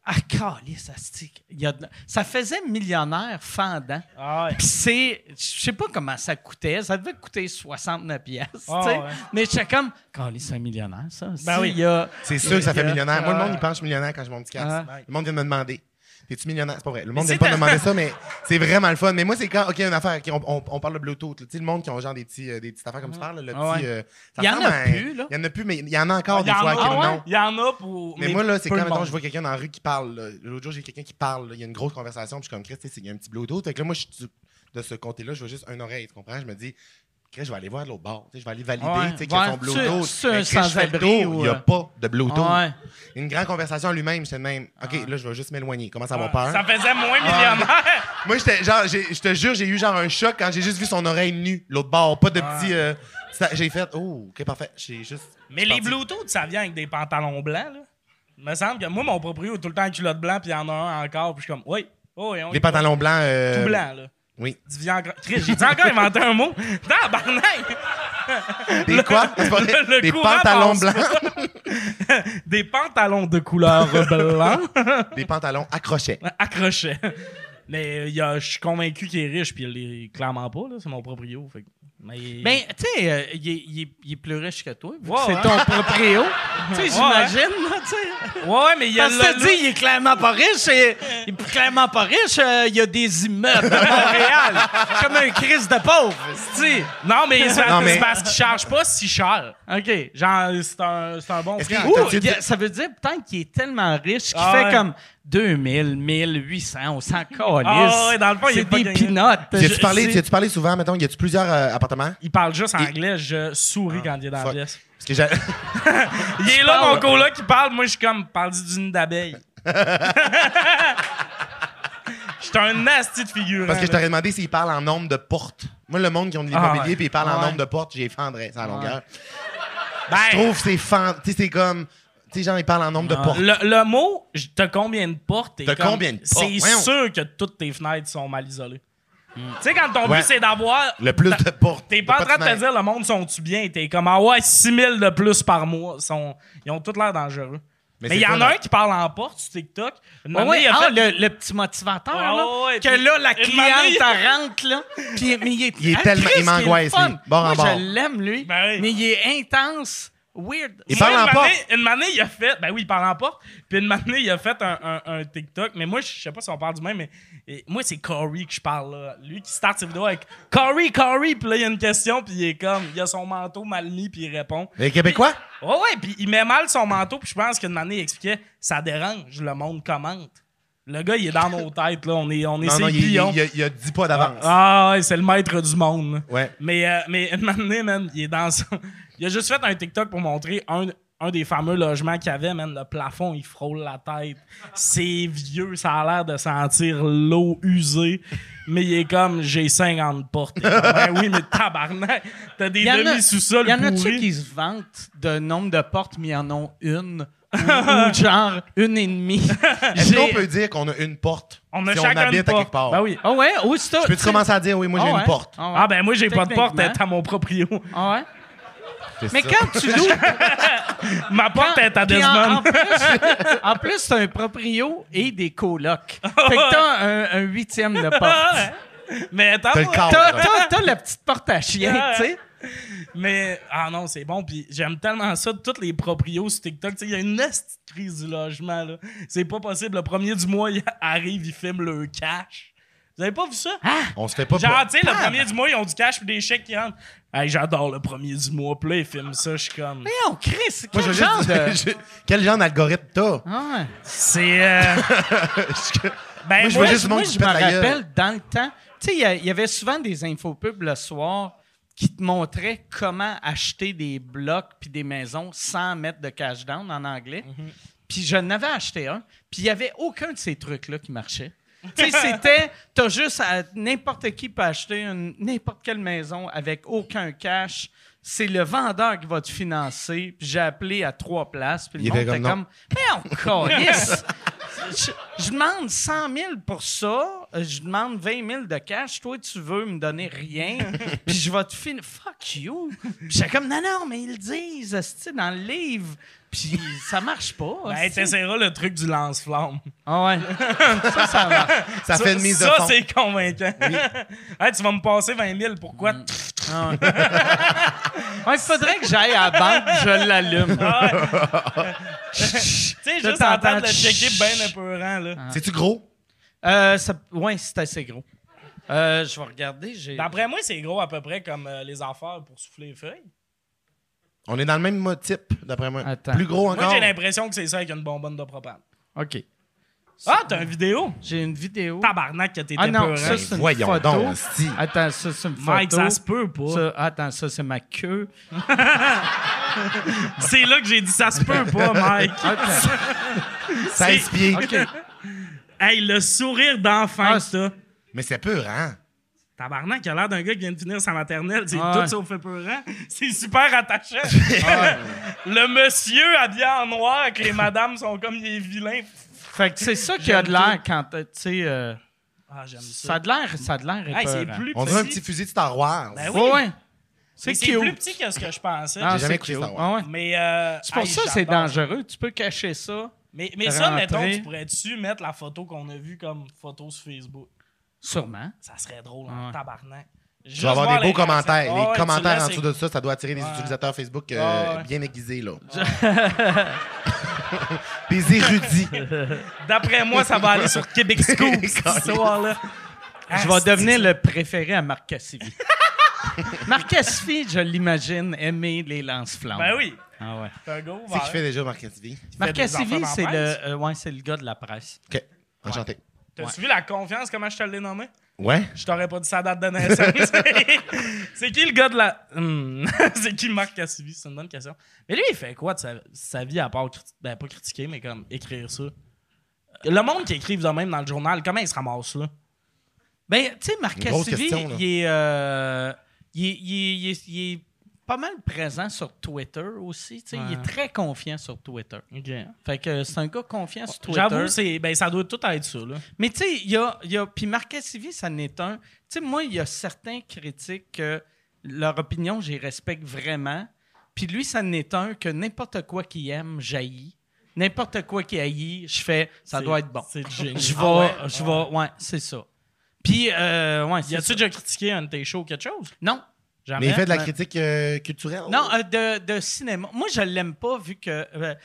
Speaker 3: Ah, calice, asti. Il y a de- Ça faisait millionnaire fendant.
Speaker 6: Ah ouais.
Speaker 3: Puis c'est. Je sais pas comment ça coûtait. Ça devait coûter 69 piastres. tu sais.
Speaker 6: Ah ouais.
Speaker 3: Mais j'étais comme. Calice, c'est un millionnaire, ça.
Speaker 6: Ben
Speaker 3: Si,
Speaker 6: oui.
Speaker 3: il y a-
Speaker 5: C'est sûr que ça fait
Speaker 3: il y a-
Speaker 5: millionnaire. Moi, le
Speaker 3: Ah.
Speaker 5: monde, il pense que je suis millionnaire quand j'ai mon petit casque.
Speaker 6: Ah.
Speaker 5: Le monde vient de me demander. T'es-tu millionnaire? C'est pas vrai. Le monde
Speaker 6: Mais
Speaker 5: vient
Speaker 6: c'est
Speaker 5: pas me
Speaker 6: ta-
Speaker 5: demander ça, mais c'est vraiment le fun. Mais moi, c'est quand, OK, une affaire, OK, on, on- on parle de Bluetooth. là. Tu sais, le monde qui ont genre des, petits, euh, des petites affaires comme tu parles, là, le
Speaker 3: Ah
Speaker 5: petit.
Speaker 3: ouais.
Speaker 5: euh, ça
Speaker 3: Il y en
Speaker 5: ressemble
Speaker 3: a
Speaker 5: à un-
Speaker 3: plus, là.
Speaker 5: Il y en a plus, mais il y en a encore
Speaker 6: Il
Speaker 5: des
Speaker 6: y en
Speaker 5: fois
Speaker 6: a-
Speaker 5: qui
Speaker 6: ah
Speaker 5: en
Speaker 6: ouais?
Speaker 5: ont.
Speaker 6: Il y en a pour.
Speaker 5: Mais, moi, là, c'est
Speaker 6: peu
Speaker 5: quand,
Speaker 6: de
Speaker 5: mettons,
Speaker 6: monde.
Speaker 5: je vois quelqu'un dans la rue qui parle. là. L'autre jour, j'ai quelqu'un qui parle. là. Il y a une grosse conversation. Puis je suis comme, Chris, tu sais, il y a un petit Bluetooth. Fait que là, moi, je suis du- de ce côté-là, je vois juste un oreille. Tu comprends? Je me dis, Chris, je vais aller voir de l'autre bord. Tu sais, Je vais aller valider
Speaker 3: Ouais,
Speaker 5: tu sais, qu'il y a son
Speaker 3: ouais,
Speaker 5: Bluetooth.
Speaker 3: c'est- c'est
Speaker 5: Mais
Speaker 3: un
Speaker 5: Chris, je fais le
Speaker 3: sans-abri
Speaker 5: tour,
Speaker 3: ou,
Speaker 5: Il n'y a
Speaker 3: euh,
Speaker 5: pas de Bluetooth.
Speaker 3: Ouais.
Speaker 5: Une grande conversation à lui-même. J'étais de même, OK, là, je vais juste m'éloigner. Commence à avoir peur.
Speaker 6: Ah. Ça faisait moins millionnaire.
Speaker 5: Moi, j'étais genre, j'ai- je te jure, j'ai eu genre un choc quand j'ai juste vu son oreille nue, l'autre bord, pas de
Speaker 6: Ah.
Speaker 5: petit. euh, ça- j'ai fait, oh, ok, parfait. J'ai juste.
Speaker 6: Mais les Bluetooth, ça vient avec des pantalons blancs, là. Il me semble que moi, mon proprio est tout le temps en culotte blanc, puis il y en a un encore, puis je suis comme, oui, oui, on
Speaker 5: Les pantalons blancs. euh,
Speaker 6: tout blanc, là.
Speaker 5: Oui.
Speaker 6: Division encore. Chris, j'ai dit encore inventé un mot. Tabarnak!
Speaker 5: Des quoi? C'est pas vrai?
Speaker 6: le- le
Speaker 5: Des
Speaker 6: courant
Speaker 5: pantalons
Speaker 6: passe
Speaker 5: blancs.
Speaker 6: Des pantalons de couleur blanc
Speaker 5: Des pantalons accrochés.
Speaker 6: accrochés. Mais euh, il y a- je suis convaincu qu'il est riche, puis il l'est clairement pas, là. C'est mon proprio. Fait. que- Mais.
Speaker 3: Ben, tu sais, euh, il, est- il est- il est plus riche que toi. vu que
Speaker 6: Ouais,
Speaker 3: c'est
Speaker 6: ouais.
Speaker 3: ton proprio. hein. tu sais, j'imagine, là, tu sais.
Speaker 6: Ouais, mais il y a
Speaker 3: Parce que
Speaker 6: le.
Speaker 3: tu dis, il est clairement pas riche. et- il est clairement pas riche. euh, il y a des immeubles à Montréal. comme un crise de pauvre. c'ti.
Speaker 6: Non, mais c'est
Speaker 5: Non, mais-
Speaker 6: c'est parce qu'il charge pas si cher.
Speaker 3: OK.
Speaker 6: Genre, c'est un, c'est un bon
Speaker 5: Est-ce
Speaker 6: prix.
Speaker 5: que-
Speaker 3: Ouh,
Speaker 5: T'as-tu
Speaker 3: il y a-
Speaker 5: dit-
Speaker 3: ça veut dire peut-être qu'il est tellement riche qu'il
Speaker 6: Ah
Speaker 3: fait
Speaker 6: ouais.
Speaker 3: comme 2000, 1800, on s'en calisse.
Speaker 6: Ah ouais, dans le fond, il a
Speaker 3: c'est
Speaker 6: pas
Speaker 3: des
Speaker 6: gagné.
Speaker 3: pinottes.
Speaker 5: Y a-tu
Speaker 3: Je-
Speaker 5: parlé,
Speaker 3: c'est-
Speaker 5: y a-tu parlé souvent, mettons, y a-tu plusieurs euh, appartements?
Speaker 6: Il parle juste en anglais, je souris quand il est dans la
Speaker 5: Ah, Fuck.
Speaker 6: pièce.
Speaker 5: Parce que j'ai-
Speaker 6: Il est là, mon coloc, qui parle. Moi, je suis comme, parle d'une d'abeille. J'étais un nasty de figure.
Speaker 5: Parce que je t'aurais demandé s'ils parlent en nombre de portes. Moi, le monde qui ont de
Speaker 6: Ah
Speaker 5: l'immobilier
Speaker 6: ouais.
Speaker 5: puis ils parlent en
Speaker 6: Ouais. Ah,
Speaker 5: nombre de portes, j'ai fendrais, ça, à longueur. Je
Speaker 6: Ben,
Speaker 5: trouve que c'est fan... Tu sais, c'est comme... Tu sais, genre, ils parlent en nombre de portes.
Speaker 6: le, le mot, je- t'as combien de portes? t'es
Speaker 5: T'as
Speaker 6: comme-
Speaker 5: combien de portes?
Speaker 6: C'est
Speaker 5: Voyons.
Speaker 6: sûr que toutes tes fenêtres sont mal isolées.
Speaker 3: Hmm.
Speaker 6: Tu sais, quand ton
Speaker 5: Ouais.
Speaker 6: but, c'est d'avoir...
Speaker 5: Le plus de portes.
Speaker 6: T'es pas en train de te
Speaker 5: fenêtres.
Speaker 6: dire, le monde, sont-tu bien? T'es comme, ah ouais, 6000 de plus par mois. Sont... Ils ont tous l'air dangereux.
Speaker 5: Mais
Speaker 6: Mais
Speaker 5: c'est
Speaker 6: il y en
Speaker 5: quoi,
Speaker 6: a
Speaker 5: là?
Speaker 6: un qui parle en porte sur TikTok. Une
Speaker 3: Ouais,
Speaker 6: année,
Speaker 3: ouais,
Speaker 6: il a
Speaker 3: ah,
Speaker 6: fait-
Speaker 3: le, le petit motivateur,
Speaker 6: Ouais,
Speaker 3: là,
Speaker 6: ouais, ouais,
Speaker 3: que
Speaker 6: puis
Speaker 3: là, la
Speaker 6: une manière-
Speaker 3: cliente elle rentre, là, puis mais il est,
Speaker 5: Il est
Speaker 3: Ah,
Speaker 5: tellement-
Speaker 3: Christ,
Speaker 5: il m'angoisse,
Speaker 3: est le fun.
Speaker 5: lui. Bord en
Speaker 3: Moi,
Speaker 5: bord.
Speaker 3: je l'aime, lui,
Speaker 6: Ben oui.
Speaker 3: mais il est intense, weird.
Speaker 5: Il
Speaker 6: Moi,
Speaker 5: parle en
Speaker 6: une
Speaker 5: porte.
Speaker 6: manée- Une manée, il a fait. Ben oui, il parle en porte. Puis une manée, il a fait un, un- un TikTok. Mais moi, je sais pas si on parle du même, mais et moi, c'est Corey que je parle là. Lui qui start ses vidéos avec Corey, Corey. Puis là, il y a une question, puis il est comme. Il a son manteau mal mis, puis il répond.
Speaker 5: Les Québécois?
Speaker 6: Ouais, ouais, puis il met mal son manteau, puis je pense qu'une manée, il expliquait ça dérange, le monde commente. Le gars, il est dans nos têtes, là. On est, on est
Speaker 5: Non,
Speaker 6: ses
Speaker 5: non, il y,
Speaker 6: pions.
Speaker 5: a- il y a 10 pas d'avance.
Speaker 6: Ah ouais, c'est le maître du monde. là.
Speaker 5: Ouais.
Speaker 6: Mais, euh, mais une matinée, man, il est dans son... Il a juste fait un TikTok pour montrer un, un des fameux logements qu'il y avait, man. Le plafond, il frôle la tête. C'est vieux, ça a l'air de sentir l'eau usée. Mais il est comme, j'ai 50 portes. Et comme, ben oui, mais tabarnak, t'as des
Speaker 3: Il y en a-
Speaker 6: demi-sous-sols
Speaker 3: il y en a-tu
Speaker 6: pourris.
Speaker 3: qui se vantent de nombre de portes, mais ils en ont une, ou, ou genre une et demie.
Speaker 5: Est-ce qu'on
Speaker 3: J'ai-
Speaker 5: peut dire qu'on a une porte
Speaker 6: Ah. On a
Speaker 5: si
Speaker 6: chacun
Speaker 5: on habite
Speaker 6: une porte.
Speaker 5: à quelque part?
Speaker 6: Ben oui.
Speaker 3: Ah ouais, où c'est ça?
Speaker 5: Je peux-tu commencer à dire, oui, moi, j'ai
Speaker 3: Ah ouais,
Speaker 5: une porte?
Speaker 3: ah ouais,
Speaker 6: Ah ben moi, j'ai pas de porte, elle
Speaker 3: Techniquement.
Speaker 6: est à mon proprio.
Speaker 3: ah ouais.
Speaker 5: C'est
Speaker 3: Mais
Speaker 5: ça.
Speaker 3: quand tu loues,
Speaker 6: Ma porte est à
Speaker 3: Puis en- En,
Speaker 6: Desmond.
Speaker 3: plus, en plus, t'as un proprio et des colocs. Fait que t'as un, un huitième de porte.
Speaker 6: Mais attends,
Speaker 5: T'as le
Speaker 6: moi.
Speaker 5: cadre.
Speaker 3: T'as, t'as- t'as la petite porte à chien, tu sais.
Speaker 6: Mais, ah non, c'est bon. Puis j'aime tellement ça, toutes les proprios sur TikTok. Tu sais, il y a une esti de crise du logement, là. C'est pas possible. Le premier du mois, il arrive, ils filment le cash. Vous avez pas vu ça?
Speaker 5: On se fait Ah, pas...
Speaker 6: Genre, tu sais, le premier du mois, ils ont du cash puis des chèques qui rentrent. Hey, j'adore le premier du mois. Puis là, ils filment ça, je suis comme...
Speaker 3: Mais on crie, c'est
Speaker 5: Moi,
Speaker 3: quel
Speaker 5: je veux
Speaker 3: genre
Speaker 5: juste dire-
Speaker 3: de...
Speaker 5: je- Quel genre d'algorithme t'as?
Speaker 3: Ah ouais.
Speaker 6: C'est... euh, ben,
Speaker 5: Moi, je
Speaker 6: moi,
Speaker 5: vois juste le
Speaker 3: Moi,
Speaker 5: monde qui se
Speaker 3: je me
Speaker 5: pète la gueule.
Speaker 3: rappelle, dans le temps, tu sais, il y a- il y, avait souvent des infopubs le soir qui te montraient comment acheter des blocs puis des maisons sans mettre de cash down en anglais.
Speaker 5: Mhm.
Speaker 3: Puis je n'avais acheté un, puis il n'y avait aucun de ces trucs-là qui marchait. Tu sais, c'était, t'as juste, à- n'importe qui peut acheter une- n'importe quelle maison avec aucun cash. C'est le vendeur qui va te financer. Puis j'ai appelé à trois places. Puis le
Speaker 5: Il
Speaker 3: monde
Speaker 5: était
Speaker 3: était
Speaker 5: comme, non.
Speaker 3: comme, mais on calisse. je, je demande 100 000 pour ça. euh, Je demande 20 000 de cash. Toi, tu veux me donner rien. Puis je vais te finir. Fuck you. Puis j'étais comme, non, non, mais ils le disent, hostie, dans le livre. Puis ça marche pas.
Speaker 6: ben,
Speaker 3: hostie.
Speaker 6: t'essaieras le truc du lance-flamme.
Speaker 3: Ah ouais. ça, ça marche.
Speaker 5: Ça fait une mise de
Speaker 6: ça,
Speaker 5: fond.
Speaker 6: c'est convaincant. Hey, tu vas me passer 20 000, pourquoi?
Speaker 3: Ah ouais. Ouais, il faudrait que j'aille à la banque, je l'allume.
Speaker 6: Tu sais,
Speaker 3: De
Speaker 6: juste
Speaker 3: temps en
Speaker 6: en train de
Speaker 3: temps,
Speaker 6: le checker bien épeurant, là.
Speaker 5: C'est-tu gros?
Speaker 3: Euh, ça- ouais, c'est assez gros. Euh, je vais regarder. J'ai...
Speaker 6: D'après moi, c'est gros à peu près comme euh, les affaires pour souffler les feuilles.
Speaker 5: On est dans le même mot type, d'après moi.
Speaker 3: Attends.
Speaker 5: Plus gros
Speaker 6: Moi,
Speaker 5: encore.
Speaker 6: j'ai l'impression que c'est ça avec une bonbonne de propane.
Speaker 3: OK.
Speaker 6: Ah, t'as une vidéo?
Speaker 3: J'ai une vidéo.
Speaker 6: Tabarnak que t'es
Speaker 3: Ah non,
Speaker 6: épeurant.
Speaker 3: ça, c'est une
Speaker 5: Voyons
Speaker 3: photo.
Speaker 5: donc, si.
Speaker 6: Ah,
Speaker 3: Attends, ça, c'est une photo.
Speaker 6: Mike, ça se peut pas.
Speaker 3: Ça- attends, ça, c'est ma queue.
Speaker 6: C'est là que j'ai dit ça se peut pas, Mike.
Speaker 3: OK.
Speaker 5: 16 pieds.
Speaker 3: OK.
Speaker 6: hey, le sourire d'enfant,
Speaker 3: Ah,
Speaker 6: ça.
Speaker 5: Mais c'est pur, hein?
Speaker 6: Tabarnak, il a l'air d'un gars qui vient de finir sa maternelle. C'est
Speaker 3: Ah
Speaker 6: tout
Speaker 3: ouais. Ah,
Speaker 6: sauf épeurant. C'est super attachant. le monsieur habillé en noir, que les madames sont comme des vilains.
Speaker 3: Fait que c'est ça qui a de l'air quand, euh, tu sais, euh,
Speaker 6: Ah, j'aime
Speaker 3: ça a
Speaker 6: ça.
Speaker 3: de l'air, ça a de l'air
Speaker 6: Hey, c'est
Speaker 3: épeurant.
Speaker 6: plus
Speaker 5: On
Speaker 6: petit.
Speaker 5: dirait un petit fusil de Star Wars.
Speaker 6: Ben oui,
Speaker 3: Ouais, ouais. C'est
Speaker 6: mais
Speaker 3: cute.
Speaker 6: C'est plus petit que ce que je pensais.
Speaker 3: Ah,
Speaker 5: J'ai jamais
Speaker 3: c'est
Speaker 5: écouté
Speaker 3: cute.
Speaker 5: Star Wars.
Speaker 3: Ah ouais.
Speaker 6: Mais euh,
Speaker 3: C'est pour
Speaker 6: hey,
Speaker 3: ça que c'est
Speaker 6: j'adore.
Speaker 3: dangereux. Tu peux cacher ça.
Speaker 6: Mais, mais ça,
Speaker 3: Rentrer.
Speaker 6: mettons, tu pourrais-tu mettre la photo qu'on a vue comme photo sur Facebook?
Speaker 3: Sûrement.
Speaker 6: Ça serait drôle, en
Speaker 3: Ouais.
Speaker 6: tabarnak. Juste
Speaker 5: Je vais avoir
Speaker 6: voir
Speaker 5: des beaux
Speaker 6: les
Speaker 5: commentaires.
Speaker 6: réactions.
Speaker 5: les
Speaker 6: Ah ouais, tu
Speaker 5: commentaires
Speaker 6: laisses-
Speaker 5: en dessous de ça, ça doit attirer des
Speaker 6: Ouais.
Speaker 5: utilisateurs Facebook euh,
Speaker 6: Ouais, ouais.
Speaker 5: bien aiguisés, là. des érudits.
Speaker 6: D'après moi, ça va aller sur Québec Scoop, ce soir-là. Ah,
Speaker 3: Je vais devenir le préféré à Marc Cassivi. Marc Cassivi, je l'imagine, aimer les lance-flammes.
Speaker 6: Ben oui.
Speaker 3: Ah ouais.
Speaker 6: C'est un gros
Speaker 5: C'est qui
Speaker 6: ouvert.
Speaker 5: fait déjà Marc Cassidy?
Speaker 3: Marc
Speaker 6: des affaires
Speaker 3: Cassivi,
Speaker 6: dans la
Speaker 3: c'est
Speaker 6: presse.
Speaker 3: le, euh, ouais, c'est le gars de la presse.
Speaker 5: OK. Enchanté.
Speaker 6: T'as suivi la confiance, comment je te l'ai nommé?
Speaker 5: Ouais?
Speaker 6: Je t'aurais pas dit sa date de naissance. c'est qui le gars de la. Hmm. c'est qui Marc Cassivi? C'est une bonne question. Mais lui, il fait quoi de sa, sa vie à part. criti- Ben, pas critiquer, mais comme écrire ça? Le monde qui écrive de même dans le journal, comment il se ramasse là?
Speaker 3: Ben, tu sais, Marc
Speaker 5: Une grosse
Speaker 3: Cassivi,
Speaker 5: question, là.
Speaker 3: il est, euh, il, est- il est- il est- il est pas mal présent sur Twitter aussi. tu sais. Il
Speaker 6: Ouais.
Speaker 3: est très confiant sur Twitter. Fait que c'est un gars confiant sur Twitter.
Speaker 6: J'avoue, c'est, ben, ça doit tout être ça. Là.
Speaker 3: Mais tu sais, il y a, il y a- Puis Marc Cassivi, ça n'est un. Tu sais, moi, il y a certains critiques que leur opinion, j'y respecte vraiment. Puis lui, ça n'est un que n'importe quoi qu'il aime, jaillit. N'importe quoi qu'il haït, je fais, ça
Speaker 6: C'est-
Speaker 3: doit être bon.
Speaker 6: C'est génial.
Speaker 3: Je vais,
Speaker 6: Ah ouais?
Speaker 3: je vais, ouais, c'est ça. Puis, euh, ouais,
Speaker 6: Y
Speaker 3: c'est
Speaker 6: a-tu
Speaker 3: ça.
Speaker 6: déjà critiqué un de tes shows ou quelque chose?
Speaker 3: Non,
Speaker 6: Jamais.
Speaker 5: Mais il fait de la critique euh, culturelle?
Speaker 3: non, euh, de, de cinéma. Moi, je l'aime pas vu que. euh,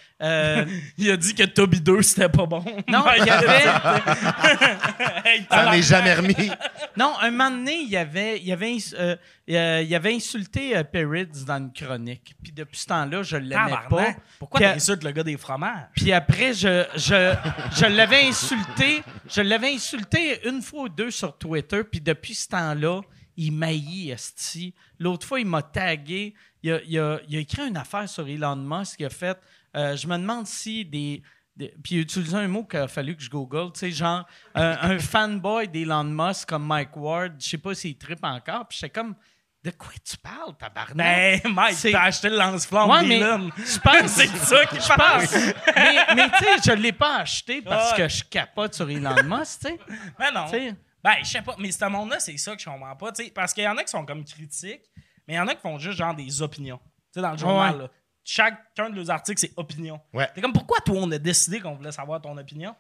Speaker 3: euh,
Speaker 6: Il a dit que Toby 2, c'était pas bon.
Speaker 3: non, il y avait.
Speaker 6: Hey,
Speaker 5: Ça
Speaker 6: tabarnak.
Speaker 5: n'est jamais remis.
Speaker 3: Non, un moment donné, il y avait, il y avait, ins- euh, euh, il y avait insulté euh, Peretz dans une chronique. Puis depuis ce temps-là, je l'aimais pas.
Speaker 6: Tabarnak. Pourquoi
Speaker 3: Puis-
Speaker 6: t'insultes le gars des fromages?
Speaker 3: Puis après, je, je, je l'avais insulté. Je l'avais insulté une fois ou deux sur Twitter. Puis depuis ce temps-là, il maillit Esti. L'autre fois, il m'a tagué. Il a, il a- il a écrit une affaire sur Elon Musk. Il a fait euh, Je me demande si des. des- puis il a utilisé un mot qu'il a fallu que je google. Tu sais, genre, euh, un fanboy d'Elon Musk comme Mike Ward. Je sais pas s'il tripe encore. Puis j'étais comme De quoi tu parles, tabarnak?
Speaker 6: Mais Ben, Mike,
Speaker 3: C'est-
Speaker 6: t'as acheté le lance-flamme
Speaker 3: Ouais, mais
Speaker 6: d'Elon.
Speaker 3: je pense-
Speaker 6: C'est ça qui
Speaker 3: Je
Speaker 6: passe.
Speaker 3: pense. mais mais tu sais, je l'ai pas acheté parce
Speaker 6: Ouais.
Speaker 3: que je capote sur Elon Musk, tu sais.
Speaker 6: Mais non.
Speaker 3: Tu sais.
Speaker 6: Ben, je sais pas. Mais ce monde-là, c'est ça que je comprends pas. tu sais, Parce qu'il y en a qui sont comme critiques, mais il y en a qui font juste genre des opinions. Tu sais, dans le journal,
Speaker 3: Ouais.
Speaker 6: là, chacun de leurs articles, c'est opinion.
Speaker 5: Ouais.
Speaker 6: T'es comme, pourquoi toi, on a décidé qu'on voulait savoir ton opinion?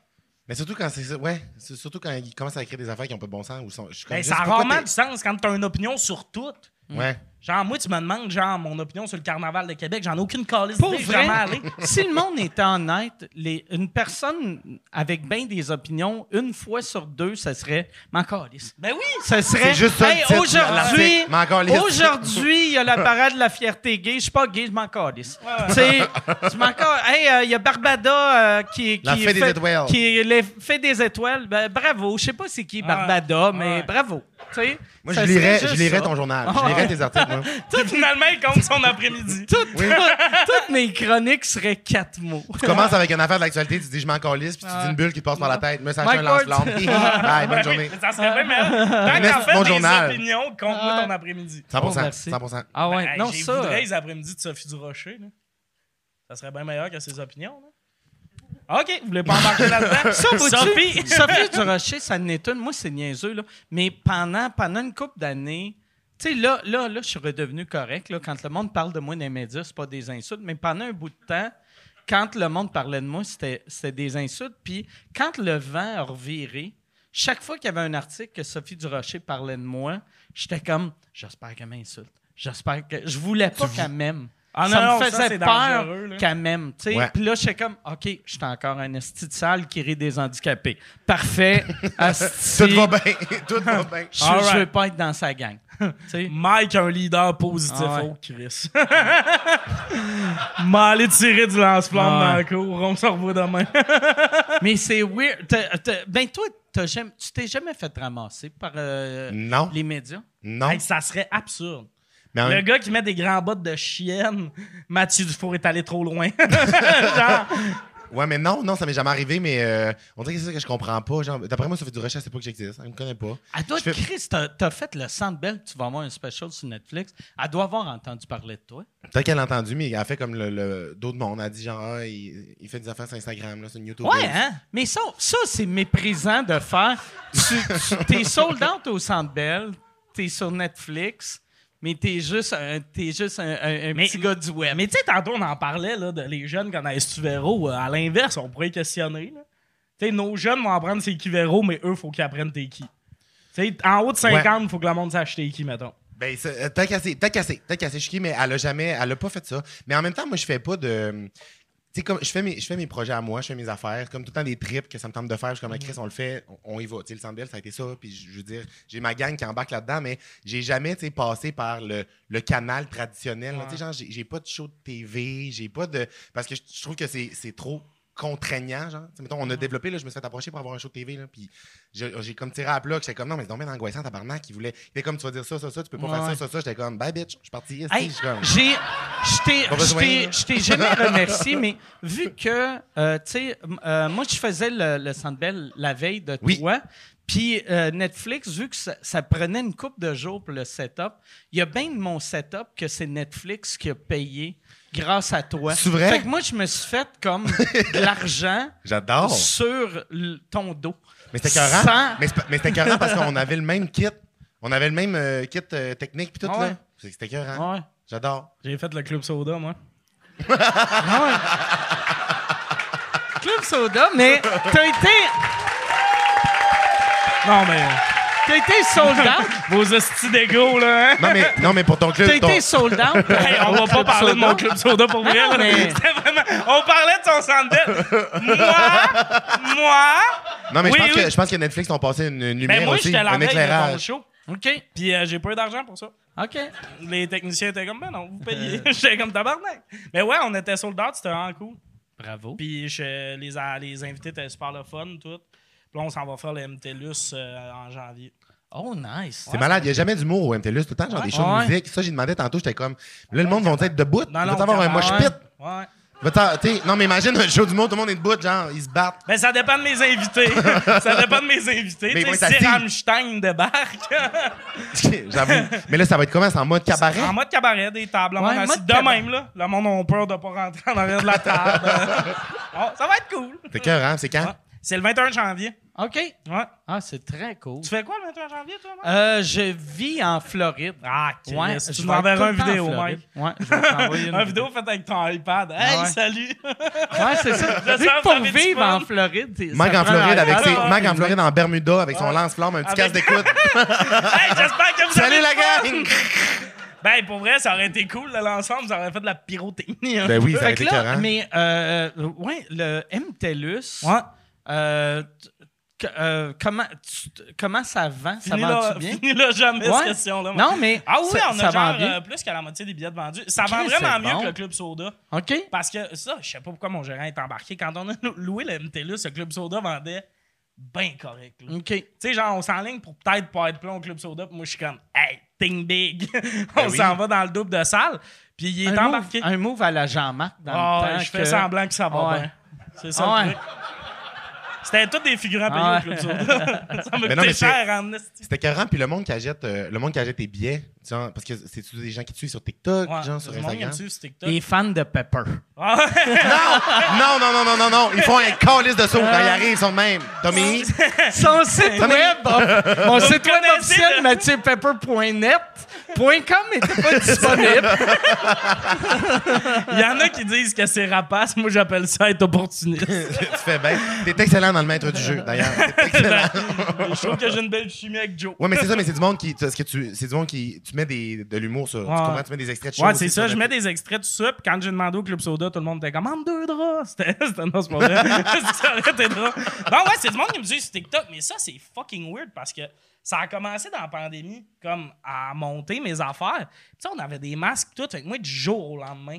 Speaker 5: Mais surtout quand c'est ça. Ouais. C'est Surtout quand ils commencent à écrire des affaires qui n'ont pas de bon sens. Ou sont, je suis comme
Speaker 6: Ben,
Speaker 5: juste,
Speaker 6: ça a
Speaker 5: pourquoi
Speaker 6: rarement
Speaker 5: t'es-
Speaker 6: du sens quand t'as une opinion sur tout.
Speaker 5: Ouais.
Speaker 6: Genre, moi, tu me demandes, genre, mon opinion sur le carnaval de Québec, j'en ai aucune calice
Speaker 3: Pour
Speaker 6: d'idée, je suis
Speaker 3: vrai,
Speaker 6: jamais allé.
Speaker 3: si le monde était honnête, les- une personne avec bien des opinions, une fois sur deux, ça serait. Mais encore, les-
Speaker 6: Ben oui!
Speaker 3: ce serait.
Speaker 5: C'est juste ça, le
Speaker 3: Hey,
Speaker 5: titre,
Speaker 3: aujourd'hui,
Speaker 5: l'article. M'en calisse.
Speaker 3: aujourd'hui, il y a la parade de la fierté gay. Je suis pas gay, je m'en calisse.
Speaker 6: ouais.
Speaker 3: Tu sais, je m'en cal- Hey, euh, il y a Barbada euh, qui, qui
Speaker 5: La fée des étoiles.
Speaker 3: Qui les- fait des étoiles. Ben, bravo. Je sais pas c'est qui Barbada, mais
Speaker 6: ouais.
Speaker 3: bravo. Tu sais,
Speaker 5: Moi, je
Speaker 3: ça
Speaker 5: lirais,
Speaker 3: serait
Speaker 5: je
Speaker 3: juste
Speaker 5: lirais
Speaker 3: ça.
Speaker 5: ton journal.
Speaker 3: Ah
Speaker 5: Je lirais
Speaker 3: ouais.
Speaker 5: tes articles, moi.
Speaker 6: Puis finalement, il compte son après-midi.
Speaker 3: Tout- tout- toutes mes chroniques seraient quatre mots.
Speaker 5: Tu commences avec une affaire de l'actualité, tu dis je m'en calisse, puis tu dis une bulle qui te passe par la tête. Me sache
Speaker 3: Mike
Speaker 5: un lance-flamme.
Speaker 3: Ward.
Speaker 5: Bye,
Speaker 6: Ben
Speaker 5: bonne
Speaker 6: oui,
Speaker 5: journée.
Speaker 6: mais ça serait bien, mais
Speaker 5: Merci
Speaker 6: tant qu'en
Speaker 5: pour mon
Speaker 6: fait des
Speaker 5: journal.
Speaker 6: opinions, compte-moi
Speaker 3: Ah.
Speaker 6: ton après-midi.
Speaker 5: 100%.
Speaker 3: merci.
Speaker 5: 100%.
Speaker 3: Ah ouais,
Speaker 6: Ben, hey,
Speaker 3: non,
Speaker 6: j'ai
Speaker 3: ça.
Speaker 6: Voudrais les après-midi de Sophie Durocher. Là. Ça serait bien meilleur que ses opinions. Là. OK, vous voulez pas embarquer là-dedans?
Speaker 3: Ça, vois-tu,
Speaker 6: Sophie!
Speaker 3: Sophie Durocher, ça m'étonne. Moi, c'est niaiseux, là. Mais pendant, pendant une couple d'années, tu sais, là, là, là, je suis redevenu correct. Là, quand le monde parle de moi dans les médias, c'est pas des insultes. Mais pendant un bout de temps, quand le monde parlait de moi, c'était c'était des insultes. Puis quand le vent a reviré, chaque fois qu'il y avait un article que Sophie Durocher parlait de moi, j'étais comme j'espère qu'elle m'insulte. J'espère que. Je voulais pas qu'elle m'aime.
Speaker 6: Ah
Speaker 3: ça
Speaker 6: non, non,
Speaker 3: me
Speaker 6: ça,
Speaker 3: faisait
Speaker 6: c'est dangereux, là.
Speaker 3: peur qu'elle m'aime. tu sais.
Speaker 5: Ouais.
Speaker 3: Puis là, j'étais comme, OK, j'étais encore un esti de sale qui rit des handicapés. Parfait. esti.
Speaker 5: Tout va bien. Tout va bien. Ah,
Speaker 3: Je,
Speaker 6: Alright.
Speaker 3: je veux pas être dans sa gang. Tu sais.
Speaker 6: Mike, un leader positif.
Speaker 3: Ah ouais.
Speaker 6: Oh, Chris. M'en aller tirer du lance-flamme
Speaker 3: Ah ouais.
Speaker 6: dans la cour. On se revoit demain.
Speaker 3: Mais c'est weird. T'as- t'as- ben, toi, t'as jamais- tu t'es jamais fait ramasser par euh,
Speaker 5: Non.
Speaker 3: les médias?
Speaker 5: Non.
Speaker 6: Hey, ça serait absurde.
Speaker 5: Mais en
Speaker 6: Le
Speaker 5: même-
Speaker 6: gars qui met des grands bottes de chienne, Mathieu Dufour est allé trop loin. Genre,
Speaker 5: Ouais, mais non, non, ça m'est jamais arrivé, mais euh, on dirait que c'est ça que je comprends pas. Genre, d'après moi, ça fait du recherche, c'est pas que j'existe. Elle me connaît pas.
Speaker 3: Elle doit,
Speaker 5: Je fais-
Speaker 3: Chris, t'as t'as fait le Centre Bell, tu vas avoir un special sur Netflix. Elle doit avoir entendu parler de toi.
Speaker 5: Peut-être qu'elle a entendu, mais elle a fait comme le, le- d'autres monde. Elle a dit genre, ah, il, il fait des affaires sur Instagram, là, sur une YouTube.
Speaker 3: Ouais, hein? Mais ça, ça c'est méprisant de faire. Tu, tu- t'es sold out au Centre Bell, t'es sur Netflix, mais t'es juste un, t'es juste un, un- un
Speaker 6: Mais-
Speaker 3: petit gars du web.
Speaker 6: Euh, Mais tu sais, tantôt, on en parlait, là, de les jeunes connaissent-tu Véro. Euh, À l'inverse, on pourrait questionner, là. Tu sais, nos jeunes vont apprendre c'est qui Véro, mais eux, faut qu'ils apprennent t'es qui. Tu sais, en haut de 50, faut que le monde sache t'es qui, mettons.
Speaker 5: Ben, ça, euh, t'as cassé, t'as cassé, t'as cassé, je suis qui, mais elle a jamais, elle a pas fait ça. Mais en même temps, moi, je fais pas de. Tu tu sais, comme je fais, mes, je fais mes projets à moi, je fais mes affaires, comme tout le temps des trips que ça me tente de faire, je suis comme Ah, Chris, on le fait, on, on y va. Tu sais, le Sandbell, ça a été ça, puis je, je veux dire, j'ai ma gang qui embarque là-dedans, mais j'ai jamais, tu sais, passé par le, le canal traditionnel. là. Tu sais, genre, j'ai j'ai pas de show de TV, j'ai pas de... Parce que je je trouve que c'est c'est trop contraignant, genre. Tu sais, mettons, on a développé, là, je me suis fait approcher pour avoir un show de TV, là, puis j'ai j'ai comme tiré à plat, j'étais comme, non, mais c'est donc bien angoissant, tabarnak, il voulait... Il était comme, tu vas dire ça, ça, ça, tu peux pas faire ça, ça, ça. J'étais comme, bye, bitch, je suis parti, esti.
Speaker 3: Hey,
Speaker 5: Je suis comme-
Speaker 3: j'ai, je t'ai-
Speaker 5: Pas besoin,
Speaker 3: je
Speaker 5: là.
Speaker 3: t'ai, je t'ai jamais remercié, mais vu que, euh, tu sais, m- euh, moi, je faisais le, le Sandbell la veille de
Speaker 5: Oui.
Speaker 3: toi, puis euh, Netflix, vu que ça, ça prenait une coupe de jours pour le setup, il y a bien de mon setup que c'est Netflix qui a payé grâce à toi.
Speaker 5: C'est vrai?
Speaker 3: Fait que moi, je me suis fait comme de l'argent
Speaker 5: J'adore!
Speaker 3: sur l- ton dos.
Speaker 5: Mais c'était écœurant.
Speaker 3: Sans-
Speaker 5: Mais c'est pas- mais c'était écœurant parce qu'on avait le même kit. On avait le même euh, kit euh, technique puis tout,
Speaker 3: Ah ouais.
Speaker 5: là. C'est- C'était écœurant.
Speaker 3: Ouais.
Speaker 5: J'adore.
Speaker 6: J'ai fait le club soda, moi.
Speaker 3: Club Soda, mais t'as été,
Speaker 6: Non, mais euh,
Speaker 3: t'as été sold out.
Speaker 6: vos hosties d'égo, là, hein?
Speaker 5: Non, mais, non, mais pour ton club,
Speaker 3: T'as
Speaker 5: ton-
Speaker 3: été sold out.
Speaker 6: Hey, on va pas parler de mon club soda pour vrai.
Speaker 3: non,
Speaker 6: là.
Speaker 3: mais-
Speaker 6: C'était vraiment... On parlait de son sandel. Moi, moi.
Speaker 5: Non, mais
Speaker 6: Oui,
Speaker 5: je, pense
Speaker 6: oui.
Speaker 5: que, je pense que Netflix ont passé une, une lumière
Speaker 6: Mais moi,
Speaker 5: aussi,
Speaker 6: j'étais à la
Speaker 5: un
Speaker 6: veille de ton
Speaker 5: éclairage.
Speaker 6: show.
Speaker 3: OK.
Speaker 6: Puis euh, j'ai pas eu d'argent pour ça.
Speaker 3: OK.
Speaker 6: Les techniciens étaient comme, ben non, vous payez. J'étais comme tabarnak. Mais ouais, on était sold out, c'était vraiment cool.
Speaker 3: Bravo.
Speaker 6: Puis je- les, a- les invités étaient super le fun, tout. Puis là, on s'en va faire le MTLUS euh, en janvier.
Speaker 3: Oh, nice.
Speaker 5: C'est malade, il n'y a jamais d'humour au MTLUS, tout le temps, genre
Speaker 6: Ah
Speaker 5: des shows
Speaker 3: Ouais.
Speaker 5: de musique. Ça, j'ai demandé tantôt, j'étais comme, là, le monde va être debout.
Speaker 6: Non,
Speaker 5: va
Speaker 6: non,
Speaker 5: avoir un
Speaker 6: ouais.
Speaker 5: moche pit.
Speaker 6: Ouais.
Speaker 5: Va-t'en- t'sais, Non, mais imagine un show d'humour, tout le monde est debout, genre, ils se battent.
Speaker 6: Ben, ça dépend de mes invités. ça dépend de mes invités.
Speaker 5: Mais
Speaker 6: Tu
Speaker 5: ouais,
Speaker 6: sais,
Speaker 5: t'as
Speaker 6: si
Speaker 5: dit.
Speaker 6: Rammstein débarque.
Speaker 5: J'avoue. Mais là, ça va être comment? C'est en mode cabaret?
Speaker 6: En mode cabaret, des tables. en
Speaker 3: Ouais,
Speaker 6: mode
Speaker 3: mode
Speaker 6: assis. de
Speaker 3: cabaret.
Speaker 6: même, là. Le monde a peur de pas rentrer en arrière de la table. Oh, ça va être cool.
Speaker 5: C'est écœurant, c'est quand?
Speaker 6: Ouais. C'est le 21 janvier.
Speaker 3: OK.
Speaker 6: Ouais.
Speaker 3: Ah, c'est très cool.
Speaker 6: Tu fais quoi le 21 janvier, toi, Mike?
Speaker 3: Euh, je vis en Floride.
Speaker 6: Ah,
Speaker 3: Ouais,
Speaker 6: Chris,
Speaker 3: je
Speaker 6: tu
Speaker 3: vais
Speaker 6: m'enverras
Speaker 3: être tout le
Speaker 6: une
Speaker 3: temps en
Speaker 6: vidéo,
Speaker 3: Floride.
Speaker 6: Mike.
Speaker 3: Ouais, je vais t'envoyer une Ah
Speaker 6: Une vidéo faite avec ton iPad. Hey,
Speaker 3: Ouais.
Speaker 6: salut!
Speaker 3: Ouais, c'est ça. Vu
Speaker 6: ça,
Speaker 3: que pour
Speaker 6: ça fait du
Speaker 3: vivre
Speaker 6: fun.
Speaker 3: en Floride, c'est-
Speaker 5: Mag
Speaker 3: ça
Speaker 5: en
Speaker 3: prend
Speaker 5: Floride avec
Speaker 6: Ah,
Speaker 5: ses.
Speaker 6: ouais.
Speaker 5: Mag en Floride en Bermuda avec son lance-flamme, un petit casque
Speaker 6: Avec-
Speaker 5: d'écoute.
Speaker 6: hey, j'espère que vous
Speaker 5: Salut
Speaker 6: avez
Speaker 5: la
Speaker 6: du fun.
Speaker 5: gang!
Speaker 6: Ben, pour vrai, ça aurait été cool, là, l'ensemble. Ça aurait fait de la pyrotechnie. hein.
Speaker 5: Ben oui, ça aurait
Speaker 3: Fait que
Speaker 5: été
Speaker 3: là,
Speaker 5: écœurant.
Speaker 3: mais euh, euh, ouais, le MTELUS.
Speaker 6: Ouais.
Speaker 3: euh, t- que- euh, comment, tu- t- comment ça vend? Ça
Speaker 6: Finis là,
Speaker 3: vend-tu bien?
Speaker 6: finis là jamais,
Speaker 3: Ouais.
Speaker 6: cette question-là. moi.
Speaker 3: Non, mais
Speaker 6: Ah oui,
Speaker 3: ça,
Speaker 6: on
Speaker 3: ça vend
Speaker 6: a genre
Speaker 3: bien.
Speaker 6: euh, plus qu'à la moitié des billets de vendus. Ça vend
Speaker 3: Chris,
Speaker 6: vraiment
Speaker 3: c'est
Speaker 6: mieux
Speaker 3: bon.
Speaker 6: que le Club Soda.
Speaker 3: OK.
Speaker 6: Parce que ça, je sais pas pourquoi mon gérant est embarqué. Quand on a loué le MTLUS, le Club Soda vendait bien correct. là.
Speaker 3: OK.
Speaker 6: Tu sais, genre, on s'enligne pour peut-être pas être plein au Club Soda. Puis moi, je suis comme, hey, ting big. on
Speaker 5: Ben oui.
Speaker 6: s'en va dans le double de salle. Puis il est
Speaker 3: un,
Speaker 6: embarqué.
Speaker 3: move, un move à la Jean-Marc dans
Speaker 6: Ah,
Speaker 3: le temps.
Speaker 6: je fais
Speaker 3: que-
Speaker 6: semblant que ça va
Speaker 3: Ouais.
Speaker 6: bien. C'est ça.
Speaker 3: Ah
Speaker 6: le
Speaker 3: ouais.
Speaker 6: truc. C'était tous des figurants payés
Speaker 3: Ah
Speaker 6: au Club Soda. ça me
Speaker 5: Mais non, mais
Speaker 6: coûtait
Speaker 5: c'est-
Speaker 6: cher en esti.
Speaker 5: C'était écœurant, puis le monde qui achète, euh, le monde qui achète tes billets, genre, parce que c'est tous des gens qui te suivent sur TikTok,
Speaker 6: Ouais,
Speaker 5: genre sur
Speaker 6: le monde qui me
Speaker 5: Instagram.
Speaker 6: suit sur TikTok.
Speaker 3: Des fans de Pepper.
Speaker 6: Ah ouais.
Speaker 5: Non, non, non, non, non, non, ils font un calice de saut Ben, quand ils arrivent, ils sont de même. Tommy,
Speaker 3: Son site
Speaker 5: Tommy.
Speaker 3: web, mon site web
Speaker 6: connaissez
Speaker 3: officiel,
Speaker 6: le-
Speaker 3: MathieuPepper.net, .com n'était pas disponible.
Speaker 6: Il y en a qui disent que c'est rapace. Moi, j'appelle ça être opportuniste.
Speaker 5: tu fais bien. T'es excellent dans le maître du jeu, d'ailleurs. T'es excellent.
Speaker 6: je trouve que j'ai une belle chimie avec Joe.
Speaker 5: Ouais, mais c'est ça, mais c'est du monde qui, parce que tu, c'est du monde qui, tu mets des, de l'humour sur,
Speaker 6: Ouais.
Speaker 5: tu comprends, tu mets des extraits de
Speaker 6: Ouais,
Speaker 5: choses
Speaker 6: c'est
Speaker 5: aussi
Speaker 6: ça.
Speaker 5: sur
Speaker 6: Je
Speaker 5: le-
Speaker 6: mets des extraits, tout ça. Puis quand j'ai demandé au Club Soda, tout le monde était comme, en deux draps. C'était, c'était- non, c'est pas vrai. ça aurait été drôle. Non, ouais, c'est du monde qui me dit sur TikTok. Mais ça, c'est fucking weird parce que ça a commencé dans la pandémie, comme à monter mes affaires. Puis ça, on avait des masques, tout. Fait que moi, du jour au lendemain,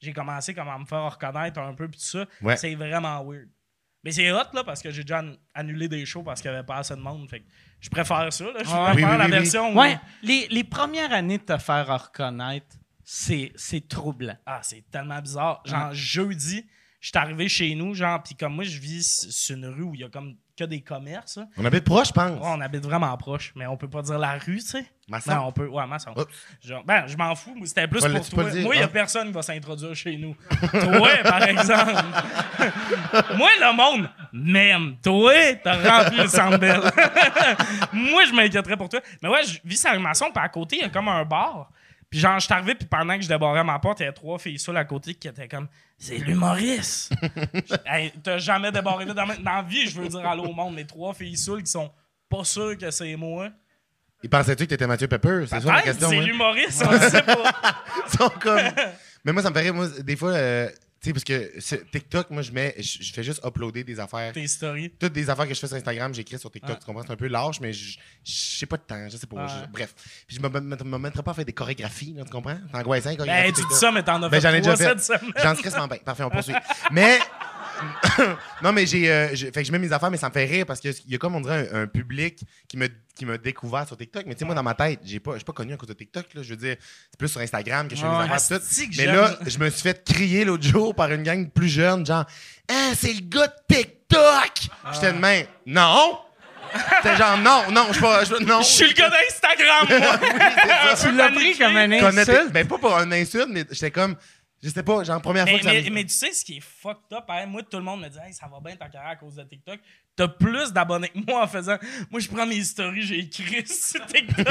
Speaker 6: j'ai commencé comme à me faire reconnaître un peu, puis tout ça.
Speaker 5: Ouais.
Speaker 6: C'est vraiment weird. Mais c'est hot, là, parce que j'ai déjà an- annulé des shows parce qu'il n'y avait pas assez de monde. Fait que je préfère ça, là. Je préfère
Speaker 5: Ah oui, oui,
Speaker 6: la
Speaker 5: oui, oui.
Speaker 6: version. où-
Speaker 3: Ouais, les, les premières années de te faire reconnaître, c'est c'est troublant.
Speaker 6: Ah, c'est tellement bizarre. Genre, jeudi, je suis arrivé chez nous, genre, puis comme moi, je vis s- sur une rue où il y a comme que des commerces. là.
Speaker 5: On habite proche, je pense.
Speaker 6: Ouais, on habite vraiment proche, mais on peut pas dire la rue, tu sais.
Speaker 5: Masson.
Speaker 6: Non, on peut. Ouais, Masson.
Speaker 5: Oups.
Speaker 6: Genre, ben, je m'en fous. moi, C'était plus
Speaker 5: Ouais,
Speaker 6: pour
Speaker 5: tu peux le
Speaker 6: toi.
Speaker 5: dire,
Speaker 6: Moi, il y a
Speaker 5: hein.
Speaker 6: personne qui va s'introduire chez nous. toi, par exemple. moi, le monde, même. Toi, t'as rempli le sandbell. moi, je m'inquiéterais pour toi. Mais ouais, je vis sur la maçon, puis à côté, il y a comme un bar. Puis genre, je suis arrivé, puis pendant que je débarrais ma porte, il y avait trois filles seules à côté qui étaient comme « C'est l'humoriste! » Hey, T'as jamais débarré là dans, ma- dans la vie, je veux dire allô au monde, mais trois filles seules qui sont pas sûres que c'est moi.
Speaker 5: Ils pensaient-tu que t'étais Mathieu Pepper? C'est ça la
Speaker 6: Hey,
Speaker 5: question, hein.
Speaker 6: c'est
Speaker 5: ouais.
Speaker 6: l'humoriste, on le sait pas.
Speaker 5: Ils sont comme- Mais moi, ça me paraît, moi, des fois, euh, Tu sais, parce que ce- TikTok, moi, je mets, je je fais juste uploader des affaires.
Speaker 6: Tes stories.
Speaker 5: Toutes des affaires que je fais sur Instagram, j'écris sur TikTok.
Speaker 6: Ouais.
Speaker 5: Tu comprends? C'est un peu lâche, mais je je sais pas de temps. Je sais pas.
Speaker 6: Ouais.
Speaker 5: je- bref. Puis je me, me, me mettrai pas à faire des chorégraphies, là, tu comprends? C'est angoissant, les
Speaker 6: Ben,
Speaker 5: chorégraphies
Speaker 6: tu dis
Speaker 5: TikTok.
Speaker 6: ça, mais t'en as
Speaker 5: Ben, j'en ai
Speaker 6: fait trois
Speaker 5: déjà
Speaker 6: cette
Speaker 5: fait.
Speaker 6: semaine.
Speaker 5: J'en crisse en paix. Parfait, on poursuit. Mais. non, mais j'ai. euh, j'ai- fait que je mets mes affaires, mais ça me fait rire parce qu'il y a comme on dirait un, un public qui me qui m'a découvert sur TikTok. Mais tu sais, moi, dans ma tête, j'ai pas, je suis pas connu à cause de TikTok. là. Je veux dire, c'est plus sur Instagram que je fais
Speaker 6: Ouais,
Speaker 5: mes affaires.
Speaker 6: asti
Speaker 5: Tout.
Speaker 6: que
Speaker 5: Mais
Speaker 6: j'aime.
Speaker 5: là, je me suis fait crier l'autre jour par une gang plus jeune, genre, Ah, c'est le gars de TikTok!
Speaker 6: Ah.
Speaker 5: J'étais de main, non! J'étais genre, non, non, je suis pas. je suis- non.
Speaker 6: Je suis le gars d'Instagram, moi!
Speaker 3: Tu l'as pris comme un
Speaker 5: Connaître-
Speaker 3: insulte.
Speaker 5: Ben, pas pour un insulte, mais j'étais comme, je sais pas, genre, première fois
Speaker 6: Mais,
Speaker 5: que ça
Speaker 6: mais-
Speaker 5: me-
Speaker 6: mais tu sais, ce qui est fucked up, pareil, moi, tout le monde me dit, hey, ça va bien ta carrière à cause de TikTok. T'as plus d'abonnés que moi en faisant. Moi, je prends mes stories, j'ai écrit sur TikTok.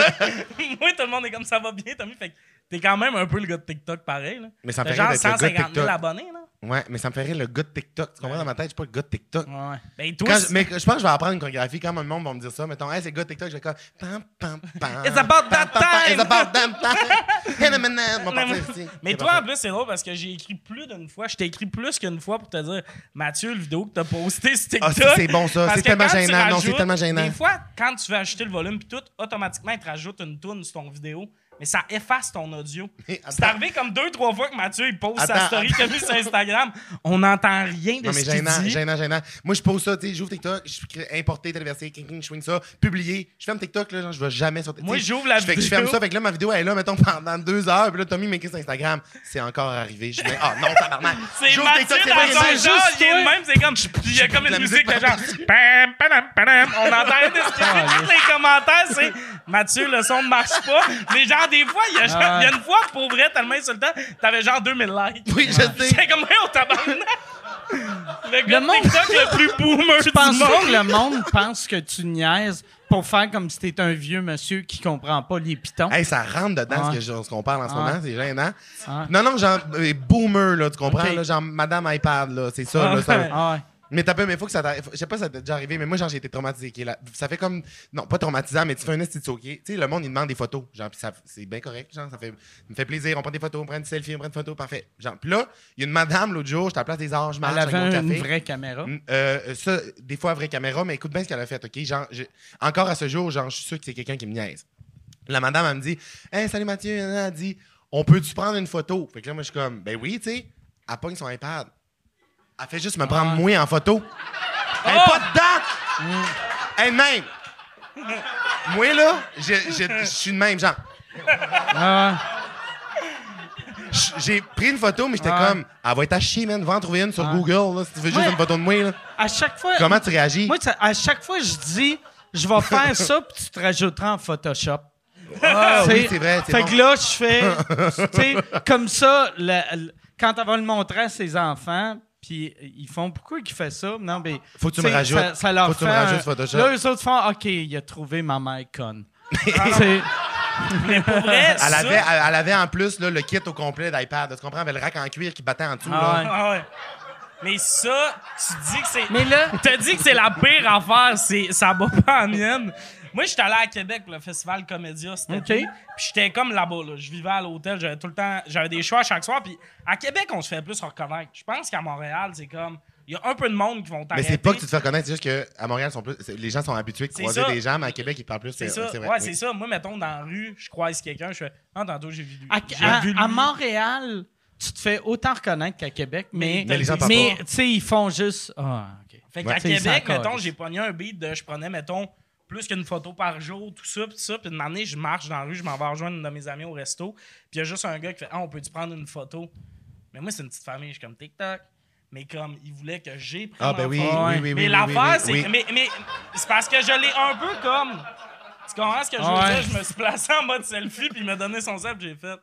Speaker 6: moi, tout le monde est comme ça va bien, Tommy. Fait que t'es quand même un peu le gars de TikTok pareil. Là.
Speaker 5: Mais ça me
Speaker 6: T'as
Speaker 5: fait rire
Speaker 6: genre
Speaker 5: d'être le gars de
Speaker 6: 150 000
Speaker 5: TikTok.
Speaker 6: abonnés. Là.
Speaker 5: Ouais, mais ça me fait rire le gars de TikTok. Tu comprends dans ma tête, je suis pas le gars de TikTok.
Speaker 6: Ouais. Ben,
Speaker 5: Quand
Speaker 6: toi,
Speaker 5: je- mais je pense que je vais apprendre une chorégraphie quand même, le monde va me dire ça. Mettons, hey, c'est le gars de TikTok, je vais comme pam pam pam.
Speaker 6: It's about that
Speaker 5: Pam, pam, pam,
Speaker 6: time.
Speaker 5: It's about that time. Hannah Montana, on va partir ici.
Speaker 6: Mais
Speaker 5: C'est
Speaker 6: toi, en
Speaker 5: parfait.
Speaker 6: plus, c'est drôle parce que j'ai écrit plus d'une fois. Je t'ai écrit plus qu'une fois pour te dire, Mathieu, le vidéo que t'as posté sur TikTok.
Speaker 5: Ah, si, c'est bon, ça.
Speaker 6: Parce
Speaker 5: C'est
Speaker 6: que
Speaker 5: tellement
Speaker 6: quand tu
Speaker 5: gênant. Non,
Speaker 6: rajoutes-
Speaker 5: c'est tellement gênant.
Speaker 6: Des fois, quand tu veux ajuster le volume puis tout, automatiquement, il te rajoute une toune sur ton vidéo. Mais ça efface ton audio.
Speaker 5: Mais
Speaker 6: C'est
Speaker 5: attends.
Speaker 6: arrivé comme deux, trois fois que Mathieu, il pose sa
Speaker 5: Attends,
Speaker 6: story qu'il a mise sur Instagram. On n'entend rien de
Speaker 5: Non, mais
Speaker 6: ce qu'il
Speaker 5: gênant,
Speaker 6: dit.
Speaker 5: gênant, gênant. Moi, je pose ça, tu sais, j'ouvre TikTok, je crée importer, téléverser, king, king, je swing ça, publier. Je ferme TikTok, là, genre, je vais jamais sur
Speaker 6: Moi,
Speaker 5: tu sais,
Speaker 6: j'ouvre la
Speaker 5: je fais que Je
Speaker 6: vidéo.
Speaker 5: ferme ça, fait que là, ma vidéo, elle est là, mettons, pendant deux heures, puis là, Tommy m'écrit sur Instagram, c'est encore arrivé. Je dis, ah non, tabarnak.
Speaker 6: C'est
Speaker 5: J'ouvre
Speaker 6: Mathieu
Speaker 5: TikTok, c'est
Speaker 6: dans
Speaker 5: pas
Speaker 6: son
Speaker 5: gênant.
Speaker 6: genre, il est de même, c'est comme... Il y a comme une musique de genre... Pam, padam, padam. On entend rien de ce qu'il
Speaker 5: Ah,
Speaker 6: dit. Tous les commentaires, c'est... Mathieu, le son ne marche pas. Mais genre, des fois, il y a, genre-
Speaker 5: Ah.
Speaker 6: il y a une fois, pour vrai, tellement insultant, t'avais genre 2000 likes.
Speaker 5: Oui, je sais.
Speaker 6: C'est comme, hey, on tabarnak! Le
Speaker 3: Le
Speaker 6: gars de
Speaker 3: monde-
Speaker 6: TikTok le plus boomer
Speaker 3: Je pense
Speaker 6: du monde.
Speaker 3: pas que le monde pense que tu niaises pour faire comme si t'étais un vieux monsieur qui comprend pas les pitons.
Speaker 5: Hey, ça rentre dedans
Speaker 3: Ouais.
Speaker 5: ce que je- ce qu'on parle en ce
Speaker 3: Ouais.
Speaker 5: moment, c'est gênant.
Speaker 3: Ouais.
Speaker 5: Non, non, genre, euh, boomer, là, tu comprends,
Speaker 3: Ok.
Speaker 5: là, genre, madame iPad, là, c'est ça,
Speaker 6: Ah
Speaker 5: là, ça-
Speaker 6: ouais.
Speaker 3: Ah ouais.
Speaker 5: Mais t'as peu, mais faut que ça t'arrive. Faut- Je sais pas si ça t'est déjà arrivé, mais moi, genre, j'ai été traumatisé. qui est là. Ça fait comme. Non, pas traumatisant, mais tu fais un esti de sauqué. Tu sais, le monde, il demande des photos. Genre, pis ça, c'est bien correct, genre, ça fait. ça me fait plaisir, on prend des photos, on prend une selfie, on prend une photo, parfait. Genre, pis là, il y a une madame l'autre jour, j'étais à la place des arts, je marche
Speaker 3: Elle
Speaker 5: avec mon
Speaker 3: avait une
Speaker 5: café.
Speaker 3: vraie caméra.
Speaker 5: Mm, euh, ça, des fois, vraie caméra, mais écoute bien ce qu'elle a fait, OK? Genre, j'ai- encore à ce jour, genre, je suis sûr que c'est quelqu'un qui me niaise. La madame, elle me dit Hey, salut Mathieu, elle dit On peut-tu prendre une photo? Fait que là, moi, je suis comme Ben oui, tu sais. Elle pogne son iPad. Elle fait juste me
Speaker 3: Ah.
Speaker 5: prendre moi en photo. Elle est pas dedans! Elle est de même! moi, là, je je- je suis de même, genre.
Speaker 3: Ah
Speaker 5: J- J'ai pris une photo, mais j'étais
Speaker 3: Ah.
Speaker 5: comme Elle va être à chier, man. Va en trouver une sur
Speaker 3: Ah.
Speaker 5: Google, là, si tu veux juste
Speaker 3: Ouais.
Speaker 5: une photo de moi, là.
Speaker 3: ouais. À chaque fois.
Speaker 5: Comment tu réagis?
Speaker 3: Moi, ça- à chaque fois, je dis, je vais faire ça, puis tu te rajouteras en Photoshop.
Speaker 5: Ah oui,
Speaker 3: T'sais,
Speaker 5: c'est vrai. c'est
Speaker 3: Fait
Speaker 5: bon.
Speaker 3: que là, je fais. tu sais, comme ça, la- la- quand elle va le montrer à ses enfants, puis ils font pourquoi il fait ça? Non, mais.
Speaker 5: Faut que tu
Speaker 3: t'sais,
Speaker 5: me rajoutes.
Speaker 3: Ça, ça leur
Speaker 5: Faut que tu me
Speaker 3: fait
Speaker 5: rajoutes
Speaker 3: un-
Speaker 5: Photoshop.
Speaker 3: Là, eux autres font OK, il a trouvé ma mère conne. Ah, T'sais,
Speaker 6: Pour vrai,
Speaker 5: Elle
Speaker 6: ça-
Speaker 5: avait, elle, elle avait en plus là, le kit au complet d'iPad. Tu comprends? Elle avait le rack en cuir qui battait en dessous.
Speaker 3: Ah
Speaker 5: là.
Speaker 6: Ah ouais. Mais ça, tu dis que c'est.
Speaker 3: mais là,
Speaker 6: T'as dit que c'est la pire affaire, c'est ça va pas en mienne. Moi, j'étais allé à Québec pour le festival Comédia cet
Speaker 3: Ok.
Speaker 6: été. Puis j'étais comme là-bas, là. Je vivais à l'hôtel, j'avais tout le temps, j'avais des choix chaque soir. Puis à Québec, on se fait plus reconnaître. Je pense qu'à Montréal, c'est comme, il y a un peu de monde qui vont
Speaker 5: Mais
Speaker 6: t'arrêter.
Speaker 5: c'est pas que tu te fais connaître, c'est juste qu'à Montréal, sont plus- c'est- les gens sont habitués de
Speaker 6: C'est
Speaker 5: croiser
Speaker 6: ça.
Speaker 5: des gens, mais à Québec, ils parlent plus. euh,
Speaker 6: C'est ça.
Speaker 5: vrai,
Speaker 6: ouais,
Speaker 5: oui.
Speaker 6: c'est ça. Moi, mettons, dans la rue, je croise quelqu'un, je fais, ah, tantôt, j'ai vu lui.
Speaker 3: à,
Speaker 6: J'ai
Speaker 3: à-
Speaker 6: vu lui.
Speaker 3: à Montréal, tu te fais autant reconnaître qu'à Québec, mais.
Speaker 5: Mais les gens parlent
Speaker 3: mais,
Speaker 5: pas.
Speaker 3: tu sais, ils font juste. Ah, OK.
Speaker 6: Fait
Speaker 5: Ouais.
Speaker 3: Tu
Speaker 6: qu'à
Speaker 3: sais,
Speaker 6: Québec,
Speaker 3: ça
Speaker 6: mettons,
Speaker 3: colle.
Speaker 6: j'ai pogné un beat de je prenais, mettons, plus qu'une photo par jour, tout ça, pis tout ça. Puis une année, je marche dans la rue, je m'en vais rejoindre une de mes amis au resto. Puis il y a juste un gars qui fait Ah, on peut-tu prendre une photo Mais moi, c'est une petite famille, je suis comme TikTok. Mais comme, il voulait que j'ai pris.
Speaker 5: Ah,
Speaker 6: ma
Speaker 5: ben oui,
Speaker 6: photo.
Speaker 5: oui, oui, oui,
Speaker 6: mais
Speaker 5: oui,
Speaker 6: l'affaire,
Speaker 5: oui,
Speaker 6: c'est.
Speaker 5: oui.
Speaker 6: Mais, mais c'est parce que je l'ai un peu comme. Tu comprends ce que je veux
Speaker 3: Ouais.
Speaker 6: dire? Je me suis placé en mode selfie, puis il m'a donné son selfie, j'ai fait.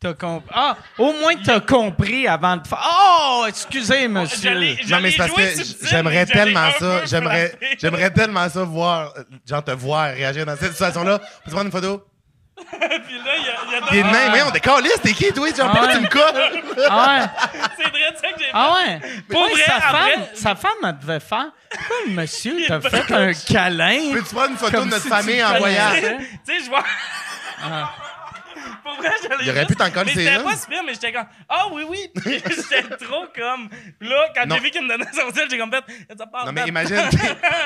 Speaker 3: T'as compris. Ah, au moins t'as compris avant de faire. Oh, excusez,
Speaker 6: Je
Speaker 3: monsieur.
Speaker 6: l'ai- je
Speaker 5: Non, mais
Speaker 6: l'ai
Speaker 5: c'est parce
Speaker 6: joué
Speaker 5: que
Speaker 6: subtil,
Speaker 5: j'aimerais
Speaker 6: mais je l'ai
Speaker 5: tellement
Speaker 6: un
Speaker 5: ça.
Speaker 6: peu
Speaker 5: J'aimerais
Speaker 6: flatté.
Speaker 5: j'aimerais tellement ça voir, euh, genre te voir réagir dans cette situation-là. Peux-tu prendre une photo?
Speaker 6: Puis là, il a, il a
Speaker 5: T'es de
Speaker 6: donné-
Speaker 5: même, voyons, t'es caliste, t'es qui, toi? Genre, pourquoi
Speaker 3: ouais.
Speaker 5: tu me colles?
Speaker 3: Ah ouais.
Speaker 6: C'est vrai, de ça que j'ai fait.
Speaker 3: Ah ouais?
Speaker 6: Pour
Speaker 3: Ouais,
Speaker 6: vrai,
Speaker 3: sa,
Speaker 6: après-
Speaker 3: femme, sa femme, elle devait faire. Pourquoi le monsieur t'a fait un câlin?
Speaker 5: Peux-tu prendre une photo
Speaker 3: Comme
Speaker 5: de notre
Speaker 3: si tu
Speaker 5: famille
Speaker 3: me
Speaker 5: en
Speaker 3: connaissais.
Speaker 5: voyage?
Speaker 6: tu sais, je vois. Pour après, j'allais
Speaker 5: Il aurait
Speaker 6: juste-
Speaker 5: pu t'en coller
Speaker 6: Mais
Speaker 5: ses
Speaker 6: c'était
Speaker 5: uns.
Speaker 6: pas super, mais j'étais comme, ah oui, oui. Puis j'étais trop comme. Là, quand
Speaker 5: Non.
Speaker 6: j'ai vu qu'il me donnait son sel, j'ai comme fait, ça part.
Speaker 5: Non, mais imagine,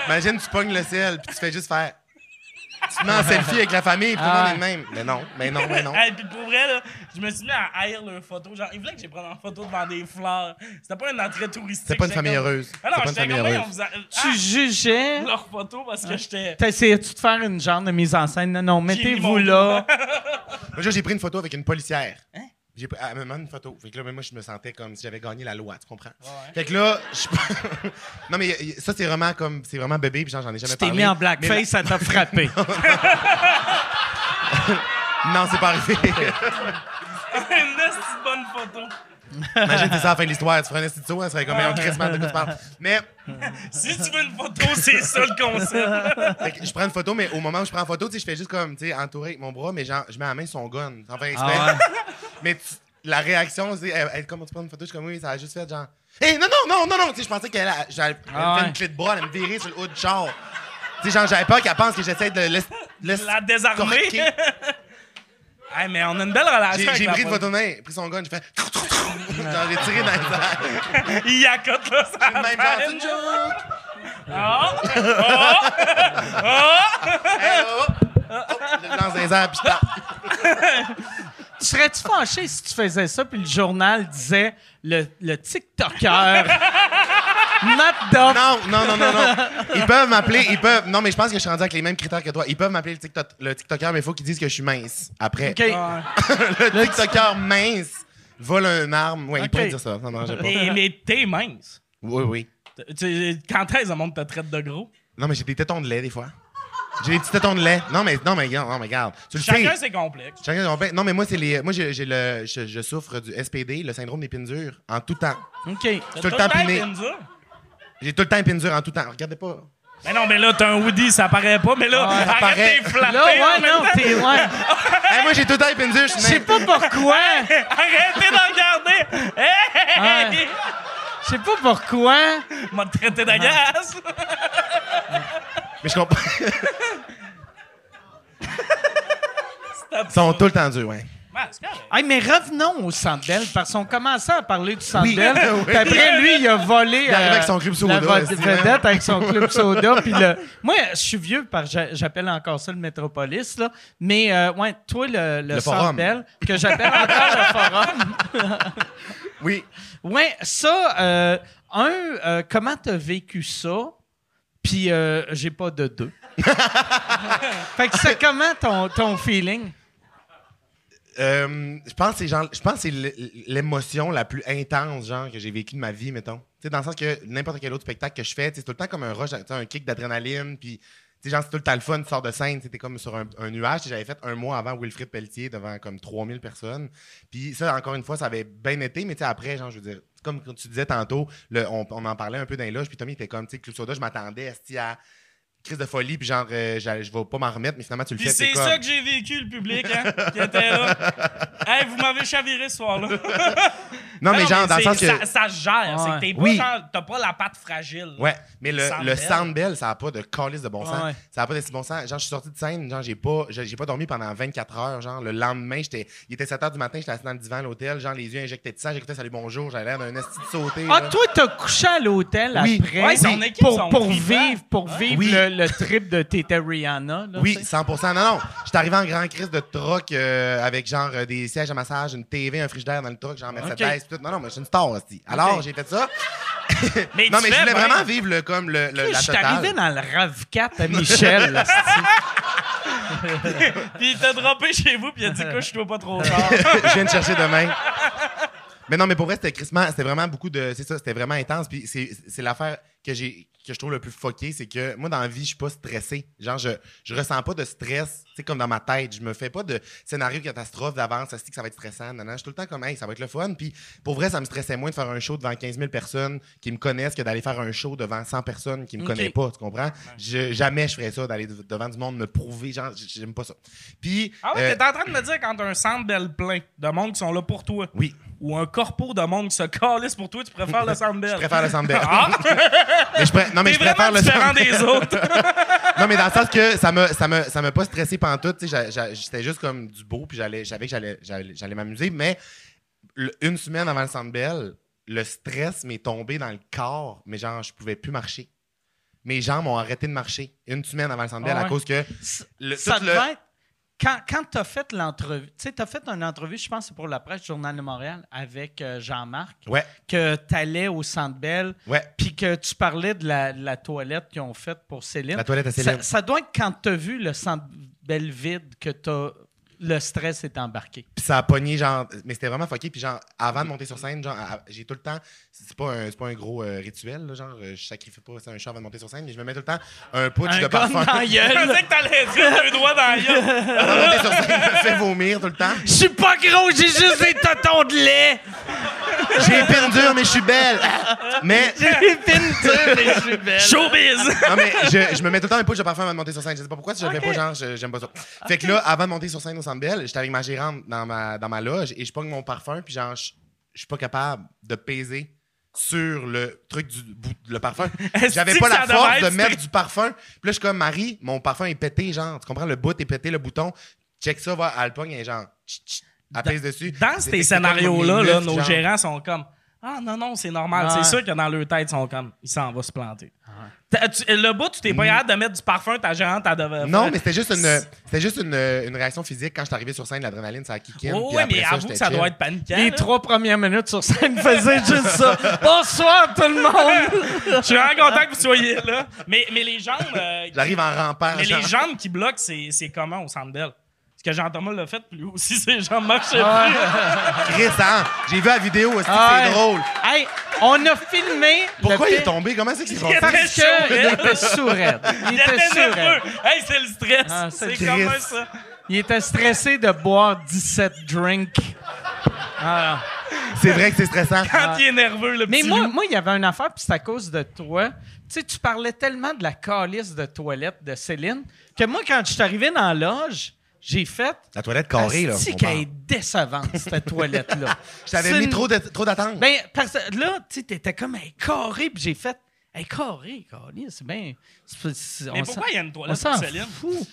Speaker 5: imagine, tu pognes le ciel, puis tu fais juste faire. Tu te
Speaker 3: Ah.
Speaker 5: mets en selfie avec la famille, puis tout le monde est le même. Mais non, mais non, mais non.
Speaker 6: Hey, puis pour vrai, là, je me suis mis à haïr leur photo. Genre, ils voulaient que j'ai prenne en photo devant des fleurs. C'était pas une entrée touristique.
Speaker 5: C'est pas une
Speaker 6: J'étais
Speaker 5: famille
Speaker 6: comme-
Speaker 5: heureuse. C'est
Speaker 6: Ah non,
Speaker 5: pas une
Speaker 6: j'étais
Speaker 5: famille
Speaker 6: comme, hey, on
Speaker 5: heureuse.
Speaker 6: vous a...
Speaker 3: Tu jugeais.
Speaker 6: ah, leur photo parce que j'étais.
Speaker 3: T'essayais-tu de faire une genre de mise en scène? Non, non,
Speaker 6: J'ai mis
Speaker 3: mettez-vous
Speaker 6: mon-
Speaker 3: là.
Speaker 5: Moi, j'ai pris une photo avec une policière. J'ai pris- elle me demande une photo. Fait que là, mais moi, je me sentais comme si j'avais gagné la loi, tu comprends? Fait que là, je... Non, mais y- y- ça, c'est vraiment comme... C'est vraiment bébé, puis genre, j'en ai jamais
Speaker 3: Tu t'es
Speaker 5: parlé.
Speaker 3: mis en
Speaker 5: Mais
Speaker 3: blackface,
Speaker 5: la-
Speaker 3: ça t'a frappé.
Speaker 5: Non, c'est pas arrivé.
Speaker 6: une esti de bonne photo.
Speaker 5: Imagine, c'est ça à la fin de l'histoire. Tu ferais un institut, elle serait comme, mais on crisse mal de quoi tu parles. Mais
Speaker 6: Si tu veux une photo, c'est ça le concept.
Speaker 5: fait que je prends une photo, mais au moment où je prends la photo, tu sais, je fais juste comme, tu sais, entouré avec mon bras, mais genre, je mets la main sur son gun. Sans faire exprès.
Speaker 3: Ah
Speaker 5: Mais tu- la réaction, c'est, elle, elle, comment tu prends une photo, je suis comme, oui, ça a juste fait genre, hé, non, non, non, non, non, tu sais, je pensais qu'elle a- j'avais- elle me
Speaker 3: Ah
Speaker 5: fait
Speaker 3: ouais.
Speaker 5: une clé de bras, elle me virait sur le haut du char. Tu sais, genre, j'avais peur qu'elle pense que j'essaie de l'es- l'es-
Speaker 6: La désarmer.
Speaker 5: torquer.
Speaker 6: hey, mais on a une belle relation.
Speaker 5: J'ai
Speaker 6: avec
Speaker 5: j'ai
Speaker 6: la
Speaker 5: pris de
Speaker 6: photo.
Speaker 5: photo de main, pris son gun, j'ai fait, genre, j'ai tiré dans les airs.
Speaker 6: Il y accote, là, ça.
Speaker 5: Même genre, c'est une joke.
Speaker 6: Ah!
Speaker 5: Hey, oh, oh. Oh, je le lance dans les airs, puis je pars.
Speaker 3: Tu Serais-tu fâché si tu faisais ça, puis le journal disait le, le TikToker. Not dumb.
Speaker 5: Non, non, non, non, non. Ils peuvent m'appeler, ils peuvent. Non, mais je pense que je suis rendu avec les mêmes critères que toi. Ils peuvent m'appeler le, TikTok, le TikToker, mais il faut qu'ils disent que je suis mince après.
Speaker 3: OK.
Speaker 5: le TikToker mince vole un arme. Oui, ils peuvent dire ça, ça ne mangeait pas.
Speaker 6: mais mais t'es mince.
Speaker 5: Oui, oui.
Speaker 6: Tu- tu- Quand est-ce que le monde te traite de gros?
Speaker 5: Non, mais j'ai des tétons de lait des fois. J'ai des petits tétons de lait. Non, mais non, mais regarde, non, mais regarde. Tu le sais.
Speaker 6: Chacun, c'est complexe.
Speaker 5: Chacun son pain. Non, mais moi, c'est les. Moi, j'ai j'ai le. Je, je souffre du SPD, le syndrome des pines dures, en tout temps.
Speaker 3: OK.
Speaker 6: T'as
Speaker 5: Tout le temps
Speaker 6: été
Speaker 5: piné.
Speaker 6: une dure.
Speaker 5: J'ai tout le temps une pine dure en tout temps. Regardez pas.
Speaker 6: Mais non, mais là, t'as un Woody, ça paraît pas, mais là,
Speaker 5: Ouais, ça
Speaker 6: arrête
Speaker 5: paraît.
Speaker 6: tes flattés.
Speaker 3: Là,
Speaker 6: en
Speaker 3: ouais,
Speaker 6: même
Speaker 3: non,
Speaker 6: temps.
Speaker 3: t'es ouais.
Speaker 5: Hey, moi, j'ai tout le temps une pine dure. Je
Speaker 3: Je
Speaker 5: suis
Speaker 3: sais
Speaker 5: mince.
Speaker 3: pas pourquoi.
Speaker 6: Arrêtez d'en regarder! Hey!
Speaker 3: Ouais. Je sais pas pourquoi.
Speaker 6: M'a traité d'agace!
Speaker 5: Mais je comprends. Ils sont tout le temps durs, ouais.
Speaker 6: Man, c'est correct.
Speaker 3: Hey, mais revenons au Centre Bell, parce qu'on commençait à parler du Centre
Speaker 5: Oui,
Speaker 3: Bell.
Speaker 5: oui.
Speaker 3: Puis après, lui, il a volé euh,
Speaker 5: est arrivé avec son club soda,
Speaker 3: la vo-
Speaker 5: est-ce que-
Speaker 3: vedette avec son club soda. Puis le... Moi, je suis vieux, parce que j'a- j'appelle encore ça le Métropolis. Là. Mais euh, ouais, toi, le, le,
Speaker 5: Le
Speaker 3: Centre
Speaker 5: forum.
Speaker 3: Bell, que j'appelle encore le forum.
Speaker 5: Oui.
Speaker 3: Ouais, ça, euh, un, euh, comment t'as vécu ça? Puis euh, j'ai pas de deux. fait que c'est comment ton, ton feeling?
Speaker 5: Euh, je pense que c'est genre- je pense que c'est l'é- l'émotion la plus intense genre que j'ai vécu de ma vie mettons. Tu sais, dans le sens que n'importe quel autre spectacle que je fais, tu sais, c'est tout le temps comme un rush, tu sais, un kick d'adrénaline puis tu sais, genre, c'est tout le temps le fun, tu sors de scène, tu sais, t'es comme sur un, un nuage. Tu sais, J'avais fait un mois avant Wilfrid Pelletier devant comme 3000 personnes. Puis ça, encore une fois, ça avait bien été, mais tu sais, après, genre, je veux dire, comme tu disais tantôt, le- on, on en parlait un peu dans les loges, puis Tommy était comme, tu sais, Club Soda, je m'attendais esti, à crise de folie, puis genre, euh, j'a- je vais pas m'en remettre, mais finalement, tu le
Speaker 6: Puis
Speaker 5: fais. t'es
Speaker 6: c'est
Speaker 5: comme-
Speaker 6: ça que j'ai vécu, le public, hein, qui était là. Hey, vous m'avez chaviré ce soir-là.
Speaker 5: Non, mais genre, dans le
Speaker 6: c'est-
Speaker 5: sens que.
Speaker 6: Ça, ça se gère. C'est que t'es pas
Speaker 5: Oui.
Speaker 6: genre- T'as pas la patte fragile.
Speaker 5: Ouais, mais le,
Speaker 6: Sound
Speaker 5: le
Speaker 6: Bell.
Speaker 5: Sound Bell, ça n'a pas de calice de bon sens.
Speaker 3: Ouais.
Speaker 5: Ça n'a pas de si bon sens. Genre, je suis sorti de scène, genre, j'ai pas, j'ai j'ai pas dormi pendant 24 heures. Genre, le lendemain, j'étais, il était 7 h du matin, j'étais assis dans le divan à l'hôtel, genre, les yeux injectés de sang, j'écoutais Salut Bonjour, j'avais l'air d'un esti de sauté.
Speaker 3: Ah,
Speaker 5: là.
Speaker 3: toi, t'as couché à l'hôtel
Speaker 5: Oui.
Speaker 3: après
Speaker 6: Ouais, son équipe,
Speaker 3: pour,
Speaker 6: son
Speaker 3: pour
Speaker 6: trip, hein?
Speaker 3: vivre, pour vivre
Speaker 5: Oui.
Speaker 3: le, le trip de Teta Rihanna. là,
Speaker 5: Oui,
Speaker 3: tu sais.
Speaker 5: 100 Non, non. J'étais arrivé en grand crise de troc euh, avec genre euh, des sièges à massage, une TV, un frigidaire dans le truck, genre Mercedes, pis tout. Non, non, mais je suis une star aussi. Alors,
Speaker 3: Ok.
Speaker 5: j'ai fait ça.
Speaker 6: Mais
Speaker 5: non,
Speaker 6: tu
Speaker 5: mais je
Speaker 6: fais
Speaker 5: voulais
Speaker 6: bien.
Speaker 5: vraiment vivre le, comme le, le- la
Speaker 3: Je suis
Speaker 5: totale.
Speaker 3: arrivé dans le RAV 4 à Michel. là,
Speaker 6: Puis il t'a droppé chez vous, puis il a dit, couche-toi pas trop fort.
Speaker 5: je viens de chercher demain. Mais non, mais pour vrai, c'était crissement- c'était vraiment beaucoup de. C'est ça, c'était vraiment intense. Puis c'est c'est l'affaire que j'ai que je trouve le plus foqué, c'est que moi, dans la vie, je suis pas stressé. Genre, je, je ressens pas de stress, tu sais, comme dans ma tête. Je me fais pas de scénario catastrophe d'avance, ça se dit que ça va être stressant. Non, non, je suis tout le temps comme, hey, ça va être le fun. Puis pour vrai, ça me stressait moins de faire un show devant 15 000 personnes qui me connaissent que d'aller faire un show devant 100 personnes qui me connaissent pas, tu comprends? Je- jamais je ferais ça, d'aller de- devant du monde me prouver. Genre, j'aime pas ça. Puis.
Speaker 6: Ah
Speaker 5: euh,
Speaker 6: ouais, t'es en train de me dire quand un centre belle plein de monde qui sont là pour toi
Speaker 5: oui,
Speaker 6: ou un corpo de monde qui se calisse pour toi, tu préfères le centre belle.
Speaker 5: je préfère le Sandbell.
Speaker 6: Ah,
Speaker 5: Mais je pré- Non, mais
Speaker 6: t'es
Speaker 5: je
Speaker 6: vraiment
Speaker 5: préfère le
Speaker 6: différent
Speaker 5: Sandbell.
Speaker 6: des autres.
Speaker 5: Non, mais dans le sens que ça m'a, ça m'a, ça m'a pas stressé pantoute. tu sais, j'a- j'a- J'étais juste comme du beau, puis j'allais, je savais que j'allais, j'allais, j'allais m'amuser. Mais le- une semaine avant le Centre Bell, le stress m'est tombé dans le corps, mais genre, je pouvais plus marcher. Mes jambes ont arrêté de marcher une semaine avant le Centre Bell
Speaker 3: Ah
Speaker 5: à
Speaker 3: ouais.
Speaker 5: cause que le,
Speaker 3: ça
Speaker 5: tout
Speaker 3: devait
Speaker 5: le-
Speaker 3: être- Quand, quand tu as fait l'entrevue, tu sais, tu as fait une entrevue, je pense que c'est pour la presse Journal de Montréal, avec euh, Jean-Marc,
Speaker 5: Ouais,
Speaker 3: que tu allais au Centre Bell,
Speaker 5: ouais.
Speaker 3: puis que tu parlais de la, de la toilette qu'ils ont faite pour Céline.
Speaker 5: La toilette à Céline.
Speaker 3: Ça, ça doit être quand tu as vu le Centre Bell vide que t'as- le stress est embarqué.
Speaker 5: Puis ça a pogné, genre, mais c'était vraiment fucké. Puis genre, avant de monter sur scène, genre, à- j'ai tout le temps, c'est pas un, c'est pas un gros euh, rituel, là, genre, euh, je sacrifie pas ça, un chat avant de monter sur scène, mais je me mets tout le temps un putsch
Speaker 3: Un
Speaker 5: de
Speaker 3: gun
Speaker 5: parfum.
Speaker 3: dans la
Speaker 6: Je
Speaker 3: gueule.
Speaker 6: pensais que t'allais dire deux doigts dans la gueule.
Speaker 5: Avant de monter sur scène, je me fais vomir tout le temps.
Speaker 3: Je suis pas gros, j'ai juste des tontons de lait!
Speaker 5: J'ai une peine dure, mais je suis belle. Mais,
Speaker 3: J'ai une dure et je suis belle. Ah,
Speaker 6: Showbiz!
Speaker 5: non, mais je, je me mets tout le temps un putsch de parfum avant de monter sur scène. Je sais pas pourquoi, si je le fais pas, genre, je- j'aime pas ça. Fait que là, avant de monter sur scène au Centre Bell, j'étais avec ma gérante dans ma, dans ma loge et je pogne mon parfum, puis genre, je je suis pas capable de peser sur le truc du bout le parfum.
Speaker 6: Est-ce
Speaker 5: J'avais
Speaker 6: que
Speaker 5: pas
Speaker 6: ça
Speaker 5: la
Speaker 6: devait
Speaker 5: force
Speaker 6: être
Speaker 5: de
Speaker 6: strict?
Speaker 5: mettre du parfum. Puis là, je suis comme Marie, mon parfum est pété, genre. Tu comprends? Le bout est pété, le bouton. Check ça, va, elle le pogne, elle est genre. tch, tch, Elle pèse dessus.
Speaker 6: Dans
Speaker 5: C'est
Speaker 6: ces
Speaker 5: écrit
Speaker 6: scénarios-là,
Speaker 5: comme
Speaker 6: là,
Speaker 5: une
Speaker 6: nos
Speaker 5: genre.
Speaker 6: gérants sont comme Ah non, non, c'est normal.
Speaker 3: Ouais.
Speaker 6: C'est sûr que dans leur tête, ils sont comme Il s'en va se planter. T'as- tu- Le bout, tu t'es pas capable de mettre du parfum, ta gérante, elle devait.
Speaker 5: Mm. Non,
Speaker 6: faire-
Speaker 5: mais c'était juste une, c'était juste une, une réaction physique. Quand je suis arrivé sur scène, l'adrénaline, ça a kické.
Speaker 6: Oh, ouais, mais avoue que ça doit être paniquant.
Speaker 3: Les
Speaker 6: là.
Speaker 3: trois premières minutes sur scène faisaient juste ça. Bonsoir tout le monde!
Speaker 6: Je suis vraiment content que vous soyez là. Mais, mais les jambes. euh,
Speaker 5: J'arrive en rampant.
Speaker 6: mais
Speaker 5: genre.
Speaker 6: les jambes qui bloquent, c'est c'est commun au centre d'elle. Parce que Jean-Thomas l'a fait, puis lui aussi, ses jambes marchaient plus.
Speaker 5: Chris, hein? J'ai vu la vidéo, est-ce que
Speaker 3: Ah
Speaker 5: c'est
Speaker 3: ouais.
Speaker 5: drôle?
Speaker 3: Hey, on a filmé. le
Speaker 5: Pourquoi il
Speaker 3: fait-
Speaker 5: est tombé? Comment c'est qu'il est
Speaker 6: Il
Speaker 5: tombé?
Speaker 6: est
Speaker 3: Parce
Speaker 6: Très chaud,
Speaker 3: qu'il
Speaker 6: hein?
Speaker 3: était sourd. Il
Speaker 6: Il était
Speaker 3: était sourd.
Speaker 6: nerveux. Hey, c'est le stress.
Speaker 3: Ah, c'est
Speaker 6: c'est
Speaker 5: le Christ.
Speaker 6: commun, ça.
Speaker 3: Il était stressé de boire 17 drinks. Ah.
Speaker 5: C'est vrai que c'est stressant.
Speaker 6: Quand il est nerveux, le
Speaker 3: Mais
Speaker 6: petit
Speaker 3: moi,
Speaker 6: loup.
Speaker 3: moi, il y avait une affaire, puis c'est à cause de toi. Tu sais, tu parlais tellement de la calice de toilette de Céline que moi, quand je suis arrivé dans la loge, j'ai fait.
Speaker 5: La toilette carrée, là.
Speaker 3: C'est
Speaker 5: on
Speaker 3: qu'elle est
Speaker 5: parle.
Speaker 3: décevante, cette toilette-là.
Speaker 5: Je t'avais
Speaker 3: C'est
Speaker 5: mis
Speaker 3: une-
Speaker 5: trop de- trop d'attente.
Speaker 3: Ben, parce que là, tu sais, t'étais comme, hey, carré, puis j'ai fait, hey, carré, carré, c'est bien. c'est- c'est-
Speaker 6: Mais
Speaker 3: on
Speaker 6: pourquoi
Speaker 3: s'en-
Speaker 6: il y a une
Speaker 3: on
Speaker 6: toilette pour
Speaker 3: s'en
Speaker 6: Céline?
Speaker 3: fout.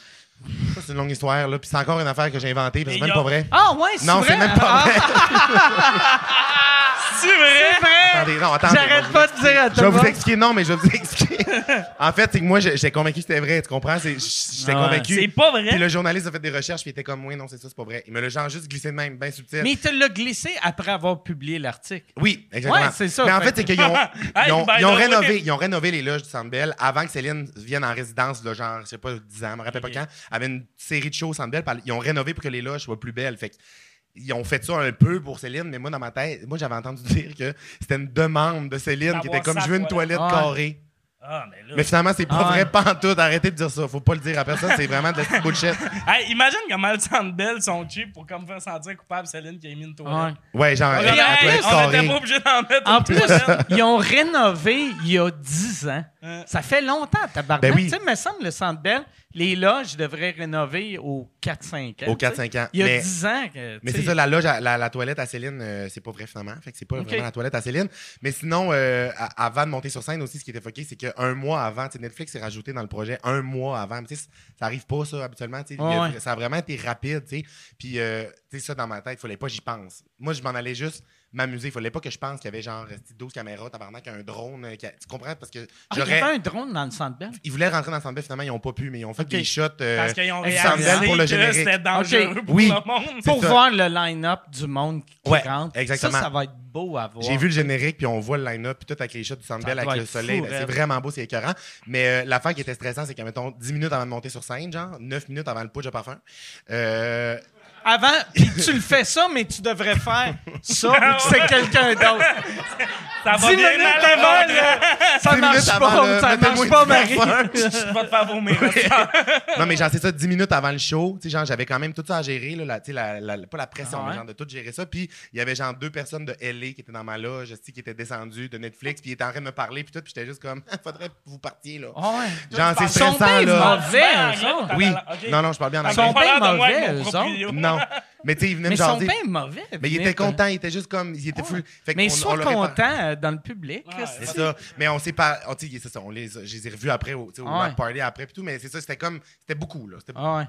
Speaker 5: Ça, C'est une longue histoire, là. Puis c'est encore une affaire que j'ai inventée, puis c'est même
Speaker 6: Mais y a-
Speaker 5: pas vrai.
Speaker 3: Ah, ouais, c'est
Speaker 5: Non,
Speaker 3: vrai.
Speaker 5: c'est même pas
Speaker 3: Ah,
Speaker 5: vrai.
Speaker 6: C'est vrai?
Speaker 3: c'est vrai.
Speaker 5: Attendez, non, attendez.
Speaker 3: J'arrête pas de dire à tout
Speaker 5: Je vais
Speaker 3: le
Speaker 5: vous
Speaker 3: monde.
Speaker 5: expliquer, non, mais je vais vous expliquer. en fait, c'est que moi, j'ai- j'étais convaincu que c'était vrai, tu comprends? C'est- J'étais
Speaker 3: Ouais.
Speaker 5: convaincu.
Speaker 6: Ah C'est pas vrai.
Speaker 5: Puis le journaliste a fait des recherches, puis il était comme, oui, non, c'est ça, c'est pas vrai. Il me l'a genre juste glissé de même, bien subtil.
Speaker 3: Mais il te l'a glissé après avoir publié l'article.
Speaker 5: Oui, exactement.
Speaker 3: Ouais, c'est ça.
Speaker 5: Mais en
Speaker 3: Fait
Speaker 5: fait, c'est qu'ils ont,
Speaker 6: Hey,
Speaker 5: ils ont,
Speaker 6: by
Speaker 5: ils ont
Speaker 6: the way.
Speaker 5: rénové, ils ont rénové les loges du Centre Bell avant que Céline vienne en résidence, là, genre, je sais pas, 10 ans, je me rappelle pas quand, avait une série de shows au Centre Bell. par- Ils ont rénové pour que les loges soient plus belles. Fait que ils ont fait ça un peu pour Céline, mais moi, dans ma tête, moi, j'avais entendu dire que c'était une demande de Céline qui
Speaker 6: D'avoir
Speaker 5: était comme,
Speaker 6: sa
Speaker 5: je veux une
Speaker 6: toilette.
Speaker 5: toilette
Speaker 3: Ouais.
Speaker 5: carrée.
Speaker 6: Ah, mais là.
Speaker 5: Mais finalement, c'est pas
Speaker 3: Ah ouais.
Speaker 5: vrai, pantoute. Arrêtez de dire ça. Faut pas le dire à personne. C'est vraiment de la petite bullshit.
Speaker 6: Hey, imagine comment le centre belle sont cheap pour comme faire sentir coupable Céline qui a mis une toilette.
Speaker 5: Ouais,
Speaker 3: Ben,
Speaker 5: genre, la
Speaker 6: On était-
Speaker 5: toilette
Speaker 6: on était
Speaker 5: carrée.
Speaker 6: pas obligé d'en mettre
Speaker 3: En
Speaker 6: une
Speaker 3: plus,
Speaker 6: toilette.
Speaker 3: ils ont rénové il y a 10 ans.
Speaker 6: Hein.
Speaker 3: Ça fait longtemps, tabarnak.
Speaker 5: Ben oui.
Speaker 3: Tu sais, me semble, le Centre Bell, les loges devraient rénover aux 4-5 ans.
Speaker 5: Aux
Speaker 3: tu sais.
Speaker 5: 4-5 ans.
Speaker 3: Il y a
Speaker 5: Mais-
Speaker 3: 10 ans que...
Speaker 5: Mais
Speaker 3: tu
Speaker 5: c'est
Speaker 3: sais,
Speaker 5: ça, la loge, à- la, la toilette à Céline, euh, c'est pas vrai finalement. Fait que c'est pas
Speaker 3: Ok.
Speaker 5: vraiment la toilette à Céline. Mais sinon, euh, à- avant de monter sur scène aussi, ce qui était foqué, c'est qu'un mois avant, tu sais, Netflix s'est rajouté dans le projet un mois avant. Mais tu sais, ça arrive pas, ça, habituellement. tu sais. Il y a-
Speaker 3: Ouais.
Speaker 5: Ça a vraiment été rapide, tu sais. Puis, euh, tu sais, ça, dans ma tête, il fallait pas que j'y pense. Moi, je m'en allais juste m'amuser. Il fallait pas que je pense qu'il y avait genre euh, 12 caméras, tabarnak, un drone. euh, qui a- Tu comprends? Parce que
Speaker 3: Ah, il y
Speaker 5: j'aurais.
Speaker 3: avait un drone dans le Centre Bell.
Speaker 5: Ils voulaient rentrer dans le centre Bell, finalement, ils ont pas pu, mais ils ont fait
Speaker 3: Ok.
Speaker 5: des shots. euh,
Speaker 6: Parce qu'ils ont
Speaker 5: du Centre Bell
Speaker 6: réalisé
Speaker 5: pour le
Speaker 6: que
Speaker 5: générique.
Speaker 6: c'était dangereux
Speaker 3: Ok.
Speaker 6: pour
Speaker 5: Oui.
Speaker 6: le monde.
Speaker 5: C'est
Speaker 3: Pour
Speaker 5: ça.
Speaker 3: voir le line-up du monde qui
Speaker 5: Ouais,
Speaker 3: rentre.
Speaker 5: exactement.
Speaker 3: Ça, ça va être beau à voir.
Speaker 5: J'ai vu le générique, puis on voit le line-up, puis tout avec les shots du Centre Bell,
Speaker 3: Ça
Speaker 5: avec
Speaker 3: doit
Speaker 5: le
Speaker 3: être
Speaker 5: soleil.
Speaker 3: fou,
Speaker 5: Ben, c'est
Speaker 3: raide.
Speaker 5: vraiment beau, c'est écœurant. Mais euh, l'affaire qui était stressante, c'est que, mettons, 10 minutes avant de monter sur scène, genre, 9 minutes avant le putsch de parfum, euh,
Speaker 3: Avant, puis tu le fais ça, mais tu devrais faire ça,
Speaker 5: Ah
Speaker 3: mais que c'est quelqu'un d'autre.
Speaker 6: Ça
Speaker 3: 10
Speaker 6: va bien
Speaker 3: minutes
Speaker 6: mal
Speaker 3: avant,
Speaker 6: le
Speaker 3: là,
Speaker 6: monde.
Speaker 3: ça
Speaker 5: 10 minutes
Speaker 3: marche
Speaker 5: avant
Speaker 3: pas,
Speaker 5: le-
Speaker 3: ça
Speaker 5: mettez-moi
Speaker 3: marche pas,
Speaker 5: du
Speaker 3: Marie.
Speaker 5: parfum.
Speaker 6: Je vais te faire vomir.
Speaker 5: non, mais genre, c'est ça, 10 minutes avant le show. Tu sais, genre, j'avais quand même tout ça à gérer, là, la, tu sais, la- la- la- pas la pression,
Speaker 3: Ah ouais?
Speaker 5: mais genre, de tout gérer ça. Puis, il y avait genre deux personnes de LA qui étaient dans ma loge, tu sais, qui étaient descendues de Netflix, puis ils étaient en train de me parler, puis tout, puis j'étais juste comme, faudrait que vous partiez, là.
Speaker 3: Ah ouais.
Speaker 5: Genre, c'est
Speaker 3: Ils sont
Speaker 5: stressant,
Speaker 3: bien
Speaker 5: là.
Speaker 6: Ben,
Speaker 3: mauvais, eux autres.
Speaker 5: Oui.
Speaker 6: Ok.
Speaker 5: Non, non, je parle bien en
Speaker 3: Ils sont
Speaker 5: anglais.
Speaker 3: bien
Speaker 6: de moi avec
Speaker 3: mauvais,
Speaker 6: mon
Speaker 3: eux
Speaker 6: proprio.
Speaker 5: Non. Mais tu sais, ils venaient
Speaker 3: Mais
Speaker 5: me
Speaker 3: ils sont
Speaker 5: jaser.
Speaker 3: bien mauvais.
Speaker 5: Mais il
Speaker 3: Vinette.
Speaker 5: était content, il était juste comme. Il était full. Fait
Speaker 3: Mais
Speaker 5: qu'on- on
Speaker 3: sois
Speaker 5: l'aurait pas-
Speaker 3: content euh, dans le public.
Speaker 6: Ouais,
Speaker 3: c'est-
Speaker 5: C'est ça. Mais Mais on s'est pas. on- tu sais, c'est ça, on les, a- je les ai revus après, au, tu sais, au
Speaker 3: Ah
Speaker 5: rap
Speaker 3: ouais.
Speaker 5: party après, puis tout. Mais c'est ça, c'était comme. C'était beaucoup, là. C'était
Speaker 3: Ah ouais.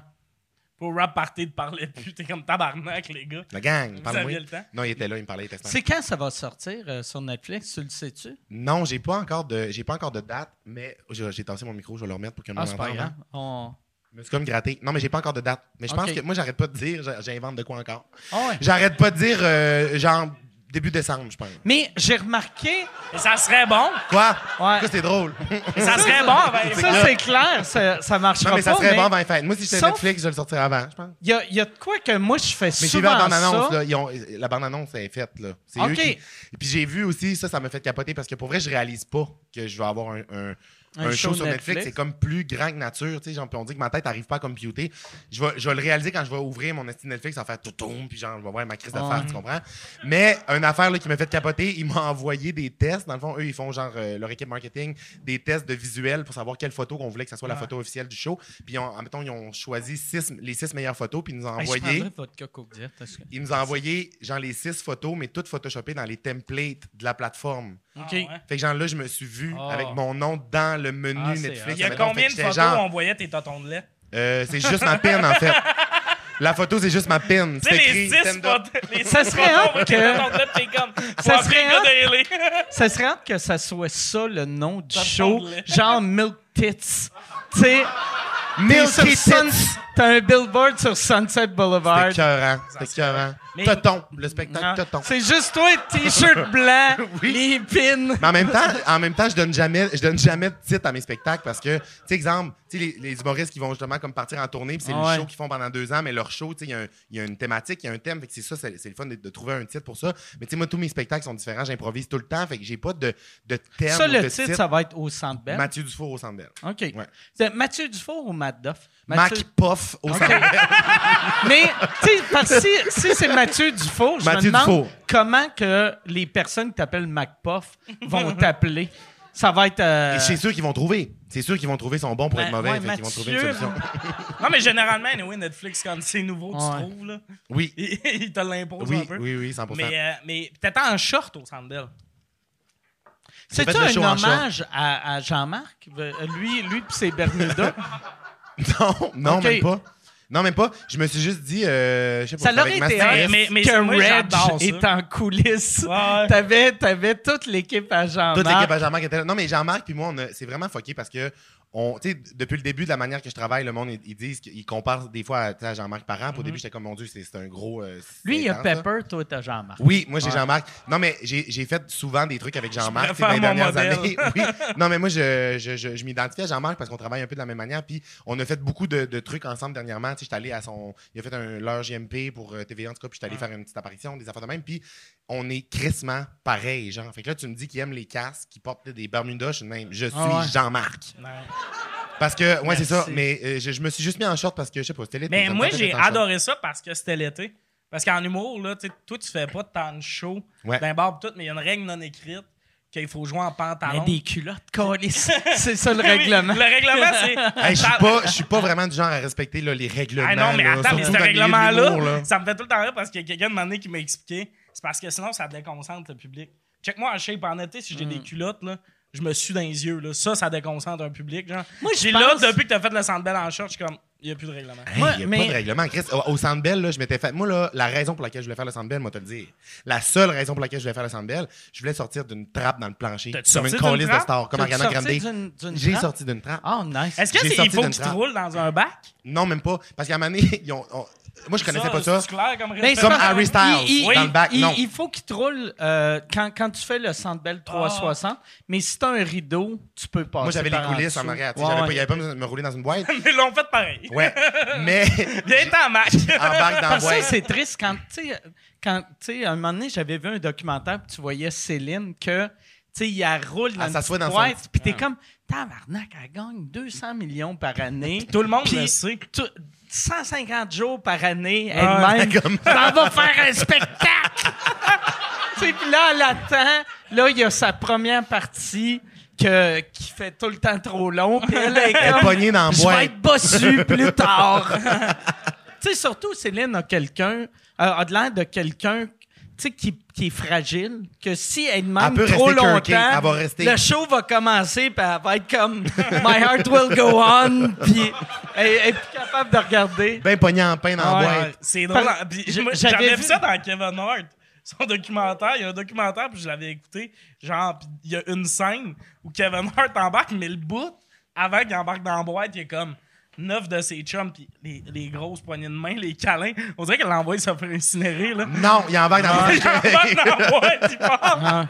Speaker 6: Pour rap party de parler plus, t'es comme tabarnak, les gars.
Speaker 5: la gang,
Speaker 6: Vous aviez
Speaker 5: parle-moi.
Speaker 6: le temps?
Speaker 5: Non, il était là, il me parlait, il était
Speaker 3: C'est quand ça va sortir euh, sur Netflix, tu le sais-tu?
Speaker 5: Non, j'ai pas encore de, j'ai pas encore de date, mais j'ai j'ai tassé mon micro, je vais le remettre pour que
Speaker 3: Ah, c'est pas grave. On-
Speaker 5: Je me suis comme gratté. Non, mais j'ai pas encore de date. Mais je pense
Speaker 3: Ok.
Speaker 5: que moi, j'arrête pas de dire, j'a- j'invente de quoi encore.
Speaker 3: Ah ouais.
Speaker 5: J'arrête pas de dire, euh, genre, début décembre, je pense.
Speaker 3: Mais j'ai remarqué,
Speaker 6: Et ça serait bon!
Speaker 5: Quoi?
Speaker 3: Ouais.
Speaker 5: Ça, c'est drôle.
Speaker 6: Et ça serait bon! ben,
Speaker 3: ça
Speaker 6: ben,
Speaker 3: c'est clair, ça, ça marchera
Speaker 5: non, mais ça
Speaker 3: pas,
Speaker 5: serait
Speaker 3: mais
Speaker 5: bon ben. avant les fêtes. Moi, si j'étais
Speaker 3: Sauf-
Speaker 5: Netflix, je le sortirais avant, je pense.
Speaker 3: il y a, il y a de quoi que moi je fais
Speaker 5: Mais j'ai vu
Speaker 3: souvent
Speaker 5: la bande-annonce,
Speaker 3: ça.
Speaker 5: là. Ils ont- la bande-annonce elle est faite, là. C'est
Speaker 3: Ok.
Speaker 5: eux qui- Et puis j'ai vu aussi, ça, ça m'a fait capoter parce que pour vrai, je réalise pas que je vais avoir un, un- un show, sur Netflix. C'est comme plus grand que nature, tu sais. Genre, puis on dit que ma tête arrive pas à computer. Je vais, je vais le réaliser quand je vais ouvrir mon esti Netflix, ça va faire tout tombe, puis genre, je vais voir ma crise d'affaires, tu comprends? Mais une affaire là, qui m'a fait capoter, ils m'ont envoyé des tests. Dans le fond, eux, ils font genre euh, leur équipe marketing, des tests de visuels pour savoir quelle photo qu'on voulait que ça soit la photo officielle du show. Puis, ils ont- admettons, ils ont choisi six, les six meilleures photos, puis ils nous ont
Speaker 3: Hey, je
Speaker 5: envoyé.
Speaker 3: prendrais votre coco diète, parce que-
Speaker 5: Il nous a envoyé, genre, les six photos, mais toutes photoshopées dans les templates de la plateforme.
Speaker 6: ah,
Speaker 3: Ok.
Speaker 6: ouais.
Speaker 5: Fait que, genre, là, je me suis vu
Speaker 3: Ah.
Speaker 5: avec mon nom dans le menu
Speaker 3: Ah, c'est
Speaker 5: Netflix.
Speaker 6: Il y a
Speaker 5: admettons. Fait
Speaker 6: combien de
Speaker 5: que j'étais
Speaker 6: photos
Speaker 5: genre,
Speaker 6: on voyait tes tontons de lait?
Speaker 5: euh, c'est juste ma pin, en fait. La photo, c'est juste ma pin.
Speaker 6: Tu sais,
Speaker 5: C'est
Speaker 6: les
Speaker 5: écrit
Speaker 6: 10
Speaker 5: stand-up.
Speaker 6: photos. Les
Speaker 3: Ça
Speaker 6: six
Speaker 3: serait hot
Speaker 6: photos, on voit tes
Speaker 3: que-
Speaker 6: tontons de lait, t'es comme.
Speaker 3: Ça serait
Speaker 6: un gars de
Speaker 3: Ça serait hâte que ça soit ça le nom du
Speaker 6: Ça
Speaker 3: show,
Speaker 6: parle.
Speaker 3: genre Milk Tits. Tu sais, t'es
Speaker 5: Milk
Speaker 3: sur
Speaker 5: Tits.
Speaker 3: Sun- t'as un billboard sur Sunset Boulevard.
Speaker 5: C'était écœurant. C'était écœurant. Toton. Le spectacle
Speaker 3: Ah,
Speaker 5: Toton.
Speaker 3: C'est juste toi, t-shirt blanc,
Speaker 5: Oui.
Speaker 3: les pins.
Speaker 5: Mais en même temps, en même temps, je donne jamais, je donne jamais de titre à mes spectacles parce que, tu sais, exemple, tu sais, les, les humoristes qui vont justement comme partir en tournée, puis c'est
Speaker 3: Ah ouais.
Speaker 5: le show qu'ils font pendant deux ans, mais leur show, tu sais, il y a un- il y, a une thématique, il y a un thème, fait que c'est ça, c'est c'est le fun de, de trouver un titre pour ça. Mais tu sais, moi, tous mes spectacles sont différents, j'improvise tout le temps, fait que j'ai pas de, de thème.
Speaker 3: Ça,
Speaker 5: ou
Speaker 3: le
Speaker 5: de
Speaker 3: titre, ça va être au Centre Bell.
Speaker 5: Mathieu Dufour au Centre Bell.
Speaker 3: OK.
Speaker 5: Ouais.
Speaker 3: C'est Mathieu Dufour ou Matt Duff?
Speaker 5: Mac
Speaker 3: Mathieu-
Speaker 5: Poff au
Speaker 3: OK.
Speaker 5: Centre Bell.
Speaker 3: Mais, tu sais, parce que si, si c'est Mathieu Dufour, je
Speaker 5: Mathieu
Speaker 3: me demande
Speaker 5: Dufour.
Speaker 3: comment que les personnes qui t'appellent MacPuff vont t'appeler. Ça va être... euh,
Speaker 5: Et c'est sûr qu'ils vont trouver. C'est sûr qu'ils vont trouver son bon pour
Speaker 3: Ben,
Speaker 5: être mauvais,
Speaker 3: ouais,
Speaker 5: fait qu'ils vont trouver une
Speaker 3: Mathieu-
Speaker 5: solution.
Speaker 6: lait. Non, mais généralement, anyway, Netflix, quand c'est nouveau, tu
Speaker 3: Ouais.
Speaker 6: trouves, là.
Speaker 5: Oui.
Speaker 6: Il te l'impose
Speaker 5: Oui,
Speaker 6: un peu.
Speaker 5: oui, oui, 100%.
Speaker 6: Mais, euh, mais t'étais en short au Centre Bell.
Speaker 3: C'est-tu
Speaker 5: J'ai fait le
Speaker 3: un
Speaker 5: show en
Speaker 3: hommage à, à Jean-Marc? Euh, Lui, lui pis ses Bermudas.
Speaker 5: Non, non,
Speaker 3: Ok.
Speaker 5: même pas. Non, même pas. Je me suis juste dit, euh, je sais pas,
Speaker 3: Ça
Speaker 5: c'est avec
Speaker 3: l'aurait
Speaker 5: ma
Speaker 3: été
Speaker 5: sœur.
Speaker 6: Mais- mais- mais
Speaker 3: que
Speaker 6: moi, j'adore
Speaker 3: Reg
Speaker 6: ça.
Speaker 3: est en coulisses.
Speaker 6: Ouais.
Speaker 3: T'avais, t'avais toute l'équipe à
Speaker 5: Toute l'équipe
Speaker 3: Jean-Marc.
Speaker 5: à Jean-Marc était là. Non, mais Jean-Marc puis moi, on a- c'est vraiment fucké parce que on, tu sais, depuis le début de la manière que je travaille, le monde, ils, ils disent qu'ils comparent des fois à, tu sais, à Jean-Marc Parent. Puis Au début, j'étais comme, mon Dieu, c'est c'est un gros. euh, c'est
Speaker 3: Mm-hmm. Lui, il a
Speaker 5: intense, là.
Speaker 3: Pepper, toi, t'as Jean-Marc.
Speaker 5: Oui, moi j'ai Jean-Marc. Non, mais j'ai j'ai fait souvent des trucs avec Jean-Marc tu sais, dans les
Speaker 6: préfère mon
Speaker 5: dernières années.
Speaker 6: modèle.
Speaker 5: Oui. Non, mais moi je, je, je, je m'identifie à Jean-Marc parce qu'on travaille un peu de la même manière. Puis on a fait beaucoup de, de trucs ensemble dernièrement. Tu sais, j'étais allé à son. Il a fait un leur JMP pour euh, TVA en tout cas. Puis j'étais allé faire une petite apparition, des affaires de même. Puis on est crissement pareil, genre. Fait que là, tu me dis qu'il aime les casques, qu'il porte des Bermudas. Je suis de même. Je suis
Speaker 3: Ah ouais.
Speaker 5: Jean-Marc. Parce que, ouais, c'est ça.
Speaker 3: Merci.
Speaker 5: Mais euh, je, je me suis juste mis en short parce que, je sais pas, c'était l'été,
Speaker 6: Mais
Speaker 5: ça me
Speaker 6: moi,
Speaker 5: tentait
Speaker 6: j'ai
Speaker 5: d'être en short.
Speaker 6: adoré ça parce que c'était l'été. Parce qu'en humour, là, tu sais, toi, tu fais pas tant de show
Speaker 5: Ouais.
Speaker 6: d'un bar pis tout, mais il y a une règle non écrite qu'il faut jouer en
Speaker 3: Mais
Speaker 6: pantalon.
Speaker 3: des culottes, câlisse. C'est ça le
Speaker 6: Oui, oui,
Speaker 3: règlement.
Speaker 6: Le règlement, c'est.
Speaker 5: Hey, je suis pas, je suis pas vraiment du genre à respecter là, les règlements.
Speaker 6: Ah non, mais
Speaker 5: là,
Speaker 6: attends, mais
Speaker 5: surtout dans
Speaker 6: ce
Speaker 5: le milieu de l'humour,
Speaker 6: règlement-là,
Speaker 5: là.
Speaker 6: ça me fait tout le temps rire parce qu'il y a quelqu'un de donné qui m'a expliqué. C'est parce que sinon, ça déconcentre le public. Check-moi en shape en été, si j'ai
Speaker 5: Hmm.
Speaker 6: des culottes, là, je me suis dans les yeux. Là. Ça, ça déconcentre un public. Genre.
Speaker 3: Moi, je
Speaker 6: J'ai là,
Speaker 3: pense-
Speaker 6: depuis que t'as fait le sandbell en short, je suis comme, il n'y a plus de règlement.
Speaker 5: Hey,
Speaker 3: Moi,
Speaker 5: y a
Speaker 3: mais-
Speaker 5: pas de règlement. Chris, au, au Centre Bell, là, je m'étais fait. Moi, là, la raison pour laquelle je voulais faire le Centre Bell, moi, te le dire. La seule raison pour laquelle je voulais faire le Centre Bell, je voulais sortir d'une trappe dans le plancher.
Speaker 6: T'as-tu
Speaker 5: Comme
Speaker 6: sorti
Speaker 5: une
Speaker 6: d'une
Speaker 5: colisse de
Speaker 6: trappe?
Speaker 5: star, comme
Speaker 3: T'as-tu
Speaker 5: Ariana Grande.
Speaker 3: sorti d'une- d'une
Speaker 5: J'ai
Speaker 3: trappe?
Speaker 5: sorti d'une trappe.
Speaker 3: Oh, nice.
Speaker 6: Est-ce que
Speaker 5: J'ai
Speaker 6: c'est-
Speaker 5: sorti
Speaker 6: il faut que
Speaker 5: d'une
Speaker 6: tu te
Speaker 5: trappe.
Speaker 6: roules dans un bac?
Speaker 5: Non, même pas. Parce qu'à un moment donné, ils ont- on- moi, je connaissais pas ça.
Speaker 6: C'est clair comme
Speaker 3: Ben,
Speaker 6: règlement.
Speaker 3: c'est
Speaker 5: Comme
Speaker 3: parce-
Speaker 5: Harry Styles,
Speaker 3: il, il-
Speaker 5: dans le bac,
Speaker 3: il-
Speaker 5: non.
Speaker 3: il faut qu'il te roule euh, quand, quand tu fais le Centre Bell 360, mais si t'as un rideau, tu peux passer
Speaker 5: Moi, j'avais les
Speaker 3: par en
Speaker 5: coulisses en
Speaker 3: dessous.
Speaker 5: arrière. tu sais,
Speaker 3: Ouais,
Speaker 5: j'avais pas-
Speaker 3: ouais.
Speaker 5: Il n'y avait pas besoin de me rouler dans une boîte.
Speaker 6: Mais ils l'ont fait pareil.
Speaker 5: Ouais. Mais.
Speaker 6: Viens en Mac.
Speaker 5: Embarque dans la
Speaker 3: Parce que ça,
Speaker 5: boîte.
Speaker 3: c'est triste quand, tu sais, quand, tu sais, à un moment donné, j'avais vu un documentaire, puis tu voyais Céline que, tu sais, il la roule dans
Speaker 5: Elle
Speaker 3: une
Speaker 5: s'assoit
Speaker 3: petite
Speaker 5: dans son Ah.
Speaker 3: boîte, puis t'es comme, tabarnak, elle gagne 200 millions par année.
Speaker 6: Tout le monde
Speaker 3: Puis-
Speaker 6: le sait.
Speaker 3: tout- 150 jours par année,
Speaker 6: Ouais.
Speaker 3: elle-même,
Speaker 5: Ah, Comme-
Speaker 3: t'en vas faire un spectacle! Tu sais, Puis là, elle attend. Là, il y a sa première partie que, qui fait tout le temps trop long. Puis elle est
Speaker 5: Elle est
Speaker 3: comme,
Speaker 5: pognée dans la
Speaker 3: Je
Speaker 5: boîte.
Speaker 3: vais être bossu plus tard. tu sais, surtout, Céline a quelqu'un, euh, a de l'air de quelqu'un. Tu tu sais, qui, qui est fragile, que si elle
Speaker 5: Elle
Speaker 3: demande
Speaker 5: peut
Speaker 3: trop
Speaker 5: rester
Speaker 3: longtemps,
Speaker 5: craquée, elle va rester-
Speaker 3: le show va commencer, puis elle va être comme « My heart will go on », puis elle elle est plus capable de regarder.
Speaker 5: Ben pogné en pain dans
Speaker 6: Ah, Ouais,
Speaker 5: la
Speaker 6: ouais,
Speaker 5: boîte.
Speaker 6: c'est drôle. hein.
Speaker 3: Par-
Speaker 6: Puis
Speaker 3: Je-
Speaker 6: moi,
Speaker 3: j'avais
Speaker 6: J'avais
Speaker 3: vu-
Speaker 6: vu ça dans Kevin Hart. Son documentaire, il y a un documentaire, puis je l'avais écouté. Genre, puis il y a une scène où Kevin Hart embarque, mais le bout, avant qu'il embarque dans la boîte, il est comme neuf de ses chums, puis les, les grosses poignées de main, les câlins. On dirait qu'elle l'envoie se faire incinérer, là.
Speaker 5: Non, il embarque dans la
Speaker 6: Il
Speaker 5: boîte.
Speaker 6: embarque dans la boîte, il part.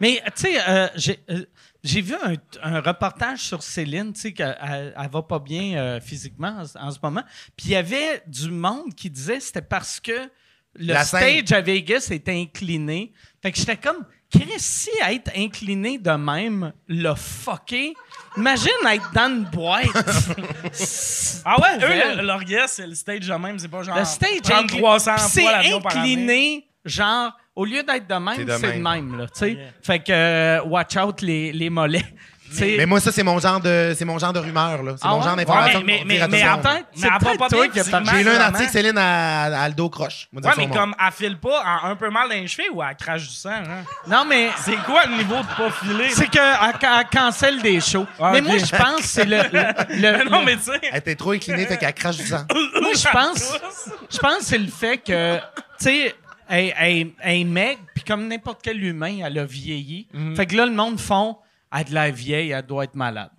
Speaker 3: Mais, tu sais, euh, j'ai euh, j'ai vu un, un reportage sur Céline, tu sais, qu'elle elle- elle va pas bien euh, physiquement en, ce- en ce moment. Puis il y avait du monde qui disait que c'était parce que le
Speaker 5: La scène.
Speaker 3: stage à Vegas était incliné. Fait que j'étais comme, Chris, si être incliné de même, le fucké, imagine être dans une boîte.
Speaker 6: Ah ouais,
Speaker 3: Nouvelle.
Speaker 6: eux, le- leur guess, c'est le stage de même, c'est pas genre.
Speaker 3: le stage est
Speaker 6: prendre
Speaker 3: incliné.
Speaker 6: 300
Speaker 3: Puis c'est
Speaker 6: fois l'avion par année.
Speaker 3: incliné, genre, au lieu d'être de
Speaker 5: C'est
Speaker 3: même,
Speaker 5: de
Speaker 3: c'est de
Speaker 5: même.
Speaker 3: même, là, tu sais.
Speaker 6: Yeah.
Speaker 3: Fait que, euh, watch out les, les mollets. Tu sais,
Speaker 5: Mais moi, ça, c'est mon genre de, c'est mon genre de rumeur, là. C'est
Speaker 3: Ah
Speaker 5: mon
Speaker 3: ouais?
Speaker 5: genre d'information.
Speaker 6: Ouais, mais-
Speaker 5: qu'on
Speaker 6: mais-
Speaker 5: dit à
Speaker 6: mais
Speaker 5: tout le monde.
Speaker 6: attends,
Speaker 3: c'est
Speaker 6: Mais elle va
Speaker 3: peut-être
Speaker 6: pas
Speaker 3: toi
Speaker 6: bien
Speaker 3: qui as parti.
Speaker 6: physiquement,
Speaker 5: J'ai lu un
Speaker 6: vraiment.
Speaker 5: article, Céline, à, à le dos croche. Moi,
Speaker 6: Ouais,
Speaker 5: dire son
Speaker 6: mais
Speaker 5: nom.
Speaker 6: comme elle file pas, elle a un peu mal dans les cheveux ou elle crache du sang. hein?
Speaker 3: Non, mais
Speaker 6: C'est quoi le niveau de pas filer?
Speaker 3: c'est qu'elle cancelle des shows.
Speaker 6: Ah,
Speaker 3: Mais
Speaker 6: ok.
Speaker 3: moi, je pense que c'est le. le- le-
Speaker 6: Mais non,
Speaker 3: le-
Speaker 6: mais tu sais.
Speaker 5: Elle était trop inclinée, fait qu'elle crache du sang.
Speaker 3: moi, je pense. Je pense que c'est le fait que, tu sais, elle, elle- elle est maigre, puis comme n'importe quel humain, elle a vieilli.
Speaker 6: Mhm.
Speaker 3: Fait que là, le monde font, elle a de la vieille, elle doit être malade.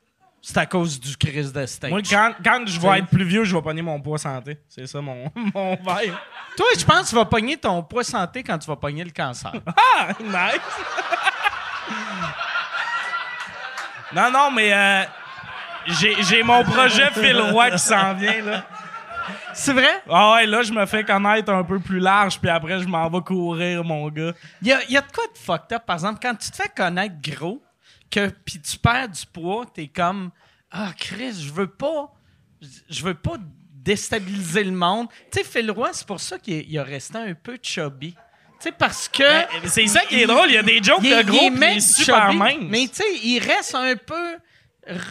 Speaker 3: C'est à cause du crise de steak.
Speaker 6: Moi, quand, quand je vais être plus vieux, je vais pogner mon poids santé. C'est ça mon, mon vibe.
Speaker 3: Toi, je pense que tu vas pogner ton poids santé quand tu vas pogner le cancer.
Speaker 6: Ah, nice! non, non, mais euh, j'ai j'ai mon projet Phil Roy qui s'en vient, là.
Speaker 3: c'est vrai?
Speaker 6: Ah ouais, là, je me fais connaître un peu plus large, puis après, je m'en vais courir, mon gars.
Speaker 3: Il y a, il y a de quoi de fucked up, par exemple, quand tu te fais connaître gros, que puis tu perds du poids, t'es comme ah Chris, je veux pas, je veux pas déstabiliser le monde. Tu sais, Phil Roy, c'est pour ça qu'il est- il a resté un peu chubby. Tu sais, parce que
Speaker 6: Eh, C'est ça qui est drôle, Ben, il y a des jokes
Speaker 3: il,
Speaker 6: de
Speaker 3: est- il
Speaker 6: gros,
Speaker 3: est
Speaker 6: puis il est
Speaker 3: mec
Speaker 6: super
Speaker 3: chubby,
Speaker 6: mince.
Speaker 3: mais tu sais, il reste un peu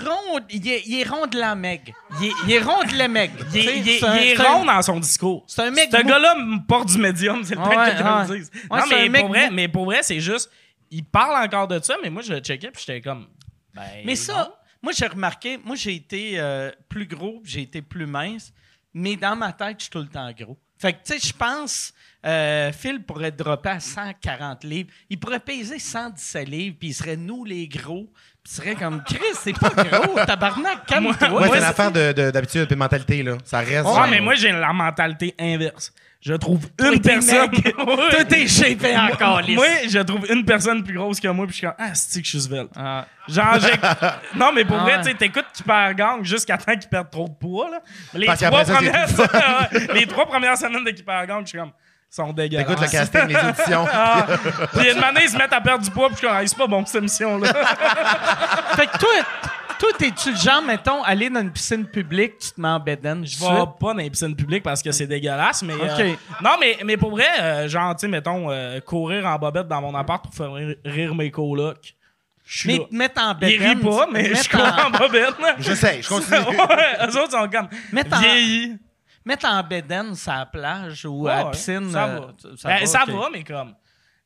Speaker 3: rond, il est, il est rond de la meg. Il est, il est rond de la meg.
Speaker 6: Il est, il est-
Speaker 3: C'est un-
Speaker 6: il est
Speaker 3: c'est un-
Speaker 6: rond dans son discours.
Speaker 3: C'est un mec
Speaker 6: Ce
Speaker 3: mou.
Speaker 6: gars-là me porte du médium, c'est le temps
Speaker 3: Ouais,
Speaker 6: que quelqu'un
Speaker 3: ouais.
Speaker 6: le dise.
Speaker 3: Ouais,
Speaker 6: non,
Speaker 3: c'est un
Speaker 6: mais
Speaker 3: mec
Speaker 6: pour, vrai,
Speaker 3: mou.
Speaker 6: mais pour vrai, c'est juste. Il parle encore de ça, mais moi, je le checkais, puis j'étais comme. Ben,
Speaker 3: Mais ça, moi, j'ai remarqué, moi, j'ai été euh, plus gros, puis j'ai été plus mince, mais dans ma tête, je suis tout le temps gros. Fait que, tu sais, je pense, euh, Phil pourrait dropper à 140 livres. Il pourrait peser 117 livres, puis il serait nous les gros. Puis il serait comme, Chris, c'est pas gros, tabarnak, calme-toi.
Speaker 5: Ouais, c'est
Speaker 3: Ouais,
Speaker 5: une affaire de- de- d'habitude et de mentalité, là. Ça reste. genre-
Speaker 6: non. Ouais, ah, mais moi, j'ai la mentalité inverse. Je trouve
Speaker 3: t'es
Speaker 6: une personne.
Speaker 3: mec.
Speaker 6: Ouais.
Speaker 3: Toi, t'es shapé encore, lisse.
Speaker 6: Moi, je trouve une personne plus grosse que moi, puis je suis comme, ah, c'est que je suis svelte.
Speaker 3: Ah.
Speaker 6: Genre, j'ai- Non, mais pour
Speaker 3: Ah
Speaker 6: vrai,
Speaker 3: ouais.
Speaker 6: tu sais, t'écoutes Super Gang jusqu'à temps qu'ils perdent trop de poids, là. Les,
Speaker 5: Parce qu'après
Speaker 6: trois,
Speaker 5: ça, c'est
Speaker 6: premières...
Speaker 5: plus
Speaker 6: Ouais, les trois premières semaines de Super Gang, je suis comme, ils sont dégueulasses.
Speaker 5: Écoute le casting, les auditions.
Speaker 6: Ah, puis une année, ils se mettent à perdre du poids, puis je suis comme, Ah, c'est pas bon, cette mission-là.
Speaker 3: Fait que toi, toi, t'es-tu le genre, mettons, aller dans une piscine publique, tu te mets en bedaine,
Speaker 6: Je
Speaker 3: je
Speaker 6: vais pas dans les piscines publiques parce que c'est dégueulasse, mais. euh,
Speaker 3: Ok.
Speaker 6: non, mais, mais pour vrai, euh, genre, tu sais, mettons, euh, courir en bobette dans mon appart pour faire rire, rire mes colocs. Je suis
Speaker 3: Mais
Speaker 6: là.
Speaker 3: te mettre en
Speaker 6: Ils
Speaker 3: bedaine.
Speaker 6: rient pas, mais
Speaker 3: mettre
Speaker 6: je cours en bobette.
Speaker 5: Je sais, je continue.
Speaker 6: ouais, eux autres sont comme.
Speaker 3: Mettre en-
Speaker 6: Vieillis.
Speaker 3: Mettre en bédaine sa plage ou
Speaker 6: Ouais,
Speaker 3: à la
Speaker 6: Ah ouais,
Speaker 3: piscine.
Speaker 6: Ça
Speaker 3: euh,
Speaker 6: va.
Speaker 3: t-
Speaker 6: Ben, Ça,
Speaker 3: ok.
Speaker 6: va, mais comme. Tu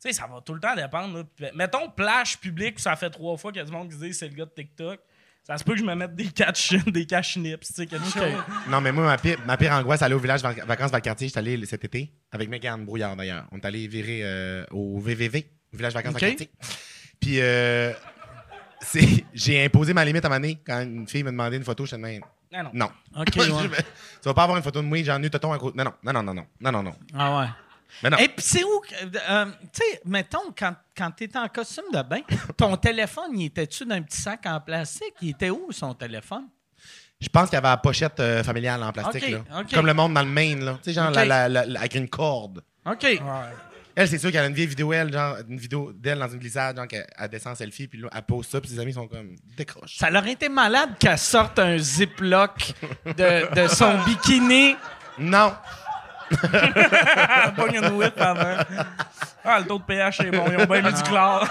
Speaker 6: sais, ça va tout le temps dépendre. là. Puis, Mettons, plage publique où ça fait trois fois qu'il y a du monde qui se dit c'est le gars de TikTok. Ça se peut que je me mette des catch des catch nips, tu sais, quelque chose.
Speaker 5: Non, mais moi, ma pire, ma pire angoisse, aller au village vac- vacances Valcartier, j'étais allé cet été avec Megan Brouillard d'ailleurs. On est allé virer euh, au VVV, au village vacances
Speaker 3: Ok.
Speaker 5: Valcartier. Puis euh, c'est- j'ai imposé ma limite à ma année quand une fille me demandait une photo, je disais
Speaker 6: Ah non.
Speaker 5: non.
Speaker 3: Ok,
Speaker 5: Je
Speaker 3: ouais.
Speaker 5: fais, Tu vas pas avoir une photo de moi, j'en ai toton à côté. Non, non, non, non, non, non, non, non.
Speaker 3: Ah ouais.
Speaker 5: Mais non.
Speaker 3: Et puis c'est où, que- euh, tu sais, mettons, quand, quand t'étais en costume de bain, ton téléphone, il était-tu dans un petit sac en plastique? Il était où, son téléphone?
Speaker 5: Je pense qu'il y avait la pochette euh, familiale en plastique,
Speaker 3: Ok,
Speaker 5: là.
Speaker 3: ok.
Speaker 5: Comme le monde dans le Maine, là. Tu sais, genre
Speaker 3: Ok.
Speaker 5: la- la- la- la- avec une corde.
Speaker 3: OK.
Speaker 5: Elle, c'est sûr qu'elle a une vieille vidéo, elle, genre, une vidéo d'elle dans une glissade, genre, qu'elle elle descend en selfie, puis là, elle pose ça, puis ses amis sont comme, décroche.
Speaker 3: Ça leur était malade qu'elle sorte un ziploc de, de son bikini.
Speaker 5: Non!
Speaker 6: Ah, pogne une whip avant. Ah, le taux de pH est bon, ils ont bien mis du chlore.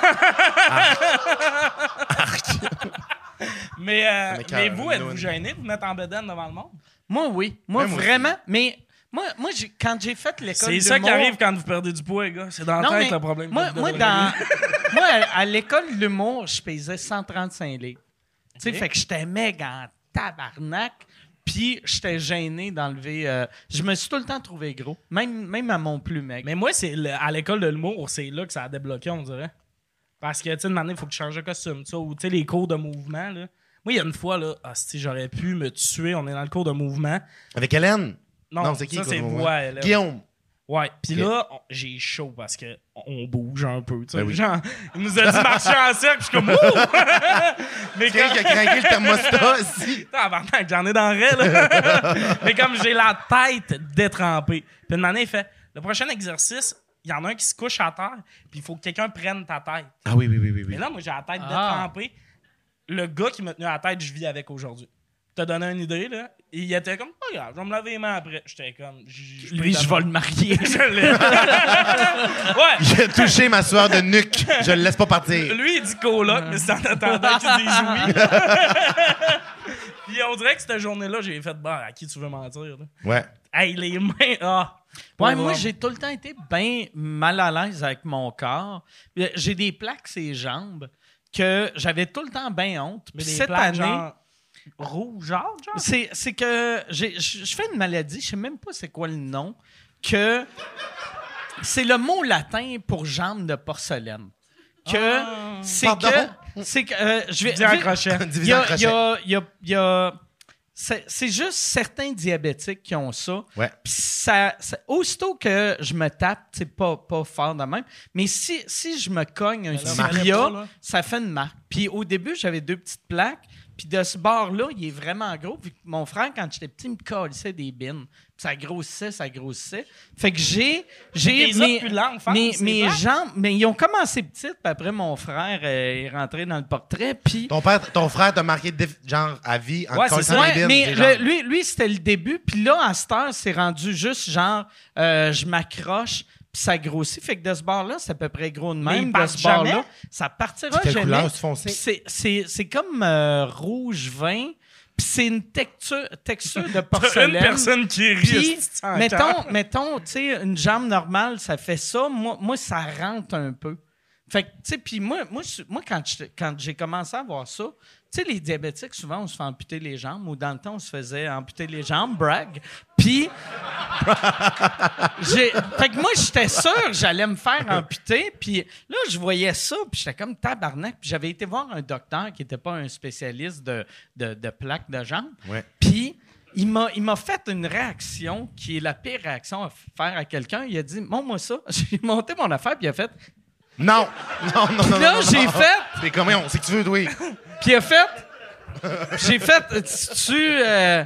Speaker 6: mais, euh,
Speaker 3: Ah.
Speaker 5: m'écoeure,
Speaker 6: mais vous,
Speaker 5: une
Speaker 6: êtes-vous
Speaker 5: lune.
Speaker 6: euh,
Speaker 3: Ah,
Speaker 6: gêné de vous mettre en bedaine devant le monde?
Speaker 3: Moi, oui. Moi,
Speaker 5: Ouais, Ben, moi aussi.
Speaker 3: vraiment. Mais Moi, moi j'ai- quand j'ai fait l'école
Speaker 6: C'est
Speaker 3: d'humour...
Speaker 6: ça qui arrive quand vous perdez du poids, les gars. C'est dans la
Speaker 3: Non,
Speaker 6: tête
Speaker 3: mais
Speaker 6: le problème.
Speaker 3: Moi,
Speaker 6: Vous
Speaker 3: moi,
Speaker 6: devrez-
Speaker 3: dans, moi, à, à l'école de l'humour, je pesais 135 livres. Tu sais, fait que j'étais méga en tabarnak. Puis j'étais gêné d'enlever. euh, je me suis tout le temps trouvé gros, même, même à mon plus mec.
Speaker 6: Mais moi, c'est le- à l'école de l'humour, c'est là que ça a débloqué, on dirait. Parce que, tu sais, il faut que je change de costume, tu sais, ou tu sais, les cours de mouvement, là. Moi, il y a une fois, là, si j'aurais pu me tuer, on est dans le cours de mouvement.
Speaker 5: Avec Hélène?
Speaker 6: Non,
Speaker 5: c'est qui?
Speaker 6: ça,
Speaker 5: Claude
Speaker 6: c'est
Speaker 5: Mouvement?
Speaker 6: moi, Hélène.
Speaker 5: Guillaume.
Speaker 6: Ouais, puis
Speaker 5: Ok.
Speaker 6: là, on- j'ai chaud parce que on bouge un peu, tu sais.
Speaker 5: Ben oui.
Speaker 6: Genre, il nous a dit marcher en cercle, puis je suis comme, ouh! Mais
Speaker 5: Quelqu'un qui a craqué le thermostat aussi.
Speaker 6: Tabarnak, j'en ai dans le raid, là. Mais comme j'ai la tête détrempée. Puis une année, il fait le prochain exercice, il y en a un qui se couche à terre, puis il faut que quelqu'un prenne ta tête.
Speaker 5: Ah oui, oui, oui, oui. oui.
Speaker 6: Mais là, moi, j'ai la tête
Speaker 3: Ah.
Speaker 6: détrempée. Le gars qui m'a tenu à la tête, je vis avec aujourd'hui. T'as donné une idée, là? Et il était comme, pas grave, je vais me laver les mains après. J'étais comme, J-
Speaker 3: Lui, je vais le marier.
Speaker 6: Je l'ai. ouais!
Speaker 5: Il a touché ma soeur de nuque. Je le laisse pas partir.
Speaker 6: Lui, il dit coloc, mais c'est en attendant qu'il dise oui. Puis on dirait que cette journée-là, j'ai fait bah, à qui tu veux mentir? Là?
Speaker 5: Ouais.
Speaker 6: Hey, les mains, ah!
Speaker 3: Ouais,
Speaker 6: Pauvre
Speaker 3: moi,
Speaker 6: homme.
Speaker 3: j'ai tout le temps été bien mal à l'aise avec mon corps. Euh, J'ai des plaques sur les jambes que j'avais tout le temps bien honte.
Speaker 6: Mais
Speaker 3: Puis
Speaker 6: des
Speaker 3: cette année,
Speaker 6: plaques, genre, rougeâtre, genre?
Speaker 3: c'est c'est que j'ai- je je fais une maladie, je sais même pas c'est quoi le nom, que c'est le mot latin pour jambe de porcelaine. Que c'est
Speaker 5: Ah. Pardon?
Speaker 3: que c'est que euh, je vais
Speaker 6: Dis en crochet.
Speaker 3: il y
Speaker 5: Divisé en
Speaker 3: a, il y
Speaker 5: crochet.
Speaker 3: a- il y a- il y a- c'est, c'est juste certains diabétiques qui ont ça.
Speaker 5: Ouais.
Speaker 3: Puis ça, ça- aussitôt que je me tape, c'est pas, pas fort de même, mais si, si je me cogne un
Speaker 6: là,
Speaker 3: tibia,
Speaker 6: marque. Là.
Speaker 3: ça fait une marque. Puis au début, j'avais deux petites plaques. Puis de ce bord-là, il est vraiment gros. Puis mon frère, quand j'étais petit, il me collissait des bines. Puis ça grossissait, ça grossissait. Fait que j'ai... j'ai
Speaker 6: T'es là depuis l'enfance,
Speaker 3: mes,
Speaker 6: c'est
Speaker 3: mes
Speaker 6: vrai?
Speaker 3: jambes... Mais ils ont commencé petites. Puis après, mon frère euh, est rentré dans le portrait. Puis...
Speaker 5: Ton, père, ton frère t'a marqué déf- genre à vie en
Speaker 6: Ouais,
Speaker 5: collant
Speaker 6: c'est ça.
Speaker 5: les
Speaker 3: Ouais,
Speaker 5: bines,
Speaker 3: mais
Speaker 5: c'est genre-
Speaker 3: le- lui, lui c'était le début. Puis là, à cette heure, c'est rendu juste genre, euh, je m'accroche, puis ça grossit. Fait que de ce bord-là, c'est à peu près gros de
Speaker 6: ils
Speaker 3: même. De
Speaker 6: partent
Speaker 3: ce
Speaker 6: jamais?
Speaker 3: bord-là, ça partira
Speaker 5: Quelle
Speaker 3: jamais.
Speaker 5: couleur, c'est
Speaker 3: Puis
Speaker 5: foncé?
Speaker 3: c'est- C'est c'est comme euh, rouge vin, puis c'est une texture, texture de porcelaine.
Speaker 6: Une personne qui rit.
Speaker 3: Puis,
Speaker 6: c'est-tu en cœur?
Speaker 3: mettons, mettons, tu sais, une jambe normale, ça fait ça. Moi, moi ça rentre un peu. Fait que, tu sais, puis moi, moi, je- moi, quand j'étais- quand j'ai commencé à voir ça, tu sais, les diabétiques, souvent, on se fait amputer les jambes, ou dans le temps, on se faisait amputer les jambes, brag. Puis, j'ai- fait que moi, j'étais sûr que j'allais me faire amputer. Puis là, je voyais ça, puis j'étais comme tabarnak. Puis j'avais été voir un docteur qui n'était pas un spécialiste de, de, de plaques de jambes.
Speaker 5: Ouais.
Speaker 3: Puis il m'a, il m'a fait une réaction qui est la pire réaction à faire à quelqu'un. Il a dit Montre-moi ça. J'ai monté mon affaire, puis il a fait.
Speaker 5: Non, non, non, non.
Speaker 3: Là,
Speaker 5: non, non,
Speaker 3: j'ai
Speaker 5: non.
Speaker 3: fait-
Speaker 5: C'est comme, on sait que tu veux, oui.
Speaker 3: Puis il a fait. J'ai fait. Tu. euh,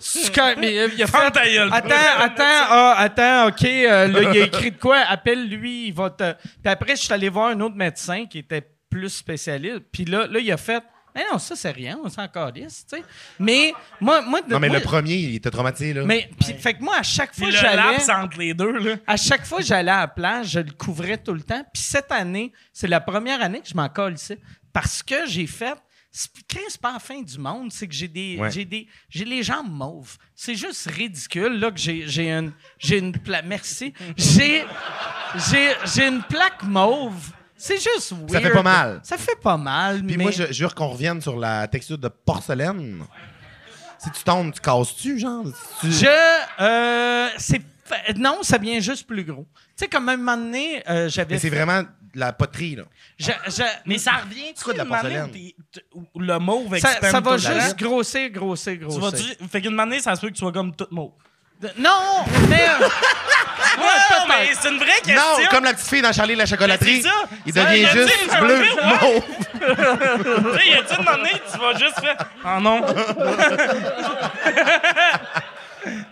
Speaker 3: tu cor- mais, euh, il a
Speaker 6: Ferme
Speaker 3: fait.
Speaker 6: ta gueule.
Speaker 3: Attends, attends, ah, attends, OK. euh, là, il a écrit de quoi? Appelle-lui, il va te. Puis après, je suis allé voir un autre médecin qui était plus spécialiste. Puis là, là il a fait. Mais non, ça, c'est rien, on s'en calisse, tu sais. Mais moi, moi, de-
Speaker 5: Non, mais
Speaker 3: moi-
Speaker 5: le premier, il était traumatisé, là.
Speaker 3: mais puis, fait que moi, à chaque
Speaker 6: Puis
Speaker 3: fois que
Speaker 6: le
Speaker 3: j'allais.
Speaker 6: laps entre les deux, là.
Speaker 3: À chaque fois que j'allais à la plage, je le couvrais tout le temps. Puis cette année, c'est la première année que je m'en colle ici. Parce que j'ai fait. C'est Chris, c'est pas la fin du monde, c'est que j'ai des,
Speaker 5: Ouais.
Speaker 3: j'ai des, j'ai les jambes mauves. C'est juste ridicule là que j'ai, j'ai une, j'ai une plaque. Merci. J'ai, j'ai, j'ai une plaque mauve. C'est juste weird.
Speaker 5: fait pas mal.
Speaker 3: Ça fait pas mal.
Speaker 5: Puis
Speaker 3: mais
Speaker 5: moi, je je jure qu'on revienne sur la texture de porcelaine. Si tu tombes, tu casses-tu, genre? Si tu-
Speaker 3: je, euh, c'est, non, ça vient juste plus gros. Tu sais, comme à un moment donné, euh, j'avais,
Speaker 5: Mais c'est vraiment de la poterie, là.
Speaker 3: je- je-
Speaker 6: Mais ça revient, tu
Speaker 5: quoi de la porcelaine?
Speaker 6: le mauve
Speaker 3: Ça,
Speaker 6: expande
Speaker 3: ça va
Speaker 6: tout le
Speaker 3: juste
Speaker 6: temps.
Speaker 3: grossir, grossir,
Speaker 6: Tu vas
Speaker 3: grossir.
Speaker 6: dire- Fait qu'une année, ça se peut que tu sois comme toute mauve.
Speaker 3: De- Non, mais...
Speaker 6: Non,
Speaker 3: Ouais, peut-être.
Speaker 6: mais c'est une vraie question.
Speaker 5: Non, comme la petite fille dans Charlie et la chocolaterie.
Speaker 6: Mais c'est ça.
Speaker 5: Il
Speaker 6: Ça, y
Speaker 5: devient
Speaker 6: a-t-il
Speaker 5: juste
Speaker 6: un
Speaker 5: bleu,
Speaker 6: film, ouais?
Speaker 5: mauve.
Speaker 6: Tu sais, y a-tu une année, tu vas juste faire. Ah non!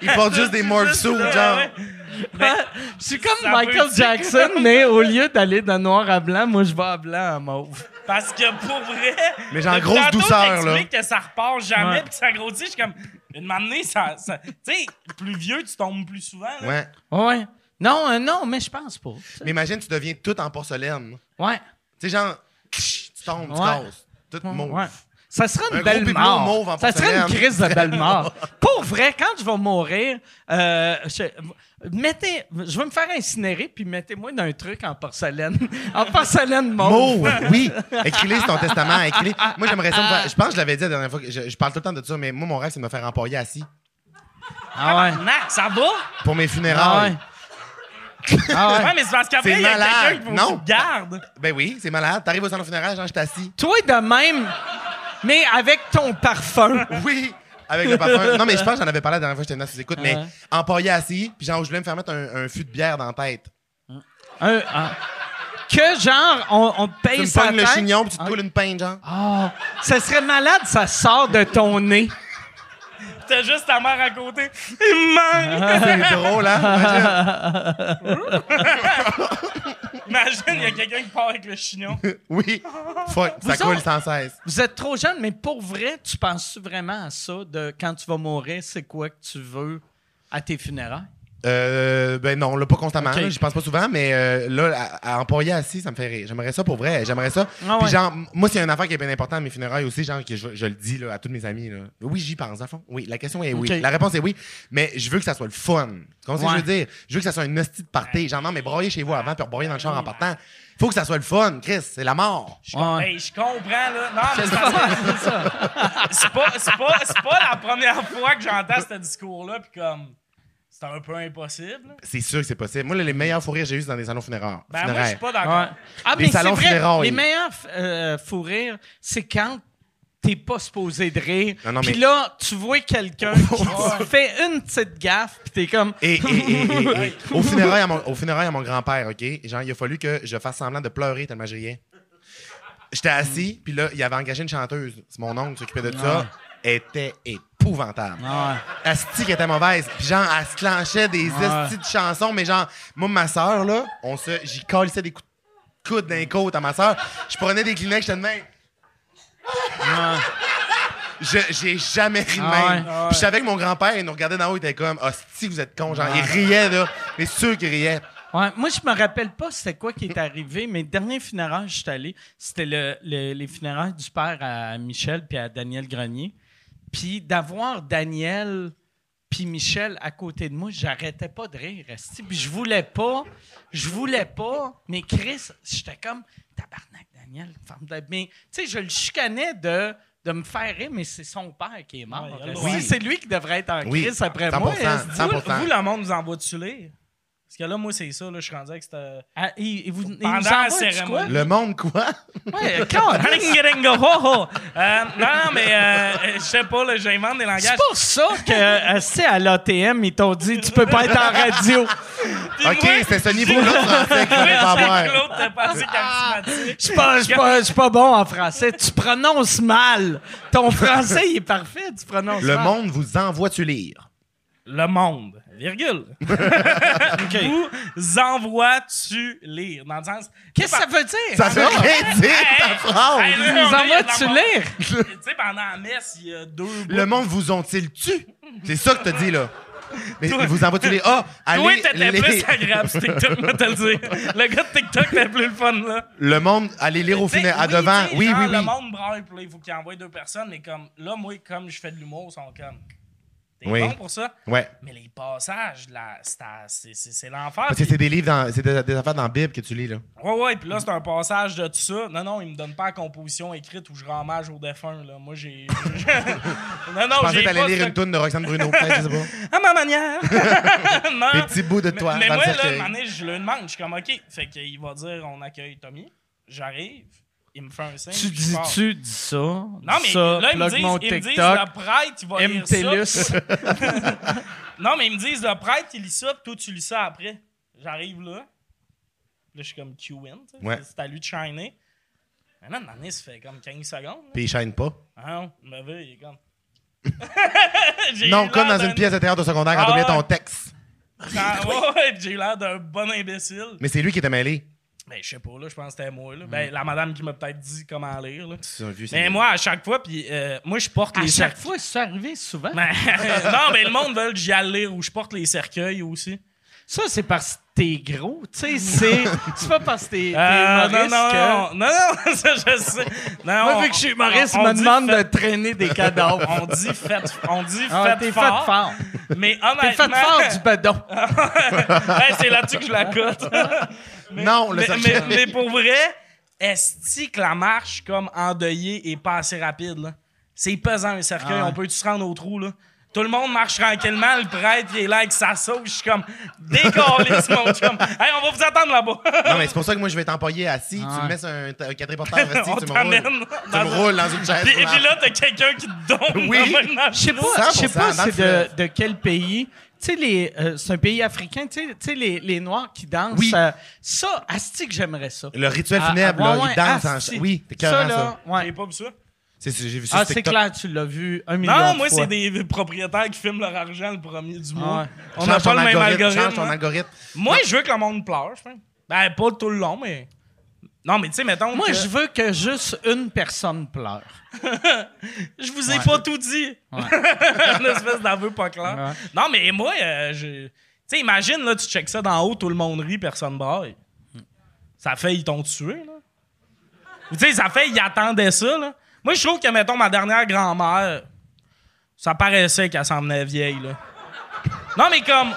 Speaker 5: Il porte juste des morph
Speaker 6: Juste,
Speaker 5: suits,
Speaker 6: là,
Speaker 5: genre.
Speaker 6: ouais.
Speaker 3: Je suis comme
Speaker 6: Ça peut
Speaker 3: Michael
Speaker 6: dire-
Speaker 3: Jackson, mais au lieu d'aller de noir à blanc, moi, je vais à blanc à mauve.
Speaker 6: Parce que pour vrai.
Speaker 5: Mais genre,
Speaker 6: depuis
Speaker 5: grosse
Speaker 6: tantôt,
Speaker 5: douceur, là.
Speaker 6: t'expliques que ça repart jamais
Speaker 3: Ouais.
Speaker 6: puis ça grossit. Je suis comme. Une année, ça. ça- tu sais, plus vieux, tu tombes plus souvent. là.
Speaker 5: Ouais.
Speaker 3: Ouais. Non, euh, non, mais je pense pas. tu sais.
Speaker 5: Mais imagine, tu deviens tout en porcelaine.
Speaker 3: Ouais.
Speaker 5: Tu sais, genre, tu tombes, tu
Speaker 3: Ouais.
Speaker 5: casses. Tout
Speaker 3: ouais.
Speaker 5: mauve.
Speaker 3: Ça serait une
Speaker 5: Un gros
Speaker 3: belle
Speaker 5: bibelot
Speaker 3: mort.
Speaker 5: mauve en
Speaker 3: ça serait une
Speaker 5: porcelaine.
Speaker 3: crise de belle mort. Pour vrai, quand je vais mourir, euh, je, mettez, je vais me faire incinérer, puis mettez-moi dans un truc en porcelaine. en porcelaine mauve.
Speaker 5: Mauve, oui. Écris-les sur ton testament. Écris-les. Moi, j'aimerais ça. me faire- Je pense que je l'avais dit la dernière fois. que Je, je parle tout le temps de ça, mais moi, mon rêve, c'est de me faire empailler assis
Speaker 3: Ah ouais.
Speaker 6: Nac, ça va?
Speaker 5: pour mes
Speaker 3: Ah ouais.
Speaker 5: funérailles.
Speaker 3: Ah ouais.
Speaker 6: Ouais, mais c'est parce qu'après,
Speaker 5: C'est
Speaker 6: il y a
Speaker 5: malade.
Speaker 6: quelqu'un qui vous
Speaker 5: Non.
Speaker 6: garde.
Speaker 5: Ben oui, c'est malade. T'arrives au salon funéraire, genre, je suis assis.
Speaker 3: Toi de même, mais avec ton parfum.
Speaker 5: Oui. Avec le parfum. Non, mais je pense que j'en avais parlé la dernière fois que j'étais venu à écoutes,
Speaker 3: Ah
Speaker 5: mais empailler assis, puis genre, je voulais me faire mettre un, un fût de bière dans la tête.
Speaker 3: Un- un- que genre, on, on te
Speaker 5: Tu
Speaker 3: paye
Speaker 5: me
Speaker 3: sa
Speaker 5: pognes le
Speaker 3: tête.
Speaker 5: chignon, puis tu te coules une peine, genre.
Speaker 3: Ah, ça serait malade, ça sort de ton nez.
Speaker 6: T'as juste ta mère à côté. Il manque!
Speaker 5: Ah, C'est drôle, hein? Imagine.
Speaker 6: Imagine, il y a quelqu'un qui part avec le chignon.
Speaker 5: Oui. Fuck, ça
Speaker 3: Vous
Speaker 5: coule
Speaker 3: autres-
Speaker 5: sans cesse.
Speaker 3: Vous êtes trop jeune, mais pour vrai, tu penses vraiment à ça de quand tu vas mourir, c'est quoi que tu veux à tes funérailles?
Speaker 5: Euh, ben non, là, pas constamment.
Speaker 3: Ok.
Speaker 5: là, J'y pense pas souvent, mais euh, là, à, à empailler assis, ça me fait rire. J'aimerais ça pour vrai. J'aimerais ça.
Speaker 3: Ah
Speaker 5: Puis
Speaker 3: ouais.
Speaker 5: genre, m- moi, c'est une affaire qui est bien importante à mes funérailles aussi, genre, que je, je le dis là, à tous mes amis. Là. Oui, j'y pense, à fond. Oui, la question est oui.
Speaker 3: Ok.
Speaker 5: La réponse est oui, mais je veux que ça soit le fun. Tu comprends ce que
Speaker 3: Ouais.
Speaker 5: je veux dire? Je veux que ça soit une hostie de party. Genre, non, mais broyer chez vous avant, puis broyer dans le char en partant. Faut que ça soit le fun, Chris. C'est la mort.
Speaker 6: Je com-
Speaker 3: Ouais.
Speaker 6: Hey, je comprends, là. Non, mais c'est parce que- c'est pas, c'est pas, c'est pas la première fois que j'entends ce discours-là, puis comme, c'est un peu impossible.
Speaker 5: C'est sûr que c'est possible. Moi, là, les meilleurs fous rires que j'ai eu, c'est dans des salons funéraires.
Speaker 6: Ben, moi, je suis
Speaker 5: funéraires.
Speaker 6: pas d'accord.
Speaker 3: Ah,
Speaker 5: Les
Speaker 3: mais c'est
Speaker 5: salons
Speaker 3: vrai,
Speaker 5: funérailles.
Speaker 3: les meilleurs euh, fous rires, c'est quand t'es pas supposé de rire.
Speaker 5: Non, non,
Speaker 3: Puis
Speaker 5: mais- Oh,
Speaker 3: là, tu vois quelqu'un qui fait une petite gaffe, puis t'es comme...
Speaker 5: Et, et- et- et- et- au funérailles à mon, au funérailles à mon grand-père, OK? Genre, il a fallu que je fasse semblant de pleurer tellement je riais. J'étais assis, puis là, il avait engagé une chanteuse. C'est mon oncle qui s'occupait de ça. Elle était épouvantable. Asti qui était mauvaise. Puis genre, elle se clenchait des esti de chansons, mais genre, moi, ma soeur, là, on se, j'y collissais des coups de coude d'un côte à ma soeur. Je prenais des Kleenex, j'étais de même. Je, j'ai jamais ri de même.
Speaker 3: Ah ouais.
Speaker 5: Puis je savais que mon grand-père, il nous regardait d'en haut, il était comme, hostie, vous êtes con. Genre, il
Speaker 6: Ah.
Speaker 5: riait, là. Mais sûr qu'il riait.
Speaker 3: Ouais, moi, je me rappelle pas c'était quoi qui est arrivé, mais le dernier funérailles que j'étais allé, c'était le, le- les funérailles du père à Michel puis à Daniel Grenier. Puis d'avoir Daniel puis Michel à côté de moi, j'arrêtais pas de rire. esti. Puis je voulais pas, je voulais pas, mais Chris, j'étais comme tabarnak Daniel, ferme ta- mais tu sais, je le chicanais de de me faire rire, mais c'est son père qui est mort.
Speaker 6: Ouais, il a le
Speaker 3: esti.
Speaker 6: droit.
Speaker 3: C'est lui qui devrait être en
Speaker 5: Oui,
Speaker 3: crise après moi.
Speaker 5: 100%.
Speaker 3: esti.
Speaker 6: Vous,
Speaker 5: 100%.
Speaker 6: vous, le monde, nous envoie-tu lire? Parce que là, moi, c'est ça, là, je suis rendu avec cette... euh,
Speaker 3: Ah, il- il vous, il
Speaker 6: Pendant
Speaker 3: nous
Speaker 6: la
Speaker 3: envoie du quoi?
Speaker 6: cérémonie.
Speaker 5: Le monde, quoi?
Speaker 3: Ouais, quand
Speaker 6: Ringaringahoho. Euh, non, non, mais euh, je sais pas, là, j'invente des langages.
Speaker 3: C'est pour ça que euh, c'est à l'ATM, ils t'ont dit tu peux pas être en radio.
Speaker 6: Puis
Speaker 5: OK,
Speaker 6: moi,
Speaker 5: c'est ce niveau-là de français qu'il
Speaker 6: moi,
Speaker 5: voulait pas
Speaker 3: Ah,
Speaker 6: j'ai-
Speaker 5: avoir.
Speaker 6: Claude, t'as pensé charismatique.
Speaker 3: Je suis pas, je suis pas, je suis pas bon en français. Tu prononces mal. Ton français il est parfait, tu prononces
Speaker 5: Le
Speaker 3: mal.
Speaker 5: monde vous envoie-tu lire?
Speaker 6: Le monde, virgule. Vous envoie-tu lire? Dans le sens.
Speaker 3: Qu'est-ce que ça veut dire?
Speaker 5: Ça veut rien dire, ta phrase!
Speaker 6: Ah Hey, là,
Speaker 3: Nous
Speaker 6: on est-
Speaker 3: envoie-tu
Speaker 6: dans-
Speaker 3: lire?
Speaker 6: Tu sais, pendant la messe, il y a deux.
Speaker 5: Le monde vous ont-ils tu? C'est ça que t'as dit, là. Mais ils vous envoient-tu lire? Ah,
Speaker 6: Toi,
Speaker 5: allez,
Speaker 6: t'étais
Speaker 5: les-
Speaker 6: plus agréable sur TikTok, moi, te le dire. Le gars de TikTok, t'es plus le fun, là.
Speaker 5: le monde, allez lire au
Speaker 6: T'sais,
Speaker 5: funérailles à
Speaker 6: oui,
Speaker 5: devant.
Speaker 6: t'sais,
Speaker 5: Oui,
Speaker 6: genre,
Speaker 5: oui,
Speaker 6: Le
Speaker 5: oui.
Speaker 6: monde braille, puis là, il faut qu'il envoie deux personnes, mais comme, là, moi, comme je fais de l'humour, ils sont comme. T'es
Speaker 5: Oui.
Speaker 6: bon pour ça?
Speaker 5: Ouais.
Speaker 6: Mais les passages, là, c'est à- c'est- c'est c'est l'enfer.
Speaker 5: Parce que c'est des livres, dans- c'est des, des affaires dans la Bible que tu lis, là.
Speaker 6: Ouais, ouais, puis là, c'est un passage de tout ça. Non, non, il me donne pas la composition écrite où je rends hommage au défunt, là. Moi, j'ai. non,
Speaker 5: Je
Speaker 6: non,
Speaker 5: pensais
Speaker 6: j'ai.
Speaker 5: que t'allais
Speaker 6: pas
Speaker 5: lire
Speaker 6: ce-
Speaker 5: une toune de Roxane Bruno, peut-être, je sais pas.
Speaker 6: À ma manière! non!
Speaker 5: Des petits bouts de toi
Speaker 6: Ah. mais
Speaker 5: dans
Speaker 6: moi,
Speaker 5: le
Speaker 6: là,
Speaker 5: cercueil.
Speaker 6: mané, je le demande. Je suis comme, OK. Fait qu'il va dire, on accueille Tommy. J'arrive. Il me fait un signe.
Speaker 3: Tu
Speaker 6: puis je pars.
Speaker 3: dis-tu dis ça?
Speaker 6: Non, mais
Speaker 3: ça,
Speaker 6: là, ils me
Speaker 3: plug
Speaker 6: disent,
Speaker 3: mon
Speaker 6: ils me disent,
Speaker 3: TikTok,
Speaker 6: le prêtre, il va lire ça.
Speaker 3: MTLUS.
Speaker 6: Non, mais ils me disent, le prêtre, il lit ça, puis toi, tu lis ça après. J'arrive là. Là, je suis comme Q-Win. tu sais.
Speaker 5: Ouais.
Speaker 6: C'est à lui de shiner. Mais là, mané, ça fait comme 15 secondes.
Speaker 5: Puis il chaîne pas.
Speaker 6: Ah non, le mauvais, il est comme.
Speaker 5: Non, comme dans une pièce de théâtre de secondaire, quand
Speaker 6: Ah
Speaker 5: t'oubliais
Speaker 6: ouais.
Speaker 5: ton texte.
Speaker 6: Ah, ouais, j'ai eu l'air d'un bon imbécile.
Speaker 5: Mais c'est lui qui était mêlé.
Speaker 6: Ben, je sais pas, là, je pense que c'était moi, là. Ben, la madame qui m'a peut-être dit comment lire, là.
Speaker 5: Hmm. C'est un vieux
Speaker 6: Mais moi, à chaque fois, puis euh, moi, je porte
Speaker 3: À
Speaker 6: les
Speaker 3: chaque
Speaker 6: cercueils.
Speaker 3: fois, c'est arrivé souvent.
Speaker 6: Ben, non, mais le monde veut que j'y aille lire où je porte les cercueils aussi.
Speaker 3: Ça, c'est parce que t'es gros. Tu sais, c'est c'est pas parce que t'es t'es
Speaker 6: Euh, non,
Speaker 3: humoriste
Speaker 6: non,
Speaker 3: que-
Speaker 6: non, non, non, ça, je sais. Non,
Speaker 3: Moi,
Speaker 6: on-
Speaker 3: vu que je suis humoriste,
Speaker 6: on-
Speaker 3: il
Speaker 6: on
Speaker 3: me
Speaker 6: dit
Speaker 3: demande
Speaker 6: faites-
Speaker 3: de traîner des cadavres.
Speaker 6: On dit faites, on dit
Speaker 3: Ah,
Speaker 6: faites
Speaker 3: t'es fait
Speaker 6: fort,
Speaker 3: fort.
Speaker 6: mais
Speaker 3: T'es
Speaker 6: honnêtement,
Speaker 3: fait fort du bedon.
Speaker 6: Hey, c'est là-dessus que je la cote. Mais-
Speaker 5: Non, le
Speaker 6: mais,
Speaker 5: sergent.
Speaker 6: mais, mais pour vrai, est-ce que la marche comme endeuillée est pas assez rapide là C'est pesant un cercueil,
Speaker 3: Ah.
Speaker 6: on peut tu se rendre au trou là. Tout le monde marche tranquillement, le prêtre il est là avec sa sauce, je suis comme décollé ce monde, comme hey, on va vous attendre là-bas.
Speaker 5: Non, mais c'est pour ça que moi, je vais t'empailler assis. Tu me mets sur un, t- un quadriporteur assis,
Speaker 6: on
Speaker 5: tu me roules.
Speaker 6: t'amène.
Speaker 5: Tu me roules dans une chaise.
Speaker 6: Puis,
Speaker 5: roulante.
Speaker 6: puis là t'as quelqu'un qui te donne.
Speaker 5: Oui.
Speaker 6: dans le même
Speaker 3: Je sais pas, je sais
Speaker 5: 100%
Speaker 3: pas
Speaker 5: dans le
Speaker 3: c'est de,
Speaker 5: fleuve.
Speaker 3: de quel pays. Tu sais, les, euh, c'est un pays africain. Tu sais- tu sais, les, les Noirs qui dansent.
Speaker 5: Oui.
Speaker 3: euh, ça, asti que j'aimerais ça.
Speaker 5: Le rituel
Speaker 3: Ah,
Speaker 5: funèbre,
Speaker 3: ah,
Speaker 5: là,
Speaker 3: ouais,
Speaker 5: il danse
Speaker 3: ah,
Speaker 5: en
Speaker 3: si.
Speaker 5: chaise. Oui, t'es
Speaker 3: Ça,
Speaker 5: cœur
Speaker 3: là,
Speaker 5: ça.
Speaker 3: ouais.
Speaker 6: J'ai pas vu ça.
Speaker 5: C'est- c'est- J'ai vu ça
Speaker 3: Ah,
Speaker 5: sur
Speaker 3: c'est
Speaker 5: TikTok.
Speaker 3: clair, tu l'as vu un million
Speaker 6: Non,
Speaker 3: de
Speaker 6: moi
Speaker 3: fois.
Speaker 6: c'est des propriétaires qui filment leur argent le premier du mois.
Speaker 3: ouais.
Speaker 6: On n'a
Speaker 5: Change
Speaker 6: pas
Speaker 5: ton
Speaker 6: le même algorithme.
Speaker 5: Change ton
Speaker 6: hein.
Speaker 5: algorithme.
Speaker 6: Moi, je veux que le monde pleure, je pense. Ben, pas tout le long, mais. Non, mais tu sais, mettons.
Speaker 3: Moi,
Speaker 6: que-
Speaker 3: je veux que juste une personne pleure.
Speaker 6: je vous ai pas tout dit. Une espèce d'aveu pas clair.
Speaker 3: Ouais.
Speaker 6: Non, mais moi, euh, je. Tu sais, imagine, là, tu checkes ça d'en haut, tout le monde rit, personne braille. Ça fait, ils t'ont tué, là. Ou tu sais, ça fait, ils attendaient ça, là. Moi, je trouve que, mettons, ma dernière grand-mère, ça paraissait qu'elle s'en venait vieille, là. Non, mais comme.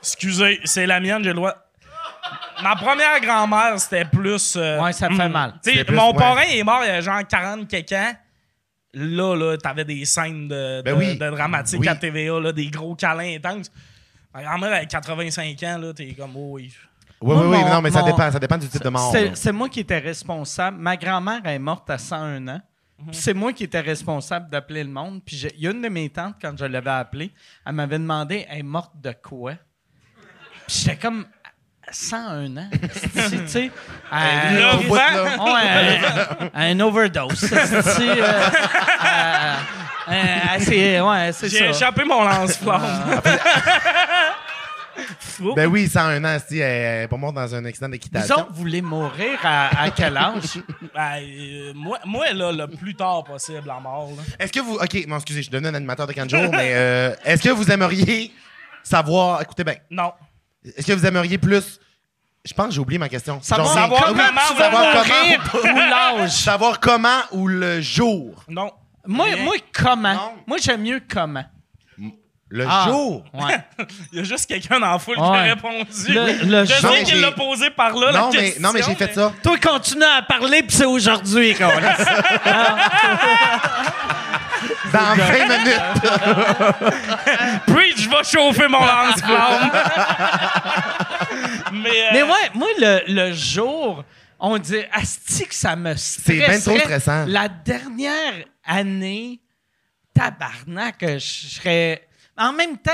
Speaker 6: Excusez, c'est la mienne, j'ai le droit. Ma première grand-mère, c'était plus. euh,
Speaker 3: Ouais, ça fait mal.
Speaker 6: tu sais,
Speaker 5: C'était plus,
Speaker 6: mon
Speaker 5: ouais.
Speaker 6: parrain est mort il y a genre 40 quelques ans. Là, là, t'avais des scènes de, de,
Speaker 5: Ben oui.
Speaker 6: de dramatique
Speaker 5: Oui.
Speaker 6: à TVA, là, des gros câlins intenses. Ma grand-mère, elle a 85 ans, là, t'es comme, oh oui.
Speaker 5: Oui,
Speaker 3: Moi,
Speaker 5: oui, oui.
Speaker 3: mon-
Speaker 5: Non, mais ça
Speaker 3: mon-
Speaker 5: dépend. Ça dépend du type de mort. là.
Speaker 3: C'est c'est moi qui étais responsable. Ma grand-mère elle est morte à 101 ans. Puis C'est moi qui étais responsable d'appeler le monde. Puis j'ai- il y a une de mes tantes, quand je l'avais appelée, elle m'avait demandé Elle est morte de quoi Puis j'étais comme 101 ans. tu sais,
Speaker 5: Elle est
Speaker 3: à,
Speaker 5: au bout, Euh, là.
Speaker 3: Ouais, à- à une overdose. Tu sais, euh, à- à- à- c'est ouais, c'est
Speaker 6: J'ai
Speaker 3: ça.
Speaker 6: échappé mon
Speaker 5: Euh.
Speaker 6: lance-flamme.
Speaker 5: Ben oui, 101 ans, si, elle est pas morte dans un accident
Speaker 3: Vous
Speaker 5: d'équitation.
Speaker 3: autres, vous voulez mourir à, à quel âge
Speaker 6: Ben, euh, moi, moi, là, le plus tard possible, la mort. là.
Speaker 5: Est-ce que vous. OK, bon, excusez, je suis devenu un animateur de 15 jours, mais euh, est-ce que vous aimeriez savoir. Écoutez bien,
Speaker 6: Non.
Speaker 5: est-ce que vous aimeriez plus. Je pense que j'ai oublié ma question.
Speaker 3: Savoir
Speaker 5: Genre,
Speaker 6: comment
Speaker 5: oui,
Speaker 6: tu vas
Speaker 5: savoir
Speaker 3: Mourir
Speaker 5: comment.
Speaker 3: ou l'âge
Speaker 5: Savoir comment ou le jour.
Speaker 6: Non.
Speaker 3: Moi,
Speaker 6: Rien.
Speaker 3: moi comment?
Speaker 5: Non.
Speaker 3: Moi, j'aime mieux comment.
Speaker 5: Le
Speaker 3: Ah.
Speaker 5: jour.
Speaker 3: Ouais.
Speaker 6: Il y a juste quelqu'un dans la foule qui
Speaker 3: Ouais.
Speaker 6: a répondu.
Speaker 3: Le- le
Speaker 6: je
Speaker 3: jour-
Speaker 6: sais
Speaker 5: Non,
Speaker 6: qu'il
Speaker 5: mais
Speaker 6: l'a
Speaker 5: j'ai-
Speaker 6: posé par là,
Speaker 5: Non
Speaker 6: la
Speaker 5: mais, non, mais j'ai
Speaker 6: question,
Speaker 5: fait ça.
Speaker 3: Toi, continue à parler, puis c'est aujourd'hui, quoi.
Speaker 5: Dans 20 minutes.
Speaker 6: Preach, je vais chauffer mon lance-flamme. mais, euh,
Speaker 3: Mais ouais, moi, le, le jour, on dit, asti que ça me stresse.
Speaker 5: bien trop stressant.
Speaker 3: La dernière année, tabarnak, euh, je serais... En même temps,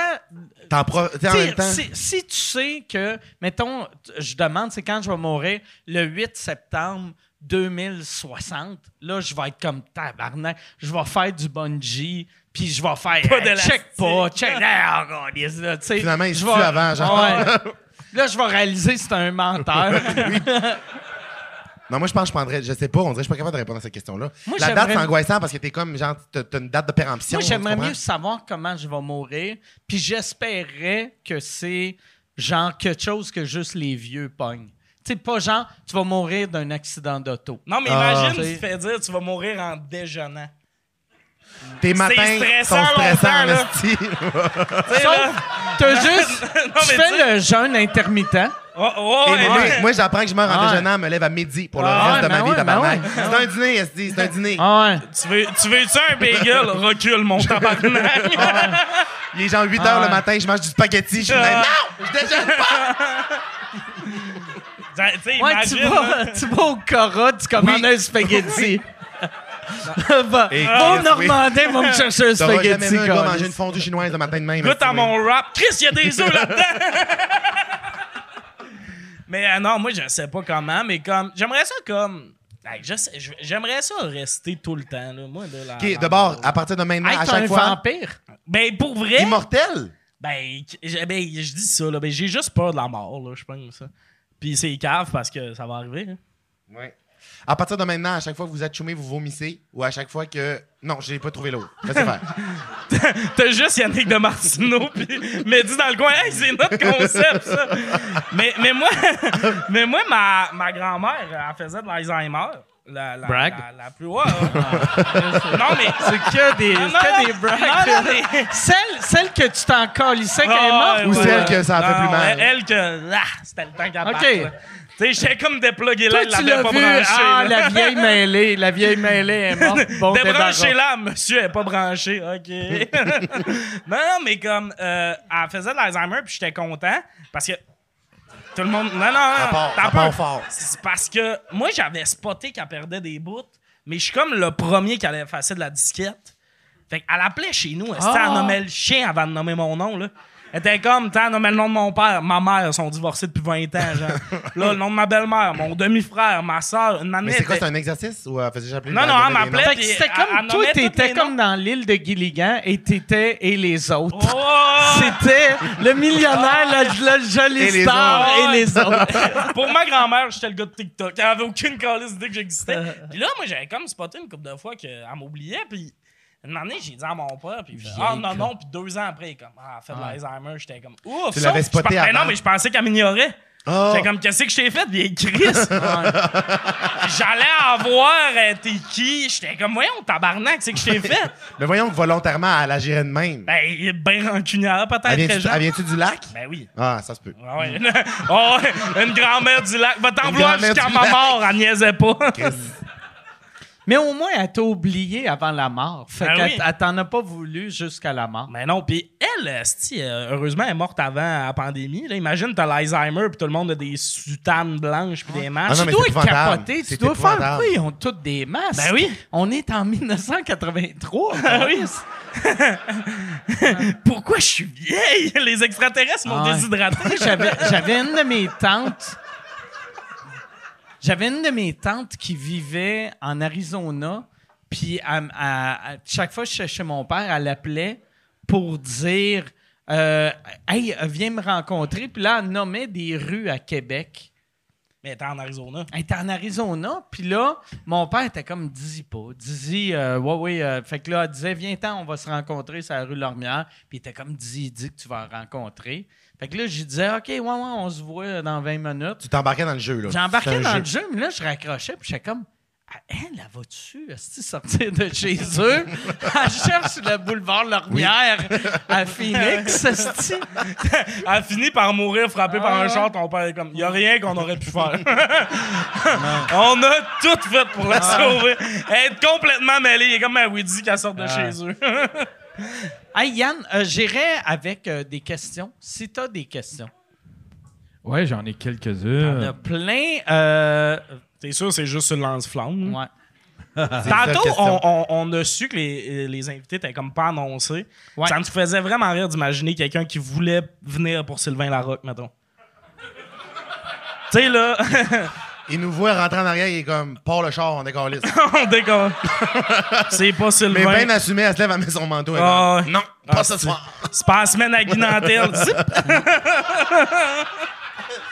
Speaker 5: T'en pro... t'sais, en
Speaker 3: T'sais,
Speaker 5: même temps.
Speaker 3: Si, si tu sais que, mettons, t- je demande, c'est quand je vais mourir, le 8 septembre 2060, là, je vais être comme tabarnak. Je vais faire du bungee, puis je vais faire
Speaker 6: Pas
Speaker 3: hey,
Speaker 6: d'élastique.
Speaker 3: check pas, check là, regarde, là, tu sais.
Speaker 5: Finalement, il se
Speaker 3: Je
Speaker 5: tue
Speaker 3: vais-
Speaker 5: avant, genre.
Speaker 3: Ouais. Là, je vais réaliser que c'est un menteur.
Speaker 5: Non, moi, je pense que je prendrais. Je sais pas, on dirait que je suis pas capable de répondre à cette question-là.
Speaker 3: Moi,
Speaker 5: La date,
Speaker 3: j'aimerais-
Speaker 5: c'est angoissant parce que t'es comme, genre, t'as t'as une date de péremption.
Speaker 3: Moi,
Speaker 5: tu
Speaker 3: j'aimerais
Speaker 5: comprends?
Speaker 3: mieux savoir comment je vais mourir, puis j'espérais que c'est genre quelque chose que juste les vieux pognent. Tu sais, pas genre, tu vas mourir d'un accident d'auto.
Speaker 6: Non, mais
Speaker 5: Ah.
Speaker 6: imagine,
Speaker 3: T'sais.
Speaker 6: tu te fais dire tu vas mourir en déjeunant.
Speaker 5: Tes matins
Speaker 6: stressant
Speaker 5: sont stressants,
Speaker 6: longtemps, là.
Speaker 5: esti.
Speaker 3: Sauf, t'as juste.
Speaker 6: mais
Speaker 3: tu
Speaker 6: tu
Speaker 3: fais
Speaker 6: sais-
Speaker 3: le jeûne intermittent.
Speaker 6: Oh, oh,
Speaker 5: Et
Speaker 6: ouais.
Speaker 5: moi, moi, j'apprends que je meurs en
Speaker 3: Ah Ouais.
Speaker 5: déjeunant, me lève à midi pour le
Speaker 3: Ouais,
Speaker 5: reste de
Speaker 3: ben
Speaker 5: ma vie,
Speaker 3: ouais, ben
Speaker 5: tabarnak.
Speaker 3: ouais.
Speaker 5: C'est un dîner, esti, c'est un dîner.
Speaker 3: Ah ouais.
Speaker 6: Tu veux- tu veux-tu un bagel? Recule, mon tabarnak.
Speaker 5: Il est genre 8 h
Speaker 3: Ah ouais.
Speaker 5: le matin, je mange du spaghetti, je suis
Speaker 6: Ah.
Speaker 5: là, non, je déjeune pas.
Speaker 6: Ben, Tu sais,
Speaker 3: Ouais,
Speaker 6: imagine.
Speaker 3: tu, vas, tu vas au Cora, tu commandes un spaghetti. Va-
Speaker 5: Et
Speaker 3: Mon
Speaker 5: Chris,
Speaker 3: Normandin va me chercher un
Speaker 5: T'auras jamais
Speaker 3: spaghetti.
Speaker 5: vu un gars manger une
Speaker 3: câlisse.
Speaker 5: fondue chinoise le matin de même.
Speaker 6: Goûte
Speaker 5: esti,
Speaker 6: à
Speaker 5: oui.
Speaker 6: mon rap. Chris, il y a des œufs là-dedans. mais euh, non, moi, je sais pas comment, mais comme. J'aimerais ça comme. Hey, je sais- je- J'aimerais ça rester tout le temps, là. Moi, de la.
Speaker 5: OK, d'abord, à partir de maintenant,
Speaker 3: Hey,
Speaker 5: à
Speaker 3: t'es un
Speaker 5: chaque fois,
Speaker 3: vampire?
Speaker 6: Ben, pour vrai.
Speaker 5: immortel.
Speaker 6: Ben, je, ben, je dis ça, là. Ben, j'ai juste peur de la mort, là, je pense. ça. Puis c'est cave parce que ça va arriver. hein.
Speaker 5: Ouais. À partir de maintenant, à chaque fois que vous êtes choumé, vous vomissez. Ou à chaque fois que. Non, j'ai pas trouvé l'autre. Laissez faire.
Speaker 6: T'as juste Yannick de Martineau puis Mehdi dans le coin. Hey, c'est notre concept, ça. Mais, mais moi, mais moi ma, ma grand-mère, elle faisait de l'Alzheimer. La, la,
Speaker 3: Brag.
Speaker 6: La, la plus... ouais, ouais, ouais. non, mais...
Speaker 3: C'est que des,
Speaker 6: Non, non,
Speaker 3: que
Speaker 6: non.
Speaker 3: des braques.
Speaker 6: Non, non, mais-
Speaker 3: Celle, celle que tu t'en calissais quand elle est morte.
Speaker 6: Ah,
Speaker 5: Ou
Speaker 6: ouais,
Speaker 5: celle
Speaker 6: ouais.
Speaker 5: que ça a fait
Speaker 6: Non,
Speaker 5: plus mal.
Speaker 6: Elle que. Ah, c'était le temps qu'elle
Speaker 3: Ok.
Speaker 6: parte, là. Tu sais, j'étais comme déplugué là,
Speaker 3: Toi,
Speaker 6: elle
Speaker 3: tu l'as
Speaker 6: l'avait pas
Speaker 3: vu.
Speaker 6: branché.
Speaker 3: ah,
Speaker 6: là.
Speaker 3: la vieille mêlée. La vieille mêlée est morte. Bon débarras.
Speaker 6: Débranchez là, monsieur, elle est pas branchée. OK. non, non, mais comme, euh, elle faisait de l'Alzheimer, puis j'étais content, parce que tout le monde. Non, non, non.
Speaker 5: part-
Speaker 6: t'as
Speaker 5: ça part
Speaker 6: peur.
Speaker 5: fort.
Speaker 6: C'est parce que moi, j'avais spoté qu'elle perdait des bouts, mais je suis comme le premier qui allait effacer de la disquette. Fait qu'elle appelait chez nous. Elle,
Speaker 3: Ah.
Speaker 6: elle nommait le chien avant de nommer mon nom, là. Elle était comme, t'as nommé le nom de mon père, ma mère, ils sont divorcés depuis 20 ans, genre. là, le nom de ma belle-mère, mon demi-frère, ma soeur, une
Speaker 5: Mais
Speaker 6: année.
Speaker 5: c'est quoi, c'est un exercice? Ou euh, elle faisait juste appeler
Speaker 6: Non,
Speaker 5: elle
Speaker 6: non,
Speaker 3: hein,
Speaker 5: donnait
Speaker 6: elle
Speaker 5: des
Speaker 6: m'appelait.
Speaker 5: noms?
Speaker 3: Fait que c'était
Speaker 6: Puis, elle-
Speaker 3: comme.
Speaker 6: elle
Speaker 3: Toi,
Speaker 6: nommait tous
Speaker 3: t'étais
Speaker 6: les
Speaker 3: comme
Speaker 6: noms.
Speaker 3: dans l'île de Gilligan et t'étais et les autres.
Speaker 6: Oh!
Speaker 3: C'était le millionnaire, le, le joli
Speaker 5: Et les
Speaker 3: star
Speaker 6: autres.
Speaker 3: et les autres.
Speaker 6: Ah Pour ma grand-mère, j'étais le gars de TikTok. Elle avait aucune calice d'idée que j'existais. Puis là, moi, j'avais comme spoté une couple de fois qu'elle m'oubliait. Puis une année, j'ai dit à mon père. Puis il fait, Ah non, non. Puis deux ans après, il est comme Ah, elle fait de l'Alzheimer. J'étais comme Ouf.
Speaker 5: Tu l'avais
Speaker 6: sauf que je
Speaker 5: spoté
Speaker 6: par- Ben
Speaker 5: avant.
Speaker 6: non, mais je pensais qu'elle m'ignorait.
Speaker 5: Ah!
Speaker 6: J'étais comme Qu'est-ce que je t'ai fait? Puis il Chris. J'allais avoir euh, t'es qui? J'étais comme Voyons, tabarnak, c'est que je t'ai fait.
Speaker 5: Mais voyons que volontairement, elle agirait de même.
Speaker 6: Ben, il est bien rancunière, peut-être.
Speaker 5: Elle
Speaker 6: très
Speaker 5: vient-tu-
Speaker 6: jeune.
Speaker 5: elle vient-tu du lac?
Speaker 6: Ben oui.
Speaker 5: Ah, ça se peut.
Speaker 6: Ah ouais. Oh, une grand-mère du lac. Va t'en
Speaker 5: Une
Speaker 6: vouloir
Speaker 5: grand-mère
Speaker 6: jusqu'à
Speaker 5: du
Speaker 6: ma
Speaker 5: lac.
Speaker 6: mort, elle niaisait pas.
Speaker 3: Mais au moins, elle t'a oublié avant la mort. Fait
Speaker 6: Ben
Speaker 3: qu'elle
Speaker 6: oui.
Speaker 3: elle t'en a pas voulu jusqu'à la mort.
Speaker 6: Mais non, puis elle, esti, euh, heureusement, elle est morte avant la pandémie. Là. Imagine, t'as l'Alzheimer, puis tout le monde a des sutanes blanches, puis des
Speaker 5: Ah
Speaker 6: manches.
Speaker 5: non,
Speaker 3: tu
Speaker 5: mais
Speaker 3: dois
Speaker 5: c'est
Speaker 3: être
Speaker 5: épouvantable.
Speaker 3: capoté. Tu
Speaker 5: C'est
Speaker 3: dois faire.
Speaker 5: épouvantable.
Speaker 3: Oui, on a toutes des masques.
Speaker 6: Ben oui.
Speaker 3: On est en 1983.
Speaker 6: Ah oui. Pourquoi je suis vieille? Les extraterrestres m'ont
Speaker 3: Ah ouais.
Speaker 6: déshydraté.
Speaker 3: J'avais, j'avais une de mes tantes. J'avais une de mes tantes qui vivait en Arizona. Puis elle m- elle- elle- chaque fois que je suis chez mon père, elle l'appelait pour dire euh, Hey, viens me rencontrer. Puis là, elle nommait des rues à Québec.
Speaker 6: Mais t'es en Arizona.
Speaker 3: Elle était en Arizona, puis là, mon père était comme dis pas, dis euh, ouais ouais, euh, fait que là elle disait viens ten on va se rencontrer sur la rue Lormière, puis il était comme dis dis que tu vas la rencontrer. Fait que là je disais OK, ouais ouais, on se voit dans 20 minutes.
Speaker 5: Tu t'embarquais dans le jeu, là. C'est
Speaker 3: J'embarquais
Speaker 5: un
Speaker 3: dans
Speaker 5: jeu.
Speaker 3: le jeu, mais là je raccrochais, puis j'étais comme Ah, elle, elle va-tu esti, sortir de chez eux? elle cherche le boulevard Lormière à Phoenix, esti.
Speaker 6: Elle a fini par mourir frappée
Speaker 5: Ah.
Speaker 6: par un char. Ton père est comme, y a rien qu'on aurait pu faire. On a tout fait pour la
Speaker 5: Ah.
Speaker 6: sauver. Elle est complètement mêlée. Il est comme un Woody qu'elle
Speaker 5: Ah.
Speaker 6: sort de chez eux.
Speaker 3: Hey Yann, euh, j'irai avec euh, des questions, si t'as des questions.
Speaker 7: Ouais, j'en ai
Speaker 3: On a
Speaker 7: quelques-unes.
Speaker 3: plein. euh,
Speaker 6: T'es sûr, c'est juste une lance-flamme?
Speaker 3: ouais.
Speaker 6: Tantôt,
Speaker 5: C'est une seule
Speaker 6: on,
Speaker 5: question.
Speaker 6: on- on a su que les, les invités étaient comme pas annoncés.
Speaker 3: Ouais.
Speaker 6: Ça me faisait vraiment rire d'imaginer quelqu'un qui voulait venir pour Sylvain Larocque, mettons. tu sais, là,
Speaker 5: Il nous voit rentrer en arrière, il est comme, pars le char, on décolle.
Speaker 6: on déconne. c'est pas
Speaker 5: Mais
Speaker 6: Sylvain.
Speaker 5: bien assumé, elle se lève, elle met son manteau. elle
Speaker 6: Ah,
Speaker 5: est comme,
Speaker 6: ouais.
Speaker 5: Non, pas ce soir.
Speaker 6: C'est pas la semaine à Guy Nantel. Zip,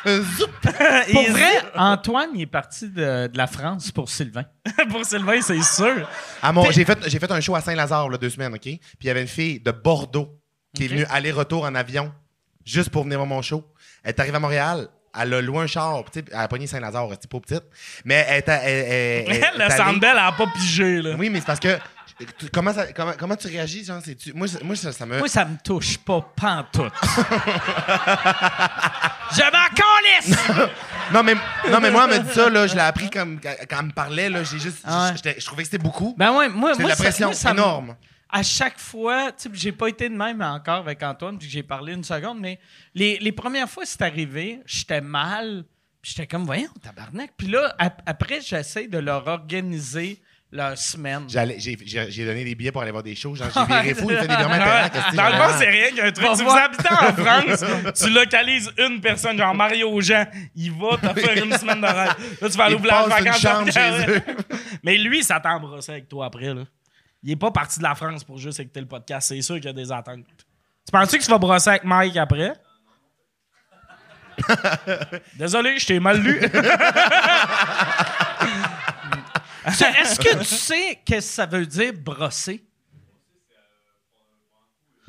Speaker 5: Euh, zoup.
Speaker 3: Pour
Speaker 6: il-
Speaker 3: vrai, Antoine, il est parti de, de la France pour Sylvain.
Speaker 6: pour Sylvain, c'est sûr.
Speaker 5: À mon- J'ai fait, j'ai fait un show à Saint-Lazare, là, deux semaines, OK? Puis il y avait une fille de Bordeaux qui est venue aller-retour en avion juste pour venir voir mon show. Elle est arrivée à Montréal. Elle a loué un char, tu sais, elle a pogné Saint-Lazare, c'était pas petite. Mais elle était. Elle, elle- elle- elle
Speaker 6: Le
Speaker 5: est allée-
Speaker 6: Sandel, elle a pas pigé, là.
Speaker 5: Oui, mais c'est parce que. tu- Comment, ça- comment, comment tu réagis, genre? c'est-tu- Moi, c'est- moi ça, ça me.
Speaker 3: Moi, ça me touche pas pantoute. Je m'en calisse!
Speaker 5: Non, mais, non, mais moi, elle me dit ça, là, je l'ai appris comme, quand quand elle me parlait, là, j'ai juste.
Speaker 3: Ah ouais.
Speaker 5: j'étais- Je trouvais que c'était beaucoup.
Speaker 3: Ben ouais, moi,
Speaker 5: C'était de
Speaker 3: moi,
Speaker 5: la
Speaker 3: ça-
Speaker 5: pression
Speaker 3: moi, ça me-
Speaker 5: énorme.
Speaker 3: à chaque fois, tu sais, puis j'ai pas été de même encore avec Antoine, puis j'ai parlé une seconde, mais les, les premières fois, c'est arrivé, j'étais mal, puis j'étais comme, voyons, tabarnak. Puis là, ap- après, j'essaie de leur organiser leur semaine.
Speaker 5: J'allais- J'ai j'ai- j'ai donné des billets pour aller voir des shows. genre, J'ai viré fou, il fait des virements intérêts. qu'est-ce que
Speaker 6: Ah, Dans le
Speaker 5: j'allais-
Speaker 6: fond, c'est rien qu'un truc.
Speaker 3: Va
Speaker 6: Si vous
Speaker 3: voir.
Speaker 6: habitez en France, tu localises une personne, genre Mario Jean, il va te faire une semaine de rêve. Là, tu vas aller
Speaker 5: Il
Speaker 6: ouvrir la
Speaker 5: passe une
Speaker 6: vacances.
Speaker 5: chambre
Speaker 6: à
Speaker 5: chez
Speaker 6: Pierre. Mais lui, ça t'a embrassé avec toi après. Là. Il est pas parti de la France pour juste écouter le podcast. C'est sûr qu'il y a des attentes. Tu penses-tu que tu vas brosser avec Mike après? Désolé, je t'ai mal lu.
Speaker 3: Tu- Est-ce que tu sais qu'est-ce que ça veut dire brosser?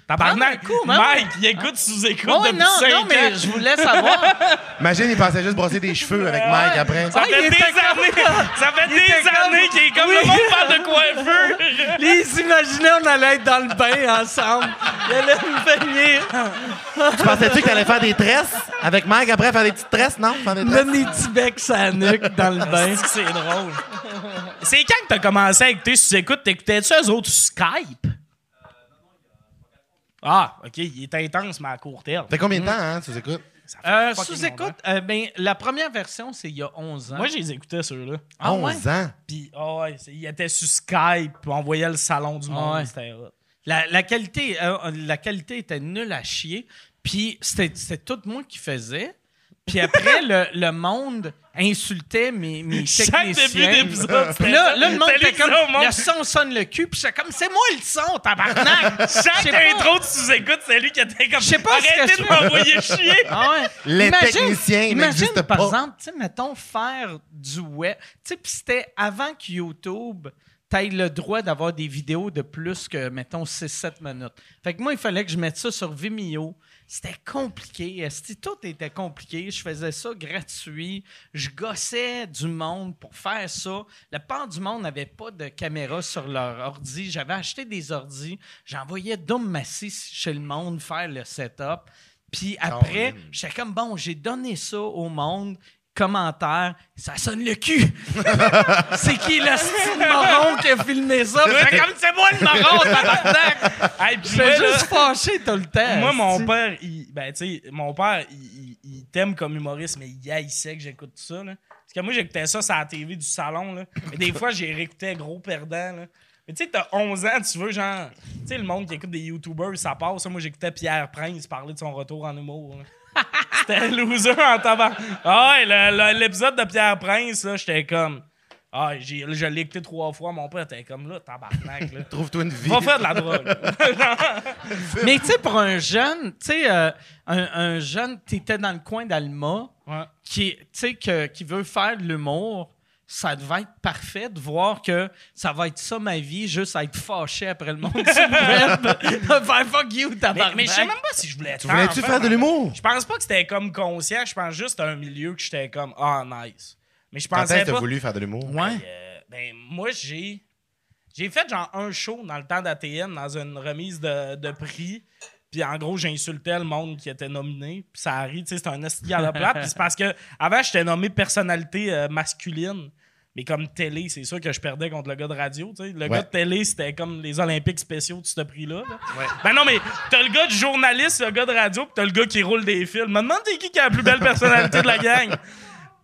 Speaker 6: Tabarnak!
Speaker 3: Prendre un coup, man.
Speaker 6: Mike, il écoute sous-écoute
Speaker 3: Oh
Speaker 6: depuis
Speaker 3: non,
Speaker 6: 5
Speaker 3: non,
Speaker 6: ans.
Speaker 3: mais je voulais savoir.
Speaker 5: Imagine, il pensait juste brosser des cheveux avec Mike après.
Speaker 6: Ça fait
Speaker 3: Ah, il
Speaker 6: des
Speaker 3: était comme-
Speaker 6: années! Ça fait des années qu'il est comme le monde parle de coiffeur!
Speaker 3: Les imaginaires, on allait être dans le bain ensemble. Il allait me baigner.
Speaker 5: Tu pensais-tu que t'allais faire des tresses avec Mike après, faire des petites tresses, non? Faire des tresses?
Speaker 3: Donner du bec sa nuque dans le bain.
Speaker 6: C'est drôle. C'est quand que t'as commencé à écouter sous-écoute? T'écoutais-tu eux autres sur Skype? Ah, OK, il est intense, mais à court terme.
Speaker 5: Fait combien de temps, hein, tu nous écoutes?
Speaker 6: Ça fait
Speaker 3: Euh,
Speaker 6: fucking
Speaker 3: Sous-écoute,
Speaker 6: longtemps.
Speaker 3: euh, ben, la première version, c'est il y a 11 ans.
Speaker 6: Moi, je les écoutais, ceux-là.
Speaker 3: Ah ouais?
Speaker 5: 11 ans.
Speaker 6: Puis, ah ouais, c'est- ils étaient sur Skype, puis on voyait le salon du monde.
Speaker 3: Ah ouais.
Speaker 6: C'était hot.
Speaker 3: La, la qualité, euh, la qualité était nulle à chier. Puis c'était c'était tout moi qui faisais. Puis après, le, le monde insultait mes, mes
Speaker 6: Chaque début
Speaker 3: techniciens.
Speaker 6: d'épisode,
Speaker 3: Puis
Speaker 6: c'était
Speaker 3: là,
Speaker 6: ça.
Speaker 3: là, le monde
Speaker 6: C'était
Speaker 3: était comme,
Speaker 6: ça, au monde.
Speaker 3: le son sonne le cul. Puis j'étais comme, c'est moi le son, tabarnak! Je sais
Speaker 6: Chaque
Speaker 3: pas.
Speaker 6: intro de sous-écoute, c'est lui qui était comme.
Speaker 3: Je sais pas ce que
Speaker 6: Arrêtez
Speaker 3: je-
Speaker 6: de m'envoyer chier!
Speaker 3: Ah ouais.
Speaker 5: Les techniciens
Speaker 3: Imagine,
Speaker 5: n'existent
Speaker 3: par
Speaker 5: pas.
Speaker 3: exemple, tu sais, mettons, faire du web. Tu sais, puis c'était avant que YouTube t'aille le droit d'avoir des vidéos de plus que, mettons, 6-7 minutes. Fait que moi, il fallait que je mette ça sur Vimeo. C'était compliqué. esti, tout était compliqué. Je faisais ça gratuit. Je gossais du monde pour faire ça. La part du monde n'avait pas de caméra sur leur ordi. J'avais acheté des ordis. J'envoyais Dom Massy chez le monde faire le setup. Puis
Speaker 5: Ah,
Speaker 3: après,
Speaker 5: Caroline.
Speaker 3: Mm. j'étais comme, bon, j'ai donné ça au monde. Commentaire, ça sonne le cul. c'est qui le style marron qui a filmé ça? J'étais comme, c'est moi le marron, tabarnak!
Speaker 6: Hey, puis
Speaker 3: J'étais
Speaker 6: moi, là,
Speaker 3: juste fâché tout le temps.
Speaker 6: Moi, mon
Speaker 3: esti.
Speaker 6: père, il, ben, tu sais, mon père, il, il- il t'aime comme humoriste, mais il haïssait que j'écoute tout ça, là. Parce que moi, j'écoutais ça sur la TV du salon, là. Mais des fois, j'ai réécouté Gros Perdant, là. Mais tu sais, t'as 11 ans, tu veux, genre, tu sais, le monde qui écoute des YouTubers, ça passe. Moi, j'écoutais Pierre Prince parler de son retour en humour, là. C'était loser en tabac. Ah ouais, le- le- l'épisode de Pierre Prince, là, j'étais comme. Ah, j'ai- je l'ai écouté trois fois, mon père était comme là, tabarnak, là.
Speaker 5: Trouve-toi une vie.
Speaker 6: Va faire de la drogue.
Speaker 3: Mais tu sais, pour un jeune, tu sais, euh, un, un jeune, t'étais dans le coin d'Alma,
Speaker 6: Ouais.
Speaker 3: qui, tu sais, que- qui veut faire de l'humour, ça devait être parfait de voir que ça va être ça ma vie, juste à être fâché après le monde sur le web. Faire fuck you,
Speaker 6: Mais,
Speaker 3: tabarnak.
Speaker 6: mais je sais même pas si je voulais
Speaker 5: Tu voulais-tu faire de l'humour?
Speaker 6: Ah, Je pense pas que c'était comme conscient, je pense juste à un milieu que j'étais comme ah nice. Mais je
Speaker 5: Quand est-ce
Speaker 6: pensais
Speaker 5: que t'as
Speaker 6: pas
Speaker 5: voulu faire de l'humour?
Speaker 6: Hey, euh, ben moi j'ai j'ai fait genre un show dans le temps d'ATN dans une remise de, de prix. Puis en gros, j'insultais le monde qui était nominé. Puis ça arrive, tu sais, c'est un esti à la plate. Puis c'est parce que avant, j'étais nommé personnalité euh, masculine. Mais comme télé, c'est sûr que je perdais contre le gars de radio. tu sais. Le gars de télé, c'était comme les Olympiques spéciaux de ce prix-là. là. Ben non, mais t'as le gars de journaliste, le gars de radio, puis t'as le gars qui roule des films. Me demande t'es qui qui a la plus belle personnalité de la gang.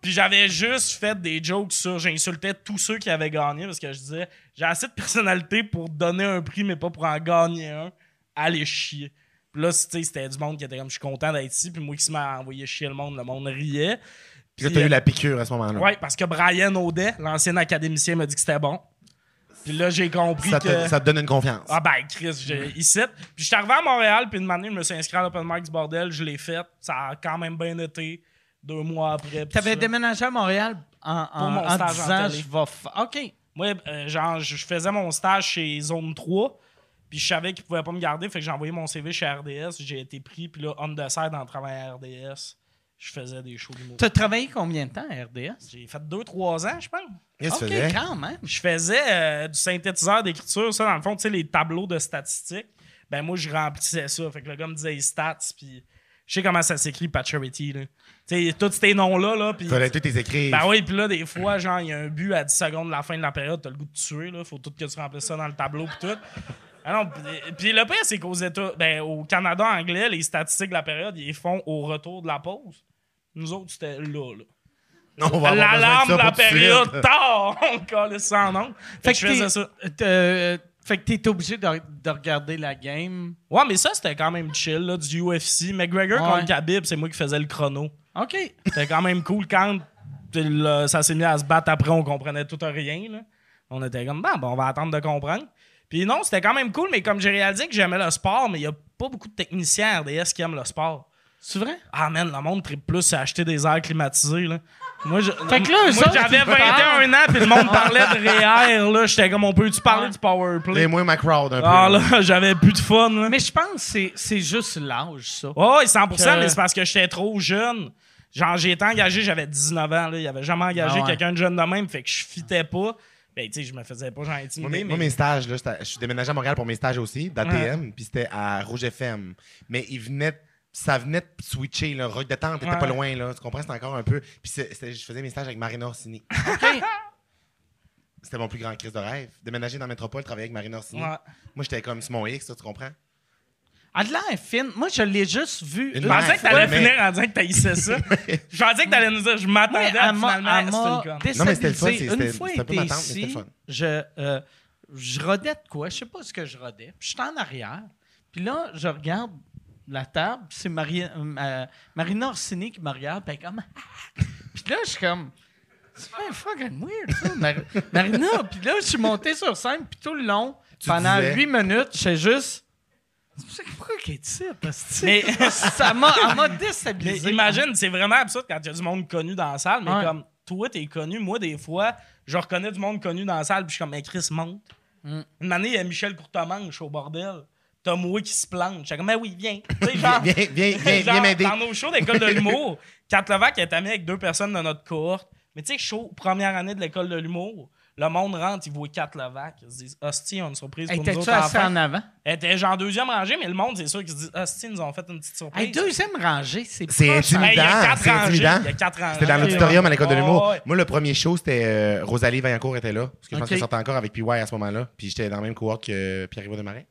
Speaker 6: Puis j'avais juste fait des jokes sur. J'insultais tous ceux qui avaient gagné parce que je disais j'ai assez de personnalité pour donner un prix, mais pas pour en gagner un. Allez chier. Puis là, tu sais, c'était du monde qui était comme je suis content d'être ici. Puis moi qui se mets à envoyer chier le monde, le monde riait.
Speaker 5: Puis là, t'as eu la piqûre à ce moment-là.
Speaker 6: euh, Ouais, parce que Brian Audet, l'ancien académicien, m'a dit que c'était bon. Puis là, j'ai compris
Speaker 5: Ça
Speaker 6: que.
Speaker 5: te, ça te donne une confiance.
Speaker 6: Ah ben, Chris, j'ai- ici. Puis je suis arrivé à Montréal, puis une année, je me suis inscrit à l'Open Mic du bordel. Je l'ai fait. Ça a quand même bien été. Deux mois après. puis
Speaker 3: T'avais
Speaker 6: ça.
Speaker 3: déménagé à Montréal en, en,
Speaker 6: Pour mon
Speaker 3: en
Speaker 6: stage en
Speaker 3: disant
Speaker 6: télé.
Speaker 3: je vais fa- OK.
Speaker 6: Moi, euh, genre, je je faisais mon stage chez Zone 3, puis je savais qu'ils pouvaient pas me garder, fait que j'ai envoyé mon CV chez RDS, j'ai été pris, puis là, on the side en travaillant à RDS, je faisais des shows d'humour.
Speaker 3: T'as travaillé combien de temps à RDS?
Speaker 6: J'ai fait 2-3 ans, je pense.
Speaker 5: Qu'est-ce que
Speaker 3: OK,
Speaker 5: tu faisais?
Speaker 3: quand même.
Speaker 6: Je faisais euh, du synthétiseur d'écriture, ça, dans le fond, tu sais, les tableaux de statistiques. Ben, moi, je remplissais ça. Fait que le gars me disait les stats, puis je sais comment ça s'écrit, Patcherity, là. Tu sais, tous ces noms-là, là, puis.
Speaker 5: T'as tous tes écrits.
Speaker 6: Ben oui, puis là, des fois, genre, il y a un but à 10 secondes de la fin de la période, t'as le goût de tuer, là. Faut tout que tu remplisses ça dans le tableau, puis tout. Ah non, puis- puis le pire, c'est qu'aux États, ben, au Canada anglais, les statistiques de la période, ils les font au retour de la pause. Nous autres, c'était là, là.
Speaker 5: Non, on va avoir
Speaker 6: L'alarme de
Speaker 5: besoin ça pour
Speaker 6: la
Speaker 5: tout de
Speaker 6: période,
Speaker 5: suite.
Speaker 6: tard! On collait sans nom. Fait que je faisais
Speaker 3: t'es-
Speaker 6: ça.
Speaker 3: t'es- Fait que t'es obligé de, de regarder la game.
Speaker 6: Ouais, mais ça, c'était quand même chill, là, du UFC. McGregor
Speaker 3: Ouais.
Speaker 6: contre Khabib, c'est moi qui faisais le chrono.
Speaker 3: OK.
Speaker 6: C'était quand même cool quand le- ça s'est mis à se battre après, on comprenait tout à rien. là. On était comme, bon, ben, on va attendre de comprendre. Puis non, c'était quand même cool, mais comme j'ai réalisé que j'aimais le sport, mais il n'y a pas beaucoup de techniciens à RDS qui aiment le sport.
Speaker 3: C'est vrai?
Speaker 6: Ah, man, le monde tripe plus à acheter des airs climatisés, là. Moi, je-
Speaker 3: Fait que là, eux
Speaker 6: moi,
Speaker 3: autres,
Speaker 6: j'avais
Speaker 3: ils parlent.
Speaker 6: 21 ans, puis le monde parlait de REER, là. J'étais comme, on peut-tu parler du
Speaker 5: Les
Speaker 6: powerplay?
Speaker 5: moins ma crowd un peu.
Speaker 6: Ah, là, j'avais plus de fun, là.
Speaker 3: Mais je pense que c'est- c'est juste l'âge, ça.
Speaker 6: Ouais, ouais, 100
Speaker 3: Que-
Speaker 6: mais c'est parce que j'étais trop jeune. Genre, j'ai été engagé, j'avais 19 ans, là. Il avait jamais engagé
Speaker 3: Ah ouais.
Speaker 6: quelqu'un de jeune de même, fait que je fitais pas. Ben, tu sais, je me faisais pas, genre,
Speaker 5: Moi,
Speaker 6: intimidé.
Speaker 5: mes,
Speaker 6: mais-
Speaker 5: moi, mes stages, là, j'étais- je suis déménagé à Montréal pour mes stages aussi, d'ATM, puis c'était à Rouge FM. Mais ils venaient, ça venait de switcher, là. Rock de Tente était
Speaker 6: Ouais.
Speaker 5: pas loin, là. Tu comprends, c'était encore un peu. Puis c'est- c'était- je faisais mes stages avec Marina Orsini. c'était mon plus grand crise de rêve. Déménager dans la métropole, travailler avec Marina Orsini.
Speaker 6: Ouais.
Speaker 5: Moi, j'étais comme Simon X, là, tu comprends?
Speaker 3: Elle a Ah, de l'air fine. Moi, je l'ai juste vu.
Speaker 5: Une
Speaker 6: Je
Speaker 5: mère.
Speaker 6: pensais que t'allais
Speaker 5: Mais-
Speaker 6: finir en disant que t'haïssais ça. Je pensais que t'allais nous dire, je
Speaker 3: Oui,
Speaker 6: m'attendais à
Speaker 3: elle m'a-
Speaker 6: finalement,
Speaker 3: elle
Speaker 6: c'est
Speaker 3: m'a
Speaker 6: une conne.
Speaker 3: déstabilisé.
Speaker 5: Non, mais c'était le fun, c'est-
Speaker 3: Une
Speaker 5: c'était-
Speaker 3: fois,
Speaker 5: c'était un peu
Speaker 3: était
Speaker 5: ma tante, mais c'était
Speaker 3: ici,
Speaker 5: le fun.
Speaker 3: Je, euh, je rodais de quoi? Je sais pas ce que je rodais. Puis j'étais en arrière. Puis là, je regarde la table. puis C'est Marie- euh, ma- Marina Orsini qui me regarde. Puis elle est comme... ah! puis là, je suis comme... C'est pas fucking weird, ça, Mar- Marina. Puis là, je suis monté sur scène. Puis tout le long,
Speaker 5: Tu
Speaker 3: pendant
Speaker 5: disais.
Speaker 3: huit minutes, j'étais juste... C'est pourquoi qu'elle est ici, hostie?
Speaker 6: Mais-
Speaker 3: ça m'a elle m'a
Speaker 6: Mais
Speaker 3: déstabilisé.
Speaker 6: imagine, c'est vraiment absurde quand il y a du monde connu dans la salle, mais
Speaker 3: Ouais.
Speaker 6: comme toi, t'es connu. Moi, des fois, je reconnais du monde connu dans la salle, puis je suis comme, mais Chris, monte.
Speaker 3: Mm.
Speaker 6: Une année, il y a Michel Courtemanche au bordel. T'as moi qui se plante. J'étais comme, mais oui, viens. Tu sais, genre,
Speaker 5: Viens, viens, viens, viens,
Speaker 6: Ah. genre,
Speaker 5: viens m'aider.
Speaker 6: Dans nos shows d'école de l'humour, quand Levac est ami avec deux personnes de notre cohorte, mais tu sais, show, première année de l'école de l'humour, le monde rentre, il voit quatre Levac. Ils se disent, hostie, on a une surprise pour nous
Speaker 3: Étais-tu
Speaker 6: autres.
Speaker 3: assez
Speaker 6: enfants.
Speaker 3: en avant?
Speaker 6: Elle était genre deuxième rangée, mais le monde, c'est sûr qu'ils se disent, hostie, ils nous ont fait une petite surprise.
Speaker 3: Hey, deuxième rangée, c'est
Speaker 5: C'est
Speaker 3: pas-
Speaker 5: intimidant.
Speaker 6: Hey, il y a quatre
Speaker 5: C'est
Speaker 6: rangées. Il y
Speaker 5: intimidant.
Speaker 6: a quatre rangées.
Speaker 5: C'était dans l'auditorium à l'école de
Speaker 6: Ah, Ouais,
Speaker 5: l'humour.
Speaker 6: ouais.
Speaker 5: Moi, le premier show, c'était euh, Rosalie Vaillancourt était là. Parce que je pense
Speaker 3: Ok.
Speaker 5: qu'elle sortait encore avec PY à ce moment-là. Puis j'étais dans le même cohorte que pierre de Marais.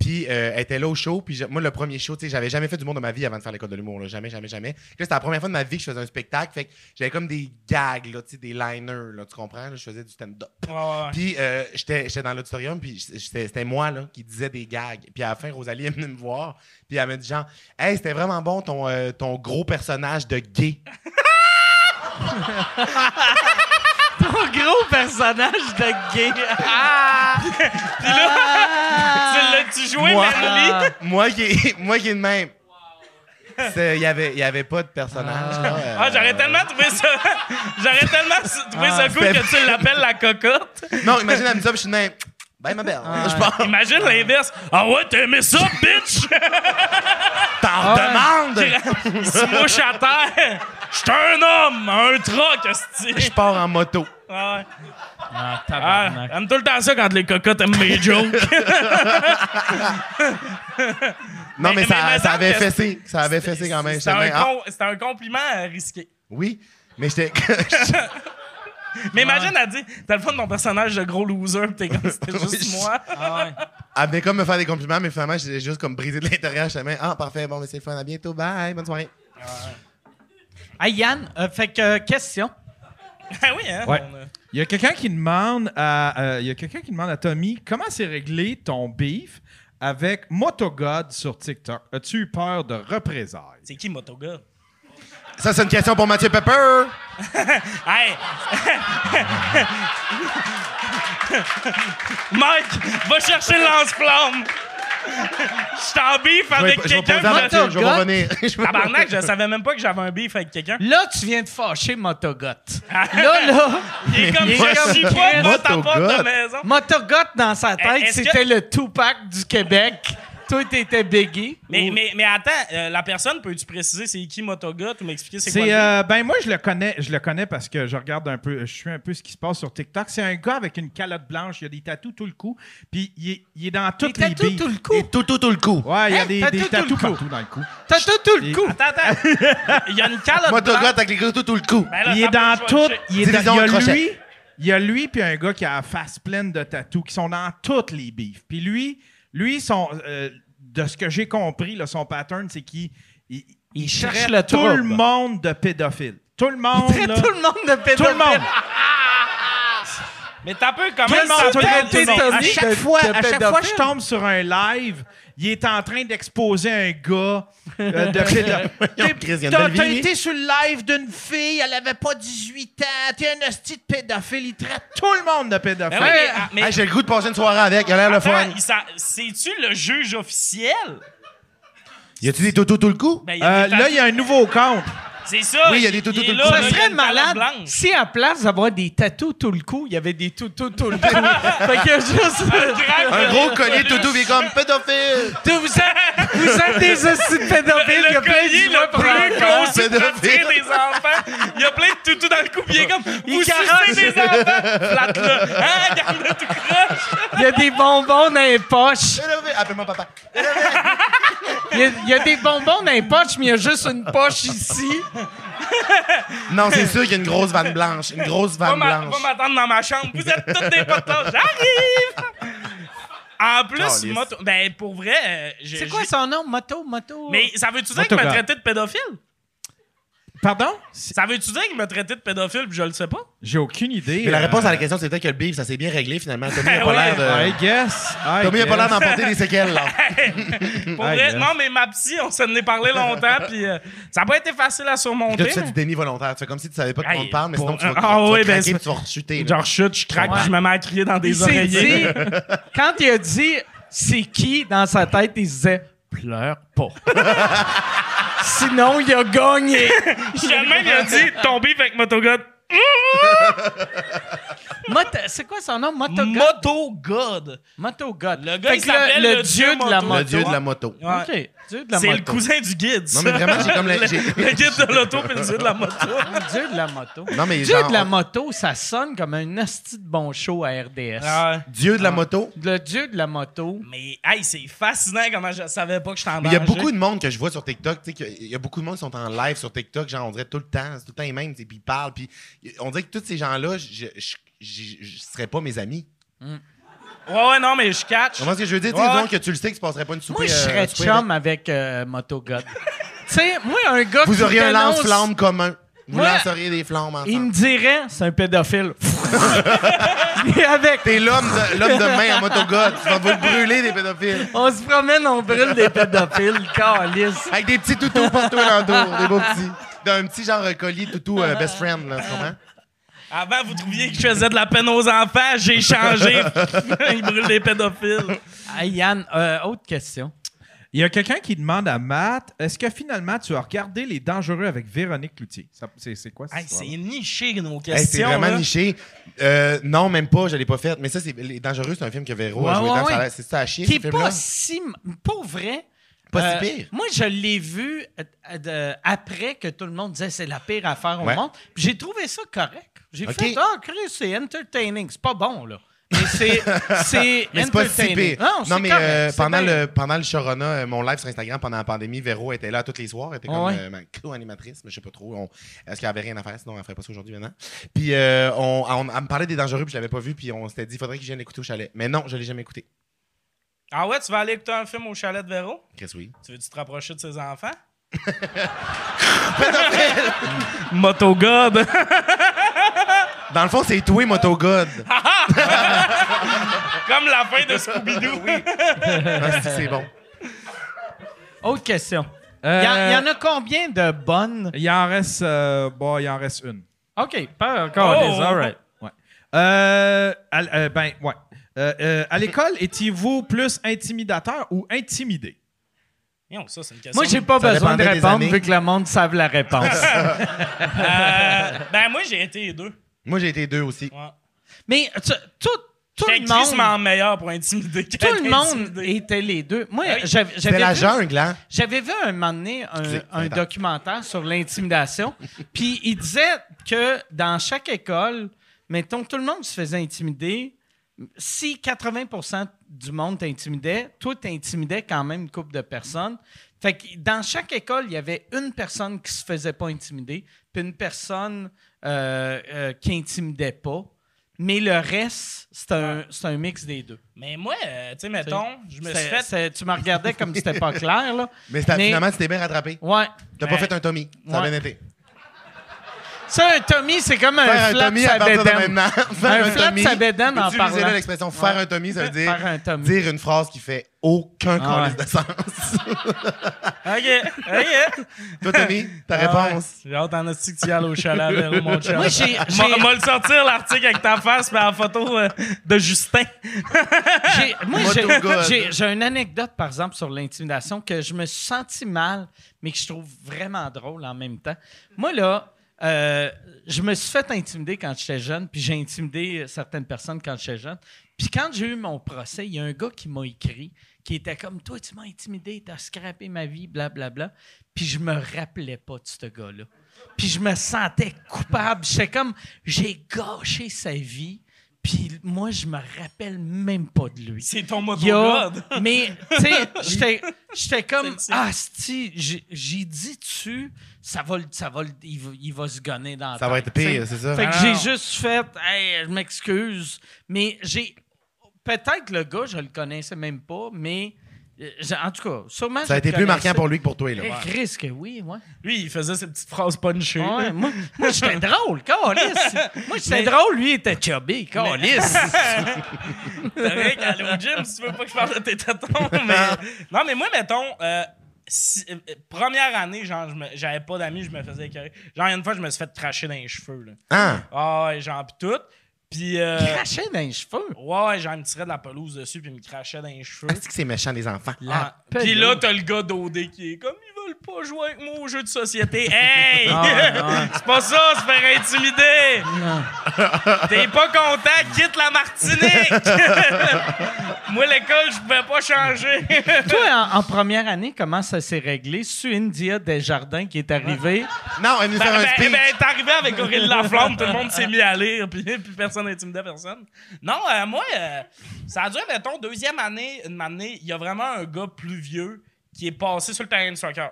Speaker 5: Puis euh, elle était là au show. Puis je- moi, le premier show, tu sais, j'avais jamais fait du monde de ma vie avant de faire l'école de l'humour. là. Jamais, jamais, jamais. Puis Là, c'était la première fois de ma vie que je faisais un spectacle. Fait que j'avais comme des gags, là, tu sais, des liners, là, tu comprends? là. je faisais du stand-up.
Speaker 6: Ouais, ouais, ouais.
Speaker 5: Puis euh, j'étais j'étais dans l'auditorium, puis j- c'était c'était moi là, qui disais des gags. Puis à la fin, Rosalie est venue me voir, puis elle m'a dit genre « Hey, c'était vraiment bon ton, euh, ton gros personnage de gay.
Speaker 3: Ton gros personnage de gay. Ah!
Speaker 6: Tu l'as-tu joué,
Speaker 5: moi,
Speaker 6: Manly?
Speaker 5: moi, qui est, moi qui est de même. C'est- Il n'y avait, il y avait pas de personnage. là, euh,
Speaker 6: Ah, j'aurais tellement trouvé ça. J'aurais tellement s- trouvé ça cool
Speaker 5: Ah, c'était-
Speaker 6: que tu l'appelles la cocotte.
Speaker 5: Non, imagine, elle me dit ça, puis je suis de même « Bye, ma belle.
Speaker 6: Ah.
Speaker 5: Je pense
Speaker 6: Imagine l'inverse. Ah ouais, t'as aimé ça, bitch? Ah,
Speaker 5: t'en demandes.
Speaker 6: Il se mouche à terre. J'suis un homme, un troc,
Speaker 5: Je
Speaker 6: hostie.
Speaker 5: pars en moto.
Speaker 6: Ah, ouais.
Speaker 3: Ah,
Speaker 6: Ah,
Speaker 3: tabarnak.
Speaker 6: aime tout le temps ça quand les cocottes aiment mes jokes.
Speaker 5: Non, mais,
Speaker 6: Mais-
Speaker 5: ça,
Speaker 6: mais, mais,
Speaker 5: ça avait
Speaker 6: mais-
Speaker 5: fessé. Ça avait fessé quand même.
Speaker 6: C'était
Speaker 5: J'étais de même,
Speaker 6: un,
Speaker 5: Ah,
Speaker 6: con- c'était un compliment euh, risqué.
Speaker 5: oui, mais j'étais...
Speaker 6: Mais imagine, elle dit, t'as le fun de ton personnage de gros loser, pis t'es comme, c'était juste
Speaker 5: Oui.
Speaker 6: moi.
Speaker 5: Elle venait comme me faire des compliments, mais finalement, j'ai juste comme brisé de l'intérieur. Je même, ah, parfait, bon, mais c'est le fun, à bientôt, bye, bonne soirée.
Speaker 3: Hey, Yann, euh, fait que, euh, question.
Speaker 6: Ah oui, hein?
Speaker 4: Ouais.
Speaker 6: on, euh,
Speaker 4: Il y a quelqu'un qui demande à euh, il y a quelqu'un qui demande à Tommy comment c'est réglé ton beef avec Motogod sur TikTok. As-tu eu peur de représailles
Speaker 6: C'est qui Motoga?
Speaker 5: Ça, c'est une question pour Mathieu Pepper.
Speaker 6: Hey! Mike, va chercher le lance-flamme! Je t'en bif
Speaker 5: Je vais-
Speaker 6: avec
Speaker 5: je vais
Speaker 6: quelqu'un.
Speaker 5: poser à
Speaker 6: je-
Speaker 5: Mathieu, je vais
Speaker 3: Motogot.
Speaker 5: revenir. Je vais-
Speaker 6: Tabarnak, je savais même pas que j'avais un bif avec quelqu'un.
Speaker 3: Là, tu viens de fâcher Motogot. là, là,
Speaker 6: Il est comme,
Speaker 3: moi,
Speaker 6: je suis
Speaker 3: c'est
Speaker 6: pas devant ta
Speaker 5: Motogot.
Speaker 6: porte de maison.
Speaker 3: Motogot dans sa tête,
Speaker 6: Est-ce
Speaker 3: c'était le Tupac du Québec. Toi, t'étais Biggie.
Speaker 6: Mais,
Speaker 3: Ou-
Speaker 6: mais, mais attends, euh, la personne, peux-tu préciser c'est qui Motoga ou m'expliquer c'est quoi?
Speaker 4: C'est
Speaker 6: le-
Speaker 4: euh, ben moi je le connais, je le connais parce que je regarde un peu, je suis un peu ce qui se passe sur TikTok. C'est un gars avec une calotte blanche, il a des tatous tout le cou, puis il est, il est dans toutes
Speaker 3: t'as
Speaker 4: les
Speaker 3: tout,
Speaker 4: beefs.
Speaker 3: tout le coup.
Speaker 5: Tout, tout, tout le coup.
Speaker 4: Ouais, il y a
Speaker 3: Hein?
Speaker 4: des,
Speaker 3: T'as
Speaker 4: des
Speaker 3: tout, tout le
Speaker 4: tatous
Speaker 3: cou.
Speaker 4: partout dans le cou.
Speaker 3: T'as tout, tout le coup.
Speaker 6: Attends, attends. Il y a une calotte.
Speaker 5: Moi,
Speaker 6: blanche.
Speaker 5: Togot, avec les gars, tout, tout le coup.
Speaker 6: Ben là,
Speaker 4: il est
Speaker 6: ça
Speaker 4: dans
Speaker 6: peut, je vais
Speaker 4: tout.
Speaker 6: le check.
Speaker 4: Il, est dans-
Speaker 5: Division
Speaker 4: il y a
Speaker 5: crochet.
Speaker 4: lui, il y a lui puis un gars qui a la face pleine de tatous qui sont dans toutes les beefs. Puis lui, lui son, euh, de ce que j'ai compris, là, son pattern, c'est qu'il il,
Speaker 3: Il
Speaker 4: traite
Speaker 3: cherche le
Speaker 4: tout
Speaker 3: trouble.
Speaker 4: le monde de pédophile. Tout le monde.
Speaker 3: Traite
Speaker 4: là.
Speaker 3: tout le monde de pédophile.
Speaker 4: Tout le monde.
Speaker 6: Mais t'as peu comment
Speaker 4: Tout le monde, tout le monde, tout le monde. À
Speaker 3: Tommy
Speaker 4: chaque
Speaker 3: de-
Speaker 4: fois,
Speaker 3: de
Speaker 4: à chaque fois
Speaker 3: pédophile.
Speaker 4: que je tombe sur un live, il est en train d'exposer un gars euh, de pédophile.
Speaker 5: Chris, il y a une
Speaker 4: T'as
Speaker 5: belle
Speaker 4: t'as
Speaker 5: vie.
Speaker 4: été sur le live d'une fille, elle avait pas 18 ans, t'es un hostie de pédophile, il traite tout le monde de pédophile.
Speaker 6: Ben oui, mais- ah, mais-
Speaker 5: Hey, J'ai le goût de passer une soirée avec. Il a l'air le
Speaker 6: Attends,
Speaker 5: fun.
Speaker 6: il s'en- C'est-tu le juge officiel?
Speaker 5: Y a-tu des totos tout le coup?
Speaker 6: Ben, il y a
Speaker 7: Euh,
Speaker 6: des
Speaker 7: là, il y a un nouveau compte.
Speaker 6: tatous. C'est ça.
Speaker 5: Oui, il y a des toutous
Speaker 6: est
Speaker 5: tout le
Speaker 6: là,
Speaker 5: temps.
Speaker 6: là,
Speaker 3: Ça
Speaker 6: il y a
Speaker 3: serait
Speaker 6: une palette
Speaker 3: malade
Speaker 6: blanche.
Speaker 3: si à place d'avoir des tatous tout le coup, il y avait des toutous tout le coup. fait que juste.
Speaker 5: Un gros collier toutou, il est comme pédophile!
Speaker 3: Tout, vous, êtes, vous êtes des hosties de pédophiles
Speaker 6: Le
Speaker 3: que plein
Speaker 6: collier
Speaker 3: d'humains
Speaker 6: le plus
Speaker 3: prennent.
Speaker 6: gros sur
Speaker 5: Pédophile.
Speaker 6: le tir des enfants. Il y a plein de toutous dans le cou. puis Il est comme, vous sucez des enfants, flatte-le. Hein, garde-le tout croche.
Speaker 3: Il y a des bonbons dans les poches.
Speaker 5: Pédophile! Appelle-moi papa.
Speaker 3: Il y a, il y a des bonbons dans les poches, mais il y a juste une poche ici.
Speaker 5: Non, c'est sûr qu'il y a une grosse vanne blanche. Une grosse
Speaker 6: Va
Speaker 5: vanne
Speaker 6: m'a-
Speaker 5: blanche.
Speaker 6: va m'attendre dans ma chambre. Vous êtes toutes des potes J'arrive. En plus,
Speaker 5: Calisse.
Speaker 6: moto- ben, pour vrai, euh, j'ai-
Speaker 3: C'est quoi
Speaker 6: j'ai-
Speaker 3: son nom? Moto, moto.
Speaker 6: Mais ça veut-tu dire qu'il
Speaker 7: Autographe.
Speaker 6: m'a traité de pédophile?
Speaker 7: Pardon?
Speaker 6: Ça veut-tu dire qu'il m'a traité de pédophile puis je le sais pas?
Speaker 7: J'ai aucune idée.
Speaker 5: Mais la
Speaker 7: euh,
Speaker 5: réponse à euh, la question, c'est peut-être que le beef, ça s'est bien réglé finalement. Tommy a pas
Speaker 6: Ben Ouais, Ben
Speaker 5: l'air
Speaker 7: I
Speaker 5: de.
Speaker 7: guess. I
Speaker 5: Tommy a
Speaker 7: guess.
Speaker 5: pas l'air d'emporter des séquelles, là. Mm,
Speaker 6: Pour
Speaker 7: Ah,
Speaker 6: vrai,
Speaker 5: hein.
Speaker 7: yes.
Speaker 6: non, mais ma psy, on s'en est parlé longtemps, puis euh, ça n'a pas été facile à
Speaker 5: Là,
Speaker 6: surmonter.
Speaker 5: tu fais du
Speaker 6: mais-
Speaker 5: déni volontaire. Tu fais comme si tu savais pas de quoi on
Speaker 6: Hey,
Speaker 5: te parle, mais
Speaker 6: pour-
Speaker 5: sinon tu vas,
Speaker 6: Ah,
Speaker 5: tu vas
Speaker 6: oui, ben,
Speaker 5: craquer
Speaker 6: c'est-
Speaker 5: puis tu vas rechuter. là.
Speaker 6: Genre, chute, je craque, puis je me mets à crier dans
Speaker 3: il
Speaker 6: des
Speaker 3: s'est dit,
Speaker 6: oreillers.
Speaker 3: quand il a dit c'est qui dans sa tête, il se disait pleure pas. Sinon, il a gagné.
Speaker 6: Finalement, il a dit tomber avec Motogod.
Speaker 3: Moto- c'est quoi son nom? Motogod.
Speaker 6: Motogod.
Speaker 3: Motogod.
Speaker 6: Le gars,
Speaker 3: Fait
Speaker 6: il
Speaker 3: que
Speaker 6: s'appelle le dieu
Speaker 3: de la
Speaker 6: moto.
Speaker 3: moto.
Speaker 5: Le dieu de la moto.
Speaker 6: Ouais.
Speaker 3: OK, dieu de la
Speaker 6: C'est
Speaker 3: moto.
Speaker 6: le cousin du guide.
Speaker 5: Non,
Speaker 6: ça.
Speaker 5: mais vraiment, j'ai comme la-
Speaker 6: le,
Speaker 5: j'ai-
Speaker 6: le guide de l'auto puis le dieu de la moto.
Speaker 3: Le dieu de la moto.
Speaker 5: Non, mais
Speaker 3: Dieu
Speaker 5: genre-
Speaker 3: de la moto, ça sonne comme un hostie de bon show à RDS.
Speaker 6: Ah,
Speaker 5: Dieu de la moto.
Speaker 3: Le dieu de la moto.
Speaker 6: mais, hey, c'est fascinant comment je savais pas que je t'en
Speaker 5: Mais il y
Speaker 3: Ben,
Speaker 5: a beaucoup de monde que je vois sur TikTok, tu sais, que- il y a beaucoup de monde qui sont en live sur TikTok, genre on dirait tout le temps, c'est tout le temps les mêmes, tu sais, puis ils parlent, puis on dirait que tous ces gens-là, je, je, je- je serais pas mes amis.
Speaker 6: Ouais, ouais, non, mais je catch.
Speaker 5: Comment ce que je veux dire? Tu
Speaker 6: Ouais.
Speaker 5: sais, disons que tu le sais que tu passerais pas une soupée.
Speaker 3: Moi, je
Speaker 5: euh,
Speaker 3: serais
Speaker 5: un souper
Speaker 3: chum avec euh, Motogod. tu sais, moi, un gars
Speaker 5: avec- Vous
Speaker 3: qui
Speaker 5: auriez un
Speaker 3: t'annonce-
Speaker 5: lance-flamme commun. Vous
Speaker 3: Ouais.
Speaker 5: lanceriez des flammes
Speaker 3: Il me
Speaker 5: ensemble.
Speaker 3: dirait, c'est un pédophile. Et avec,
Speaker 5: T'es l'homme de, l'homme de main en motogod. Tu vas vous le brûler des pédophiles.
Speaker 3: on se promène, on brûle des pédophiles, calice.
Speaker 5: Avec des petits toutous partout alentour, des beaux petits. D'un petit genre euh, collier toutou euh, best friend, là, tu comprends?
Speaker 6: Avant, vous trouviez que je faisais de la peine aux enfants. J'ai changé. Ils brûlent des pédophiles.
Speaker 3: Hey, Yann, euh, autre question.
Speaker 7: Il y a quelqu'un qui demande à Matt est-ce que finalement tu as regardé Les Dangereux avec Véronique Cloutier Ça- C'est c'est quoi ça
Speaker 6: Hey, c'est niché nos questions. hein.
Speaker 5: Hey, c'est vraiment
Speaker 6: là.
Speaker 5: niché. Euh, non, même pas, je l'ai pas fait. Mais ça, c'est Les Dangereux, c'est un film que Véro a
Speaker 3: Ouais,
Speaker 5: joué
Speaker 3: ouais,
Speaker 5: dans. ça a
Speaker 3: ouais.
Speaker 5: l'air- C'est ça à chier,
Speaker 3: Qui
Speaker 5: ce
Speaker 3: est
Speaker 5: film-là.
Speaker 3: pas si. m- Pour vrai. euh,
Speaker 5: Pas si pire.
Speaker 3: Moi, je l'ai vu euh, euh, de- après que tout le monde disait c'est la pire affaire au
Speaker 5: Ouais.
Speaker 3: monde. Puis J'ai trouvé ça correct. J'ai
Speaker 5: Ok.
Speaker 3: fait Ah, Chris, c'est entertaining. C'est pas bon, là. Mais c'est. c'est
Speaker 5: Mais c'est pas si
Speaker 3: entertaining.
Speaker 5: pire.
Speaker 3: Non, c'est
Speaker 5: mais
Speaker 3: correct,
Speaker 5: euh,
Speaker 3: c'est
Speaker 5: pendant,
Speaker 3: bien.
Speaker 5: le, pendant le Sharona, euh, mon live sur Instagram pendant la pandémie, Véro était là tous les soirs. Elle était
Speaker 3: Ah
Speaker 5: comme
Speaker 3: ouais.
Speaker 5: euh, ma co-animatrice, mais je sais pas trop. on- Est-ce qu'elle avait rien à faire? Sinon, elle ferait pas ça aujourd'hui maintenant. Puis euh, on, on, elle me parlait des dangereux, puis je l'avais pas vu, puis on s'était dit, faudrait que je vienne écouter au chalet. Mais non, je l'ai jamais écouté.
Speaker 6: Ah ouais, tu vas aller écouter un film au chalet de Véro?
Speaker 5: Chris, oui.
Speaker 6: Tu veux-tu te rapprocher de ses enfants? Motogod!
Speaker 5: Dans le fond, c'est toi, Motogod.
Speaker 6: Comme la fin de Scooby-Doo.
Speaker 5: Ah, si, c'est bon.
Speaker 3: Autre question. Il
Speaker 7: Euh,
Speaker 3: y, en- il y en a combien de bonnes?
Speaker 7: Il en reste, euh, bon, il en reste une.
Speaker 3: OK, pas encore.
Speaker 6: Oh!
Speaker 7: all right. Ouais. Euh, à l- euh, ben, ouais. Euh, euh, à l'école, étiez-vous plus intimidateur ou intimidé?
Speaker 6: Non, ça, c'est une question.
Speaker 3: Moi, j'ai pas
Speaker 5: Ça
Speaker 3: besoin de
Speaker 5: dépendait des
Speaker 3: répondre
Speaker 5: années.
Speaker 3: vu que le monde savent la réponse.
Speaker 6: Euh, ben, moi, j'ai été les deux.
Speaker 5: Moi, j'ai été deux aussi.
Speaker 6: Ouais.
Speaker 3: Mais tu- tout, tout
Speaker 6: J'étais
Speaker 3: le monde,
Speaker 6: crissement meilleur pour intimider que
Speaker 3: tout le monde
Speaker 6: d'intimider.
Speaker 3: était les deux. Moi,
Speaker 6: Ah oui.
Speaker 3: j'avais
Speaker 5: C'était la
Speaker 3: j'avais vu,
Speaker 5: jungle, hein?
Speaker 3: j'avais vu un moment donné un,
Speaker 5: Excusez,
Speaker 3: un
Speaker 5: attends.
Speaker 3: documentaire sur l'intimidation, puis il disait que dans chaque école, mettons, tout le monde se faisait intimider. Si 80 du monde t'intimidait, toi, t'intimidais quand même une couple de personnes. Fait que dans chaque école, il y avait une personne qui se faisait pas intimider, puis une personne euh, euh, qui intimidait pas. Mais le reste, c'est un, c'est un mix des deux.
Speaker 6: Mais moi, euh, tu sais, mettons, je me suis
Speaker 3: C'est-
Speaker 6: fait.
Speaker 3: c'est- tu me regardais comme si c'était pas clair, là.
Speaker 5: Mais, c'était- finalement, tu t'es bien rattrapé.
Speaker 3: Ouais.
Speaker 5: T'as
Speaker 6: Mais-
Speaker 5: pas fait un Tommy. Ça a
Speaker 3: Ouais.
Speaker 5: bien été.
Speaker 3: Ça, un Tommy, c'est comme un
Speaker 5: Faire un
Speaker 3: flap
Speaker 5: Tommy à
Speaker 3: sa
Speaker 5: partir de
Speaker 3: bédaine.
Speaker 5: maintenant. Faire
Speaker 3: flap sa bédaine en
Speaker 5: Utilisez-le,
Speaker 3: parlant.
Speaker 5: l'expression faire un Tommy, ça veut dire
Speaker 3: Faire un Tommy.
Speaker 5: dire une phrase qui fait aucun
Speaker 3: Ah
Speaker 5: calice de sens.
Speaker 6: OK, OK.
Speaker 5: Toi, Tommy, ta
Speaker 3: Ah
Speaker 5: réponse.
Speaker 6: J'ai hâte en esti que tu y ailles au chalet avec mon chum.
Speaker 3: Moi, j'ai- j'ai-
Speaker 6: M'a m'a le sortir l'article avec ta face mais en photo euh, de Justin.
Speaker 3: J'ai- Moi, j'ai-
Speaker 5: Moto God.
Speaker 3: j'ai- j'ai une anecdote, par exemple, sur l'intimidation que je me suis senti mal, mais que je trouve vraiment drôle en même temps. Moi, là, euh, je me suis fait intimider quand j'étais jeune, puis j'ai intimidé certaines personnes quand j'étais jeune. Puis quand j'ai eu mon procès, il y a un gars qui m'a écrit, qui était comme Toi, tu m'as intimidé, t'as scrappé ma vie, blablabla. Puis je me rappelais pas de ce gars-là. Puis je me sentais coupable. J'étais comme J'ai gâché sa vie. Puis moi, je me rappelle même pas de lui.
Speaker 6: C'est ton mot
Speaker 3: Yo,
Speaker 6: God.
Speaker 3: mais tu sais, j'étais- j'étais comme
Speaker 6: C'est- c'est-
Speaker 3: ah si j'ai dit tu ça va le- ça va le- il va, il va se gonner dans la
Speaker 5: Ça va
Speaker 3: tête,
Speaker 5: être pire,
Speaker 3: tu sais.
Speaker 5: c'est ça.
Speaker 3: Fait que
Speaker 6: Ah
Speaker 3: j'ai
Speaker 6: non.
Speaker 3: juste fait hey, je m'excuse, mais j'ai peut-être que le gars je le connaissais même pas, mais euh, j'ai- en tout cas sûrement
Speaker 5: Ça a été plus marquant pour lui que pour toi, là.
Speaker 3: Risque, Eh, oui, ouais.
Speaker 6: Lui, il faisait ses petites phrases punchées.
Speaker 3: Ouais, moi, moi j'étais drôle, câlisse. Moi, j'étais
Speaker 6: Mais-
Speaker 3: drôle, lui, il était chubby, câlisse.
Speaker 6: T'as rien qu'à aller au gym si tu veux pas que je parle de tes tétons. Mais... Non, mais moi, mettons, euh, si- euh, première année, genre, je me- j'avais pas d'amis, je me faisais écœurer. Genre, une fois, je me suis fait cracher dans les cheveux. Là.
Speaker 5: Hein?
Speaker 6: Ah, ouais, genre, pis tout. Puis, euh,
Speaker 3: Craché dans les cheveux.
Speaker 6: ouais, ouais, genre, il me tirait de la pelouse dessus, puis il me crachait dans les cheveux.
Speaker 5: Est-ce que c'est méchant, les enfants?
Speaker 6: Ah,
Speaker 3: pelouse.
Speaker 6: Puis là, t'as le gars d'OD qui est comme, ils veulent pas jouer avec moi au jeu de société. Hey! c'est pas ça, se faire intimider! T'es pas content, quitte la Martinique! moi, l'école, je pouvais pas changer.
Speaker 3: Toi, en, en première année, comment ça s'est réglé? C'est India Desjardins qui est arrivé.
Speaker 5: Non, elle est venue
Speaker 6: Ben,
Speaker 5: faire un
Speaker 6: ben,
Speaker 5: speech.
Speaker 6: ben, t'es arrivé avec Aurélie Laflamme, tout le monde s'est mis à lire, puis, puis personne n'intimidait personne. Non, euh, moi, euh, ça a duré, mettons, deuxième année, une année, il y a vraiment un gars plus vieux qui est passé sur le terrain de soccer.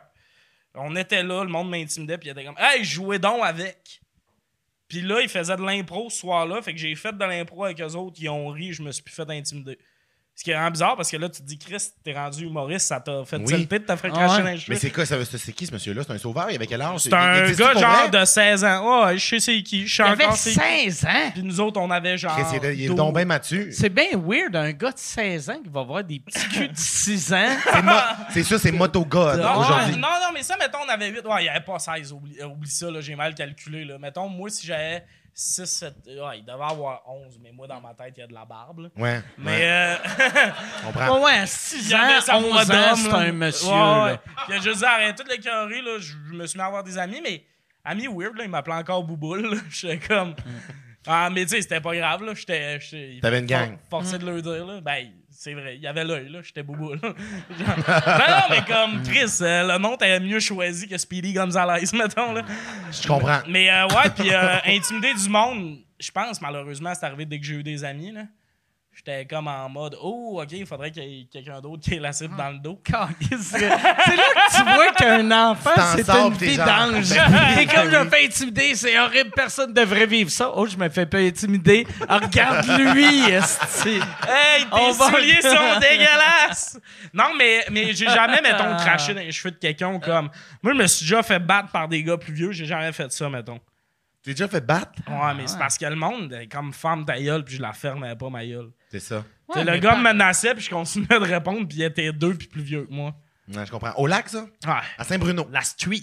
Speaker 6: On était là, le monde m'intimidait, puis il était comme « Hey, jouez donc avec! » Puis là, il faisait de l'impro ce soir-là, fait que j'ai fait de l'impro avec eux autres, ils ont ri, je me suis plus fait intimider. Ce qui est vraiment bizarre, parce que là, tu te dis « Chris, t'es rendu humoriste, ça t'a fait
Speaker 5: Oui.
Speaker 6: tilter, t'as fait
Speaker 3: Ah ouais.
Speaker 6: cracher dans les cheveux.
Speaker 5: Mais c'est quoi, ça- c'est c'est qui ce monsieur-là? C'est un sauveur? Il avait quel âge?
Speaker 6: C'est
Speaker 5: Il- il
Speaker 6: un
Speaker 5: existe-tu
Speaker 6: gars
Speaker 5: pour
Speaker 6: genre
Speaker 5: vrai?
Speaker 6: de 16 ans. Ouais, je sais c'est qui. Je sais
Speaker 3: Il avait
Speaker 6: encore c'est qui.
Speaker 3: 16 ans!
Speaker 6: Puis nous autres, on avait genre.
Speaker 5: Chris, il est- Il est
Speaker 6: 12.
Speaker 5: donc bien Mathieu.
Speaker 3: C'est bien weird, un gars de 16 ans qui va voir des petits culs de 6 ans.
Speaker 5: C'est mo- C'est sûr, c'est Moto God
Speaker 3: Ah
Speaker 6: Non, ouais,
Speaker 5: aujourd'hui.
Speaker 6: non, non, mais ça, mettons, on avait 8. Ouais, il n'y avait pas 16. Oublie, euh, oublie ça, là, j'ai mal calculé. Là. Mettons, moi, si j'avais 6, 7. Ouais, il devait avoir 11, mais moi, dans ma tête, il y a de la barbe. là.
Speaker 5: Ouais.
Speaker 6: Mais.
Speaker 5: Mais.
Speaker 6: euh,
Speaker 5: Je
Speaker 3: Ouais,
Speaker 5: comprends.
Speaker 3: ouais, à 6
Speaker 6: il y avait
Speaker 3: ans,
Speaker 6: sa
Speaker 3: 11 ans,
Speaker 6: mois d'homme,
Speaker 3: c'est
Speaker 6: là.
Speaker 3: un monsieur.
Speaker 6: Ouais, ouais.
Speaker 3: là.
Speaker 6: Puis il a juste dit, arrête toute l'écœurie, là. Je me suis mis à avoir des amis, mais amis weird, là. Il m'appelait encore Bouboule, là. J'étais comme. Ah, mais tu sais, c'était pas grave, là. J'étais. j'étais- il
Speaker 5: Mm. T'avais une gang.
Speaker 6: for- forcé de
Speaker 3: Mm.
Speaker 6: le dire, là. Ben, c'est vrai. Il y avait l'œil, là. J'étais Bouboule. Genre, non, non, mais comme Chris, euh, le nom, t'avais mieux choisi que Speedy Gonzalez, mettons, là.
Speaker 5: Je comprends.
Speaker 6: Mais euh, ouais, puis euh, intimider du monde, je pense, malheureusement, c'est arrivé dès que j'ai eu des amis, là. J'étais comme en mode, oh, OK, il faudrait qu'il y ait quelqu'un d'autre qui ait la cible dans le dos.
Speaker 3: Calisse. C'est là que tu vois qu'un enfant,
Speaker 5: t'en
Speaker 3: c'est
Speaker 5: sors,
Speaker 3: une
Speaker 5: pis t'es
Speaker 3: vie
Speaker 5: genre-
Speaker 3: d'ange. C'est comme je me fais intimider, c'est horrible, personne ne devrait vivre ça. Oh, je me fais pas intimider. Ah, Regarde-lui, esti.
Speaker 6: Hey, tes
Speaker 3: On va-
Speaker 6: souliers sont dégueulasses! Non, mais, mais j'ai jamais,
Speaker 3: Ah.
Speaker 6: mettons, craché dans les cheveux de quelqu'un comme. Moi, je me suis déjà fait battre par des gars plus vieux, j'ai jamais fait ça, mettons.
Speaker 5: T'es déjà fait battre?
Speaker 3: Ah,
Speaker 6: Ouais, mais c'est parce que le monde, est comme femme ta gueule, puis je la fermais pas ma gueule.
Speaker 5: C'est ça.
Speaker 6: Tu sais, le
Speaker 3: mais
Speaker 6: gars
Speaker 3: par-
Speaker 6: me menaçait, puis je continuais de répondre, puis il était deux, puis plus vieux que moi.
Speaker 5: Ouais, je comprends. Au lac, ça?
Speaker 6: Ouais.
Speaker 5: À Saint-Bruno.
Speaker 6: La street.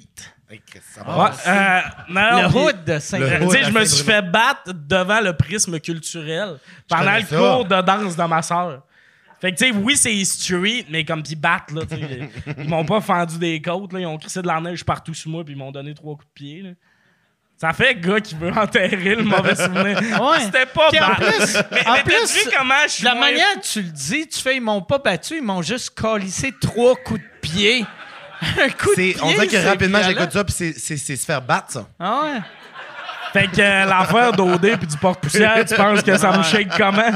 Speaker 5: Hey, Chris, ça
Speaker 6: Ouais.
Speaker 5: va.
Speaker 6: euh, non,
Speaker 3: Le
Speaker 6: puis- euh,
Speaker 3: hood de saint
Speaker 5: Le
Speaker 6: Tu sais, je me
Speaker 5: Bruno.
Speaker 6: suis fait battre devant le prisme culturel pendant
Speaker 5: connais
Speaker 6: le
Speaker 5: ça.
Speaker 6: cours de danse de ma sœur. Fait que, tu sais, oui, c'est street, mais comme pis battent, là, tu sais. ils m'ont pas fendu des côtes, là. Ils ont crissé de la neige partout sur moi, puis ils m'ont donné trois coups de pied, là. Ça fait gars qui veut enterrer le mauvais souvenir.
Speaker 3: Ouais.
Speaker 6: C'était pas
Speaker 3: Puis en
Speaker 6: battre.
Speaker 3: plus-
Speaker 6: mais,
Speaker 3: en
Speaker 6: mais t'as
Speaker 3: plus,
Speaker 6: vu comment je
Speaker 3: De
Speaker 6: suis.
Speaker 3: la
Speaker 6: moins-
Speaker 3: manière que tu le dis, tu fais, ils m'ont pas battu, ils m'ont juste collissé trois coups de pied. Un coup de pied.
Speaker 5: C'est- On dirait que
Speaker 3: c'est
Speaker 5: rapidement,
Speaker 3: violent.
Speaker 5: j'écoute ça, puis c'est- c'est c'est se faire battre, ça.
Speaker 3: Ah ouais.
Speaker 6: Fait que euh, l'affaire d'OD puis du porte-poussière, tu penses que ça me shake comment?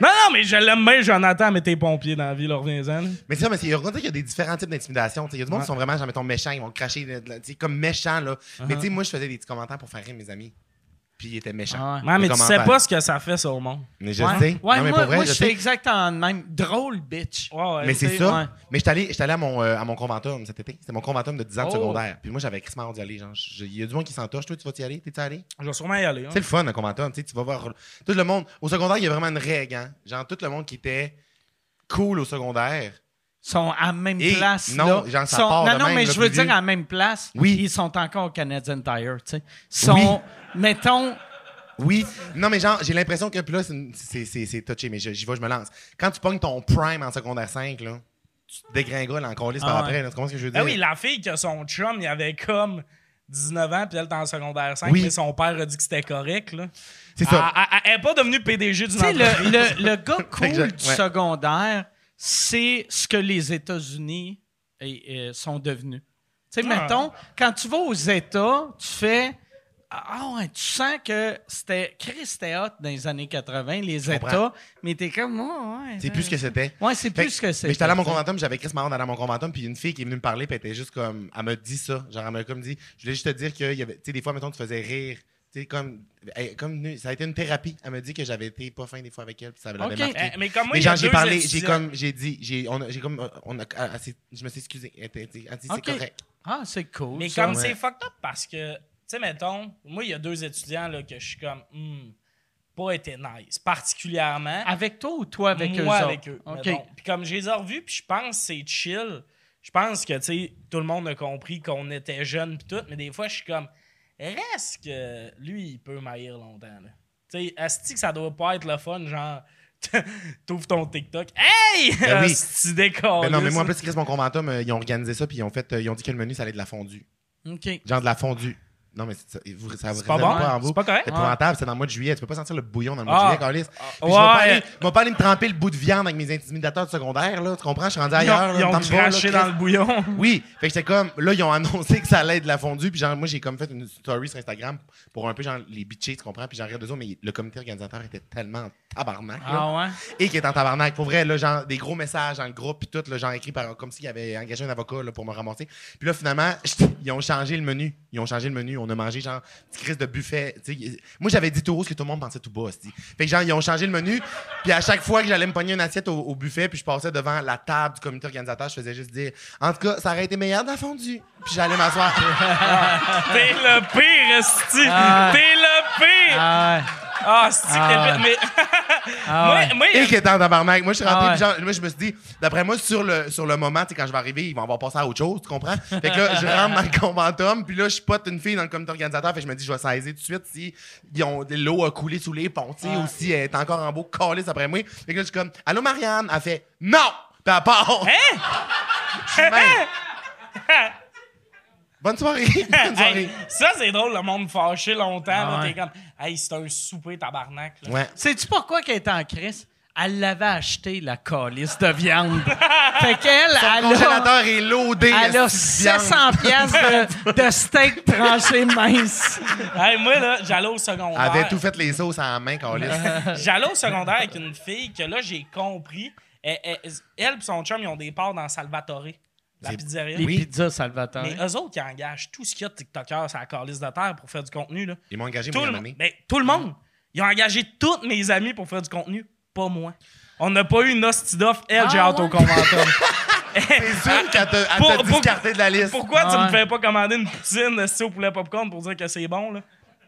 Speaker 6: Non, non, mais je l'aime bien, Jonathan, mais t'es pompier dans la vie, là, reviens-en. là.
Speaker 5: Mais c'est ça, mais c'est- il y a- on dirait qu'il y a des différents types d'intimidation. tu sais. Il y a du monde qui sont vraiment, genre,
Speaker 6: Uh-huh.
Speaker 5: mettons, méchants, ils vont cracher, de la- tu sais, comme méchants, là. Mais tu sais, moi, je faisais des petits commentaires pour faire rire mes amis. Puis il était méchant.
Speaker 3: Ah ouais.
Speaker 6: Ouais,
Speaker 5: Les
Speaker 6: mais tu sais pas
Speaker 5: commentaires.
Speaker 6: ce que ça fait sur le monde.
Speaker 5: Mais je
Speaker 3: Ouais.
Speaker 5: sais.
Speaker 3: Ouais,
Speaker 5: non, mais
Speaker 3: moi,
Speaker 5: pour vrai,
Speaker 3: moi,
Speaker 5: je
Speaker 3: je
Speaker 5: sais.
Speaker 3: suis exactement de même. Drôle, bitch.
Speaker 6: Ouais, ouais,
Speaker 5: Mais
Speaker 6: tu sais,
Speaker 5: c'est ça.
Speaker 3: ouais.
Speaker 5: Mais j'étais allé, j'étais allé à mon, euh, à mon conventum cet été. C'était mon conventum de 10 ans de
Speaker 3: Oh.
Speaker 5: secondaire. Puis moi, j'avais Chris d'y aller. Genre, Je- il y a du monde qui s'entoche. Toi, tu vas y aller? T'es-tu allé?
Speaker 6: Je vais sûrement y aller. hein.
Speaker 5: C'est le fun, un conventum. Tu sais, tu vas voir tout le monde. Au secondaire, il y a vraiment une règle. Hein? Genre, tout le monde qui était cool au secondaire.
Speaker 3: sont à la même
Speaker 5: Et
Speaker 3: place.
Speaker 5: non,
Speaker 3: là.
Speaker 5: genre, ça
Speaker 3: Sont-
Speaker 5: part
Speaker 3: non,
Speaker 5: de
Speaker 3: non,
Speaker 5: même,
Speaker 3: mais
Speaker 5: là,
Speaker 3: je veux
Speaker 5: plus
Speaker 3: dire
Speaker 5: vieux.
Speaker 3: à la même place.
Speaker 5: Oui.
Speaker 3: Ils sont encore au Canadian Tire, tu sais. Sont, mettons,
Speaker 5: Oui. Non, mais genre, j'ai l'impression que. Puis là, c'est une- c'est c'est- c'est touché, mais je- j'y vais, je me lance. Quand tu pognes ton prime en secondaire 5, là, tu te dégringoles en colis par
Speaker 6: Ah ouais.
Speaker 5: après. là. tu comprends ce que je veux dire?
Speaker 6: Ah oui, la fille que son chum, il avait comme 19 ans, puis elle était en secondaire 5,
Speaker 5: Oui.
Speaker 6: mais son père a dit que c'était correct. Là.
Speaker 5: C'est ça.
Speaker 6: Elle- elle- Elle n'est pas devenue PDG d'une
Speaker 3: tu sais,
Speaker 6: entreprise.
Speaker 3: le, le- le gars cool
Speaker 5: Exact,
Speaker 3: du
Speaker 5: ouais.
Speaker 3: secondaire, c'est ce que les États-Unis eh, eh, sont devenus. Tu sais,
Speaker 5: Ah.
Speaker 6: Ouais.
Speaker 3: mettons, quand tu vas aux États, tu fais. Ah ouais, tu sens que c'était. Chris, c'était hot dans les années 80, les
Speaker 5: comprends.
Speaker 3: États, mais t'es comme. ouais, ouais,
Speaker 5: C'est plus ce que c'était.
Speaker 3: Ouais, c'est
Speaker 5: Fait
Speaker 3: plus ce que c'est.
Speaker 5: Mais j'étais allé à mon conventum, j'avais Chris Marron d'aller à mon conventum, puis une fille qui est venue me parler, puis elle était juste comme. Elle m'a dit ça. Genre, elle m'a comme dit. Je voulais juste te dire que, il y avait- tu sais, des fois, mettons, tu faisais rire. Tu sais, comme. elle- comme. Ça a été une thérapie. Elle m'a dit que j'avais été pas fin des fois avec elle, puis ça l'avait
Speaker 3: Ok.
Speaker 5: marqué.
Speaker 6: Eh, mais comme moi,
Speaker 5: mais
Speaker 6: il y a
Speaker 5: genre, j'ai
Speaker 6: deux
Speaker 5: parlé, j'ai
Speaker 6: étudiants-
Speaker 5: comme. J'ai dit. J'ai on a- j'ai comme. euh, On a, elle- elle s'est- je me suis excusé. Elle était- elle dit, elle dit,
Speaker 3: Ok.
Speaker 5: c'est correct.
Speaker 3: Ah, c'est cool.
Speaker 6: Mais
Speaker 3: ça.
Speaker 6: comme c'est fucked up parce que, tu sais, mettons, moi, il y a deux étudiants là, que je suis comme, hmm, pas été nice, particulièrement.
Speaker 3: Avec toi ou toi avec eux?
Speaker 6: moi
Speaker 3: autres?
Speaker 6: avec eux.
Speaker 3: OK.
Speaker 6: mettons. Puis comme je les ai revus, puis je pense que c'est chill. Je pense que, tu sais, tout le monde a compris qu'on était jeunes puis tout, mais des fois, je suis comme, reste que lui, il peut maïr longtemps, là. Tu sais, asti que ça doit pas être le fun, genre, t'ouvres ton TikTok, hey!
Speaker 5: Ben oui.
Speaker 6: Asti décolle.
Speaker 5: Ben non, mais moi, en plus, Chris, mon conventum, euh, ils ont organisé ça, puis ils ont fait. euh, ils ont dit que le menu, ça allait être de la fondue.
Speaker 3: OK.
Speaker 5: Genre de la fondue. Non, mais c'est ça, vous- ça vous
Speaker 6: pas
Speaker 5: résonne
Speaker 6: bon,
Speaker 5: pas en
Speaker 6: hein?
Speaker 5: vous.
Speaker 6: C'est pas correct.
Speaker 5: C'est épouvantable, c'est dans le mois de juillet. Tu peux pas sentir le bouillon dans le
Speaker 6: Ah.
Speaker 5: mois de juillet, Carlis. Puis je vais
Speaker 6: Ouais.
Speaker 5: pas aller- je vais pas aller me tremper le bout de viande avec mes intimidateurs de secondaire, là. Tu comprends? Je suis rendu
Speaker 6: Ils ont-
Speaker 5: ailleurs. là,
Speaker 6: ils
Speaker 5: me
Speaker 6: ont
Speaker 5: tente pas, là,
Speaker 6: craché
Speaker 5: Chris.
Speaker 6: dans le bouillon.
Speaker 5: Oui, fait que j'étais comme, là, ils ont annoncé que ça allait être de la fondue, puis genre, moi, j'ai comme fait une story sur Instagram pour un peu, genre, les bitcher, tu comprends, puis j'en rire de ça, mais le comité organisateur était tellement en tabarnak, là,
Speaker 3: Ah ouais?
Speaker 5: et qui est en tabarnak. Pour vrai, là, genre, des gros messages dans le groupe, puis tout, là, genre, écrit par, comme s'il avait engagé un avocat, là, pour me ramasser. Puis là, finalement, ils ont changé le menu. Ils ont changé le menu. On a mangé, genre, petite crise de buffet. tu sais. Moi, j'avais dit tout haut ce que tout le monde pensait tout bas, hostie. Fait que, genre, ils ont changé le menu, puis à chaque fois que j'allais me pogner une assiette au, au buffet, puis je passais devant la table du comité organisateur, je faisais juste dire, en tout cas, ça aurait été meilleur de la fondue. Puis j'allais m'asseoir.
Speaker 6: T'es le pire, Esti!
Speaker 3: Ah.
Speaker 6: T'es le pire!
Speaker 3: Ah ouais.
Speaker 6: Ah, Esti,
Speaker 3: Ah.
Speaker 6: quel pire. Mais.
Speaker 3: Ah ouais.
Speaker 6: Moi, moi,
Speaker 5: et qui était en tabarnak. Moi, je suis rentré,
Speaker 3: Ah ouais.
Speaker 5: puis genre, moi, je me suis dit, d'après moi, sur le, sur le moment, tu sais, quand je vais arriver, ils vont avoir passé à autre chose, tu comprends? Fait que là, je rentre dans le conventum, puis là, je pote une fille dans le comité organisateur, fait que je me dis, je vais saisir tout de suite si ils ont- l'eau a coulé sous les ponts, tu sais, ou si elle est encore en beau calice après moi. Fait que là, je suis comme, allô, Marianne? Elle fait, non! Puis elle part!
Speaker 6: Hein?
Speaker 5: Je suis même- Bonne soirée! Bonne
Speaker 6: Hey,
Speaker 5: soirée!
Speaker 6: ça, c'est drôle, le monde fâché longtemps.
Speaker 5: Ah
Speaker 6: là,
Speaker 3: ouais.
Speaker 6: T'es comme, hey, c'est un souper tabarnak. là.
Speaker 5: Ouais.
Speaker 3: Sais-tu pourquoi qu'elle était en crise? Elle l'avait acheté, la calice de viande. fait qu'elle,
Speaker 5: Le
Speaker 3: elle a,
Speaker 5: congélateur est loadé.
Speaker 3: elle a
Speaker 5: esti de viande.
Speaker 3: 600 pièces de, de steak tranché mince.
Speaker 6: Hey, moi, là, j'allais au secondaire.
Speaker 5: Elle avait tout fait les sauces en main, calice.
Speaker 6: Euh. J'allais au secondaire avec une fille que là, j'ai compris. Elle, elle, elle et son chum, ils ont des parts dans Salvatore, la
Speaker 5: C'est-
Speaker 6: pizzeria.
Speaker 3: Les
Speaker 5: Oui.
Speaker 3: pizzas Salvatore.
Speaker 6: Mais eux autres qui engagent tout ce qu'il y a de TikTokers à la calice de terre pour faire du contenu. Là.
Speaker 5: Ils m'ont engagé,
Speaker 6: Tout
Speaker 5: moi,
Speaker 6: le,
Speaker 5: une
Speaker 6: monde-
Speaker 5: année.
Speaker 6: ben, tout le monde. Ils ont engagé tous mes amis pour faire du contenu, pas moi. On n'a pas eu une hostie d'offre. Elle, j'ai
Speaker 5: Ah
Speaker 6: hâte au conventum.
Speaker 5: C'est sûr qu'elle t'a elle
Speaker 6: Ah, Pour-
Speaker 5: t'a
Speaker 6: pour-
Speaker 5: discarté de la liste.
Speaker 6: Pourquoi tu
Speaker 3: Ah
Speaker 6: me
Speaker 3: ouais.
Speaker 6: fais pas commander une poutine esti, au poulet popcorn pour dire que c'est bon, là?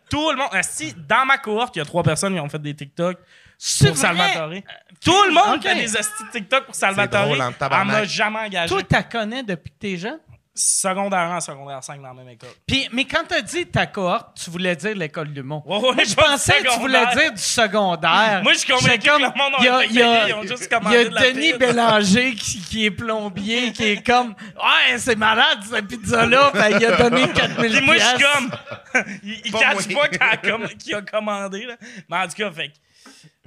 Speaker 6: Tout le monde. esti, dans ma cohorte, il y a trois personnes qui ont fait des TikTok
Speaker 3: C'est
Speaker 6: pour
Speaker 3: vrai?
Speaker 6: Salvatore. Tout le monde
Speaker 3: Ok.
Speaker 6: fait des esti de TikTok pour Salvatore.
Speaker 5: drôle, en
Speaker 6: Elle
Speaker 5: tabarnak.
Speaker 6: m'a jamais engagé.
Speaker 3: Toi, t'as connais depuis que t'es jeune?
Speaker 6: Secondaire 1, secondaire 5 dans la même école.
Speaker 3: Puis, mais quand t'as dit ta cohorte, tu voulais dire l'école du monde.
Speaker 6: Ouais, ouais,
Speaker 3: Moi, je pensais que tu voulais
Speaker 6: secondaire.
Speaker 3: dire du secondaire.
Speaker 6: Moi, je suis convaincu
Speaker 3: J'étais comme,
Speaker 6: que le monde a
Speaker 3: il y a-
Speaker 6: été
Speaker 3: il y a-
Speaker 6: payé, ils ont juste
Speaker 3: Il y
Speaker 6: commandé
Speaker 3: a
Speaker 6: de la
Speaker 3: Denis
Speaker 6: pizza.
Speaker 3: Bélanger qui, qui est plombier, qui est comme Ouais, c'est malade cette pizza-là. Ben, il a donné 4000
Speaker 6: Puis moi, je suis
Speaker 3: piastres.
Speaker 6: comme. il il
Speaker 5: Pas
Speaker 6: catch
Speaker 5: moi.
Speaker 6: pas qu'il a, comm- qu'il a commandé, là. Mais en tout cas, fait que.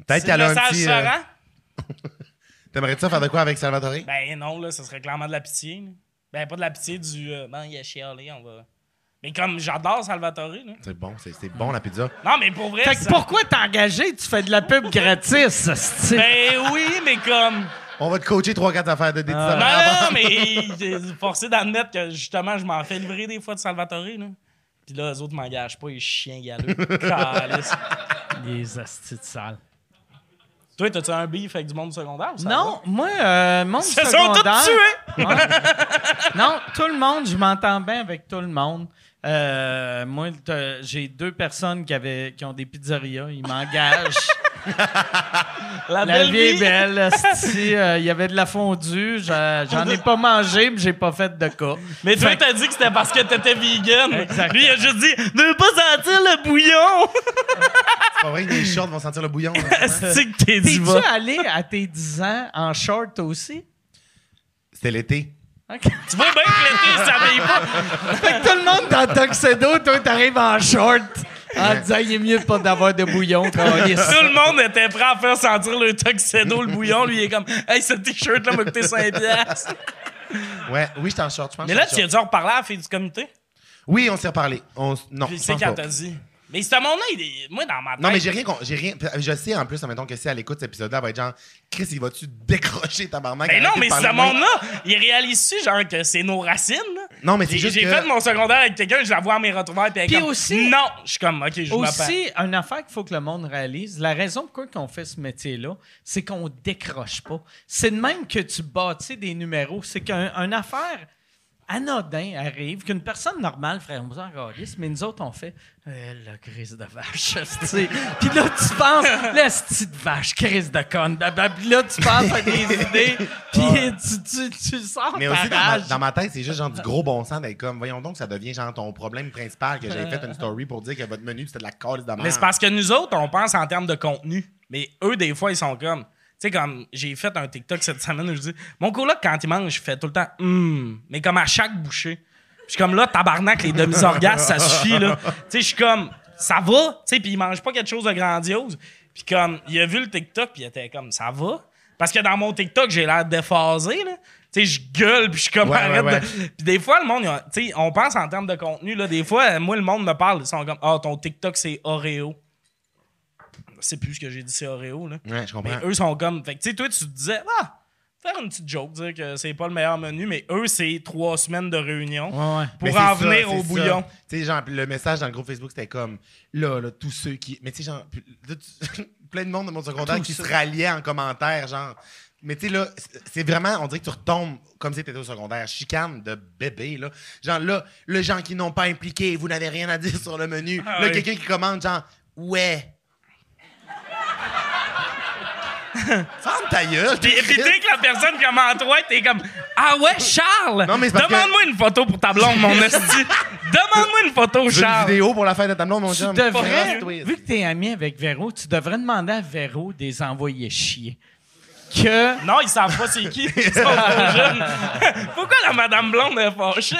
Speaker 5: Peut-être
Speaker 6: c'est
Speaker 5: qu'elle
Speaker 6: le
Speaker 5: a un
Speaker 6: message
Speaker 5: petit. euh,
Speaker 6: Saran.
Speaker 5: T'aimerais-tu ça faire de quoi avec Salvatore?
Speaker 6: Ben non, là, ça serait clairement de la pitié. là. Ben pas de la pitié du. euh, ben, il a chialé, on va. Mais comme j'adore Salvatore, là.
Speaker 5: C'est bon, c'est c'est bon la pizza.
Speaker 6: Non, mais pour vrai.
Speaker 3: Fait que
Speaker 6: ça-
Speaker 3: pourquoi t'es engagé? Tu fais de la pub gratis, hostie.
Speaker 6: Ben oui, mais comme.
Speaker 5: On va te coacher 3-4 affaires de
Speaker 6: Non,
Speaker 5: détisable.
Speaker 6: Ah. non, mais j'ai forcé d'admettre que justement, je m'en fais livrer des fois de Salvatore, là. Puis là, les autres m'engagent pas, ils chiens galeux. Calisse.
Speaker 3: Des astis de sales.
Speaker 6: Toi, t'as-tu un beef avec du monde du secondaire ou ça
Speaker 3: Non, moi, euh, monde
Speaker 6: va? Ils se sont
Speaker 3: secondaire...
Speaker 6: tous tués!
Speaker 3: Non, tout le monde, je m'entends bien avec tout le monde. Euh, moi, t'as- j'ai deux personnes qui, avaient, qui ont des pizzerias, ils m'engagent.
Speaker 6: La,
Speaker 3: La
Speaker 6: belle
Speaker 3: vie est
Speaker 6: vie!
Speaker 3: belle. esti. Euh, Il y avait de la fondue. j'a- J'en ai pas mangé, mais j'ai pas fait de cas.
Speaker 6: Mais toi,
Speaker 3: Fait-
Speaker 6: t'as dit que c'était parce que t'étais vegan.
Speaker 3: Exactement.
Speaker 6: Lui, il a juste dit « Ne veux pas sentir le bouillon! Ben.
Speaker 5: C'est pas vrai que les shorts vont sentir le bouillon. » hein?
Speaker 6: C'est que t'es
Speaker 3: T'es-tu
Speaker 6: diva.
Speaker 3: allé à tes 10 ans en short aussi?
Speaker 5: C'était l'été.
Speaker 6: Tu vois bien que l'été, ça veille pas.
Speaker 3: Fait que tout le monde dans Tuxedo, toi, t'arrives en short en disant il est mieux de pas d'avoir de bouillon. câlisse.
Speaker 6: Tout le monde était prêt à faire sentir le tuxedo, le bouillon. Lui, il est comme « Hey, ce T-shirt-là m'a coûté 5 piastres.
Speaker 5: Ouais, oui, j'étais en short. je pense
Speaker 6: Mais
Speaker 5: que
Speaker 6: là,
Speaker 5: j'étais
Speaker 6: tu
Speaker 5: en short.
Speaker 6: as dû en reparler à la fille du comité.
Speaker 5: Oui, on s'est reparlé. On... s- Non,
Speaker 6: Puis
Speaker 5: je
Speaker 6: c'est
Speaker 5: pense
Speaker 6: quand
Speaker 5: pas.
Speaker 6: t'as dit. Mais ce monde-là, il est... Moi, dans ma tête...
Speaker 5: Non, mais j'ai rien, con- j'ai rien. Je sais en plus, admettons que si elle écoute cet épisode-là, elle va être genre, Chris, il va-tu décrocher ta maman?
Speaker 6: Mais Ben non, mais ce monde-là, il réalise-tu, genre, que c'est nos racines? là?
Speaker 5: Non, mais c'est
Speaker 6: J'ai
Speaker 5: juste.
Speaker 6: j'ai
Speaker 5: que-
Speaker 6: fait mon secondaire avec quelqu'un, je la vois à mes retrouvailles, puis elle est
Speaker 3: Puis
Speaker 6: comme,
Speaker 3: aussi-
Speaker 6: Non! Je suis comme, OK, je vous m'appelle.
Speaker 3: Aussi, une affaire qu'il faut que le monde réalise, la raison pourquoi on fait ce métier-là, c'est qu'on décroche pas. C'est de même que tu bâtis des numéros. C'est qu'une affaire anodin arrive, qu'une personne normale ferait « on vous en calisse mais nous autres, on fait Eh, la crise de vache, esti. » Puis là, tu penses « la esti de vache, crise de conne. blablabla. Puis là, tu penses à des idées, puis tu, tu, tu sors
Speaker 5: Mais
Speaker 3: ta
Speaker 5: aussi, dans ma,
Speaker 3: rage.
Speaker 5: dans ma tête, c'est juste genre du gros bon sens d'être comme, voyons donc, ça devient genre ton problème principal que
Speaker 6: Euh.
Speaker 5: j'avais fait une story pour dire que votre menu c'était de la calice de merde.
Speaker 6: Mais c'est parce que nous autres, on pense en termes de contenu. Mais eux, des fois, ils sont comme. Tu sais, comme j'ai fait un TikTok cette semaine où je dis Mon coloc, quand il mange, je fais tout le temps Hum, mais comme à chaque bouchée. Je suis comme là, tabarnak, les demi-orgasmes, ça suffit, là. Tu sais, je suis comme Ça va, tu sais, puis il mange pas quelque chose de grandiose. Puis comme, il a vu le TikTok, puis il était comme Ça va. Parce que dans mon TikTok, j'ai l'air déphasé, là. Tu sais, je gueule, puis je suis comme
Speaker 5: Ouais,
Speaker 6: arrête
Speaker 5: ouais, ouais.
Speaker 6: de- Puis des fois, le monde, ils ont- tu sais, on pense en termes de contenu, là. Des fois, moi, le monde me parle, ils sont comme Ah, ton TikTok, c'est Oreo. C'est plus ce que j'ai dit, c'est Oreo, là.
Speaker 5: Ouais, je comprends.
Speaker 6: Mais eux sont comme. Fait que, tu sais, toi, tu te disais, ah, faire une petite joke, dire que c'est pas le meilleur menu, mais eux, c'est trois semaines de réunion pour
Speaker 5: Mais c'est
Speaker 6: en
Speaker 5: ça,
Speaker 6: venir
Speaker 5: c'est
Speaker 6: au
Speaker 5: ça.
Speaker 6: bouillon.
Speaker 5: Tu sais, genre, le message dans le groupe Facebook, c'était comme, là, là, tous ceux qui. Mais tu sais, genre, là, tu- plein de monde de mon secondaire qui se ralliait en commentaire, genre. Mais tu sais, là, c'est- c'est vraiment, on dirait que tu retombes comme si t'étais au secondaire. Chicane de bébé, là. Genre, là, le gens qui n'ont pas impliqué, vous n'avez rien à dire sur le menu.
Speaker 6: Ah
Speaker 5: là,
Speaker 6: oui.
Speaker 5: quelqu'un qui commande, genre, ouais. Ferme ta gueule.
Speaker 6: Puis, puis dès que la personne commente, ouais, t'es comme, ah ouais, Charles,
Speaker 5: Non, mais c'est parce que-
Speaker 6: demande-moi une photo pour ta blonde, mon esti. Demande-moi une photo,
Speaker 5: Je veux une
Speaker 6: Charles.
Speaker 5: vidéo pour la fête de tableau, mon
Speaker 3: Tu
Speaker 5: chum.
Speaker 3: devrais,
Speaker 5: Reste, oui.
Speaker 3: vu que t'es ami avec Véro, tu devrais demander à Véro de les envoyer chier. Que.
Speaker 6: Non, ils savent pas c'est qui. Ils sont trop jeunes. Pourquoi la Madame Blonde est fâchée?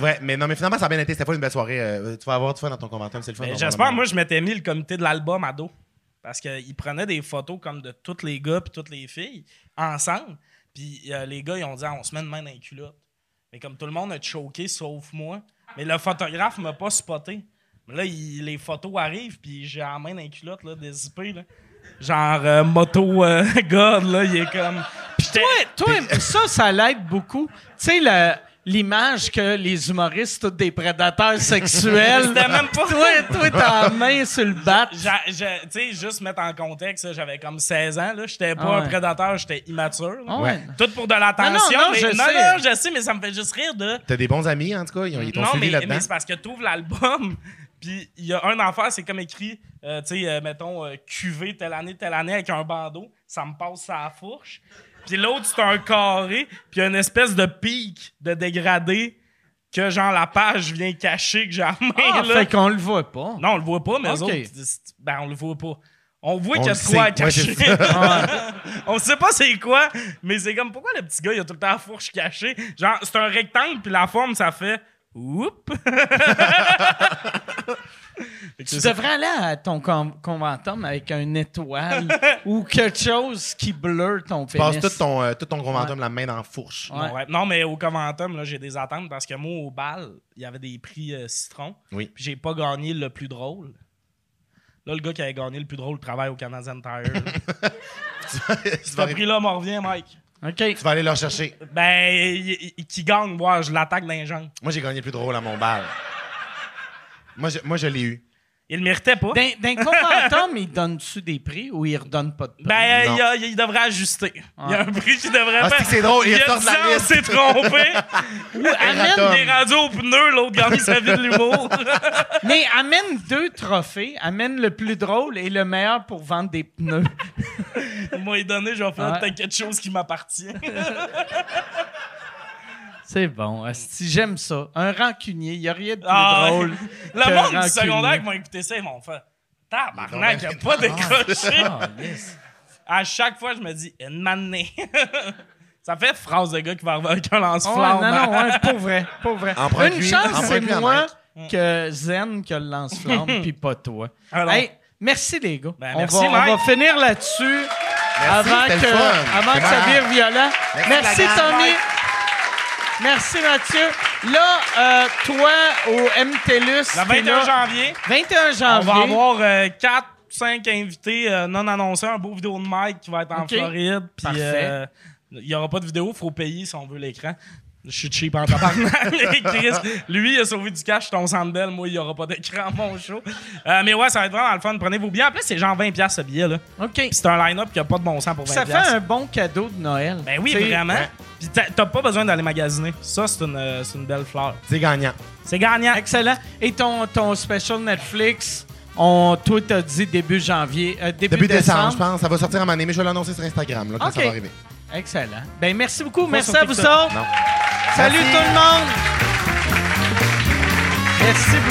Speaker 5: Ouais, mais non, mais finalement, ça a bien été. C'était pas une belle soirée. euh, tu vas avoir du fun dans ton conventum, c'est le fun.
Speaker 6: Mais
Speaker 5: on va
Speaker 6: Ben, J'espère,
Speaker 5: en
Speaker 6: moi, je m'étais mis le comité de l'album à dos. Parce qu'ils prenaient des photos comme de tous les gars puis toutes les filles ensemble. Puis euh, les gars, ils ont dit Ah, on se met de main dans les culottes. Mais comme tout le monde a choqué, sauf moi. Mais le photographe m'a pas spoté. Mais là, il- les photos arrivent, puis j'ai la main dans les culottes, là, des zippés, là. Genre, euh, moto euh, God, là, il est comme. Puis j'étais-
Speaker 3: Toi, ça, ça l'aide beaucoup. Tu sais, la- l'image que les humoristes, tous des prédateurs sexuels.
Speaker 6: C'était même pas-
Speaker 3: Toi, toi, t'as la main sur le bat.
Speaker 6: J'a- j'a- Tu sais, juste mettre en contexte, là, j'avais comme 16 ans. là. J'étais pas
Speaker 3: Ah ouais.
Speaker 6: un prédateur, j'étais immature. là.
Speaker 3: Ah ouais. Ouais.
Speaker 6: Tout pour de l'attention.
Speaker 3: Non, non, non,
Speaker 6: mais-
Speaker 3: je
Speaker 6: non,
Speaker 3: sais.
Speaker 6: non, je sais, mais ça me fait juste rire de.
Speaker 5: T'as des bons amis, hein, en tout cas. Ils ont- ils t'ont
Speaker 6: Non,
Speaker 5: suivi
Speaker 6: mais,
Speaker 5: là-dedans.
Speaker 6: mais c'est parce que tu ouvres l'album, puis il y a un affaire, c'est comme écrit, euh, tu sais, euh, mettons, euh, QV telle année, telle année avec un bandeau, ça me passe à la fourche. Puis l'autre, c'est un carré, puis une espèce de pic de dégradé que, genre, la page vient cacher que j'ai en main.
Speaker 3: Ah,
Speaker 6: là.
Speaker 3: fait qu'on le voit pas.
Speaker 6: Non, on le voit pas, mais eux
Speaker 3: Ok.
Speaker 6: autres, c'est- ben, on le voit pas. On voit
Speaker 5: On
Speaker 6: qu'il y a
Speaker 5: le
Speaker 6: de quoi à
Speaker 5: sait. Ouais,
Speaker 6: cacher.
Speaker 5: c'est
Speaker 6: on sait pas c'est quoi, mais c'est comme pourquoi le petit gars, il a tout le temps la fourche cachée. Genre, c'est un rectangle, puis la forme, ça fait. Oups! Fait que
Speaker 3: Tu
Speaker 6: c'est ça.
Speaker 3: devrais aller à ton com- conventum avec une étoile ou quelque chose qui bleu ton
Speaker 5: Tu passes
Speaker 3: pénis.
Speaker 5: tout ton, euh, tout ton conventum la main dans la fourche.
Speaker 3: Ouais.
Speaker 6: Non, ouais. Non, mais au Conventum, là, j'ai des attentes parce que moi, au bal, il y avait des prix euh, citron.
Speaker 5: Oui.
Speaker 6: Puis j'ai pas gagné le plus drôle. Là, le gars qui avait gagné le plus drôle travaille au Canadian Tire. là.
Speaker 5: tu,
Speaker 6: Ce
Speaker 5: vas aller,
Speaker 6: prix-là m'en revient, Mike.
Speaker 3: OK.
Speaker 5: tu vas aller leur chercher.
Speaker 6: Ben, il- il- qui gagne, moi, je l'attaque d'un jambe.
Speaker 5: Moi, j'ai gagné le plus drôle à mon bal. Moi, je, moi, je l'ai eu.
Speaker 6: Il le méritait pas.
Speaker 3: D'un d'un contentum, il donne-tu des prix ou il redonne pas de prix?
Speaker 6: Ben,
Speaker 5: Non.
Speaker 6: il, y a- il devrait ajuster. Il y a un prix qui devrait
Speaker 5: Ah,
Speaker 6: faire.
Speaker 5: c'est que c'est drôle, il
Speaker 6: il y a
Speaker 5: ressort
Speaker 6: 10
Speaker 5: de la
Speaker 6: ans, on
Speaker 5: liste.
Speaker 6: s'est trompé. Ou amène
Speaker 5: Erratum.
Speaker 6: des rendus au pneu, l'autre gagne sa vie de l'humour.
Speaker 3: Mais amène deux trophées, amène le plus drôle et le meilleur pour vendre des pneus.
Speaker 6: Moi, il donné, je vais faire
Speaker 3: Ouais.
Speaker 6: peut-être quelque chose qui m'appartient.
Speaker 3: C'est bon, asti, j'aime ça. Un rancunier, il n'y a rien de plus
Speaker 6: Ah,
Speaker 3: drôle. que
Speaker 6: Le monde du
Speaker 3: rancunier.
Speaker 6: secondaire qui m'a écouté ça, ils m'ont fait Tabarnak,
Speaker 5: Ils
Speaker 6: il
Speaker 5: ont
Speaker 6: a pas
Speaker 5: bien-
Speaker 6: décroché.
Speaker 3: Ah, yes.
Speaker 6: À chaque fois, je me dis Une manée. Ça fait phrase de gars qui va arriver avec un
Speaker 3: Ouais,
Speaker 6: lance-flamme.
Speaker 3: non, non, ouais, pour vrai, pour vrai.
Speaker 5: En produit-
Speaker 3: Une chance,
Speaker 5: en
Speaker 3: c'est
Speaker 5: produit en
Speaker 3: moi que Zen que le lance-flamme, puis pas toi.
Speaker 6: Ah non.
Speaker 3: Hey, merci, les gars.
Speaker 6: Ben,
Speaker 3: on,
Speaker 6: merci,
Speaker 3: va, on
Speaker 6: Mike.
Speaker 3: va finir là-dessus
Speaker 5: Merci,
Speaker 3: avant,
Speaker 5: c'était le
Speaker 3: que,
Speaker 5: fun.
Speaker 3: avant que
Speaker 5: C'est
Speaker 3: ça
Speaker 5: marrant.
Speaker 3: vire violent.
Speaker 5: Merci,
Speaker 3: Merci,
Speaker 5: la gang.
Speaker 3: Tommy.
Speaker 5: Mike.
Speaker 3: Merci, Mathieu. Là, euh, toi, au MTLUS,
Speaker 6: Le
Speaker 3: t'es
Speaker 6: 21
Speaker 3: là.
Speaker 6: janvier,
Speaker 3: 21
Speaker 6: on
Speaker 3: janvier.
Speaker 6: va avoir 4 5 invités euh, non annoncés, un beau vidéo de Mike qui va être en
Speaker 3: Ok.
Speaker 6: Floride. Puis
Speaker 3: Parfait.
Speaker 6: euh, il n'y aura pas de vidéo, faut payer si on veut l'écran. Je suis cheap en tabarnak. Et Chris, lui, il a sauvé du cash, ton sandel. Moi, il n'y aura pas d'écran à mon show. Euh, mais ouais, ça va être vraiment le fun. Prenez vos billets. En plus, c'est genre 20$ piastres, ce billet-là.
Speaker 3: OK.
Speaker 6: Puis c'est un line-up qui a pas de bon sens pour 20$.
Speaker 3: Ça fait un bon cadeau de Noël.
Speaker 6: Ben oui,
Speaker 3: T'sais,
Speaker 6: vraiment. Puis t'as- t'as pas besoin d'aller magasiner. Ça, c'est une, euh, c'est une belle fleur.
Speaker 5: C'est gagnant.
Speaker 6: C'est gagnant.
Speaker 3: Excellent. Et ton, ton special Netflix, on, toi, t'as dit début janvier, euh, début,
Speaker 5: Début décembre,
Speaker 3: décembre.
Speaker 5: je pense. Ça va sortir en année, mais je vais l'annoncer sur Instagram là, quand ça
Speaker 3: Ok.
Speaker 5: va arriver.
Speaker 3: Excellent. Ben merci beaucoup. merci
Speaker 6: sur
Speaker 3: à vous
Speaker 6: TikTok.
Speaker 3: autres.
Speaker 5: Non.
Speaker 3: Salut
Speaker 5: Merci.
Speaker 3: tout le monde. Merci beaucoup.